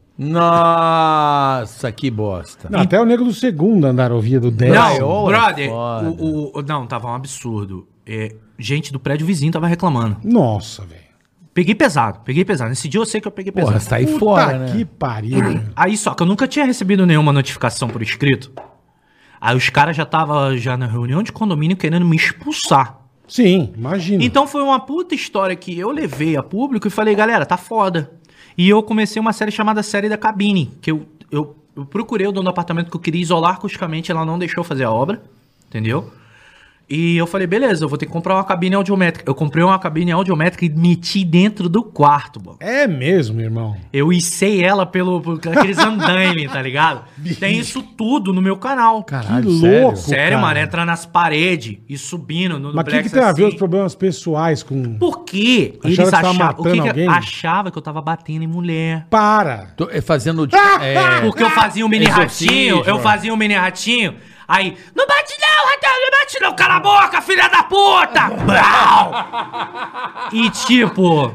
Speaker 2: Nossa, que bosta.
Speaker 3: Não, até o nego do segundo andar ouvia do décimo.
Speaker 4: Não,
Speaker 2: Drywall é
Speaker 4: brother,
Speaker 2: foda.
Speaker 4: o, o- não, tava um absurdo. É, gente do prédio vizinho tava reclamando.
Speaker 3: Nossa, velho.
Speaker 4: Peguei pesado, peguei pesado. Nesse dia eu sei que eu peguei pesado.
Speaker 2: Porra,
Speaker 6: tá
Speaker 2: sai
Speaker 3: Puta
Speaker 2: fora, né?
Speaker 3: que pariu.
Speaker 4: Aí só que eu nunca tinha recebido nenhuma notificação por escrito. Aí os caras já estavam já na reunião de condomínio querendo me expulsar.
Speaker 3: Sim, imagina.
Speaker 4: Então foi uma puta história que eu levei a público e falei, galera, tá foda. E eu comecei uma série chamada Série da Cabine, que eu, eu, eu procurei o dono do apartamento que eu queria isolar acusticamente, ela não deixou eu fazer a obra, entendeu? E eu falei, beleza, eu vou ter que comprar uma cabine audiométrica. Eu comprei uma cabine audiométrica e meti dentro do quarto, mano.
Speaker 3: É mesmo, irmão.
Speaker 4: Eu issei ela pelo, por aqueles andaime,
Speaker 3: <laughs>
Speaker 4: tá ligado? Tem isso tudo no meu canal.
Speaker 2: Caralho,
Speaker 3: que
Speaker 2: sério?
Speaker 3: louco.
Speaker 4: Sério,
Speaker 3: cara.
Speaker 4: mano, entrar nas paredes e subindo no
Speaker 3: Mas o que,
Speaker 4: duplex
Speaker 3: que tem a ver
Speaker 4: assim.
Speaker 3: os problemas pessoais com.
Speaker 4: Porque
Speaker 3: Acharam que
Speaker 4: eles
Speaker 3: você tava
Speaker 4: achavam, o que
Speaker 3: matando
Speaker 4: que
Speaker 3: alguém?
Speaker 4: achava que eu tava batendo em mulher.
Speaker 3: Para!
Speaker 2: Tô, é,
Speaker 4: <laughs>
Speaker 2: fazendo... é,
Speaker 4: Porque eu fazia um mini
Speaker 2: exorcismo.
Speaker 4: ratinho, eu fazia um mini ratinho. Aí, não bate não, ratão, não Cacete, não! Cala a boca, filha da
Speaker 3: <laughs>
Speaker 4: puta! Brau! E tipo...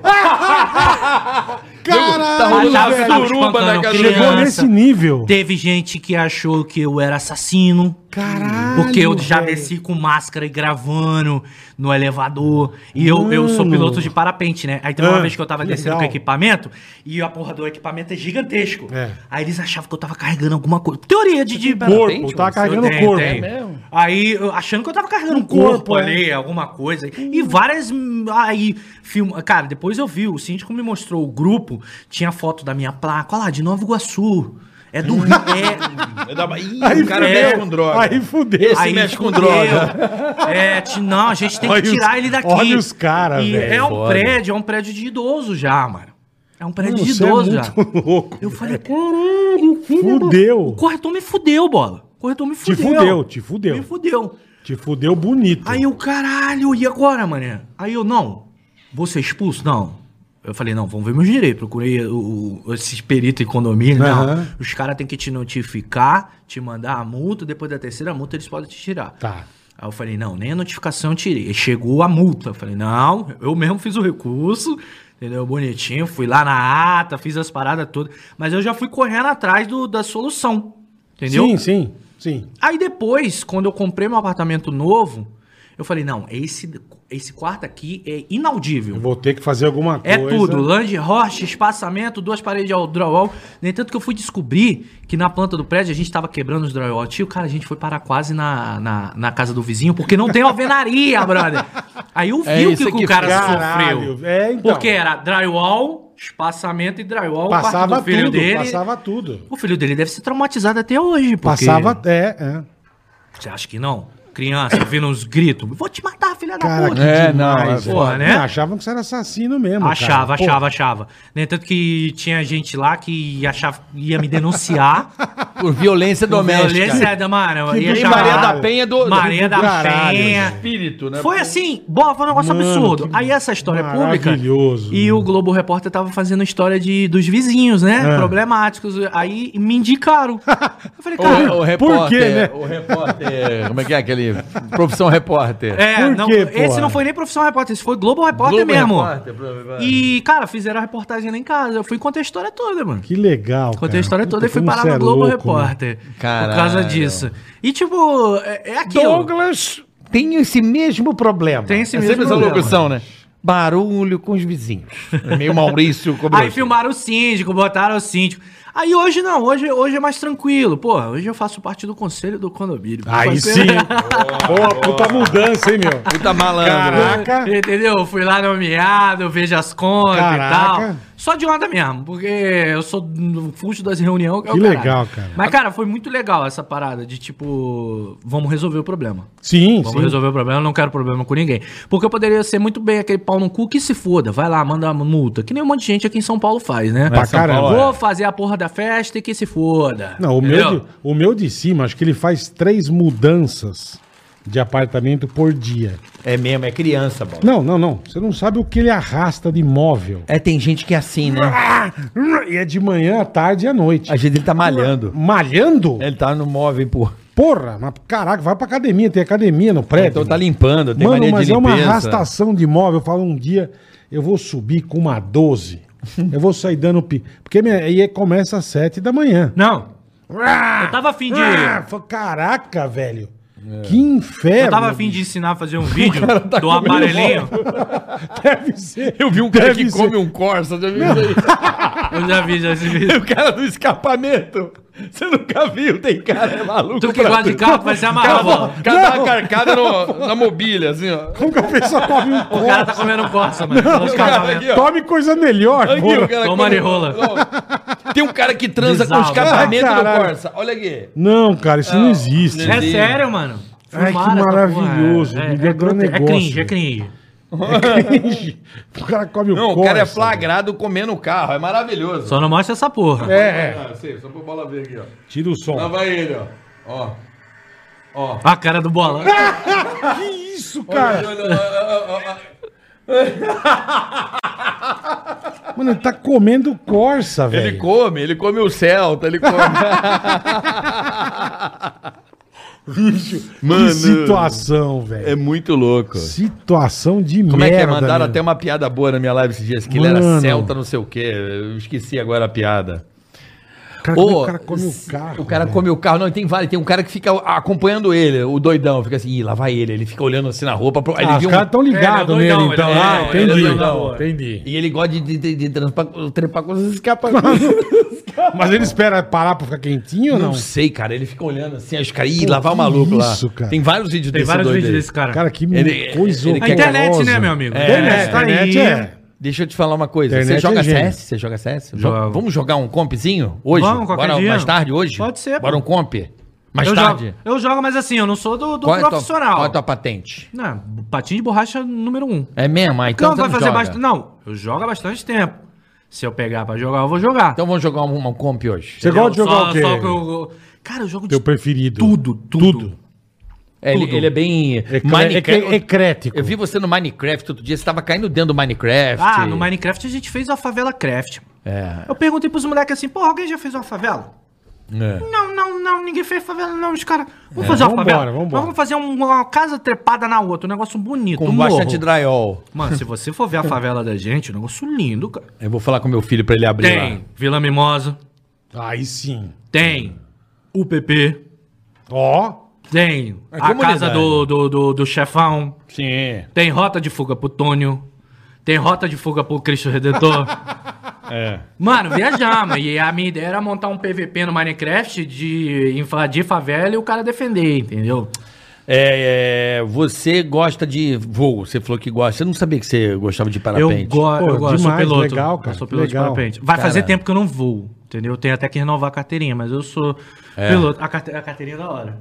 Speaker 3: Caralho,
Speaker 4: achava que
Speaker 3: velho.
Speaker 5: tá
Speaker 4: tava
Speaker 5: Suruba
Speaker 4: tá espancando
Speaker 5: na casa-
Speaker 4: criança.
Speaker 3: Chegou nesse nível.
Speaker 4: Teve gente que achou que eu era assassino.
Speaker 3: Caralho,
Speaker 4: Porque eu já
Speaker 3: velho.
Speaker 4: desci com máscara e gravando no elevador. E eu, eu sou
Speaker 3: Mano.
Speaker 4: piloto de parapente, né? Aí tem uma
Speaker 3: Hum. Ah,
Speaker 4: vez que eu tava
Speaker 3: que
Speaker 4: descendo com
Speaker 3: legal.
Speaker 4: equipamento e a porra do equipamento é gigantesco.
Speaker 3: É.
Speaker 4: Aí eles achavam que eu tava carregando alguma coisa. Teoria de. de
Speaker 3: Corpo, tá
Speaker 4: Eu
Speaker 3: carregando o
Speaker 4: tenho,
Speaker 3: corpo.
Speaker 4: tenho.
Speaker 3: É mesmo?
Speaker 4: Aí, eu- achando que eu tava carregando um
Speaker 3: corpo,
Speaker 4: corpo,
Speaker 3: é. Uhum.
Speaker 4: ali, alguma coisa. E várias. hum, Aí, filme. Cara, depois eu vi, o síndico me mostrou o grupo, tinha foto da minha placa. Olha lá, de Nova Iguaçu. É do
Speaker 3: <laughs>
Speaker 4: Rio. é-
Speaker 5: Eu dava- Ih,
Speaker 3: Aí
Speaker 5: o cara
Speaker 3: fudeu.
Speaker 5: mexe com droga.
Speaker 3: Aí fudeu.
Speaker 5: Esse mexe com droga.
Speaker 4: É, ti- não, a gente tem
Speaker 3: Olha
Speaker 4: que
Speaker 3: os-
Speaker 4: tirar ele daqui.
Speaker 3: olha os caras,
Speaker 4: E
Speaker 3: velho,
Speaker 4: É um
Speaker 2: foda.
Speaker 4: prédio, é um prédio de idoso já, mano. É um prédio
Speaker 3: Mano,
Speaker 4: de
Speaker 3: você é
Speaker 4: idoso já.
Speaker 3: muito louco,
Speaker 4: eu falei, caralho, filho da-
Speaker 3: Fudeu.
Speaker 4: O corretor me fudeu, bola. O corretor me
Speaker 3: Te
Speaker 4: fudeu.
Speaker 3: fudeu, te
Speaker 4: Me
Speaker 3: fudeu.
Speaker 4: fudeu.
Speaker 3: Te fudeu bonito.
Speaker 4: Aí eu, caralho, e agora, mané? Aí eu, não, vou ser expulso? Não. Eu falei, não, vamos ver meus direitos. Procurei o, o, esses peritos em condomínio.
Speaker 3: Aham.
Speaker 4: Não, os caras têm que te notificar, te mandar a multa, depois da terceira multa eles podem te tirar.
Speaker 3: Tá.
Speaker 4: Aí eu falei, não, nem a notificação eu tirei. Chegou a multa. Eu falei, não, eu mesmo fiz o recurso, entendeu? Bonitinho, fui lá na ata, fiz as paradas todas. Mas eu já fui correndo atrás do- da solução, entendeu?
Speaker 3: Sim, sim, sim.
Speaker 4: Aí depois, quando eu comprei meu apartamento novo, eu falei, não, esse, esse quarto aqui é
Speaker 3: Eu
Speaker 4: inaudível.
Speaker 3: vou ter que fazer alguma
Speaker 4: É
Speaker 3: coisa.
Speaker 4: tudo, lange, rocha, espaçamento, duas paredes de drywall. Nem tanto que eu fui descobrir que na planta do prédio a gente tava quebrando os drywall. Tio, cara, a gente foi parar quase na, na, na casa do vizinho, porque não tem alvenaria, brother. Aí eu vi
Speaker 2: É
Speaker 4: o
Speaker 2: isso
Speaker 4: que, que
Speaker 2: que
Speaker 4: o cara
Speaker 3: caralho,
Speaker 4: sofreu.
Speaker 3: é, então.
Speaker 4: Porque era drywall, espaçamento e drywall. o quarto
Speaker 3: Passava
Speaker 4: do filho
Speaker 3: tudo,
Speaker 4: dele.
Speaker 3: passava tudo.
Speaker 4: O filho dele deve ser traumatizado até hoje, porque...
Speaker 3: Passava até, é.
Speaker 4: Você acha que não? Criança ouvindo uns gritos. Vou te matar, filha da
Speaker 3: Cara, que
Speaker 4: puta.
Speaker 2: É,
Speaker 3: demais,
Speaker 4: não,
Speaker 3: velho.
Speaker 4: porra, né?
Speaker 3: Não, achavam que você era assassino mesmo, cara.
Speaker 4: Achava,
Speaker 3: Pô,
Speaker 4: achava, achava. Nem tanto que tinha gente lá que achava ia me denunciar.
Speaker 2: Por violência doméstica.
Speaker 4: Violência da mano.
Speaker 3: Que bem
Speaker 4: ia
Speaker 2: E
Speaker 4: chamar-
Speaker 2: Maria
Speaker 3: Caralho.
Speaker 2: da Penha do.
Speaker 4: Maria da
Speaker 3: Caralho,
Speaker 4: Penha.
Speaker 2: Espírito, né?
Speaker 4: Foi assim, boa, foi um negócio
Speaker 3: Mano,
Speaker 4: absurdo.
Speaker 3: que
Speaker 4: Aí essa história é pública.
Speaker 3: maravilhoso.
Speaker 4: E o Globo Repórter tava fazendo história de, dos vizinhos, né?
Speaker 3: É.
Speaker 4: Problemáticos. Aí me indicaram. Eu falei, cara.
Speaker 2: O, o repórter,
Speaker 3: por quê, né?
Speaker 2: o repórter, como é que é aquele? Profissão repórter.
Speaker 4: É,
Speaker 3: Por
Speaker 4: não,
Speaker 3: quê, porra?
Speaker 4: esse não foi nem profissão repórter, esse foi Globo Repórter
Speaker 2: Globo
Speaker 4: mesmo.
Speaker 2: Repórter, é. pro-
Speaker 4: E, cara, fizeram a reportagem lá em casa. Eu fui e contei a história toda, mano.
Speaker 3: Que legal,
Speaker 4: Contei a história
Speaker 3: Puta,
Speaker 4: toda e fui
Speaker 3: como
Speaker 4: parar
Speaker 3: você
Speaker 4: no
Speaker 3: é
Speaker 4: Globo
Speaker 3: louco,
Speaker 4: Repórter.
Speaker 2: Caralho.
Speaker 4: Por causa disso. E, tipo, é, é aquilo.
Speaker 2: Então, Douglas tem esse mesmo problema.
Speaker 4: Tem esse
Speaker 2: é
Speaker 4: mesmo
Speaker 2: sempre
Speaker 4: problema.
Speaker 2: essa locução, né? Barulho com os vizinhos. É meio <laughs> Maurício Cobrança.
Speaker 4: Aí filmaram o síndico, botaram o síndico. Aí hoje não, hoje, hoje é mais tranquilo. Porra, hoje eu faço parte do conselho do condomínio.
Speaker 3: né? Aí
Speaker 4: Fazer-
Speaker 3: sim. Pô, puta mudança, hein, meu?
Speaker 2: Puta malandro.
Speaker 3: Caraca.
Speaker 4: <laughs> Entendeu? Eu Fui lá nomeado, eu vejo as contas
Speaker 3: Caraca.
Speaker 4: e tal. Só de onda mesmo, porque eu sou no fuxo das reuniões. é o
Speaker 3: Que
Speaker 4: caralho.
Speaker 3: legal, cara.
Speaker 4: Mas, cara, foi muito legal essa parada de tipo, vamos resolver o problema.
Speaker 3: Sim,
Speaker 4: Vamos
Speaker 3: sim.
Speaker 4: resolver o problema, eu não quero problema com ninguém. Porque eu poderia ser muito bem aquele pau no cu que se foda, vai lá, manda uma multa. Que nem um monte de gente aqui em São Paulo faz, né?
Speaker 3: Pra caramba.
Speaker 4: Vou fazer a porra da festa e que se foda.
Speaker 3: Não, o meu,
Speaker 4: Entendeu?
Speaker 3: de, o meu de cima, acho que ele faz três mudanças de apartamento por dia.
Speaker 2: É mesmo, é criança, bom.
Speaker 3: Não, não, não. Você não sabe o que ele arrasta de móvel.
Speaker 2: É, tem gente que é assim, né?
Speaker 3: E é de manhã, à tarde e à noite.
Speaker 2: Às vezes ele tá malhando.
Speaker 3: Malhando?
Speaker 2: Ele tá no móvel, pô.
Speaker 3: Porra, mas caraca, vai pra academia, tem academia no prédio.
Speaker 2: Então tá limpando, tem
Speaker 3: Mano,
Speaker 2: mania
Speaker 3: mas
Speaker 2: de
Speaker 3: é uma
Speaker 2: limpeza.
Speaker 3: arrastação de móvel. Eu falo, um dia eu vou subir com uma
Speaker 2: <laughs>
Speaker 3: 12. eu vou sair dando pi. Porque minha, aí é, começa às 7 da manhã.
Speaker 4: Não. Eu tava afim de.
Speaker 3: Ah, fa- caraca, velho.
Speaker 2: É.
Speaker 3: Que inferno.
Speaker 4: Eu tava afim de ensinar a fazer um vídeo
Speaker 3: tá
Speaker 4: do aparelhinho.
Speaker 3: <laughs> Deve ser.
Speaker 2: Eu vi um cara
Speaker 3: Deve
Speaker 2: que
Speaker 3: ser.
Speaker 2: come um Corsa, já viu isso aí?
Speaker 4: Eu já vi já esse vídeo.
Speaker 2: O cara do escapamento. Você nunca viu, tem cara é maluco.
Speaker 4: Tu que
Speaker 2: pra
Speaker 4: gosta de
Speaker 2: tudo.
Speaker 4: carro, vai se amarrar, bola.
Speaker 2: O cara dá uma carcada <laughs> no- na mobília, assim, ó.
Speaker 3: <laughs> Como que a pessoa come um
Speaker 4: <laughs> O cara tá comendo costa, mano. Falando de
Speaker 2: cara
Speaker 4: carro,
Speaker 2: aqui,
Speaker 4: né?
Speaker 2: ó.
Speaker 3: Tome coisa melhor,
Speaker 2: Olha
Speaker 3: porra.
Speaker 2: o cara
Speaker 4: Toma
Speaker 2: come-
Speaker 4: rola.
Speaker 2: Não. Tem um cara que transa
Speaker 4: Bizarro.
Speaker 2: com escapamento
Speaker 3: Ah,
Speaker 2: no
Speaker 3: caralho.
Speaker 2: Corsa. Olha aqui.
Speaker 3: Não, cara, isso não,
Speaker 2: Não,
Speaker 3: existe. <laughs>
Speaker 2: não
Speaker 4: É
Speaker 2: Sim.
Speaker 4: sério, mano.
Speaker 3: Ai, que
Speaker 4: Filmaram essa porra.
Speaker 3: maravilhoso.
Speaker 4: É,
Speaker 3: Me
Speaker 4: é
Speaker 3: deu
Speaker 4: grote- é
Speaker 3: negócio.
Speaker 4: cringe, é cringe.
Speaker 3: o cara come o
Speaker 2: Não, o cara é
Speaker 3: Corsa,
Speaker 2: flagrado comendo o carro. É maravilhoso.
Speaker 4: Só não mostra essa porra.
Speaker 3: velho. É, é.
Speaker 2: Ah, sei, só pra bola ver aqui, ó.
Speaker 3: Tira o som.
Speaker 2: Lá vai ele, ó. Ó. Ó.
Speaker 4: A cara do bola.
Speaker 3: Que isso, cara?
Speaker 2: Olha, ó, ó, ó, ó.
Speaker 3: Mano, ele tá comendo Corsa,
Speaker 2: Ele
Speaker 3: velho. <laughs>
Speaker 2: come, ele come o Celta, ele come.
Speaker 3: Bicho, que
Speaker 5: Mano,
Speaker 3: situação, velho.
Speaker 5: É muito louco.
Speaker 3: Situação de
Speaker 2: Como
Speaker 3: merda. né?
Speaker 2: é que é? Mandaram
Speaker 3: meu.
Speaker 2: até uma piada boa na minha live esses dias, que ele
Speaker 3: Mano.
Speaker 2: era celta, não sei o quê. Eu esqueci agora a piada.
Speaker 3: Cara, como
Speaker 2: Ô,
Speaker 3: é o cara come o
Speaker 2: se-
Speaker 3: carro. né?
Speaker 2: O cara
Speaker 3: velho?
Speaker 2: come o carro. Não, tem vários. Tem um cara que fica acompanhando ele, o doidão. Fica assim, ih, lá vai ele. Ele fica olhando assim na roupa. pro- Aí ele
Speaker 3: Ah, os
Speaker 2: vê um-
Speaker 3: caras estão ligados
Speaker 4: É, ele é
Speaker 3: nele,
Speaker 4: doidão,
Speaker 3: então.
Speaker 4: ele é
Speaker 3: Ah,
Speaker 4: doidão, ele é
Speaker 3: entendi.
Speaker 4: doidão.
Speaker 3: Entendi.
Speaker 2: E ele gosta de, de, de, de transpar, trepar com os escapas. <laughs>
Speaker 3: Mas ele espera parar pra ficar quentinho ou não?
Speaker 2: Não sei, cara. Ele fica olhando assim, aí os caras. Ih, lá vai o maluco lá.
Speaker 3: isso, cara?
Speaker 2: Tem vários vídeos
Speaker 4: Tem
Speaker 2: desse
Speaker 4: vários
Speaker 2: doido
Speaker 4: vídeos
Speaker 2: aí.
Speaker 4: desse cara.
Speaker 3: Cara, que é
Speaker 2: Ele- é,
Speaker 3: coisa
Speaker 2: ele
Speaker 4: a internet, né, meu amigo?
Speaker 3: Internet, internet é.
Speaker 2: Deixa eu te falar uma coisa.
Speaker 3: Internet
Speaker 2: Você joga
Speaker 3: é gênio.
Speaker 2: CS? Você joga CS?
Speaker 4: Jogo.
Speaker 2: Vamos- Vamos jogar um compzinho hoje?
Speaker 4: Vamos, qualquer
Speaker 2: Bora
Speaker 4: dia.
Speaker 2: mais tarde hoje?
Speaker 4: Pode ser,
Speaker 2: Bora
Speaker 4: pô.
Speaker 2: um comp? Mais
Speaker 4: eu
Speaker 2: tarde?
Speaker 4: Jogo, eu jogo, mas assim, eu não sou do, do
Speaker 2: Qual é a tua-
Speaker 4: profissional.
Speaker 2: qual é a tua patente?
Speaker 4: Não, patinho de borracha número um.
Speaker 2: É mesmo? Ah, Então
Speaker 4: não,
Speaker 2: você
Speaker 4: vai fazer
Speaker 2: joga.
Speaker 4: bastante. Não, eu jogo há bastante tempo. Se eu pegar pra jogar, eu vou jogar.
Speaker 2: Então vamos jogar um, um comp hoje.
Speaker 3: Você gosta de jogar
Speaker 4: Só-
Speaker 3: o quê?
Speaker 4: só que eu- Cara, eu jogo de
Speaker 3: Teu preferido.
Speaker 4: tudo, tudo.
Speaker 2: É, ele, ele é bem...
Speaker 3: é
Speaker 2: Minecraft.
Speaker 3: Ecrético.
Speaker 2: Eu vi você no Minecraft outro dia. Você tava caindo dentro do Minecraft.
Speaker 4: Ah, no Minecraft a gente fez a favela craft.
Speaker 2: É.
Speaker 4: Eu perguntei pros moleques assim, porra, alguém já fez uma favela?
Speaker 2: é.
Speaker 4: Não, não, não, ninguém fez favela, não, os caras. Vamos fazer uma
Speaker 3: vambora,
Speaker 4: favela.
Speaker 3: vambora.
Speaker 4: Nós Vamos fazer um- uma casa trepada na outra, um negócio bonito.
Speaker 2: Com
Speaker 4: um
Speaker 2: bastante
Speaker 4: morro.
Speaker 2: drywall.
Speaker 4: Mano, se você for ver a favela da gente, é um negócio lindo, cara.
Speaker 2: Eu vou falar com meu filho pra ele abrir lá.
Speaker 4: Tem Vila Mimosa,
Speaker 3: Aí sim.
Speaker 4: tem UPP,
Speaker 3: Ó.
Speaker 4: tem
Speaker 2: É
Speaker 4: a
Speaker 2: comunidade.
Speaker 4: casa do, do, do, do chefão,
Speaker 2: Sim.
Speaker 4: tem rota de fuga pro Tônio, tem rota de fuga pro Cristo Redentor.
Speaker 2: <laughs> É.
Speaker 4: Mano, viajamos. e a minha ideia era montar um PVP no Minecraft de invadir favela e o cara defender, entendeu?
Speaker 2: É, é, você gosta de voo, você falou que gosta. Eu não sabia que você gostava de
Speaker 4: Eu,
Speaker 2: parapente.
Speaker 4: go
Speaker 3: Pô,
Speaker 4: eu gosto, eu sou
Speaker 3: demais,
Speaker 4: piloto.
Speaker 3: legal,
Speaker 4: Eu
Speaker 3: cara,
Speaker 4: sou piloto
Speaker 3: legal.
Speaker 4: de parapente. Vai fazer
Speaker 2: Cara.
Speaker 4: tempo que eu não vou, entendeu? Eu tenho até que renovar a carteirinha, mas eu sou
Speaker 2: É.
Speaker 4: piloto. A, carte a carteirinha é da hora.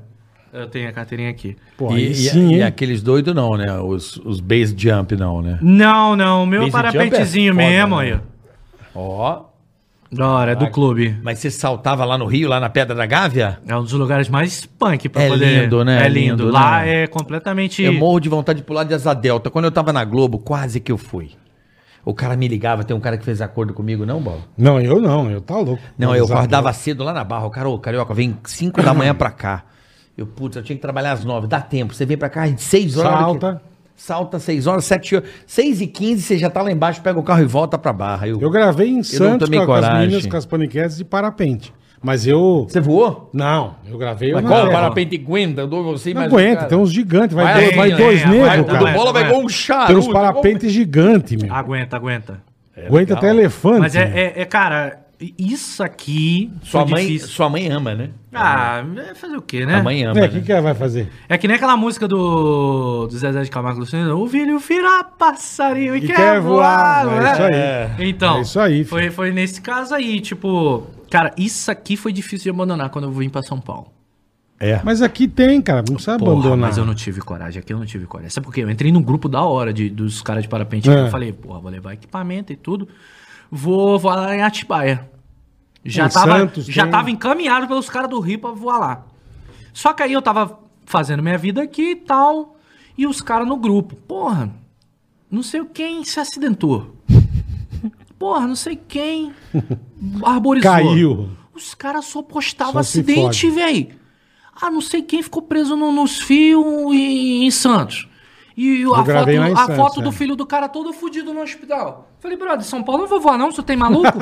Speaker 4: Eu tenho a carteirinha aqui.
Speaker 3: Pô,
Speaker 2: e,
Speaker 3: aí
Speaker 2: e-
Speaker 3: sim,
Speaker 2: e
Speaker 3: hein?
Speaker 2: aqueles doidos não, né? Os, os base jump não, né?
Speaker 4: Não, não, meu
Speaker 2: Base
Speaker 4: parapentezinho
Speaker 2: jump é foda,
Speaker 4: mesmo
Speaker 2: né?
Speaker 4: aí.
Speaker 2: Ó.
Speaker 4: Da hora, é do clube.
Speaker 2: Mas você saltava lá no Rio, lá na Pedra da Gávea?
Speaker 4: É um dos lugares mais punk pra
Speaker 2: É
Speaker 4: poder.
Speaker 2: lindo, né?
Speaker 4: É lindo.
Speaker 2: Lindo,
Speaker 4: Lá
Speaker 2: né?
Speaker 4: é completamente.
Speaker 2: Eu morro de vontade de pular de asa delta. Quando eu tava na Globo, quase que eu fui. O cara me ligava, tem um cara que fez acordo comigo, não, Bob?
Speaker 3: Não, eu não. Eu tá louco.
Speaker 2: Não, eu
Speaker 3: Mas,
Speaker 2: acordava cedo lá na barra. O cara, ô, carioca, vem 5 da manhã pra cá. Eu, putz, eu tinha que trabalhar às 9. Dá tempo. Você vem pra cá às 6 horas. a hora que-
Speaker 3: Salta.
Speaker 2: Salta 6 horas, 7 horas. 6 e 15 você já tá lá embaixo, pega o carro e volta pra barra. Eu,
Speaker 3: Eu gravei em Santos
Speaker 2: tomei
Speaker 3: com, com as
Speaker 2: coragem.
Speaker 3: meninas, com as paniquetes de parapente. Mas eu...
Speaker 2: Você voou?
Speaker 3: Não, eu gravei...
Speaker 2: Mas
Speaker 3: eu
Speaker 2: qual é
Speaker 3: não-
Speaker 2: o parapente aguenta? Eu dou você e
Speaker 3: Não
Speaker 2: mais
Speaker 3: aguenta,
Speaker 2: um cara.
Speaker 3: tem uns gigantes. Vai,
Speaker 2: Vai,
Speaker 3: dois, vai
Speaker 4: tem,
Speaker 3: dois
Speaker 4: é, vai,
Speaker 3: negros,
Speaker 4: o do
Speaker 2: O do
Speaker 3: cara.
Speaker 2: bola vai igual um
Speaker 3: Tem
Speaker 2: charuto.
Speaker 3: uns parapentes gigantes, meu.
Speaker 4: Aguenta, aguenta.
Speaker 3: Aguenta até elefante.
Speaker 4: Ah, Mas é,
Speaker 3: meu.
Speaker 4: é- é, cara, isso aqui
Speaker 2: Sua
Speaker 4: foi
Speaker 2: mãe,
Speaker 4: difícil.
Speaker 2: sua mãe ama, né?
Speaker 4: Ah, é fazer o quê, né?
Speaker 2: A mãe ama.
Speaker 3: É,
Speaker 2: né?
Speaker 3: o que, que ela vai fazer?
Speaker 4: É que nem aquela música do, do Zezé de Camargo e Luciano, o filho vira passarinho e, quer, voar,
Speaker 3: É isso aí.
Speaker 4: né? Então,
Speaker 3: É isso aí, filho.
Speaker 4: foi, foi nesse caso aí, tipo, cara, isso aqui foi difícil de abandonar quando eu vim pra São Paulo.
Speaker 2: É.
Speaker 3: Mas aqui tem, cara. Não precisa
Speaker 4: Porra,
Speaker 3: abandonar.
Speaker 4: mas eu não tive coragem, aqui eu não tive coragem. Sabe por quê? Eu entrei num grupo da hora de, dos caras de parapente,
Speaker 3: É.
Speaker 4: eu falei, porra, vou levar equipamento e tudo, vou voar lá em Atibaia. Já,
Speaker 3: Em
Speaker 4: tava,
Speaker 3: Santos
Speaker 4: já
Speaker 3: tem.
Speaker 4: tava encaminhado pelos caras do Rio pra voar lá. Só que aí eu tava fazendo minha vida aqui e tal, e os caras no grupo, porra, não sei quem se acidentou. <laughs> Porra, não
Speaker 3: <laughs>
Speaker 4: sei quem arborizou.
Speaker 3: Caiu.
Speaker 4: Os caras só postavam
Speaker 3: Só se
Speaker 4: acidente,
Speaker 3: fode.
Speaker 4: velho. Ah, não sei quem ficou preso no- nos fios em, em Santos. E a foto,
Speaker 3: gravei lá em
Speaker 4: a
Speaker 3: Santos,
Speaker 4: foto do
Speaker 3: é.
Speaker 4: filho do cara todo fudido no hospital. Falei, brother, São Paulo não vou voar não, você tem
Speaker 3: <laughs>
Speaker 4: maluco?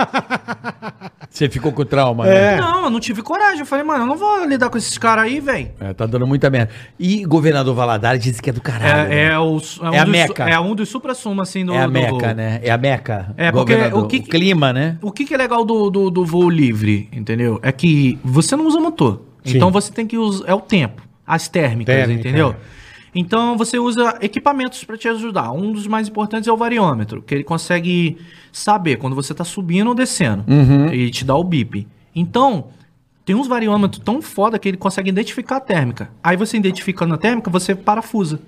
Speaker 2: Você ficou com trauma, né?
Speaker 3: É.
Speaker 4: não, eu não tive coragem. Eu falei, mano, eu não vou lidar com esses caras aí, velho.
Speaker 2: É, tá dando muita merda. E governador Valadares disse que é do caralho. né?
Speaker 4: É, é o, é, um
Speaker 2: É a
Speaker 4: dos,
Speaker 2: Meca.
Speaker 4: É um dos supra-sumo, assim, do
Speaker 2: É a
Speaker 4: do
Speaker 2: Meca,
Speaker 4: voo.
Speaker 2: né? É a Meca.
Speaker 4: É, porque
Speaker 2: governador.
Speaker 4: o que-
Speaker 2: clima, né?
Speaker 4: O que, que é legal do, do, do voo livre, entendeu? É que você não usa motor.
Speaker 3: Sim.
Speaker 4: Então você tem que usar. É o tempo, as térmicas,
Speaker 3: Térmica,
Speaker 4: entendeu?
Speaker 3: é.
Speaker 4: Então você usa equipamentos para te ajudar. Um dos mais importantes é o variômetro, que ele consegue saber quando você tá subindo ou descendo e te dá o bip. Então, tem uns variômetros tão foda que ele consegue identificar a térmica. Aí você identificando a térmica, você parafusa.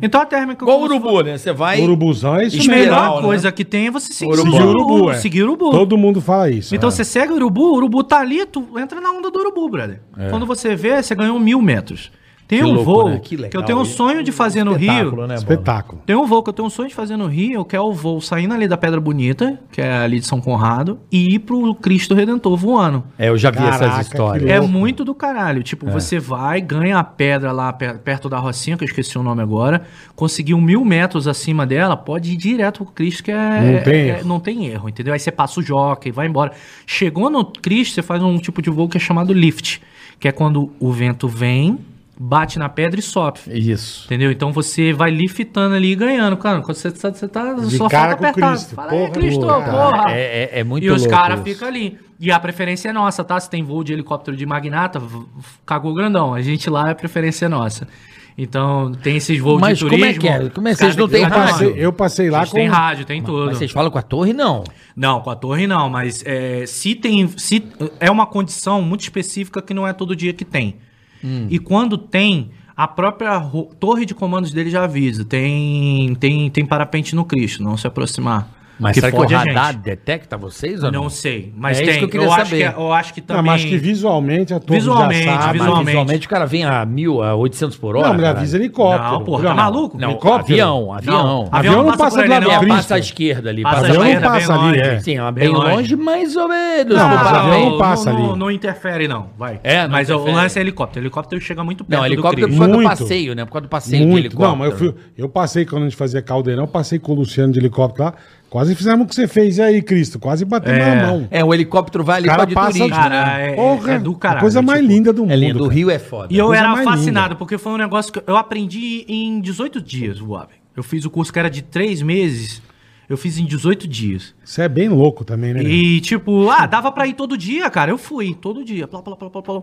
Speaker 4: Então a térmica.
Speaker 2: Igual o
Speaker 4: como se
Speaker 2: urubu, né? Você vai.
Speaker 3: Urubuzão é isso
Speaker 4: a
Speaker 2: Esme-
Speaker 3: mesmo.
Speaker 2: Espiral,
Speaker 4: melhor
Speaker 2: né?
Speaker 4: coisa que tem é você seguir
Speaker 2: Urubu.
Speaker 4: o
Speaker 3: Seguir urubu, é.
Speaker 4: Seguir o urubu.
Speaker 3: Todo mundo fala isso.
Speaker 4: Então
Speaker 3: É.
Speaker 4: você segue o urubu, o urubu tá ali, tu entra na onda do urubu, brother. Quando você vê, você ganhou um mil metros. Tem
Speaker 2: É. Que
Speaker 4: um
Speaker 2: louco,
Speaker 4: voo
Speaker 2: né?
Speaker 4: que,
Speaker 2: Que
Speaker 4: eu
Speaker 2: legal
Speaker 4: tenho um
Speaker 2: isso.
Speaker 4: sonho de fazer no Rio.
Speaker 2: Espetáculo, né, Bola?
Speaker 3: é Espetáculo.
Speaker 4: Tem um voo que eu tenho um sonho de fazer no Rio, que é o voo saindo ali da Pedra Bonita, que é ali de São Conrado, e ir pro Cristo Redentor voando.
Speaker 2: É, eu já vi
Speaker 3: Caraca,
Speaker 2: essas histórias.
Speaker 3: que
Speaker 4: É
Speaker 3: louco. É.
Speaker 4: muito do caralho. Tipo, você vai, ganha a pedra lá per- perto da Rocinha, que eu esqueci o nome agora, conseguiu mil metros acima dela, pode ir direto pro Cristo, que é.
Speaker 3: Não tem
Speaker 4: é-
Speaker 3: erro.
Speaker 4: não tem erro, entendeu? Aí você passa o jockey, vai embora. Chegou no Cristo, você faz um tipo de voo que é chamado lift, que é quando o vento vem, bate na pedra e sobe.
Speaker 2: Isso.
Speaker 4: Entendeu? Então você vai liftando ali e ganhando. Cara, quando você, tá- você tá
Speaker 3: De
Speaker 4: só
Speaker 3: cara
Speaker 4: falta
Speaker 3: com o
Speaker 4: apertar.
Speaker 3: Cristo.
Speaker 4: Fala
Speaker 3: Porra,
Speaker 4: aí, Cristo,
Speaker 3: cara.
Speaker 4: porra.
Speaker 2: É, é- é muito
Speaker 4: E os
Speaker 2: louco
Speaker 4: caras
Speaker 2: isso.
Speaker 4: ficam ali. E a preferência é nossa, tá? Se tem voo de helicóptero de magnata, v- f- cagou grandão. A gente lá, a preferência é nossa. Então, tem esses voos
Speaker 2: Mas
Speaker 4: de
Speaker 2: como
Speaker 4: turismo.
Speaker 2: é que é? Como é que
Speaker 4: os caras
Speaker 2: vocês não
Speaker 4: daqui
Speaker 2: têm rádio? Tá
Speaker 3: Eu
Speaker 4: do Rio de
Speaker 3: passei,
Speaker 4: Janeiro.
Speaker 3: eu passei
Speaker 4: Ah, A
Speaker 3: lá
Speaker 4: gente tem
Speaker 3: com.
Speaker 4: rádio, tem tudo.
Speaker 2: Mas vocês falam com a torre, não.
Speaker 4: Não, com a torre não, mas é, se tem. Se, é uma condição muito específica que não é todo dia que tem.
Speaker 2: Hum.
Speaker 4: E quando tem, a própria ro- torre de comandos dele já avisa. Tem, tem, tem parapente no Cristo, não se aproximar.
Speaker 2: Mas será que o
Speaker 4: foge a
Speaker 2: radar
Speaker 4: gente.
Speaker 2: detecta vocês ou não?
Speaker 4: Não sei, mas
Speaker 2: É isso
Speaker 4: tem.
Speaker 2: que eu queria
Speaker 4: acho
Speaker 2: saber.
Speaker 4: que, é- eu acho que também.
Speaker 3: Não, mas que visualmente a torre
Speaker 4: Visualmente,
Speaker 3: já sabe.
Speaker 2: Mas
Speaker 4: visual-
Speaker 2: visualmente. o cara vem a mil, a 800 por hora.
Speaker 3: Não, mas
Speaker 2: caralho.
Speaker 3: avisa helicóptero.
Speaker 4: Não, porra, tá maluco?
Speaker 2: Não,
Speaker 3: helicóptero?
Speaker 2: avião, avião.
Speaker 4: Não, avião não passa
Speaker 3: passa
Speaker 4: por
Speaker 3: do
Speaker 4: ali,
Speaker 3: lado
Speaker 4: não.
Speaker 3: do
Speaker 2: É,
Speaker 3: Cristo.
Speaker 2: passa à esquerda ali.
Speaker 4: Passa
Speaker 2: Passa
Speaker 3: avião
Speaker 4: esquerda,
Speaker 3: não
Speaker 4: bem
Speaker 3: passa ali,
Speaker 4: longe.
Speaker 3: é.
Speaker 2: Sim, é
Speaker 4: bem
Speaker 2: bem
Speaker 4: longe.
Speaker 2: longe, mais ou menos.
Speaker 3: Não,
Speaker 2: Não,
Speaker 3: mas
Speaker 2: para
Speaker 3: avião
Speaker 2: bem.
Speaker 3: não passa ali.
Speaker 4: Não, interfere, não. Vai.
Speaker 2: É, não
Speaker 4: mas o- o
Speaker 2: interfere.
Speaker 4: lance é helicóptero. Helicóptero chega muito perto
Speaker 2: Não, helicóptero por
Speaker 4: do Cristo.
Speaker 2: causa do
Speaker 3: é Muito.
Speaker 2: passeio, né? Por causa do passeio de
Speaker 3: Muito.
Speaker 2: helicóptero.
Speaker 3: Não, mas eu, fui, eu passei quando a gente fazia caldeirão, passei com o Luciano de helicóptero lá. Quase fizemos o que você fez E aí, Cristo. Quase bateu na mão.
Speaker 2: É, o helicóptero vai ali
Speaker 3: cara
Speaker 2: só de
Speaker 3: passa-
Speaker 2: turismo, né?
Speaker 4: Cara, é,
Speaker 3: Porra,
Speaker 4: é do caralho.
Speaker 3: a coisa mais
Speaker 4: tipo,
Speaker 3: linda do mundo.
Speaker 2: É lindo. O
Speaker 3: cara.
Speaker 2: Rio é foda.
Speaker 4: E eu
Speaker 3: coisa
Speaker 4: era
Speaker 3: mais
Speaker 4: fascinado,
Speaker 3: linda.
Speaker 4: porque foi um negócio que eu aprendi em 18 dias, voar. velho. Eu fiz o curso que era de 3 meses, eu fiz em 18 dias.
Speaker 3: Você é bem louco também, né? meu?
Speaker 4: E tipo, ah, dava pra ir todo dia, cara. Eu fui, todo dia. Plá, plá, plá, plá, plá.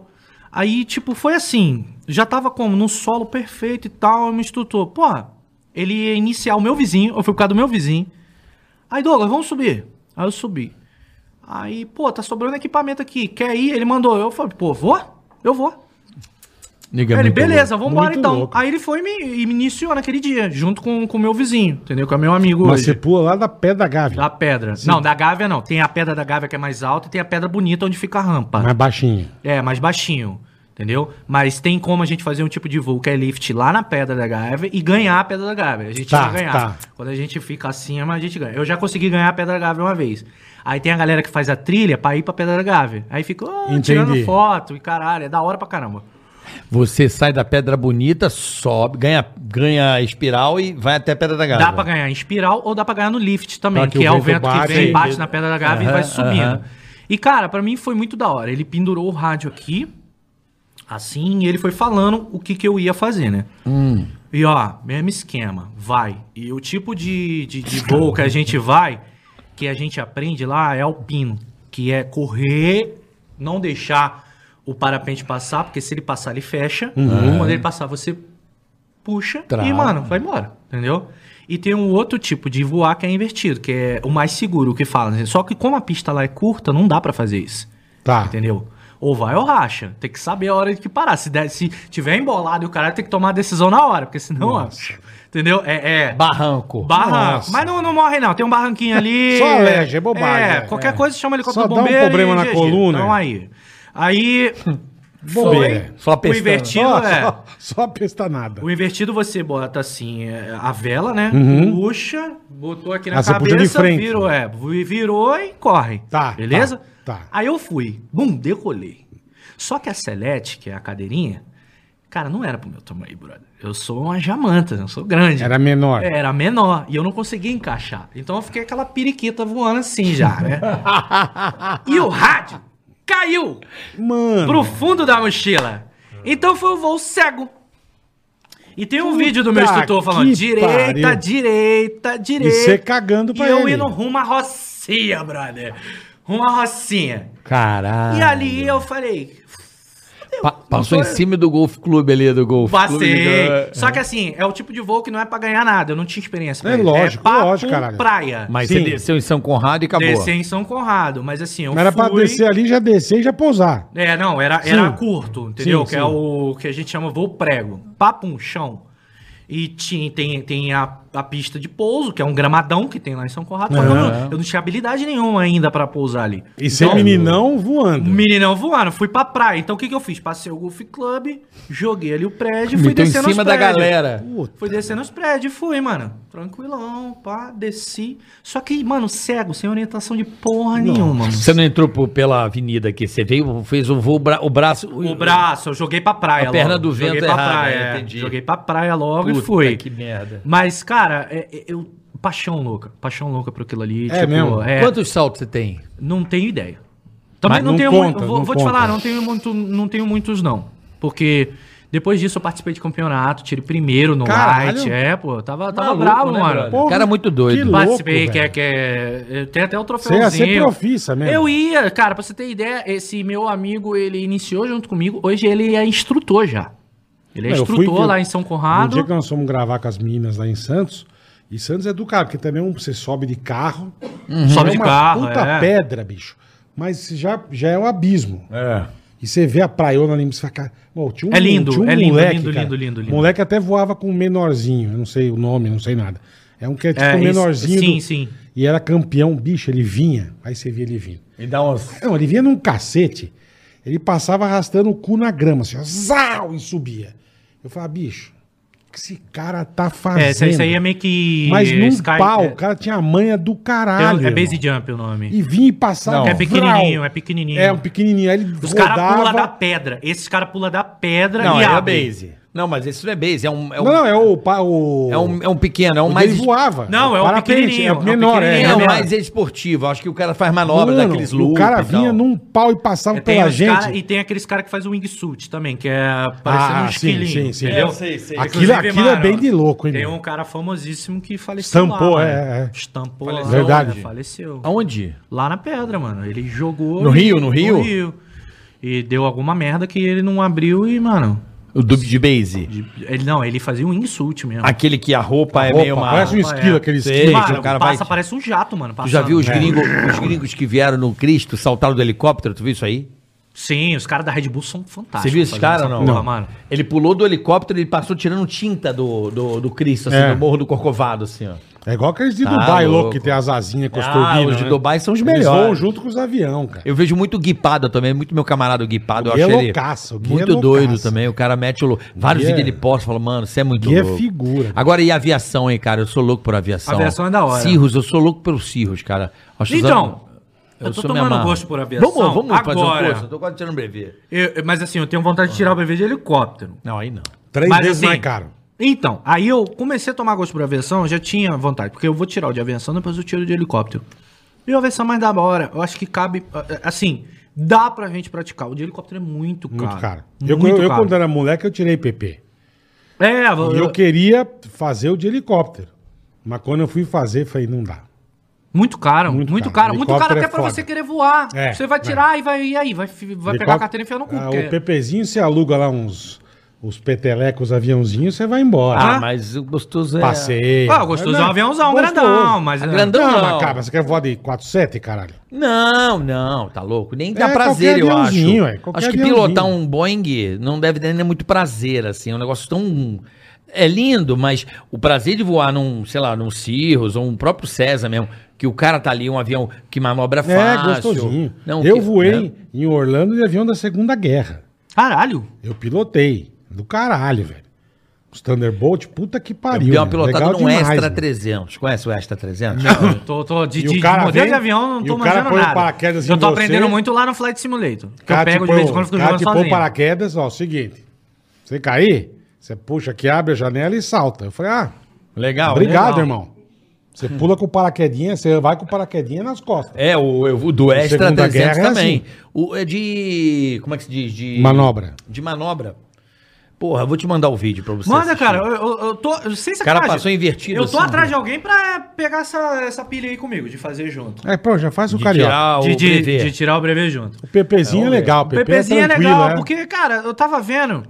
Speaker 4: Aí, tipo, foi assim. Já tava como? Num solo perfeito e tal. E meu instrutor, pô, ele ia iniciar o meu vizinho. Eu fui por causa do meu vizinho. Aí, Douglas, vamos subir. Aí eu subi. Aí, pô, tá sobrando equipamento aqui. Quer ir? Ele mandou. Eu falei, pô, vou? Eu vou.
Speaker 2: Nigga, é
Speaker 4: Ele,
Speaker 2: muito
Speaker 4: beleza, vambora
Speaker 3: Muito
Speaker 4: então.
Speaker 3: louco.
Speaker 4: Aí ele foi e me, e me iniciou naquele dia, junto com o meu vizinho, entendeu? Com o meu amigo
Speaker 3: Mas
Speaker 4: hoje.
Speaker 3: você pula lá da pé da Gávea.
Speaker 4: Da pedra. Não, da Gávea não. Tem a pedra da Gávea que é mais alta e tem a pedra bonita onde fica a rampa.
Speaker 3: Mais baixinho.
Speaker 4: É, mais baixinho. Entendeu? Mas tem como a gente fazer um tipo de voo que é lift lá na pedra da Gávea e ganhar a pedra da Gávea. A gente
Speaker 3: Tá,
Speaker 4: vai ganhar.
Speaker 3: tá.
Speaker 4: Quando a gente fica acima, a gente ganha. Eu já consegui ganhar a pedra da Gávea uma vez. Aí tem a galera que faz a trilha pra ir pra pedra da Gávea. Aí fica oh,
Speaker 3: Entendi.
Speaker 4: tirando foto e caralho. É da hora pra caramba.
Speaker 2: bom. Você sai da Pedra Bonita, sobe, ganha, ganha a espiral e vai até a Pedra da Gávea.
Speaker 4: Dá pra ganhar em espiral ou dá pra ganhar no lift também,
Speaker 3: Tá,
Speaker 4: que,
Speaker 3: que
Speaker 4: é
Speaker 3: o
Speaker 4: o vento
Speaker 3: vento
Speaker 4: que
Speaker 3: bate.
Speaker 4: vem, bate na pedra da gávea e
Speaker 2: Aham,
Speaker 4: vai subindo.
Speaker 2: aham.
Speaker 4: E, cara, pra mim foi muito da hora. Ele pendurou o rádio aqui, assim, e ele foi falando o que, que eu ia fazer, né? E ó, mesmo esquema, vai. E o tipo de, de, de voo que a gente vai, que a gente aprende lá, é alpino, que é correr, não deixar o parapente passar, porque se ele passar, ele fecha. Quando ele passar, você puxa e,
Speaker 2: Trava.
Speaker 4: mano, vai embora, entendeu? E tem um outro tipo de voar que é invertido, que é o mais seguro, o que fala. né? Só que como a pista lá é curta, não dá pra fazer isso,
Speaker 3: Tá.
Speaker 4: entendeu? Ou vai ou racha. Tem que saber a hora de que parar. Se, der, se tiver embolado e o cara tem que tomar a decisão na hora, porque senão, ó, entendeu? É, é
Speaker 2: Barranco.
Speaker 4: barranco.
Speaker 3: Nossa.
Speaker 4: Mas não, não morre não, tem um barranquinho ali.
Speaker 3: <laughs> Só alergia, é bobagem,
Speaker 4: É,
Speaker 3: é.
Speaker 4: qualquer coisa chama ele
Speaker 3: Só
Speaker 4: como
Speaker 3: dá um problema na coluna. é.
Speaker 4: Então aí. Aí
Speaker 3: Bobeira.
Speaker 2: Só
Speaker 4: o
Speaker 2: pestando.
Speaker 4: invertido
Speaker 3: Só,
Speaker 4: é.
Speaker 3: só, só pestanada.
Speaker 4: O invertido você bota assim é, a vela, né? Puxa, botou aqui na
Speaker 3: Uhum. Ah, você puxa de
Speaker 4: cabeça,
Speaker 3: frente.
Speaker 4: virou, é, vi- virou e corre.
Speaker 3: Tá,
Speaker 4: Beleza?
Speaker 3: tá, tá.
Speaker 4: Aí eu fui, bum, decolei. Só que a Celeste, que é a cadeirinha, cara, não era pro meu tamanho, brother. Eu sou uma jamanta, eu sou grande.
Speaker 3: Era menor.
Speaker 4: Era menor e eu não conseguia encaixar. Então eu fiquei aquela periquita voando assim já,
Speaker 3: <laughs>
Speaker 4: né? e o rádio caiu
Speaker 3: Mano.
Speaker 4: pro fundo da mochila. Então foi um voo cego. E tem um
Speaker 3: Puta
Speaker 4: vídeo do meu instrutor
Speaker 3: que
Speaker 4: falando direita,
Speaker 3: pariu."
Speaker 4: direita, direita.
Speaker 3: E você cagando pra
Speaker 4: E eu
Speaker 3: ele.
Speaker 4: indo rumo à rocinha, brother. Rumo à rocinha.
Speaker 2: Caralho.
Speaker 4: e
Speaker 3: Ah,
Speaker 4: ali eu falei,
Speaker 2: Pa- passou em cima do Golf Clube ali, do Golf Clube.
Speaker 4: Passei.
Speaker 2: né?
Speaker 4: Só que assim, é o tipo de voo que não é pra ganhar nada. Eu não tinha experiência. pra
Speaker 3: É
Speaker 4: isso.
Speaker 3: lógico,
Speaker 4: pra
Speaker 3: lógico, caralho.
Speaker 4: praia.
Speaker 2: Mas
Speaker 3: Sim.
Speaker 2: você desceu em São Conrado e acabou.
Speaker 4: Descer em São Conrado. Mas assim, eu
Speaker 3: Mas era pra descer ali, já descer e já pousar.
Speaker 4: É, não, era, era
Speaker 3: Sim.
Speaker 4: curto, entendeu?
Speaker 3: Sim,
Speaker 4: que
Speaker 3: sim.
Speaker 4: é o que a gente chama voo prego. Papo um chão. E ti- tem, tem a a pista de pouso, que é um gramadão que tem lá em São Conrado.
Speaker 3: Aham.
Speaker 4: Falando, "Não, eu não tinha habilidade nenhuma ainda pra pousar ali. Então,
Speaker 3: E sem meninão voando.
Speaker 4: Meninão voando, fui pra praia. Então o que, que eu fiz? Passei o Golf Club, joguei ali o prédio e fui
Speaker 2: Meteu Então, em
Speaker 4: descendo
Speaker 2: cima
Speaker 4: os
Speaker 2: da
Speaker 4: prédios.
Speaker 2: galera.
Speaker 4: Fui descendo os prédios e fui, mano. Tranquilão, pá, desci. Só que, mano, cego, sem orientação de porra nenhuma, mano.
Speaker 2: Você não entrou pro- pela avenida aqui, você veio, fez o voo, bra- o braço.
Speaker 4: O braço, eu joguei pra praia
Speaker 2: A perna do
Speaker 4: joguei
Speaker 2: vento
Speaker 4: pra
Speaker 2: errada,
Speaker 4: praia,
Speaker 2: é,
Speaker 4: é.
Speaker 2: entendi.
Speaker 4: Joguei pra praia logo
Speaker 2: Puta
Speaker 4: e fui.
Speaker 2: que merda.
Speaker 4: Mas, cara, é- é- eu... Paixão louca. Paixão louca por aquilo ali.
Speaker 3: É mesmo?
Speaker 4: é,
Speaker 2: Quantos saltos você tem?
Speaker 4: Não tenho ideia. Também
Speaker 3: Mas
Speaker 4: não,
Speaker 3: não
Speaker 4: tenho
Speaker 3: conta,
Speaker 4: muito. Vou,
Speaker 3: não
Speaker 4: vou te
Speaker 3: conta.
Speaker 4: falar, não tenho, muito, não tenho muitos, não. Porque depois disso eu participei de campeonato, tirei primeiro no
Speaker 3: Caralho.
Speaker 4: light. É, pô, tava, tava
Speaker 2: Maluco,
Speaker 4: bravo,
Speaker 2: né,
Speaker 4: mano.
Speaker 2: brother? O cara é muito doido.
Speaker 3: Que louco,
Speaker 4: Participei, que é,
Speaker 3: velho.
Speaker 4: que é. eu tenho até
Speaker 3: Você
Speaker 4: o
Speaker 3: ia
Speaker 4: troféuzinho.
Speaker 3: ser profissa mesmo.
Speaker 4: Eu ia, cara, pra você ter ideia, esse meu amigo, ele iniciou junto comigo, hoje ele é instrutor já. Ele é
Speaker 3: Não, eu fui-
Speaker 4: instrutor lá em São
Speaker 3: No dia
Speaker 4: Conrado.
Speaker 3: que nós fomos gravar com as meninas lá em Santos, e Santos é do carro, porque também é um- você sobe de carro.
Speaker 4: Sobe
Speaker 3: é
Speaker 4: de
Speaker 3: uma
Speaker 4: carro.
Speaker 3: puta
Speaker 4: é.
Speaker 3: pedra, bicho. Mas você já, já é um abismo. E você vê a praiona ali, você fala, cara, "Ô, tinha um,
Speaker 4: É lindo,
Speaker 3: tinha um
Speaker 4: é lindo,
Speaker 3: moleque,
Speaker 4: lindo,
Speaker 3: cara.
Speaker 4: lindo, lindo, lindo.
Speaker 3: moleque até voava com um menorzinho, eu não sei o nome, não sei nada. É um que é tipo
Speaker 4: É,
Speaker 3: um
Speaker 4: esse-
Speaker 3: menorzinho.
Speaker 4: sim,
Speaker 3: do-
Speaker 4: sim.
Speaker 3: E era campeão, bicho, ele vinha. Aí você via ele vindo.
Speaker 2: Me dá umas.
Speaker 3: Não, ele vinha num cacete. Ele passava arrastando o cu na grama, assim, ó, zau, e subia. Eu falava, bicho, o que esse cara tá
Speaker 4: É,
Speaker 3: fazendo?
Speaker 4: isso isso aí é meio que.
Speaker 3: Mas num
Speaker 4: Sky-
Speaker 3: pau,
Speaker 4: é,
Speaker 3: o cara tinha a manha do caralho.
Speaker 4: É, é base
Speaker 3: irmão.
Speaker 4: jump o nome.
Speaker 3: E vinha e passava.
Speaker 4: É
Speaker 3: vrau.
Speaker 4: pequenininho, é pequenininho.
Speaker 3: É, um pequenininho. Aí ele
Speaker 4: Os caras pulam da
Speaker 3: rodava...
Speaker 4: pedra. Esses caras pulam da pedra
Speaker 2: Não,
Speaker 4: e
Speaker 2: é a
Speaker 4: abrem.
Speaker 2: base. Não, mas esse não é base, é um. É um,
Speaker 3: Não, não, é o... pa- o...
Speaker 2: é um, é um pequeno, é um
Speaker 3: o
Speaker 2: mais.
Speaker 3: dele voava.
Speaker 4: Não, é um
Speaker 3: Parapente,
Speaker 4: pequenininho,
Speaker 3: É
Speaker 4: é
Speaker 3: o
Speaker 4: um
Speaker 3: menor, é.
Speaker 4: pequenininho,
Speaker 2: É, o
Speaker 4: mesmo.
Speaker 2: mais esportivo. Acho que o cara faz manobra
Speaker 3: Mano,
Speaker 2: daqueles
Speaker 3: O
Speaker 2: loops.
Speaker 3: cara
Speaker 2: e tal.
Speaker 3: vinha num pau e passava
Speaker 4: É, tem
Speaker 3: pela
Speaker 4: uns
Speaker 3: gente.
Speaker 4: cara- e tem aqueles caras que faz o wingsuit também, que é parecendo
Speaker 3: Ah,
Speaker 4: um
Speaker 3: sim,
Speaker 4: esquilinho.
Speaker 3: sim, sim.
Speaker 2: É,
Speaker 4: Entendeu?
Speaker 3: Eu
Speaker 5: sei, sei.
Speaker 3: Aquilo, aquilo é
Speaker 4: mano,
Speaker 3: bem de louco, hein?
Speaker 4: Tem
Speaker 3: meu?
Speaker 4: um cara famosíssimo que faleceu
Speaker 3: Estampou,
Speaker 4: lá, mano.
Speaker 3: é, é.
Speaker 4: Estampou lá,
Speaker 3: Verdade.
Speaker 4: né? Faleceu.
Speaker 2: Aonde?
Speaker 4: Lá na pedra, mano. Ele jogou...
Speaker 2: No
Speaker 4: e-
Speaker 2: Rio, no Rio?
Speaker 4: E deu alguma merda que ele não abriu e, mano...
Speaker 2: O dub de base.
Speaker 4: de- Ele, não, ele fazia um insult mesmo.
Speaker 2: Aquele que a roupa é
Speaker 3: Opa,
Speaker 2: meio uma.
Speaker 3: Parece um
Speaker 4: Opa,
Speaker 3: esquilo,
Speaker 4: é.
Speaker 3: aquele
Speaker 2: Sei.
Speaker 3: esquilo.
Speaker 2: que
Speaker 4: Mano,
Speaker 2: o cara
Speaker 4: passa,
Speaker 2: vai-
Speaker 4: parece um jato, mano.
Speaker 2: Tu já
Speaker 4: passando.
Speaker 2: viu os
Speaker 4: É.
Speaker 3: né?
Speaker 2: gringos, os gringos que vieram no Cristo, saltaram do helicóptero? Tu viu isso aí?
Speaker 4: Sim, os caras da Red Bull são fantásticos.
Speaker 2: Você viu esse
Speaker 4: fazendo
Speaker 2: cara ou
Speaker 4: essa
Speaker 2: não?
Speaker 4: porra, Ah, mano.
Speaker 2: Ele pulou do helicóptero, ele passou tirando tinta do, do, do Cristo, assim,
Speaker 3: É.
Speaker 2: do Morro do Corcovado, assim, ó.
Speaker 3: É igual aqueles de
Speaker 2: Tá
Speaker 3: Dubai, louco,
Speaker 2: louco.
Speaker 3: que tem as asinhas com as
Speaker 2: Ah,
Speaker 3: turbinas,
Speaker 2: os de
Speaker 3: né?
Speaker 2: Dubai são os
Speaker 3: Eles
Speaker 2: melhores.
Speaker 3: voam junto com os aviões, cara.
Speaker 2: Eu vejo muito o Guipada também, muito meu camarada o Guipada, eu
Speaker 3: Gui é
Speaker 2: acho ele
Speaker 3: loucaço, o Gui é
Speaker 2: muito
Speaker 3: loucaço.
Speaker 2: doido também, o cara mete o lou- vários
Speaker 3: Gui é-
Speaker 2: vídeos ele posta, fala, mano, você é muito
Speaker 3: Gui é
Speaker 2: louco.
Speaker 3: figura.
Speaker 2: Agora e aviação, hein, cara, eu sou louco por aviação.
Speaker 4: Aviação é da hora.
Speaker 2: Cirros, eu sou louco pelo Cirros, cara. Acho que os
Speaker 4: Então,
Speaker 2: am-
Speaker 4: eu tô
Speaker 2: sou- me
Speaker 4: tomando
Speaker 2: amarro.
Speaker 4: gosto por aviação.
Speaker 2: Vamos, vamos fazer um
Speaker 4: Agora.
Speaker 2: curso, eu tô quase tirando brevê.
Speaker 4: Eu- eu- mas assim, eu tenho vontade de tirar o bebê de helicóptero.
Speaker 2: Não, aí não.
Speaker 3: Três
Speaker 4: Mas,
Speaker 3: vezes
Speaker 4: assim,
Speaker 3: mais caro.
Speaker 4: Então, aí eu comecei a tomar gosto por aviação, eu já tinha vontade, porque eu vou tirar o de aviação, depois eu tiro o de helicóptero. E a aviação é mais da hora, eu acho que cabe, eh, assim, dá pra gente praticar. O de helicóptero é muito caro.
Speaker 3: Muito caro. Eu,
Speaker 4: Muito
Speaker 3: eu- eu,
Speaker 4: caro.
Speaker 3: quando era moleque, eu tirei PP.
Speaker 4: É,
Speaker 3: E eu queria fazer o de helicóptero. Mas quando eu fui fazer, falei, não dá.
Speaker 4: Muito caro, muito, caro. Muito caro
Speaker 3: Helicóptero
Speaker 4: até
Speaker 3: é
Speaker 4: pra
Speaker 3: foda.
Speaker 4: você querer voar.
Speaker 3: É,
Speaker 4: você vai
Speaker 3: é.
Speaker 4: tirar e vai, e aí, vai, fi- vai pegar
Speaker 3: Helicóptero-
Speaker 4: a carteira e enfiar no cu.
Speaker 3: Ah,
Speaker 4: porque-
Speaker 3: O PPzinho, você aluga lá uns os petelecos, aviãozinhos, você vai embora.
Speaker 2: Ah,
Speaker 4: Ah.
Speaker 2: mas o gostoso é...
Speaker 3: Passeio. né?
Speaker 4: Ah, gostoso é um aviãozão, grandão, mas...
Speaker 2: A grandão
Speaker 3: Não,
Speaker 2: não.
Speaker 3: mas cara, você quer voar de 4,7, caralho?
Speaker 2: Não, não, tá louco. Nem dá
Speaker 3: É,
Speaker 2: prazer,
Speaker 3: qualquer
Speaker 2: eu acho.
Speaker 3: aviãozinho, é, qualquer
Speaker 2: acho que
Speaker 3: aviãozinho.
Speaker 2: pilotar um Boeing não deve ter nem muito prazer, assim. É um negócio tão. É lindo, mas o prazer de voar num, sei lá, num Cirrus ou um próprio César mesmo, que o cara tá ali, um avião que manobra fácil.
Speaker 3: É, gostosinho.
Speaker 2: Não,
Speaker 3: eu
Speaker 2: que-
Speaker 3: voei
Speaker 2: né?
Speaker 3: em Orlando de avião da Segunda Guerra.
Speaker 4: é. Caralho.
Speaker 3: Eu pilotei. Do caralho, velho. Os Thunderbolt, puta que
Speaker 2: Eu
Speaker 3: pariu.
Speaker 2: dei uma
Speaker 3: né?
Speaker 2: pilotada
Speaker 3: Legal
Speaker 2: num
Speaker 3: demais,
Speaker 2: Extra
Speaker 3: mano.
Speaker 2: 300. Conhece o Extra 300?
Speaker 4: Não, tô, tô de,
Speaker 3: E
Speaker 4: de,
Speaker 3: o
Speaker 4: de
Speaker 3: cara
Speaker 4: modelo
Speaker 3: vem-
Speaker 4: de avião, não
Speaker 3: e
Speaker 4: tô
Speaker 3: o cara
Speaker 4: manjando
Speaker 3: põe o
Speaker 4: nada.
Speaker 3: paraquedas em
Speaker 4: eu tô
Speaker 3: você.
Speaker 4: aprendendo muito lá no Flight Simulator. Que eu
Speaker 3: Cara,
Speaker 4: pego
Speaker 3: te
Speaker 4: de vez
Speaker 3: põe-
Speaker 4: em quando, fico
Speaker 3: cara
Speaker 4: jogando
Speaker 3: te põe o
Speaker 4: sozinho.
Speaker 3: paraquedas, ó, o seguinte. Você cair, você puxa aqui, abre a janela e salta. Eu falei, ah,
Speaker 2: Legal. né?
Speaker 3: obrigado,
Speaker 4: legal.
Speaker 3: irmão. Você pula com o paraquedinha, você vai com o paraquedinha nas costas.
Speaker 2: É, o, eu- o do Extra
Speaker 3: Segunda
Speaker 2: 300
Speaker 3: Guerra é
Speaker 2: também.
Speaker 3: assim.
Speaker 2: O, é de. Como é que se diz? De,
Speaker 3: Manobra.
Speaker 2: De manobra. Porra, eu vou te mandar o vídeo pra você.
Speaker 4: Manda,
Speaker 2: assistir.
Speaker 4: cara, eu, eu, eu tô eu- sem
Speaker 2: cara
Speaker 4: sacanagem.
Speaker 2: passou invertido,
Speaker 4: Eu tô
Speaker 2: assim,
Speaker 4: atrás
Speaker 2: né?
Speaker 4: de alguém pra eh, pegar essa, essa pilha aí comigo, de fazer junto.
Speaker 3: É, pô, já faz o
Speaker 2: De
Speaker 3: carioca.
Speaker 2: tirar Ah, o
Speaker 4: de, de-
Speaker 2: brevê.
Speaker 4: de tirar o brevet junto.
Speaker 3: O PPzinho é, legal, o
Speaker 4: O
Speaker 3: PP
Speaker 4: PPzinho é
Speaker 3: tranquilo,
Speaker 4: legal, porque, cara, eu tava vendo.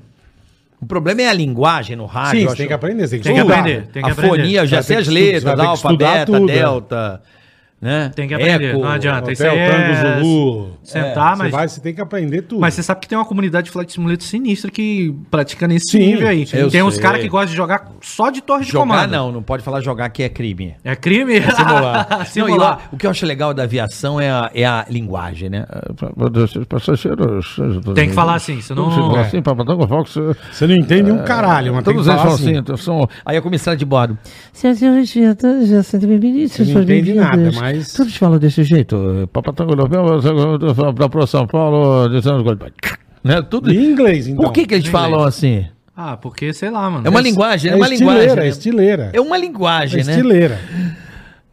Speaker 2: O problema é a linguagem no rádio.
Speaker 3: Sim,
Speaker 2: eu
Speaker 3: você
Speaker 2: acho.
Speaker 3: Ah, tem que aprender, você tem que
Speaker 4: Tem que
Speaker 3: estudar.
Speaker 4: aprender.
Speaker 2: a fonia, eu já
Speaker 3: Vai
Speaker 2: sei
Speaker 3: ter
Speaker 2: as
Speaker 3: que estu-
Speaker 2: letras,
Speaker 3: vai ter que estudar
Speaker 2: alfa, beta,
Speaker 3: tudo, né?
Speaker 2: delta. né?
Speaker 4: Tem que aprender,
Speaker 2: Eco,
Speaker 4: não adianta. Isso
Speaker 3: Hotel,
Speaker 4: aí é
Speaker 3: Tango, Zulu. É,
Speaker 4: Sentar,
Speaker 3: Você
Speaker 4: mas...
Speaker 3: vai, você tem que aprender tudo.
Speaker 4: Mas você sabe que tem uma comunidade de flight simulator sinistra que pratica nesse
Speaker 3: Sim,
Speaker 4: nível aí.
Speaker 2: sim. Eu
Speaker 4: Tem uns
Speaker 2: sei.
Speaker 4: caras que gostam de jogar só de torre de
Speaker 2: Jogar
Speaker 4: comando.
Speaker 2: não, não pode falar jogar que é crime.
Speaker 4: É crime?
Speaker 2: Simular. Não, e
Speaker 4: <laughs> Simular.
Speaker 2: lá, o que eu acho legal da aviação é a, é a linguagem, né?
Speaker 6: Passageiros.
Speaker 4: Tem que falar assim, senão...
Speaker 6: Não, assim, Papatango Fox.
Speaker 3: Você não entende um caralho, mas tem que
Speaker 6: Todos eles
Speaker 3: falar
Speaker 6: falam
Speaker 3: assim.
Speaker 6: assim, são
Speaker 2: Aí a comissária de bordo.
Speaker 3: Você não entende nada, mas...
Speaker 6: Todos falam desse jeito.
Speaker 2: tá
Speaker 6: Papatango Europeu para pro São Paulo, de São Paulo. Né? Tudo.
Speaker 3: Em inglês, então.
Speaker 2: Por que, que eles falam assim?
Speaker 4: Ah, porque, sei lá, mano.
Speaker 2: É uma
Speaker 4: Esse-
Speaker 2: linguagem,
Speaker 3: É
Speaker 2: é uma
Speaker 3: estileira,
Speaker 2: linguagem.
Speaker 3: é
Speaker 2: né?
Speaker 3: estileira.
Speaker 2: É uma linguagem,
Speaker 3: É
Speaker 2: né?
Speaker 3: estileira.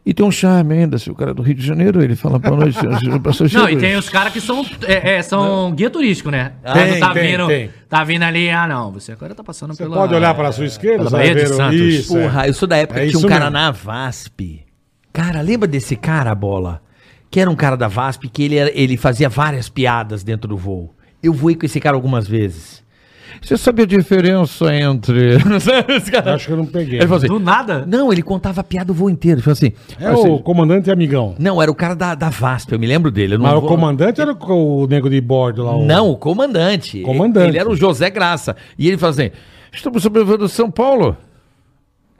Speaker 6: E tem um charme ainda, se o cara é do Rio de Janeiro, ele fala boa noite, senhores passageiros.
Speaker 4: Não, e tem os caras que são, é, é, são guia turístico, né?
Speaker 3: tem,
Speaker 4: tá,
Speaker 3: tem,
Speaker 4: vindo,
Speaker 3: tem.
Speaker 4: tá vindo ali, ah não, você agora tá passando
Speaker 3: Você
Speaker 4: pela...
Speaker 3: pode olhar para a sua esquerda,
Speaker 4: pela
Speaker 3: você
Speaker 4: Bahia
Speaker 3: vai
Speaker 4: de
Speaker 3: ver o-
Speaker 4: Santos.
Speaker 3: isso.
Speaker 2: Porra, eu sou da época
Speaker 3: É
Speaker 2: que tinha um
Speaker 3: isso
Speaker 2: cara
Speaker 3: mesmo.
Speaker 2: na VASP. Cara, lembra desse cara, Bola? Que era um cara da VASP que ele, era- ele fazia várias piadas dentro do voo. Eu voei com esse cara algumas vezes.
Speaker 6: Você sabe a
Speaker 2: <laughs>
Speaker 6: diferença entre.
Speaker 2: Esse cara-
Speaker 3: Eu Acho que eu não peguei.
Speaker 6: Ele fala assim.
Speaker 4: Do nada?
Speaker 2: Não, ele contava a piada o voo inteiro. Ele falou assim.
Speaker 3: É o comandante amigão.
Speaker 2: Não, era o cara da, da VASP, eu me lembro dele. Eu não
Speaker 3: Mas o
Speaker 2: vou-
Speaker 3: comandante era o o nego de bordo lá? o-
Speaker 2: Não, o comandante.
Speaker 3: Comandante.
Speaker 2: Ele era o José Graça. E ele falou assim:
Speaker 6: Estamos sobrevivendo São Paulo,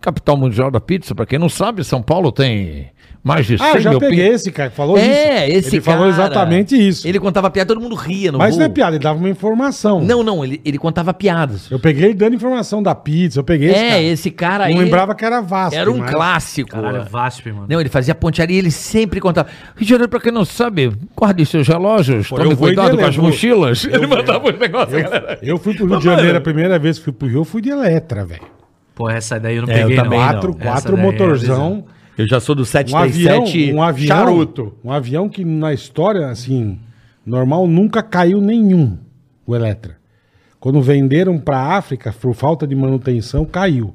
Speaker 6: capital mundial da pizza. Para quem não sabe, São Paulo tem mais de 100
Speaker 3: Ah, eu já
Speaker 6: mil
Speaker 3: peguei
Speaker 6: pizzas.
Speaker 3: esse cara, que falou isso.
Speaker 2: É, esse
Speaker 3: Ele
Speaker 2: cara.
Speaker 3: falou exatamente isso.
Speaker 2: Ele contava piada, todo mundo ria no
Speaker 3: Mas
Speaker 2: voo.
Speaker 3: não é piada, ele dava uma informação.
Speaker 2: Não, não, ele, ele contava piadas.
Speaker 3: Eu peguei ele dando informação da pizza, eu peguei esse
Speaker 2: é,
Speaker 3: cara.
Speaker 2: esse cara aí.
Speaker 3: Não lembrava que era Vasco.
Speaker 2: Era um
Speaker 3: mas-
Speaker 2: clássico.
Speaker 4: Caralho, é VASP, mano.
Speaker 2: Não, ele fazia pontearia e ele sempre contava.
Speaker 6: Rio de Janeiro, para quem não sabe, guarde seus relógios,
Speaker 3: Pô,
Speaker 6: tome
Speaker 3: eu vou
Speaker 6: cuidado
Speaker 3: de
Speaker 6: com as
Speaker 3: Leblon.
Speaker 6: mochilas. Ele mandava
Speaker 2: um
Speaker 6: os
Speaker 3: Eu,
Speaker 6: negócios.
Speaker 3: eu fui pro Rio de Janeiro a primeira vez que fui pro Rio, eu fui de Eletra, velho.
Speaker 4: Pô, essa daí eu não
Speaker 2: É, eu
Speaker 4: peguei
Speaker 2: também
Speaker 4: não.
Speaker 3: Quatro,
Speaker 4: Essa
Speaker 3: quatro
Speaker 4: daí é
Speaker 3: motorzão.
Speaker 2: Eu já sou do
Speaker 3: um avião,
Speaker 2: 737
Speaker 3: um avião,
Speaker 2: charuto.
Speaker 3: um avião que na história assim normal nunca caiu nenhum o Eletra. Quando venderam para África por falta de manutenção caiu,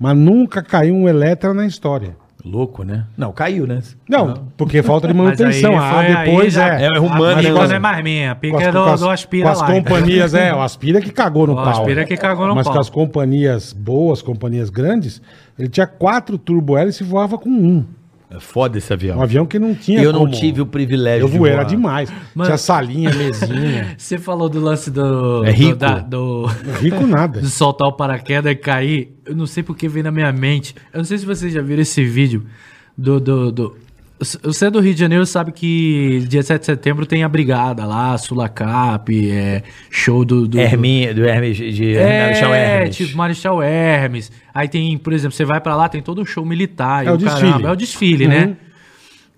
Speaker 3: mas nunca caiu um Eletra na história.
Speaker 2: Louco, né? Não, caiu, né?
Speaker 3: Não, porque falta
Speaker 4: <laughs>
Speaker 3: de
Speaker 4: Mas aí
Speaker 3: manutenção. Ah,
Speaker 4: foi- aí
Speaker 3: depois
Speaker 4: já-
Speaker 3: é.
Speaker 2: é
Speaker 4: A
Speaker 2: Mano,
Speaker 4: pica
Speaker 2: eu-
Speaker 4: não é mais minha, a pica
Speaker 3: Com
Speaker 4: é
Speaker 3: as-
Speaker 4: do,
Speaker 3: com as-
Speaker 4: do Aspira
Speaker 3: com as
Speaker 4: lá. então.
Speaker 3: companhias, é, o Aspira que cagou no
Speaker 4: O
Speaker 3: pau.
Speaker 4: Aspira que cagou no
Speaker 3: Mas
Speaker 4: pau.
Speaker 3: com as companhias boas, companhias grandes, ele tinha quatro turbo hélice e voava com um.
Speaker 2: É foda esse
Speaker 3: Um
Speaker 2: avião.
Speaker 3: avião que não tinha
Speaker 2: Eu não
Speaker 3: como-
Speaker 2: tive o privilégio
Speaker 3: Eu voei, era
Speaker 2: voar.
Speaker 3: demais.
Speaker 4: Mano.
Speaker 3: Tinha salinha, mesinha. <laughs>
Speaker 4: É. Você falou do lance do...
Speaker 2: É
Speaker 4: do-
Speaker 2: rico.
Speaker 4: da- do-
Speaker 3: Rico nada.
Speaker 4: de soltar o paraquedas e cair. Eu não sei porque veio na minha mente. Eu não sei se vocês já viram esse vídeo do. do, do... Você é do Rio de Janeiro sabe que dia 7 de setembro tem a brigada lá, Sulacap, é, show do. do
Speaker 2: Herminha, do Hermes, de
Speaker 4: É,
Speaker 2: Marechal Hermes.
Speaker 4: tipo Marechal Hermes. Aí tem, por exemplo, você vai pra lá, tem todo um show militar. e
Speaker 3: É o desfile.
Speaker 4: É o desfile,
Speaker 3: Uhum.
Speaker 4: né?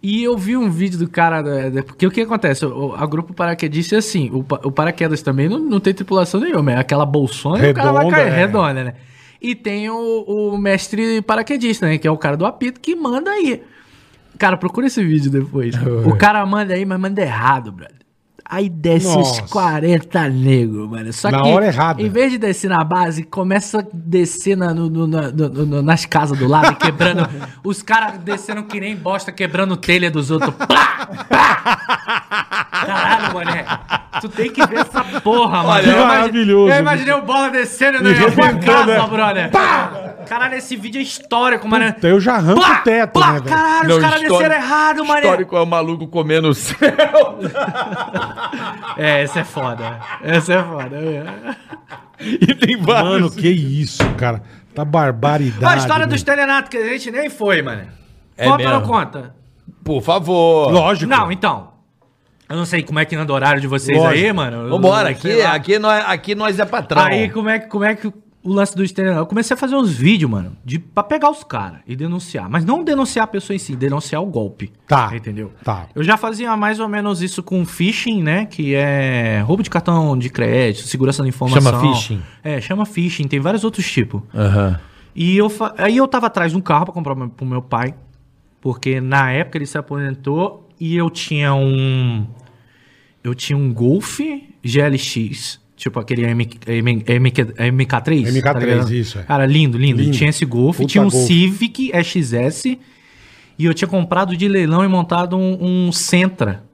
Speaker 4: E eu vi um vídeo do cara. da- da- Porque o que acontece? O, o- a grupo paraquedista é assim: o, pa- o paraquedas também não, não tem tripulação nenhuma. É aquela bolsona e o cara vai
Speaker 3: Redonda,
Speaker 4: cair.
Speaker 3: é.
Speaker 4: Redonda, né? E tem o, o mestre paraquedista, né? Que é o cara do apito que manda aí. Cara, procura esse vídeo depois. o cara manda aí, mas manda errado, brother. Aí desce os
Speaker 3: Nossa.
Speaker 4: 40 negros, mano. Só
Speaker 3: Na
Speaker 4: que,
Speaker 3: hora errada.
Speaker 4: Tá Em vez de descer na base, começa a descer na- no- no- na- no- no- nas casas do lado, e
Speaker 3: <laughs>
Speaker 4: quebrando. os caras descendo que nem bosta, quebrando telha dos outros. Plá, plá. Caralho, mané. Tu tem que ver essa porra, mano.
Speaker 3: Olha, é
Speaker 4: Eu imagi-
Speaker 3: maravilhoso.
Speaker 4: Eu imaginei o bola descendo na
Speaker 3: E
Speaker 4: minha
Speaker 3: rebentando,
Speaker 4: casa,
Speaker 3: né?
Speaker 4: brother. Caralho, esse vídeo é histórico, mano.
Speaker 3: Puta, Então eu já arranco o teto, né, velho?
Speaker 4: Caralho, os caras desceram errado, mané.
Speaker 5: Histórico é o maluco comendo o céu.
Speaker 2: <laughs>
Speaker 4: É, essa é foda. Essa é foda. é.
Speaker 5: e tem vários.
Speaker 3: Mano, que isso, cara. Tá barbaridade.
Speaker 4: a história
Speaker 3: meu.
Speaker 4: dos telenatos que a gente nem foi, mano.
Speaker 5: É
Speaker 4: conta ou não
Speaker 5: mesmo?
Speaker 4: conta?
Speaker 5: Por favor.
Speaker 3: Lógico.
Speaker 4: Não, então. Eu não sei como é que anda o horário de vocês
Speaker 3: Lógico.
Speaker 4: aí, mano. Eu-
Speaker 2: Vambora,
Speaker 4: sei
Speaker 2: aqui, é
Speaker 4: lá.
Speaker 2: aqui, nós, aqui nós é patrão.
Speaker 4: Aí, como é, que- como é que o lance do stand Eu comecei a fazer uns vídeos, mano, de, pra pegar os caras e denunciar. Mas não denunciar a pessoa em si, denunciar o golpe.
Speaker 3: Tá.
Speaker 4: Entendeu?
Speaker 3: Tá.
Speaker 4: Eu já fazia mais ou menos isso com phishing, né? Que é roubo de cartão de crédito, segurança da informação.
Speaker 2: Chama phishing?
Speaker 4: É, chama phishing. Tem vários outros tipo. tipos.
Speaker 2: Aham.
Speaker 4: E eu, fa- aí eu tava atrás de um carro pra comprar meu- pro meu pai, porque na época ele se aposentou e eu tinha um eu tinha um Golf GLX, tipo aquele M, M, MK, MK3.
Speaker 3: MK3,
Speaker 4: ligado?
Speaker 3: isso, é.
Speaker 4: Cara, lindo, lindo.
Speaker 3: Lindo.
Speaker 4: Tinha esse Golf,
Speaker 3: Puta
Speaker 4: tinha um
Speaker 3: Golf.
Speaker 4: Civic XS e eu tinha comprado de leilão e montado um, um Sentra.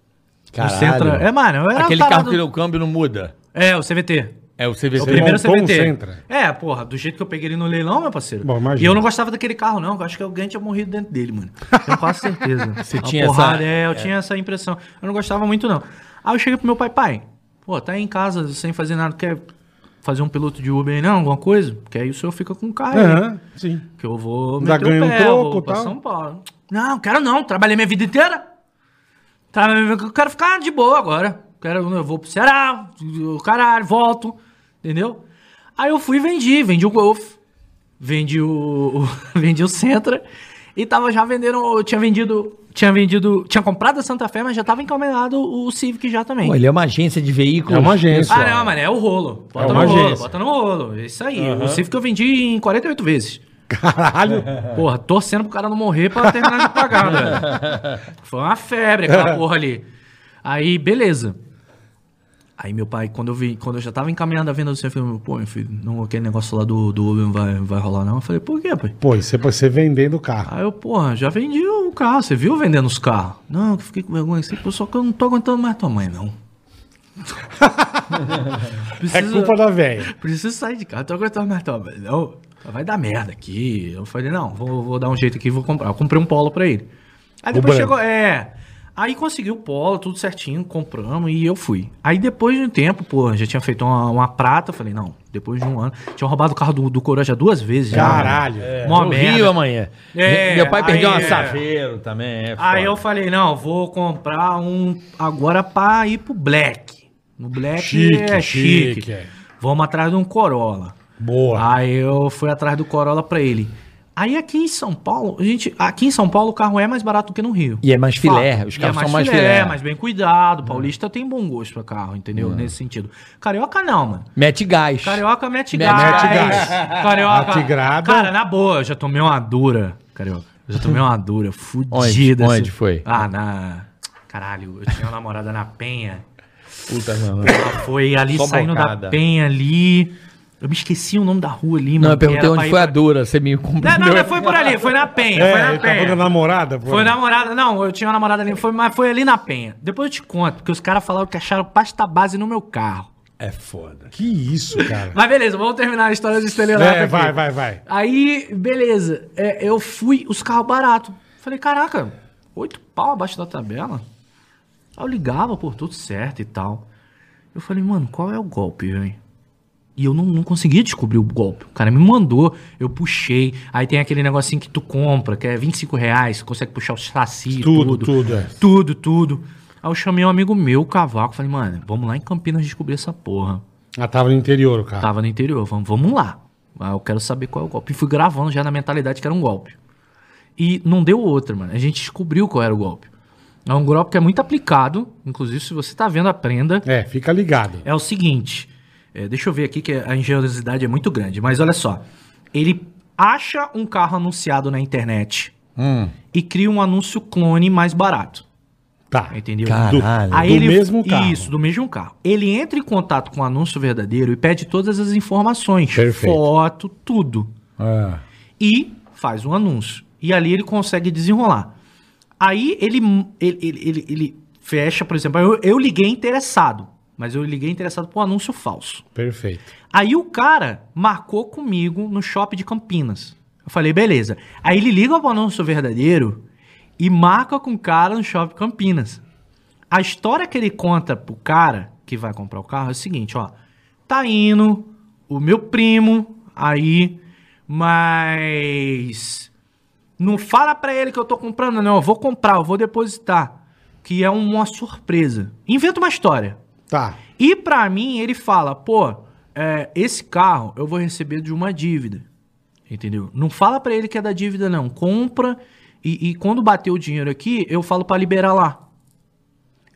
Speaker 4: Um
Speaker 2: Caralho.
Speaker 4: Sentra. É, mano, eu era
Speaker 2: Aquele
Speaker 4: um
Speaker 2: carro
Speaker 4: tarado-
Speaker 2: que o câmbio não muda.
Speaker 4: É, o CVT.
Speaker 2: É o CVT.
Speaker 4: É o primeiro
Speaker 3: montou um
Speaker 4: CVT.
Speaker 3: Sentra.
Speaker 4: É, porra, do jeito que eu peguei ele no leilão, meu parceiro.
Speaker 3: Bom, imagina.
Speaker 4: e eu não gostava daquele carro, não. Eu acho que alguém tinha morrido dentro dele, mano. Tenho quase certeza.
Speaker 3: <laughs>
Speaker 4: Você
Speaker 2: tinha essa-
Speaker 4: É, eu tinha essa impressão. Eu não gostava muito, não. Aí eu cheguei pro meu pai, pai, pô, tá aí em casa sem fazer nada, quer fazer um piloto de Uber aí, não? Alguma coisa? Porque aí o senhor fica com o carro. aí, né?
Speaker 3: Aham, sim.
Speaker 4: Que eu vou
Speaker 3: Ainda ganha um
Speaker 4: eu
Speaker 3: troco,
Speaker 4: vou pra
Speaker 3: tal.
Speaker 4: São Paulo. Não, quero não. Trabalhei minha vida inteira. Trabalhei- Eu quero ficar de boa agora. Quero, eu vou pro Ceará, o caralho, volto. Entendeu? Aí eu fui e vendi. Vendi o Golf. Vendi o... <laughs> o- vendi o Sentra. E tava já vendendo... Eu tinha vendido... Tinha vendido... Tinha comprado a Santa Fé, mas já tava encomendado o Civic já também.
Speaker 2: Pô, ele é uma agência de veículos.
Speaker 3: É uma agência.
Speaker 4: Ah, não, mano, é o rolo. Bota
Speaker 3: É
Speaker 4: no
Speaker 3: uma
Speaker 4: rolo,
Speaker 3: agência.
Speaker 4: bota no rolo. É Isso aí. O Civic eu vendi em 48 vezes.
Speaker 3: É.
Speaker 4: Caralho. Porra, torcendo pro cara não morrer pra terminar
Speaker 3: <laughs>
Speaker 4: de pagar, velho. Foi uma febre
Speaker 3: É.
Speaker 4: aquela porra ali. Aí, beleza. Aí meu pai, quando eu vi, quando eu já tava encaminhando a venda do Civic, eu falei, pô, meu filho, não, aquele negócio lá do, do Uber não vai, vai rolar não. Eu falei, por quê, pai?
Speaker 3: Pô, e você, você vendendo o carro.
Speaker 4: Aí eu, porra, já vendi o carro, você viu vendendo os carros? Não, que eu fiquei com vergonha. Assim, pô, só que eu não tô aguentando mais tua mãe,
Speaker 3: <laughs>
Speaker 4: não.
Speaker 3: É
Speaker 4: Precisa-
Speaker 3: culpa da velha.
Speaker 4: preciso sair de casa, tô aguentando mais toma. Não, vai dar merda aqui. Eu falei, não, vou, vou dar um jeito aqui, vou comprar. Eu comprei um polo pra ele. Aí depois
Speaker 3: branco.
Speaker 4: chegou, é. Aí consegui o polo, tudo certinho, compramos e eu fui. Aí depois de um tempo, pô, já tinha feito uma, uma prata, falei, não, depois de um ano. Tinha roubado o carro do, do Coroja duas vezes. já,
Speaker 3: Caralho.
Speaker 4: mano.
Speaker 3: É.
Speaker 4: Mó
Speaker 2: no
Speaker 4: merda.
Speaker 2: Rio amanhã.
Speaker 4: É,
Speaker 2: Meu pai perdeu
Speaker 4: aí-
Speaker 2: uma Saveiro também. É
Speaker 4: Aí
Speaker 2: foda.
Speaker 4: eu falei, não, vou comprar um agora pra ir pro Black. No Black
Speaker 3: Chique,
Speaker 4: é chique.
Speaker 3: chique, é.
Speaker 4: Vamos atrás de um Corolla.
Speaker 3: Boa.
Speaker 4: Aí eu fui atrás do Corolla pra ele. Aí aqui em São Paulo, a gente, aqui em São Paulo o carro é mais barato do que no Rio.
Speaker 2: E é mais filé,
Speaker 4: Fato.
Speaker 2: os
Speaker 4: E
Speaker 2: carros
Speaker 4: é
Speaker 2: são mais filé. É.
Speaker 4: mais bem cuidado. Paulista tem bom gosto pra carro, entendeu? Nesse sentido. Carioca não, mano.
Speaker 2: Mete gás.
Speaker 4: Carioca mete
Speaker 2: Mete
Speaker 4: gás.
Speaker 3: gás.
Speaker 4: Carioca.
Speaker 3: Atigrado.
Speaker 4: Cara, na boa, eu já tomei uma dura, carioca. Eu já tomei uma dura, fudida.
Speaker 2: Onde? Onde foi?
Speaker 4: Ah, na... Caralho, eu tinha uma namorada na Penha.
Speaker 2: Puta, mano.
Speaker 4: Ela foi ali
Speaker 2: Só
Speaker 4: saindo
Speaker 2: bocada.
Speaker 4: da Penha ali. Eu me esqueci o nome da rua ali,
Speaker 2: Não,
Speaker 4: mano,
Speaker 2: eu perguntei
Speaker 4: que era pra
Speaker 2: onde
Speaker 4: ir
Speaker 2: foi a
Speaker 4: pra-
Speaker 2: dura, você me
Speaker 4: Não,
Speaker 2: compreendeu.
Speaker 4: não, não, foi por ali, foi na Penha, foi
Speaker 3: É,
Speaker 4: na
Speaker 3: ele tá
Speaker 4: Penha.
Speaker 3: falando namorada? pô.
Speaker 4: Foi namorada, não, eu tinha uma namorada ali, foi, mas foi ali na Penha. Depois eu te conto, porque os caras falaram que acharam pasta base no meu carro.
Speaker 2: É foda.
Speaker 3: Que isso,
Speaker 4: <laughs>
Speaker 3: cara.
Speaker 4: Mas beleza, vamos terminar a história do estelionato
Speaker 3: É,
Speaker 4: aqui.
Speaker 3: vai, vai, vai.
Speaker 4: Aí, beleza, é, eu fui, os carros baratos. Falei, caraca, oito pau abaixo da tabela? Aí eu ligava, pô, tudo certo e tal. Eu falei, mano, qual é o golpe, velho? E eu não, não conseguia descobrir o golpe. O cara me mandou, eu puxei. Aí tem aquele negocinho que tu compra, que é 25 reais, você consegue puxar o chassi,
Speaker 3: Tudo,
Speaker 4: tudo.
Speaker 3: tudo, é.
Speaker 4: Tudo, tudo. Aí eu chamei um amigo meu, o Cavaco, falei, mano, vamos lá em Campinas descobrir essa porra.
Speaker 3: Ah, tava no interior, cara.
Speaker 4: Tava no interior, vamos, vamos lá. Ah, eu quero saber qual é o golpe. E fui gravando já na mentalidade que era um golpe. E não deu outra, mano. A gente descobriu qual era o golpe. É um golpe que é muito aplicado. Inclusive, se você tá vendo, aprenda.
Speaker 3: É, fica ligado.
Speaker 4: É o seguinte. é, deixa eu ver aqui que a engenhosidade é muito grande. Mas olha só. Ele acha um carro anunciado na internet e cria um anúncio clone mais barato.
Speaker 3: Tá.
Speaker 4: Entendeu?
Speaker 3: Do,
Speaker 2: Caralho.
Speaker 4: Aí
Speaker 3: do
Speaker 4: ele,
Speaker 3: mesmo carro.
Speaker 4: Isso, do mesmo carro. Ele entra em contato com o anúncio verdadeiro e pede todas as informações.
Speaker 3: Perfeito.
Speaker 4: Foto, tudo.
Speaker 3: Ah,
Speaker 4: E faz um anúncio. E ali ele consegue desenrolar. Aí ele, ele, ele, ele- ele fecha, por exemplo, eu, eu liguei interessado. Mas eu liguei interessado por um anúncio falso.
Speaker 3: perfeito.
Speaker 4: Aí o cara marcou comigo no shopping de Campinas. Eu falei, beleza. Aí ele liga pro anúncio verdadeiro e marca com o cara no shopping Campinas. A história que ele conta pro cara que vai comprar o carro é o seguinte, ó. Tá indo o meu primo aí, mas não fala pra ele que eu tô comprando, não. Eu vou comprar, eu vou depositar. Que é uma surpresa. Inventa uma história.
Speaker 3: Tá.
Speaker 4: E pra mim, ele fala, pô, é, esse carro eu vou receber de uma dívida. Entendeu? Não fala pra ele que é da dívida, não. Compra e, e quando bater o dinheiro aqui, eu falo pra liberar lá.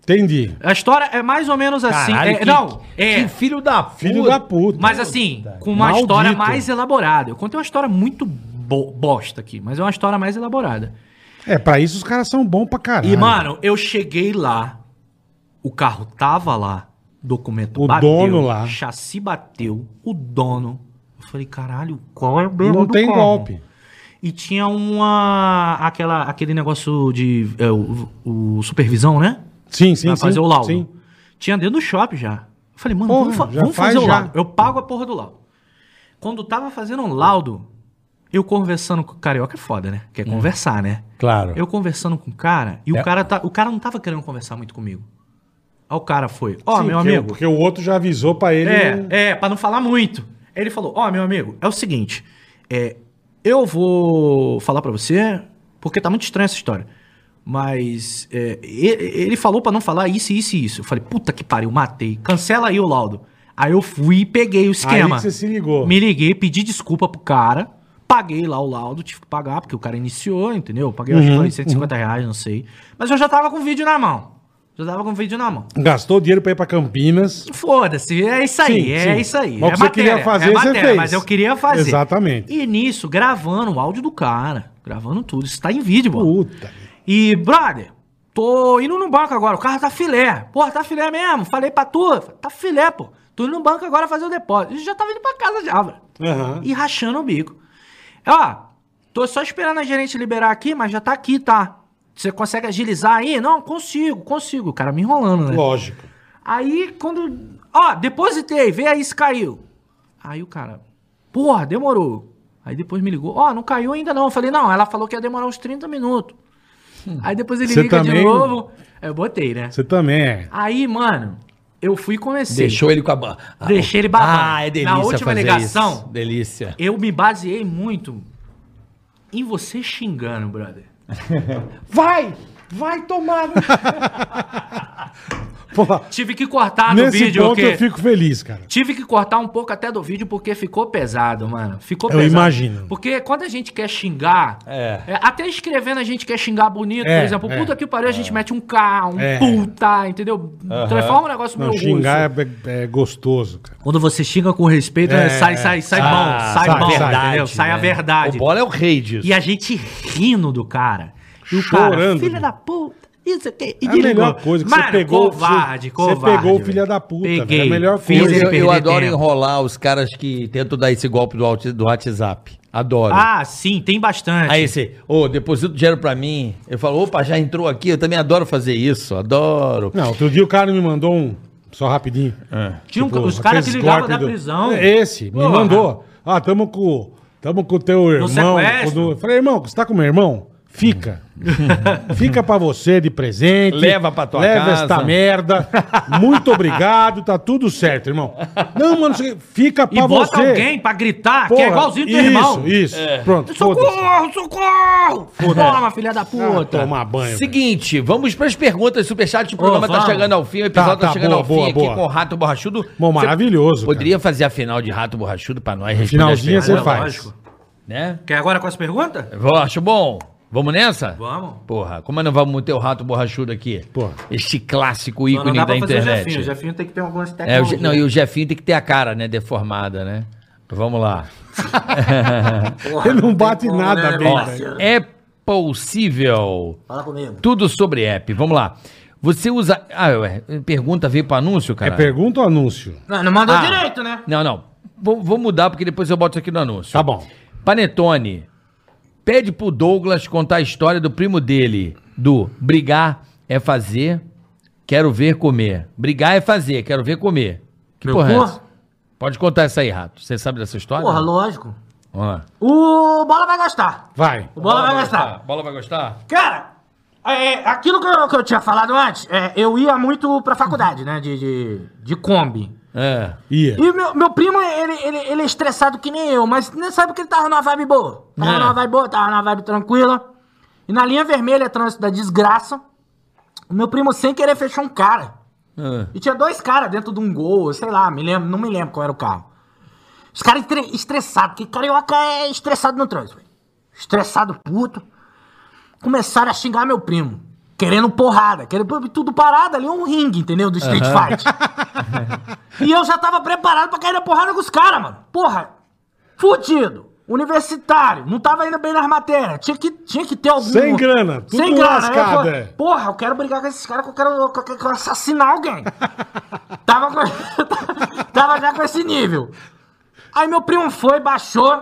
Speaker 3: Entendi.
Speaker 4: A história é mais ou menos assim.
Speaker 2: Caralho,
Speaker 4: é,
Speaker 2: que-
Speaker 4: não, é.
Speaker 2: Que tá filho da puta.
Speaker 3: Filho da puta.
Speaker 4: Mas assim, com uma
Speaker 3: Maldito.
Speaker 4: história mais elaborada. Eu contei uma história muito bo- bosta aqui, mas é uma história mais elaborada.
Speaker 3: É, pra isso os caras são bons pra caralho.
Speaker 4: E, mano, eu cheguei lá, o carro tava lá, documento
Speaker 3: O dono lá.
Speaker 4: chassi bateu, o dono. Eu falei, caralho, qual é o mesmo
Speaker 3: não
Speaker 4: do
Speaker 3: tem
Speaker 4: carro?
Speaker 3: golpe.
Speaker 4: E tinha uma. Aquela, aquele negócio de. é, o, o supervisão, né?
Speaker 3: Sim, sim,
Speaker 4: pra
Speaker 3: sim.
Speaker 4: fazer o laudo.
Speaker 3: Sim.
Speaker 4: Tinha dentro do shopping já. Eu falei, mano,
Speaker 3: Porra,
Speaker 4: vamos, fa-
Speaker 3: já
Speaker 4: vamos
Speaker 3: faz
Speaker 4: fazer o
Speaker 3: já.
Speaker 4: laudo. Eu pago a porra do laudo. Quando tava fazendo um laudo, eu conversando com o carioca é foda, né?
Speaker 3: Hum.
Speaker 4: Quer conversar, né?
Speaker 6: Claro.
Speaker 4: Eu conversando com o cara, e
Speaker 6: É.
Speaker 4: o cara tá, o cara não tava querendo conversar muito comigo. Aí o cara foi, ó,
Speaker 3: Sim,
Speaker 4: meu
Speaker 3: porque-
Speaker 4: amigo.
Speaker 3: Porque o outro já avisou pra ele. né?
Speaker 4: É, é, pra não falar muito. Aí Ele falou: Ó, meu amigo, é o seguinte, é, eu vou falar pra você, porque tá muito estranha essa história. Mas é, e- e- ele falou pra não falar isso, isso e isso. Eu falei: Puta que pariu, matei. Cancela aí o laudo. Aí eu fui e peguei o esquema.
Speaker 3: Aí que você se ligou.
Speaker 4: Me liguei, pedi desculpa pro cara. Paguei lá o laudo, tive que pagar, porque o cara iniciou, entendeu? Eu Paguei,
Speaker 3: Uhum,
Speaker 4: acho que foi 150 reais, não sei. Mas eu já tava com o vídeo na mão. Já tava com o vídeo na mão.
Speaker 3: Gastou dinheiro pra ir pra Campinas.
Speaker 4: Foda-se, é isso aí,
Speaker 3: Sim,
Speaker 4: é
Speaker 3: sim.
Speaker 4: isso aí.
Speaker 3: Mas o
Speaker 4: é
Speaker 3: que você queria fazer,
Speaker 4: é
Speaker 3: você
Speaker 4: matéria,
Speaker 3: fez.
Speaker 4: Mas eu queria fazer.
Speaker 3: Exatamente.
Speaker 4: E nisso, gravando o áudio do cara, gravando tudo, isso tá em vídeo, mano.
Speaker 3: Puta.
Speaker 4: E, brother, tô indo no banco agora, o carro tá filé. Porra, tá filé mesmo, falei pra tu, tá filé, pô. Tô indo no banco agora fazer o depósito. E já tava indo pra casa já, velho.
Speaker 3: Aham.
Speaker 4: E rachando o bico. Ó, tô só esperando a gerente liberar aqui, mas já tá aqui, tá? Você consegue agilizar aí? Não, consigo, consigo. O cara me enrolando, né?
Speaker 3: Lógico.
Speaker 4: Aí quando. Ó, depositei, vê aí se caiu. Aí o cara. Porra, demorou. Aí depois me ligou. Ó, não caiu ainda não. Eu falei, não, ela falou que ia demorar uns 30 minutos.
Speaker 6: Hum.
Speaker 4: Aí depois ele
Speaker 3: Você
Speaker 4: liga de
Speaker 3: também-
Speaker 4: novo. Eu botei, né?
Speaker 3: Você também é.
Speaker 4: Aí, mano, eu fui e comecei.
Speaker 6: Deixou ele com a... ba- Ah,
Speaker 4: Deixei ele babando.
Speaker 6: Ah, é delícia
Speaker 4: Na última
Speaker 6: fazer
Speaker 4: ligação,
Speaker 6: isso. Delícia.
Speaker 4: eu me baseei muito em você xingando,
Speaker 6: <laughs>
Speaker 4: brother.
Speaker 6: Vai! Vai tomar!
Speaker 3: Pô,
Speaker 4: Tive que cortar Tá no
Speaker 3: nesse
Speaker 4: vídeo.
Speaker 3: ponto
Speaker 4: porque-
Speaker 3: eu fico feliz, cara.
Speaker 4: Tive que cortar um pouco até do vídeo porque ficou pesado, mano. Ficou
Speaker 3: Eu
Speaker 4: pesado.
Speaker 3: imagino.
Speaker 4: Porque quando a gente quer xingar,
Speaker 6: É.
Speaker 4: é, até escrevendo a gente quer xingar bonito,
Speaker 3: É,
Speaker 4: por exemplo,
Speaker 3: é.
Speaker 4: puta que pariu, a gente mete um K, um
Speaker 3: É.
Speaker 4: puta, entendeu? Transforma um negócio
Speaker 3: Não,
Speaker 4: meu
Speaker 3: xingar é, é gostoso, cara.
Speaker 4: Quando você xinga com respeito,
Speaker 3: É,
Speaker 4: é, sai, sai, sai
Speaker 6: Ah,
Speaker 4: bom, sai,
Speaker 3: sai,
Speaker 4: bom,
Speaker 3: sai.
Speaker 4: entendeu? Sai a
Speaker 6: né?
Speaker 4: verdade.
Speaker 6: O Bola é o rei disso.
Speaker 4: E a gente rindo do cara. E o cara,
Speaker 3: Chorando. né?
Speaker 4: filha da puta. Isso aqui. E
Speaker 3: É a
Speaker 4: desligou.
Speaker 3: melhor coisa que você
Speaker 4: Mano,
Speaker 3: pegou-
Speaker 4: Covarde,
Speaker 3: você- você
Speaker 4: covarde.
Speaker 3: pegou o
Speaker 4: velho.
Speaker 3: filha da puta, velho. É a
Speaker 4: Peguei.
Speaker 3: melhor
Speaker 4: Fiz
Speaker 6: Eu,
Speaker 3: coisa.
Speaker 4: ele
Speaker 6: eu- eu
Speaker 4: perder
Speaker 6: adoro
Speaker 4: tempo.
Speaker 6: enrolar os caras que tentam dar esse golpe do, alt- do WhatsApp. Adoro.
Speaker 4: Ah, sim, tem bastante.
Speaker 6: Aí você, ô, deposita o dinheiro pra mim. Eu falo, opa, já entrou aqui. Eu também adoro fazer isso, adoro.
Speaker 3: Não, outro dia o cara me mandou um. Só rapidinho.
Speaker 4: Tinha um-
Speaker 3: Tipo,
Speaker 4: os caras que
Speaker 3: aqueles
Speaker 4: ligavam
Speaker 3: golpes
Speaker 4: da
Speaker 3: do-
Speaker 4: prisão.
Speaker 3: É Esse, me
Speaker 4: Porra.
Speaker 3: mandou. Ah, tamo com. Tamo com o teu irmão.
Speaker 4: sequestro.
Speaker 3: com o do- Eu Falei, irmão, você tá com meu irmão?
Speaker 4: <laughs>
Speaker 3: Fica. Fica pra você de presente.
Speaker 6: Leva pra tua
Speaker 3: leva
Speaker 6: casa.
Speaker 3: esta merda. Muito obrigado, tá tudo certo, irmão. Não, mano, você- fica
Speaker 4: E
Speaker 3: pra
Speaker 4: bota
Speaker 3: você.
Speaker 4: alguém pra gritar, que é igualzinho teu
Speaker 3: isso,
Speaker 4: irmão. É.
Speaker 3: Isso, Pronto, foda-se.
Speaker 4: Socorro, socorro! Toma, filha da
Speaker 3: Ah,
Speaker 4: puta.
Speaker 3: tomar banho. velho.
Speaker 6: Seguinte, vamos pras perguntas superchat. O programa tá
Speaker 4: vamos.
Speaker 6: chegando ao fim, o episódio
Speaker 3: Tá,
Speaker 6: tá,
Speaker 3: tá,
Speaker 6: chegando
Speaker 3: boa,
Speaker 6: ao fim
Speaker 3: boa,
Speaker 6: aqui
Speaker 3: boa.
Speaker 6: com o Rato Borrachudo.
Speaker 3: Bom,
Speaker 6: Você
Speaker 3: maravilhoso. cara.
Speaker 6: Poderia fazer a final de Rato Borrachudo pra nós responder
Speaker 3: Finalzinho
Speaker 6: as
Speaker 3: você
Speaker 6: perguntas,
Speaker 4: É,
Speaker 3: faz.
Speaker 4: lógico.
Speaker 6: né?
Speaker 4: Quer agora com as perguntas?
Speaker 6: Eu acho bom. Vamos nessa?
Speaker 4: Vamos.
Speaker 6: Porra, como nós vamos ter o Rato Borrachudo aqui?
Speaker 3: Porra.
Speaker 6: Este clássico
Speaker 4: Só Não
Speaker 6: ícone
Speaker 4: dá
Speaker 6: da
Speaker 4: pra fazer o
Speaker 6: internet.
Speaker 4: Jefinho. O Jefinho tem que ter algumas
Speaker 6: É, o Je-
Speaker 4: técnicas.
Speaker 6: não, e o Jefinho tem que ter a cara, né? Deformada, né? Vamos lá.
Speaker 3: Ele não bate nada né? bem,
Speaker 6: Ó, é possível.
Speaker 4: Fala comigo.
Speaker 6: Tudo sobre app. Vamos lá. Você usa. Ah, ué, pergunta veio pro anúncio,
Speaker 3: É
Speaker 6: cara?
Speaker 3: pergunta ou anúncio?
Speaker 4: Não, não mandou
Speaker 6: Ah.
Speaker 4: direito, né?
Speaker 6: Não, não. Vou, vou mudar porque depois eu boto isso aqui no anúncio.
Speaker 3: Tá bom.
Speaker 6: Panetone, pede pro Douglas contar a história do primo dele, do brigar é fazer, quero ver comer. Brigar é fazer, quero ver comer. Que
Speaker 4: Meu
Speaker 6: porra é
Speaker 4: cu?
Speaker 6: essa? Pode contar essa aí, Rato. Você sabe dessa história?
Speaker 4: Porra, lógico.
Speaker 6: Vamos lá.
Speaker 4: O Bola vai gastar.
Speaker 3: Vai.
Speaker 4: O Bola, vai gastar.
Speaker 6: Bola vai gostar?
Speaker 4: Cara, é, aquilo que eu, que eu tinha falado antes, é, eu ia muito pra faculdade, né? De, de, de Kombi.
Speaker 6: É.
Speaker 3: Ia.
Speaker 4: E meu, meu primo, ele, ele, ele é estressado que nem eu, mas nem sabe que ele tava numa vibe boa. Tava
Speaker 6: É.
Speaker 4: numa vibe boa, tava numa vibe tranquila. E na linha vermelha, trânsito da desgraça, o meu primo sem querer fechou um cara.
Speaker 6: Ah.
Speaker 4: E tinha dois caras dentro de um gol, sei lá, me lembro, não me lembro qual era o carro. Os caras estre- estressados, porque carioca é estressado no trânsito. velho. Estressado, puto. Começaram a xingar meu primo. Querendo porrada, querendo tudo parado ali, um ringue, entendeu? Do Street Fight. e eu já tava preparado pra cair na porrada com os caras, mano. Porra, fudido, universitário, não tava ainda bem nas matérias. Tinha que, tinha que ter algum.
Speaker 3: Sem grana, tudo
Speaker 4: Sem grana. Aí eu
Speaker 3: lascado,
Speaker 4: falei,
Speaker 3: é.
Speaker 4: Porra, eu quero brigar com esses caras que eu quero, eu quero- eu quero assassinar alguém. tava, com- <laughs> tava já com esse nível. Aí meu primo foi, baixou.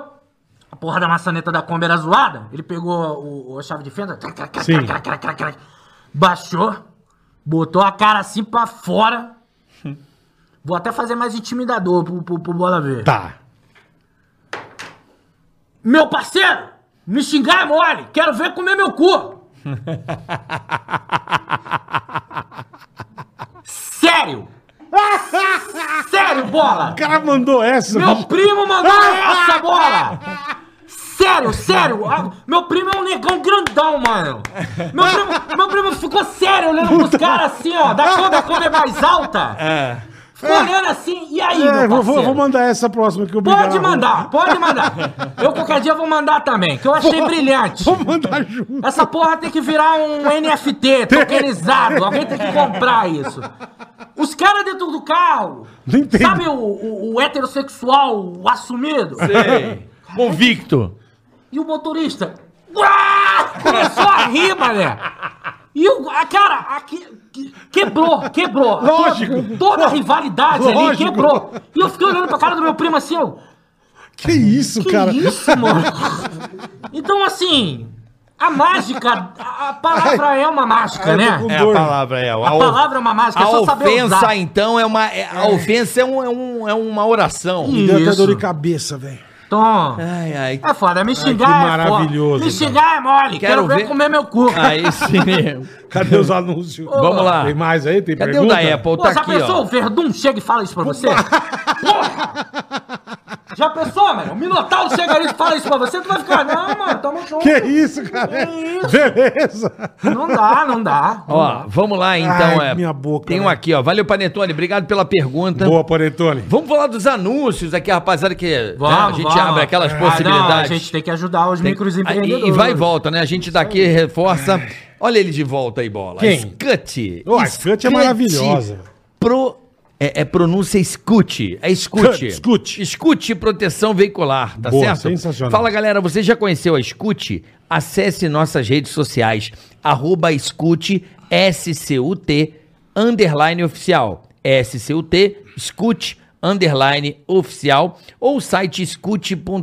Speaker 4: A porra da maçaneta da Kombi era zoada. Ele pegou o, o- a chave de fenda. crac, crac, crac,
Speaker 3: Sim.
Speaker 4: crac, crac, crac,
Speaker 3: <laughs>
Speaker 4: crac, crac, Baixou. Botou a cara assim pra fora.
Speaker 7: Vou até fazer mais intimidador pro, pro, pro Bola ver.
Speaker 3: Tá.
Speaker 7: Meu parceiro, me xingar é mole. Quero ver comer
Speaker 3: <laughs>
Speaker 7: meu cu.
Speaker 3: <laughs>
Speaker 7: Sério. Sério, bola.
Speaker 3: O cara mandou essa. É,
Speaker 7: Meu primo mandou
Speaker 3: Ah!
Speaker 7: essa bola! Sério, sério! Ah, Meu primo é um negão grandão, mano! Meu primo, meu primo ficou sério olhando pros caras assim, ó, da cor da cor é mais alta! Ficou olhando assim, e aí,
Speaker 3: É, vou,
Speaker 7: meu
Speaker 3: vou-
Speaker 7: parceiro?
Speaker 3: vou mandar essa próxima que eu
Speaker 7: Pode mandar, pode mandar. Eu qualquer dia vou mandar também, que eu achei brilhante.
Speaker 3: Vou mandar junto.
Speaker 7: Essa porra tem que virar
Speaker 3: <laughs>
Speaker 7: um NFT tokenizado. Alguém tem que comprar isso. Os caras dentro do carro.
Speaker 3: Não entendo.
Speaker 7: Sabe o, o- o heterossexual o assumido?
Speaker 6: Ei, convicto.
Speaker 7: E o motorista. "Uá!" Começou a rir, mané. E o. a- cara, aqui. que- Quebrou, quebrou.
Speaker 3: Lógico.
Speaker 7: Toda, toda a rivalidade ali
Speaker 3: Lógico.
Speaker 7: quebrou. E eu fiquei olhando pra cara do meu primo assim, eu.
Speaker 3: Que isso,
Speaker 7: Que
Speaker 3: cara?
Speaker 7: isso, mano? Então, assim, a mágica, a a palavra é uma mágica,
Speaker 3: Ai,
Speaker 7: né?
Speaker 3: eu tô com
Speaker 6: É a
Speaker 3: dor.
Speaker 6: palavra, é. A,
Speaker 7: A
Speaker 6: of-
Speaker 7: palavra é uma mágica, é
Speaker 6: a
Speaker 7: só saber
Speaker 6: ofensa,
Speaker 7: usar.
Speaker 6: então, é uma. é- a ofensa é, um- é um- é uma oração.
Speaker 3: Me deu até dor de
Speaker 7: Isso.
Speaker 3: cabeça, velho.
Speaker 7: Tom,
Speaker 6: Ai, ai.
Speaker 7: é foda, me xingar é
Speaker 3: maravilhoso,
Speaker 7: foda. Me xingar é mole, quero,
Speaker 6: Quero
Speaker 7: ver
Speaker 6: ver-
Speaker 7: comer meu cu.
Speaker 6: Aí sim. mesmo.
Speaker 3: Cadê os anúncios?
Speaker 6: Vamos lá.
Speaker 3: Tem mais aí? Tem
Speaker 6: <laughs> Cadê
Speaker 3: pergunta?
Speaker 6: o da Apple?
Speaker 7: Pô,
Speaker 6: Tá
Speaker 7: já
Speaker 6: aqui,
Speaker 7: pensou
Speaker 6: ó.
Speaker 7: o Verdun chega e fala isso pra você? Porra! já pensou, mano? O Minotauro chega ali e fala isso pra você, tu vai ficar, não, mano, tamo junto.
Speaker 3: Que isso, cara? Beleza.
Speaker 7: Não dá, não dá.
Speaker 6: Ó, vamos lá então.
Speaker 3: Ai,
Speaker 6: é,
Speaker 3: minha boca,
Speaker 6: Tem um
Speaker 3: né?
Speaker 6: aqui, ó. Valeu, Panetone. Obrigado pela pergunta.
Speaker 3: Boa, Panetone.
Speaker 6: Vamos falar dos anúncios aqui, rapaziada, que né, a gente
Speaker 7: vamos.
Speaker 6: abre aquelas
Speaker 7: Ah, não, a
Speaker 6: possibilidades.
Speaker 7: gente tá tem que ajudar os
Speaker 6: Tem-
Speaker 7: microempreendedores.
Speaker 6: e, e vai e volta, né? A gente daqui reforça. Olha ele de volta aí, bola.
Speaker 3: Quem?
Speaker 6: Scut.
Speaker 3: Ó, a Scut é maravilhosa.
Speaker 6: Pro, é, é pronúncia Scut.
Speaker 3: <laughs>
Speaker 6: É Scut.
Speaker 3: Scut, Scut.
Speaker 6: Scut Proteção Veicular, tá
Speaker 3: Boa,
Speaker 6: certo?
Speaker 3: sensacional.
Speaker 6: Fala, galera, você já conheceu a Scut? Acesse nossas redes sociais, arroba Scut, SCUT, underline oficial, SCUT, Scut, underline oficial, ou site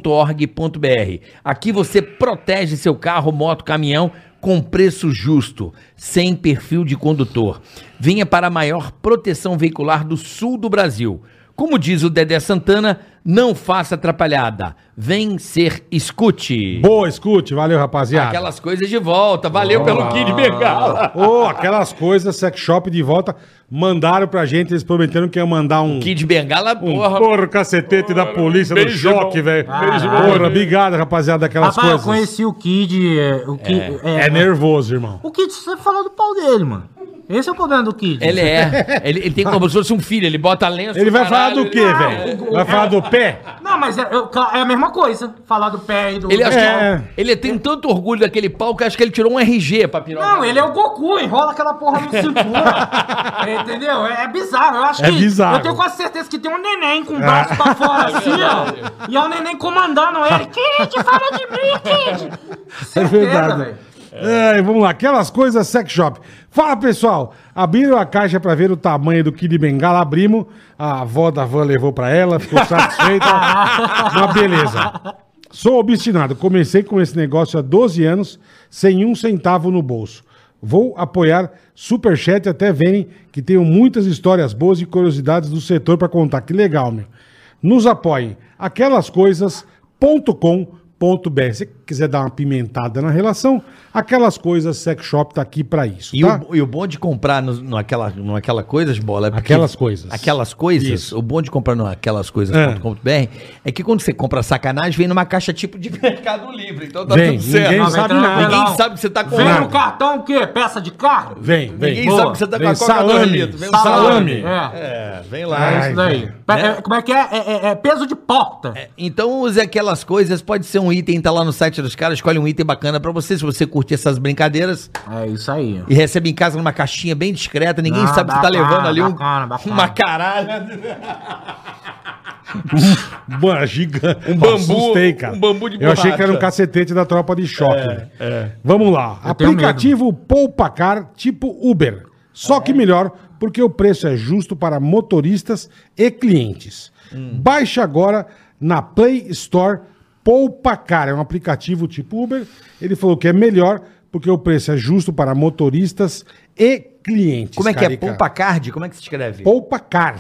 Speaker 6: scut.org.br. Aqui você protege seu carro, moto, caminhão com preço justo, sem perfil de condutor. Venha para a maior proteção veicular do sul do Brasil. Como diz o Dedé Santana, não faça atrapalhada. Vem ser escute.
Speaker 3: Boa, escute. Valeu, rapaziada.
Speaker 6: Aquelas coisas de volta. Valeu pelo Kid Bengala.
Speaker 3: Ô, aquelas coisas, sex shop de volta, mandaram pra gente, eles prometeram que ia mandar um.
Speaker 6: Kid Bengala,
Speaker 3: Um
Speaker 6: porra.
Speaker 3: porra, cacetete da polícia do choque, velho. Porra, obrigado, rapaziada, daquelas
Speaker 7: Rapaz, eu
Speaker 3: coisas.
Speaker 7: conheci o Kid. é, O Kid é,
Speaker 3: É nervoso, irmão.
Speaker 7: O Kid você fala do pau dele, mano. Esse é o problema do Kid.
Speaker 6: Ele é. Ele, ele tem como se fosse um filho. Ele bota lenço.
Speaker 3: Ele vai falar
Speaker 6: caralho,
Speaker 3: do
Speaker 6: ele-
Speaker 3: quê, velho? Vai falar do pé?
Speaker 7: Não, mas é, eu- é a mesma coisa. Falar do pé e do.
Speaker 6: Ele, acha que-
Speaker 3: É.
Speaker 6: ele tem tanto orgulho daquele pau que acho que ele tirou um RG pra piroca.
Speaker 7: Não, ele é o Goku, enrola aquela porra
Speaker 6: <laughs>
Speaker 7: no cintura. entendeu? É, é bizarro. Eu acho
Speaker 3: É
Speaker 7: que.
Speaker 3: bizarro. É.
Speaker 7: Eu tenho quase certeza que tem um neném com o braço pra
Speaker 3: <laughs>
Speaker 7: fora assim, ó. E é o neném comandando ele. Kid, fala de mim, Kid!
Speaker 3: É
Speaker 7: Certeza,
Speaker 3: verdade.
Speaker 7: velho.
Speaker 3: Ai, vamos lá, aquelas coisas sex shop. Fala pessoal, abriram a caixa pra ver o tamanho do Kid Bengala, abrimos. A avó da van levou pra ela, ficou
Speaker 7: <laughs>
Speaker 3: satisfeita. Uma beleza. Sou obstinado, comecei com esse negócio há 12 anos, sem um centavo no bolso. Vou apoiar Superchat até verem que tenho muitas histórias boas e curiosidades do setor pra contar. Que legal, meu. Nos apoiem. Aquelascoisas.com.br. Se quiser dar uma pimentada na relação, aquelas coisas Sex Shop tá aqui pra isso,
Speaker 6: E,
Speaker 3: tá?
Speaker 6: o, e o bom de comprar no, no aquela, no aquela coisas, bola. é porque-
Speaker 3: Aquelas coisas.
Speaker 6: Aquelas coisas.
Speaker 3: Isso.
Speaker 6: O bom de comprar no aquelascoisas.com.br é. que quando você compra sacanagem, vem numa caixa tipo de <laughs> Mercado Livre. Então tá
Speaker 3: Vem,
Speaker 6: tudo certo.
Speaker 3: ninguém
Speaker 7: Não,
Speaker 3: sabe
Speaker 7: então,
Speaker 3: nada.
Speaker 6: Ninguém
Speaker 7: Não.
Speaker 6: sabe que você tá
Speaker 7: Vem
Speaker 6: comprando.
Speaker 7: no cartão o quê? Peça de carro?
Speaker 3: Vem, vem.
Speaker 6: Ninguém
Speaker 3: Boa.
Speaker 6: sabe que você tá com
Speaker 3: Vem
Speaker 6: a Coca
Speaker 3: salame,
Speaker 6: Dorito. Vem um
Speaker 3: salame.
Speaker 7: É.
Speaker 6: É, vem
Speaker 3: Ai,
Speaker 6: lá.
Speaker 7: Isso daí.
Speaker 6: Né?
Speaker 7: Pe- é, como é que é? É, é- é peso de porta.
Speaker 6: Então use aquelas coisas, pode ser um item, tá lá no site dos caras, escolhe um item bacana pra você, se você curtir essas brincadeiras
Speaker 7: É isso aí.
Speaker 6: e recebe em casa numa caixinha bem discreta, ninguém
Speaker 7: Ah,
Speaker 6: sabe que tá
Speaker 7: bacana,
Speaker 6: levando ali um,
Speaker 7: bacana,
Speaker 6: <laughs>
Speaker 7: bacana.
Speaker 6: uma caralha.
Speaker 3: Mano, gigante. Um
Speaker 8: bambu,
Speaker 3: Assustei, cara.
Speaker 8: um bambu de
Speaker 3: Eu achei que era um
Speaker 8: borracha.
Speaker 3: cacetete da tropa de choque. velho. Vamos lá.
Speaker 7: tenho
Speaker 3: Aplicativo Poupacar tipo Uber. Só que melhor, porque o preço é justo para motoristas e clientes. Baixe agora na Play Store Poupacar. É um aplicativo tipo Uber. Ele falou que é melhor porque o preço é justo para motoristas e clientes.
Speaker 6: Como é que é?
Speaker 3: Carica.
Speaker 6: Poupa card? Como é que se escreve?
Speaker 3: Poupacar.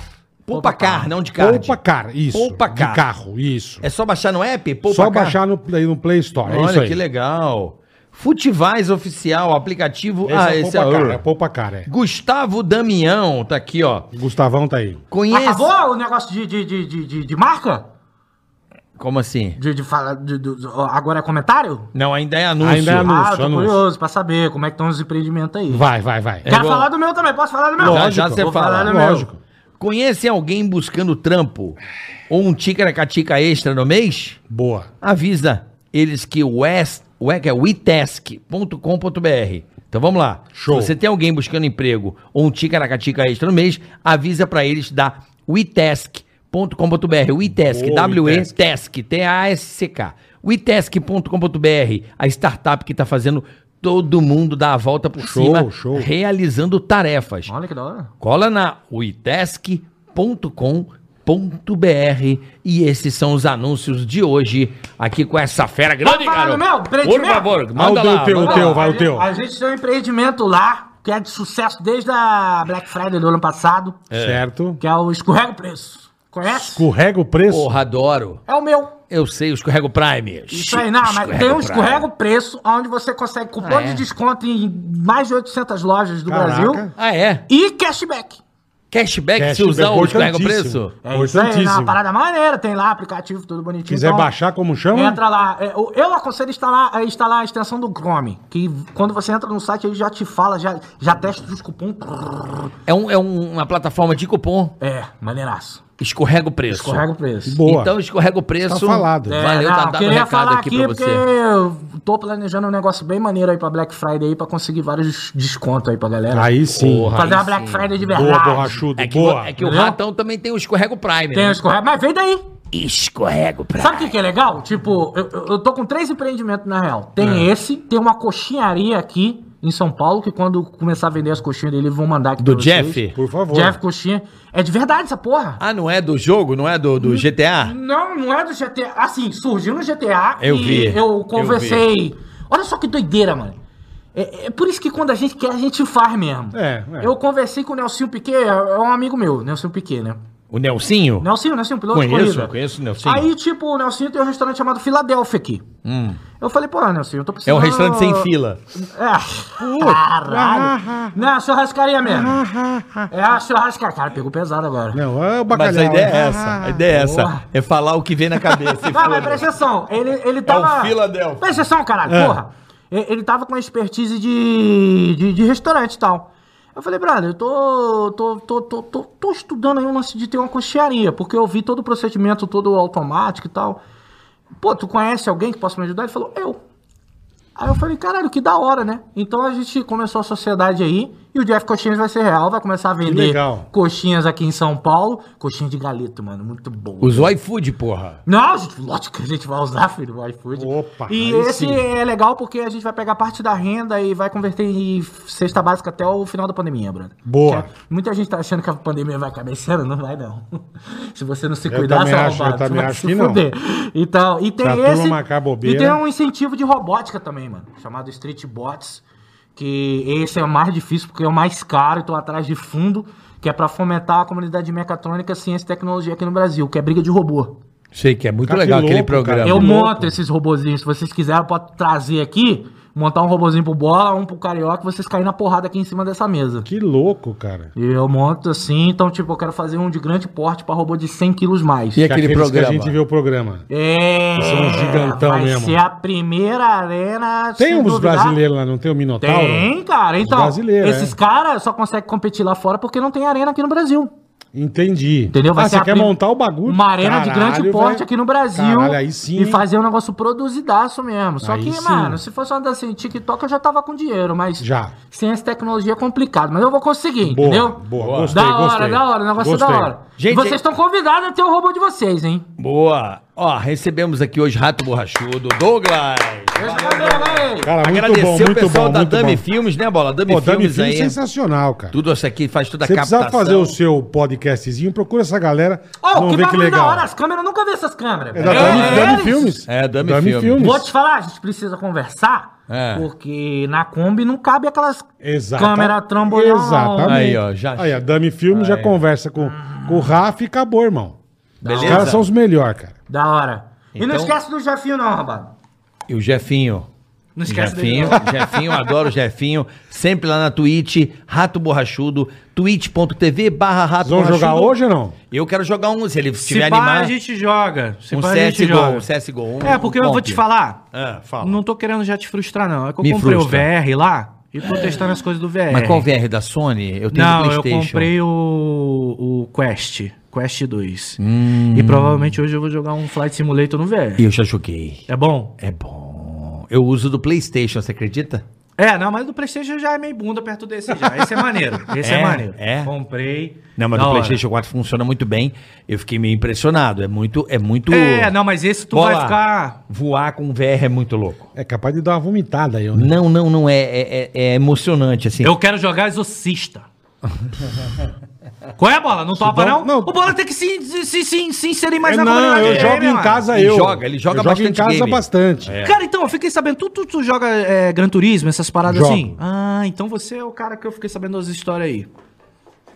Speaker 2: Poupa Car, não de card.
Speaker 3: Poupa car, isso.
Speaker 2: Poupa car.
Speaker 3: De carro, isso.
Speaker 2: É só baixar no app? Poupa
Speaker 3: Só
Speaker 2: Car?
Speaker 3: baixar no Play, no Play Store. é isso
Speaker 2: Olha
Speaker 3: aí.
Speaker 2: que legal. Futivais Oficial, aplicativo.
Speaker 3: Esse
Speaker 2: ah,
Speaker 3: é
Speaker 2: esse é.
Speaker 3: Poupa Car,
Speaker 2: o-
Speaker 3: é Poupa Car, é.
Speaker 2: Gustavo Damião, tá aqui, ó.
Speaker 3: Gustavão tá aí.
Speaker 2: Conhece.
Speaker 7: Acabou o negócio de, de, de, de, de- de marca?
Speaker 2: Como assim?
Speaker 7: De, de falar. de- de- de- agora é comentário?
Speaker 2: Não, ainda é anúncio.
Speaker 3: Ainda é anúncio.
Speaker 7: ah, eu tô
Speaker 3: anúncio.
Speaker 7: curioso pra saber como é que estão os empreendimentos aí.
Speaker 3: Vai, vai, vai.
Speaker 7: Quero
Speaker 2: igual-
Speaker 7: falar do meu também, posso falar do meu?
Speaker 2: Já, já
Speaker 3: Lógico.
Speaker 2: você
Speaker 7: Vou
Speaker 2: fala.
Speaker 7: falar do meu.
Speaker 3: Lógico.
Speaker 2: Conhece alguém buscando trampo ou um ticaracatica extra no mês?
Speaker 3: Boa.
Speaker 2: Avisa eles que o West, o é que é witask.com.br. Então vamos lá.
Speaker 3: Show.
Speaker 2: Se você tem alguém buscando emprego ou um ticaracatica extra no mês, avisa pra eles da witask.com.br. Witask,
Speaker 3: Boa,
Speaker 2: W-E-T Task, T-A-S-C-K. O itask.com.br, a startup que está fazendo todo mundo dar a volta por
Speaker 3: Show,
Speaker 2: cima,
Speaker 3: show. Ah.
Speaker 2: realizando tarefas.
Speaker 7: Olha que da hora.
Speaker 2: Cola na uitask.com.br e esses são os anúncios de hoje aqui com essa fera
Speaker 6: Tá
Speaker 2: grande,
Speaker 7: Vai falar
Speaker 2: cara.
Speaker 7: do meu
Speaker 2: Por
Speaker 7: empreendimento?
Speaker 2: favor,
Speaker 3: Ah, o
Speaker 2: manda
Speaker 3: teu,
Speaker 2: lá.
Speaker 3: teu,
Speaker 2: manda lá.
Speaker 3: o teu, vai
Speaker 7: a
Speaker 3: o
Speaker 7: gente-
Speaker 3: teu.
Speaker 7: A gente tem um empreendimento lá, que é de sucesso desde a Black Friday do ano passado,
Speaker 3: Certo.
Speaker 7: que é o Escorrega o Preço. Conhece?
Speaker 3: Escorrega o preço.
Speaker 2: Porra, adoro.
Speaker 7: É o meu.
Speaker 2: Eu sei, o Escorrego Prime.
Speaker 7: Isso aí, não, mas tem um Escorrega o
Speaker 2: Prime.
Speaker 7: Preço, onde você consegue cupom
Speaker 2: Ah, é?
Speaker 7: de desconto em mais de 800 lojas do
Speaker 3: Caraca.
Speaker 7: Brasil
Speaker 2: Ah, é?
Speaker 7: e cashback.
Speaker 2: Cashback, se
Speaker 3: Cashback,
Speaker 2: usar o Escorrega
Speaker 3: É, importantíssimo.
Speaker 2: Preço? Então,
Speaker 7: É isso aí, né?
Speaker 3: Importantíssimo.
Speaker 7: Uma parada maneira, tem lá aplicativo, tudo bonitinho.
Speaker 3: Quiser
Speaker 7: Então,
Speaker 3: baixar, como chama?
Speaker 7: Entra lá. É, o- Eu aconselho instalar, é, instalar a extensão do Chrome, que quando você entra no site, ele já te fala, já, já testa os cupons.
Speaker 2: É, um, é um- uma plataforma de cupom.
Speaker 7: É, maneiraço.
Speaker 2: Escorrega o preço.
Speaker 7: Escorrega o preço.
Speaker 3: Boa.
Speaker 2: Então escorrega o preço.
Speaker 3: Tá falado.
Speaker 7: É,
Speaker 2: Valeu,
Speaker 7: não,
Speaker 2: tá dado o
Speaker 7: queria
Speaker 2: recado
Speaker 7: falar
Speaker 2: aqui pra
Speaker 7: porque
Speaker 2: você.
Speaker 7: eu tô planejando um negócio bem maneiro aí pra Black Friday aí, pra conseguir vários descontos aí pra galera.
Speaker 3: Aí sim.
Speaker 2: Porra.
Speaker 7: Fazer
Speaker 2: aí
Speaker 7: uma Black
Speaker 2: sim.
Speaker 7: Friday de verdade.
Speaker 3: Boa, borrachudo.
Speaker 2: É que, vo-
Speaker 3: boa.
Speaker 2: é que o
Speaker 7: Entendeu?
Speaker 2: ratão também tem o escorrega o Prime.
Speaker 7: Tem
Speaker 2: né?
Speaker 7: o escorrega, mas vem daí.
Speaker 2: Escorrega o Prime.
Speaker 7: Sabe o que, que é legal? Tipo, eu, eu- eu tô com três empreendimentos na real. Tem
Speaker 2: É.
Speaker 7: esse, tem uma coxinharia aqui em São Paulo, que quando começar a vender as coxinhas dele, vão mandar aqui
Speaker 2: Do
Speaker 7: pra vocês.
Speaker 2: Jeff?
Speaker 3: Por favor.
Speaker 7: Jeff Coxinha. É de verdade essa porra.
Speaker 2: Ah, não é do jogo? Não é do, do GTA?
Speaker 7: Não, não é do GTA. Assim, surgiu no GTA
Speaker 2: Eu vi, eu
Speaker 7: eu conversei. Olha só que doideira, mano. É, é por isso que quando a gente quer, a gente faz mesmo.
Speaker 3: É, é.
Speaker 7: Eu conversei com o Nelsinho Piquet, é é um amigo meu, Nelsinho Piquet, né?
Speaker 2: O Nelsinho?
Speaker 7: Nelsinho, Nelsinho, piloto de
Speaker 2: Conheço,
Speaker 7: corrida.
Speaker 2: conheço o Nelsinho. Hum.
Speaker 7: Aí, tipo, o Nelsinho tem um restaurante chamado Filadélfia aqui. Eu falei, pô, Nelsinho, eu tô
Speaker 2: É
Speaker 7: precisando...
Speaker 2: um restaurante sem
Speaker 7: Ah,
Speaker 2: fila.
Speaker 7: É. Caralho. Não, é churrascaria mesmo.
Speaker 2: Ah,
Speaker 7: É a churrascaria. Cara, pegou pesado agora.
Speaker 3: Não, é
Speaker 2: Mas
Speaker 3: o bacalhau.
Speaker 2: a ideia é
Speaker 3: né?
Speaker 2: essa. A ideia é essa. É falar o que vem na cabeça. e
Speaker 7: Não, mas <laughs>
Speaker 2: foda. É
Speaker 7: presta atenção. Ele, ele tava.
Speaker 2: o Philadelphia.
Speaker 7: Presta atenção, caralho, porra. E- Ele tava com expertise de, de, de restaurante e tal. Eu falei, brother, eu tô, tô, tô, tô, tô, tô estudando aí o lance de ter uma coxearia, porque eu vi todo o procedimento todo automático e tal. Pô, tu conhece alguém que possa me ajudar? Ele falou, eu. Aí eu falei, caralho, que da hora, né? Então a gente começou a sociedade aí e o Jeff Coxinhas vai ser real, vai começar a vender
Speaker 3: legal.
Speaker 7: coxinhas aqui em São Paulo. Coxinha de galeto, mano, muito bom.
Speaker 2: Usou iFood, porra.
Speaker 7: Não, gente, tipo, lógico que a gente vai usar, filho, o iFood.
Speaker 3: Opa,
Speaker 7: E
Speaker 3: aí
Speaker 7: esse
Speaker 3: sim.
Speaker 7: é legal porque a gente vai pegar parte da renda e vai converter em cesta básica até o final da pandemia, brother.
Speaker 3: Boa.
Speaker 7: Que Muita gente tá achando que a pandemia vai acabar esse ano, não vai não. <laughs> Se você não se
Speaker 3: Eu
Speaker 7: cuidar,
Speaker 3: também
Speaker 7: seu
Speaker 3: acho, eu
Speaker 7: arrombado,
Speaker 3: também
Speaker 7: você vai
Speaker 3: acho
Speaker 7: se
Speaker 3: que não.
Speaker 7: fuder. Então, e tem
Speaker 3: Se a turma
Speaker 7: esse...
Speaker 3: marcar bobeira-
Speaker 7: E tem um incentivo de robótica também, mano, chamado Street Bots, que esse é o mais difícil porque é o mais caro, tô atrás de fundo, que é pra fomentar a comunidade de mecatrônica, ciência e tecnologia aqui no Brasil, que é briga de robô.
Speaker 2: Sei que é muito
Speaker 3: Cara, que
Speaker 2: legal aquele
Speaker 3: louco, cara.
Speaker 2: programa.
Speaker 3: É
Speaker 7: Eu
Speaker 3: muito
Speaker 7: monto
Speaker 3: louco.
Speaker 7: esses robozinhos. Se vocês quiserem, eu posso trazer aqui, montar um robozinho pro bola, um pro carioca, vocês caírem na porrada aqui em cima dessa mesa.
Speaker 3: Que louco, cara.
Speaker 7: E eu monto assim, então, tipo, eu quero fazer um de grande porte pra robô de 100 quilos mais.
Speaker 2: E
Speaker 3: Que
Speaker 2: aquele
Speaker 3: aqueles
Speaker 2: programa?
Speaker 3: Que a gente vê o programa.
Speaker 7: É,
Speaker 3: São um gigantão
Speaker 7: vai
Speaker 3: mesmo.
Speaker 7: ser a primeira arena.
Speaker 3: Tem
Speaker 7: sem
Speaker 3: uns
Speaker 7: duvidar.
Speaker 3: brasileiros lá, não tem o Minotauro?
Speaker 7: Tem, cara. Então,
Speaker 3: brasileiros,
Speaker 7: esses
Speaker 3: é.
Speaker 7: caras só conseguem competir lá fora porque não tem arena aqui no Brasil.
Speaker 3: Entendi.
Speaker 7: Entendeu?
Speaker 3: Vai ah, você
Speaker 7: a
Speaker 3: quer
Speaker 7: prim-
Speaker 3: montar o bagulho?
Speaker 7: Uma arena de
Speaker 3: Caralho,
Speaker 7: grande porte
Speaker 3: velho.
Speaker 7: aqui no Brasil.
Speaker 3: Caralho, aí sim.
Speaker 7: E fazer um negócio produzidaço mesmo. Só
Speaker 3: Aí
Speaker 7: que,
Speaker 3: sim.
Speaker 7: mano, se fosse uma dança em TikTok, eu já tava com dinheiro, mas.
Speaker 3: Já.
Speaker 7: Sem essa tecnologia é complicado. Mas eu vou conseguir,
Speaker 3: Boa,
Speaker 7: entendeu?
Speaker 3: boa. Gostei,
Speaker 7: da hora,
Speaker 3: gostei.
Speaker 7: da hora. O negócio é
Speaker 3: Gostei.
Speaker 7: da hora.
Speaker 2: Gente,
Speaker 7: e vocês estão convidados a ter o robô de vocês, hein?
Speaker 2: Boa. Ó, recebemos aqui hoje Rato Borrachudo, Douglas.
Speaker 7: Beijo, galera, aí.
Speaker 3: Cara, muito
Speaker 2: Agradecer
Speaker 3: bom,
Speaker 2: o
Speaker 3: muito
Speaker 2: pessoal
Speaker 3: bom,
Speaker 2: da
Speaker 3: muito
Speaker 2: Dami
Speaker 3: bom.
Speaker 2: Filmes, né, Bola? Dami
Speaker 3: Pô, Dami
Speaker 2: Filmes
Speaker 3: Filme
Speaker 2: aí.
Speaker 7: é
Speaker 3: sensacional, cara.
Speaker 2: Tudo isso aqui faz toda a
Speaker 3: Você
Speaker 2: captação.
Speaker 3: precisava fazer o seu podcastzinho, procura essa galera.
Speaker 7: Ó,
Speaker 3: vão
Speaker 7: que
Speaker 3: ver que
Speaker 7: bagulho
Speaker 3: legal.
Speaker 7: da hora. As câmeras, eu nunca vi essas câmeras.
Speaker 3: É da Dami,
Speaker 7: É,
Speaker 3: Dami
Speaker 7: eles-
Speaker 3: Filmes.
Speaker 2: É, Dami Filmes.
Speaker 7: Vou te falar, a gente precisa conversar,
Speaker 2: É.
Speaker 7: porque na Kombi não cabe aquelas
Speaker 3: Exata-
Speaker 7: câmeras trambolhão.
Speaker 3: Exatamente.
Speaker 2: Aí, ó, já-
Speaker 3: Aí, a Dami Filmes já conversa com Com o Rafa e acabou, irmão. Os caras são os melhores, cara.
Speaker 7: Da hora. E não
Speaker 2: Então-
Speaker 7: esquece do Jefinho, não, Rabado.
Speaker 2: E o Jefinho.
Speaker 4: Não esquece dele.
Speaker 2: Jefinho,
Speaker 4: não.
Speaker 2: Jefinho, adoro o Jefinho. Sempre lá na Twitch, Rato Borrachudo, twitch.tv barra Rato
Speaker 3: Vocês vão jogar
Speaker 2: Borrachudo.
Speaker 3: hoje ou não?
Speaker 2: Eu quero jogar um, se ele
Speaker 4: Se
Speaker 2: estiver
Speaker 4: pá, a
Speaker 2: animado,
Speaker 4: gente joga. Se
Speaker 2: um
Speaker 4: pá, a gente
Speaker 2: CSGO,
Speaker 4: joga.
Speaker 2: um CSGO. Um,
Speaker 4: É, porque eu vou te
Speaker 2: comp.
Speaker 4: falar.
Speaker 2: Ah, fala.
Speaker 4: Não tô querendo já te frustrar, não. É que eu
Speaker 2: Me
Speaker 4: comprei
Speaker 2: frustra.
Speaker 4: o VR lá e tô testando as coisas do VR.
Speaker 2: Mas qual VR da Sony? Eu tenho do
Speaker 4: Não, eu
Speaker 2: Playstation.
Speaker 4: comprei o, o Quest. Quest 2.
Speaker 2: Hum.
Speaker 4: E provavelmente hoje eu vou jogar um Flight Simulator no VR.
Speaker 2: E eu já joguei.
Speaker 4: É bom?
Speaker 2: É bom. Eu uso do Playstation, você acredita?
Speaker 4: É, não, mas do Playstation já é meio bunda perto desse já. Esse é
Speaker 7: <laughs>
Speaker 4: maneiro. Esse é,
Speaker 2: É,
Speaker 4: maneiro.
Speaker 2: é.
Speaker 4: Comprei.
Speaker 2: Não, mas
Speaker 4: da
Speaker 2: do
Speaker 4: hora.
Speaker 2: Playstation 4 funciona muito bem. Eu fiquei meio impressionado. É muito, é muito...
Speaker 4: É, não, mas esse tu vai
Speaker 2: Bola.
Speaker 4: ficar.
Speaker 2: Voar com VR é muito louco.
Speaker 3: É capaz de dar uma vomitada aí, né?
Speaker 2: Não, não, não. É, é, é- é emocionante, assim.
Speaker 4: Eu quero
Speaker 2: <laughs>
Speaker 4: jogar Exorcista. Qual é a bola? Não topa,
Speaker 3: Sidão-
Speaker 4: não?
Speaker 3: não.
Speaker 4: O bola tem que se, se, se, se- se inserir mais
Speaker 3: É, não, eu
Speaker 4: gamer,
Speaker 3: jogo em
Speaker 4: mano.
Speaker 3: casa
Speaker 2: Ele
Speaker 3: eu.
Speaker 2: joga, ele joga
Speaker 3: eu
Speaker 2: bastante
Speaker 3: jogo em casa
Speaker 2: game. É.
Speaker 3: bastante.
Speaker 4: Cara, então, eu fiquei sabendo. Tu, tu, tu joga é, Gran Turismo, essas paradas
Speaker 3: Jogo.
Speaker 4: assim? Ah, então você é o cara que eu fiquei sabendo das histórias aí.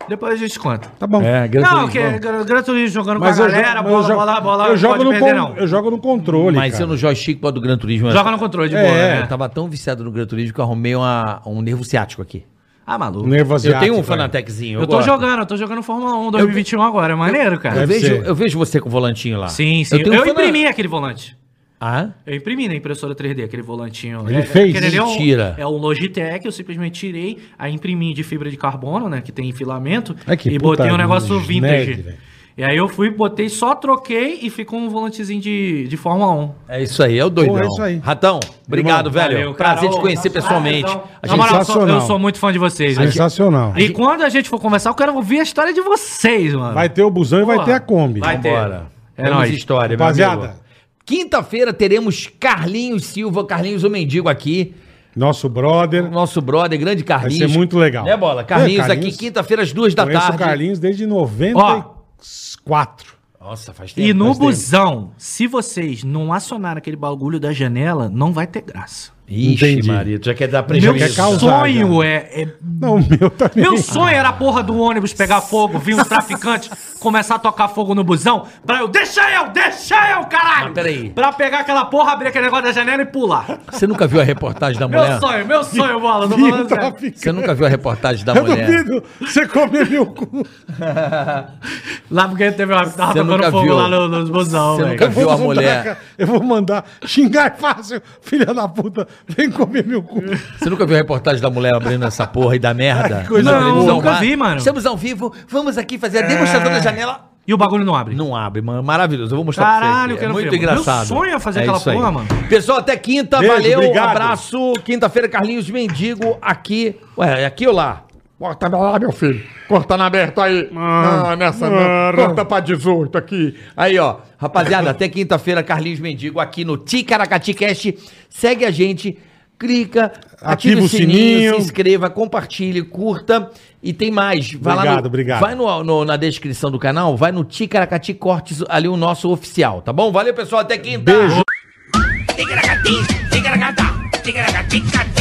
Speaker 4: Depois a gente conta.
Speaker 3: Tá bom.
Speaker 4: não, que é Gran Gran Turismo jogando
Speaker 3: Mas
Speaker 4: com a
Speaker 3: eu,
Speaker 4: galera,
Speaker 3: jogo,
Speaker 4: bola,
Speaker 3: eu jogo,
Speaker 4: bola, bola,
Speaker 3: eu jogo
Speaker 4: pode
Speaker 3: no
Speaker 4: perder,
Speaker 3: con-
Speaker 4: não.
Speaker 3: eu jogo no controle,
Speaker 2: Mas
Speaker 3: cara.
Speaker 2: eu no joystick gosto do Gran Turismo.
Speaker 4: Joga no controle de
Speaker 3: É,
Speaker 4: bola,
Speaker 2: Eu
Speaker 4: né?
Speaker 2: tava tão viciado no Gran Turismo que eu arrumei uma- um nervo ciático aqui.
Speaker 4: Ah, maluco.
Speaker 3: Nervo
Speaker 2: eu tenho
Speaker 3: asiático,
Speaker 2: um
Speaker 3: cara.
Speaker 2: Fanateczinho.
Speaker 4: é. Eu, tô
Speaker 2: gosto.
Speaker 4: jogando, eu tô jogando Fórmula 1 2021 agora. É maneiro, cara.
Speaker 2: Eu
Speaker 3: Deve
Speaker 2: vejo,
Speaker 3: ser.
Speaker 2: eu vejo você com o volantinho lá.
Speaker 4: sim, sim.
Speaker 2: Eu, tenho
Speaker 4: Eu,
Speaker 2: um Fana-
Speaker 4: imprimi aquele volante.
Speaker 2: Ah?
Speaker 4: Eu imprimi na impressora 3D, aquele volantinho.
Speaker 3: Ele fez?
Speaker 4: aquele ali é um-
Speaker 2: Mentira.
Speaker 4: É um Logitech, eu simplesmente tirei, aí imprimi de fibra de carbono, né, que tem filamento,
Speaker 3: Ai, que
Speaker 4: e
Speaker 3: puta
Speaker 4: botei um negócio
Speaker 3: nerd,
Speaker 4: vintage.
Speaker 3: velho.
Speaker 4: e aí eu fui, botei, só troquei e ficou um volantezinho de, de Fórmula 1.
Speaker 2: É isso aí, é o doidão.
Speaker 3: Pô, é isso aí.
Speaker 2: Ratão, obrigado, velho.
Speaker 4: Valeu, cara.
Speaker 2: Prazer te
Speaker 4: Ô,
Speaker 2: conhecer
Speaker 4: nossa,
Speaker 2: pessoalmente.
Speaker 4: ah, então,
Speaker 2: A
Speaker 4: Na
Speaker 2: gente
Speaker 4: moral, eu
Speaker 3: é
Speaker 4: sou,
Speaker 3: Sensacional. É
Speaker 4: eu sou muito fã de vocês. né?
Speaker 3: Sensacional.
Speaker 4: E quando a gente for conversar, eu quero ouvir a história de vocês, mano.
Speaker 3: Vai ter o busão e vai
Speaker 4: Pô,
Speaker 3: ter a Kombi.
Speaker 4: vai ter.
Speaker 2: Bora.
Speaker 4: É
Speaker 2: Temos
Speaker 4: nóis.
Speaker 2: história, meu
Speaker 3: Rapaziada.
Speaker 2: amigo. Quinta-feira teremos Carlinhos Silva, Carlinhos o Mendigo aqui.
Speaker 3: Nosso brother.
Speaker 2: Nosso brother, grande Carlinhos.
Speaker 3: ser muito legal.
Speaker 2: Né, Bola? Carlinhos,
Speaker 3: É, Carlinhos.
Speaker 2: aqui, quinta-feira, às duas da
Speaker 3: Conheço
Speaker 2: tarde.
Speaker 3: o Carlinhos desde 94.
Speaker 2: Nossa, faz tempo.
Speaker 4: E no
Speaker 2: faz tempo.
Speaker 4: busão, se vocês não acionarem aquele bagulho da janela, não vai ter graça.
Speaker 2: Ixi,
Speaker 3: Entendi.
Speaker 2: Maria, tu já quer dar
Speaker 4: Meu
Speaker 2: prejuízo.
Speaker 3: quer causar,
Speaker 4: sonho é, é-
Speaker 3: Não, o meu tá também.
Speaker 4: Meu sonho era a porra do ônibus pegar fogo, vir um traficante começar a tocar fogo no busão pra eu. Deixa eu, deixa eu, caralho!
Speaker 2: Mas Ah, peraí.
Speaker 4: Pra pegar aquela porra, abrir aquele negócio da janela e pular.
Speaker 2: Você nunca viu a reportagem da
Speaker 4: Meu
Speaker 2: mulher?
Speaker 4: sonho, meu sonho, bola. Tô
Speaker 3: Ih,
Speaker 4: falando
Speaker 2: Então.
Speaker 3: <laughs> tá
Speaker 4: sério.
Speaker 2: Você
Speaker 3: ficando-
Speaker 2: nunca viu a reportagem da
Speaker 3: Eu
Speaker 2: mulher?
Speaker 3: duvido. Você come meu cu.
Speaker 4: Lá porque teve uma. Tava
Speaker 2: Você
Speaker 4: tocando
Speaker 2: nunca
Speaker 4: fogo
Speaker 2: viu.
Speaker 4: lá no- nos busão,
Speaker 2: Você
Speaker 4: velho.
Speaker 2: nunca- Viu a
Speaker 3: mandar,
Speaker 2: mulher?
Speaker 3: cara, Eu vou mandar. Xingar é fácil. Filha da puta. Vem comer meu cu.
Speaker 2: Você nunca viu a reportagem da mulher abrindo essa porra e da merda?
Speaker 3: Ai, coisa
Speaker 2: Na
Speaker 4: boa.
Speaker 2: televisão
Speaker 4: Nunca
Speaker 2: lá?
Speaker 4: vi, mano. É.
Speaker 2: Estamos ao vivo, vamos aqui fazer a demonstração da janela.
Speaker 4: E o bagulho não abre.
Speaker 2: Não abre, mano. Maravilhoso. Eu vou mostrar
Speaker 4: Caralho,
Speaker 2: pra vocês.
Speaker 4: quero
Speaker 2: é muito
Speaker 4: ver.
Speaker 2: engraçado.
Speaker 4: Meu sonho é fazer aquela
Speaker 2: isso
Speaker 4: porra, mano.
Speaker 2: Pessoal, até quinta.
Speaker 3: Beijo,
Speaker 2: valeu.
Speaker 3: obrigado.
Speaker 2: Abraço. Quinta-feira, Carlinhos Mendigo aqui. Ué, é aqui ou lá?
Speaker 9: Corta lá, meu filho. Corta na aberto aí. Ah, nessa não. Corta pra 18 aqui.
Speaker 2: Aí, ó. Rapaziada, até quinta-feira, Carlinhos Mendigo aqui no Ticaracati Cast. Segue a gente, clica,
Speaker 3: Ativa o sininho.
Speaker 2: se inscreva, compartilhe, curta. E tem mais. Vai lá
Speaker 3: Obrigado,
Speaker 2: no,
Speaker 3: obrigado.
Speaker 2: Vai no- no- na descrição do canal, vai no Ticaracati Cortes, ali o nosso oficial, tá bom? Valeu, pessoal. Até quinta.
Speaker 3: Beijo.
Speaker 1: Ticaracati, ticaracata, ticaracati, cat,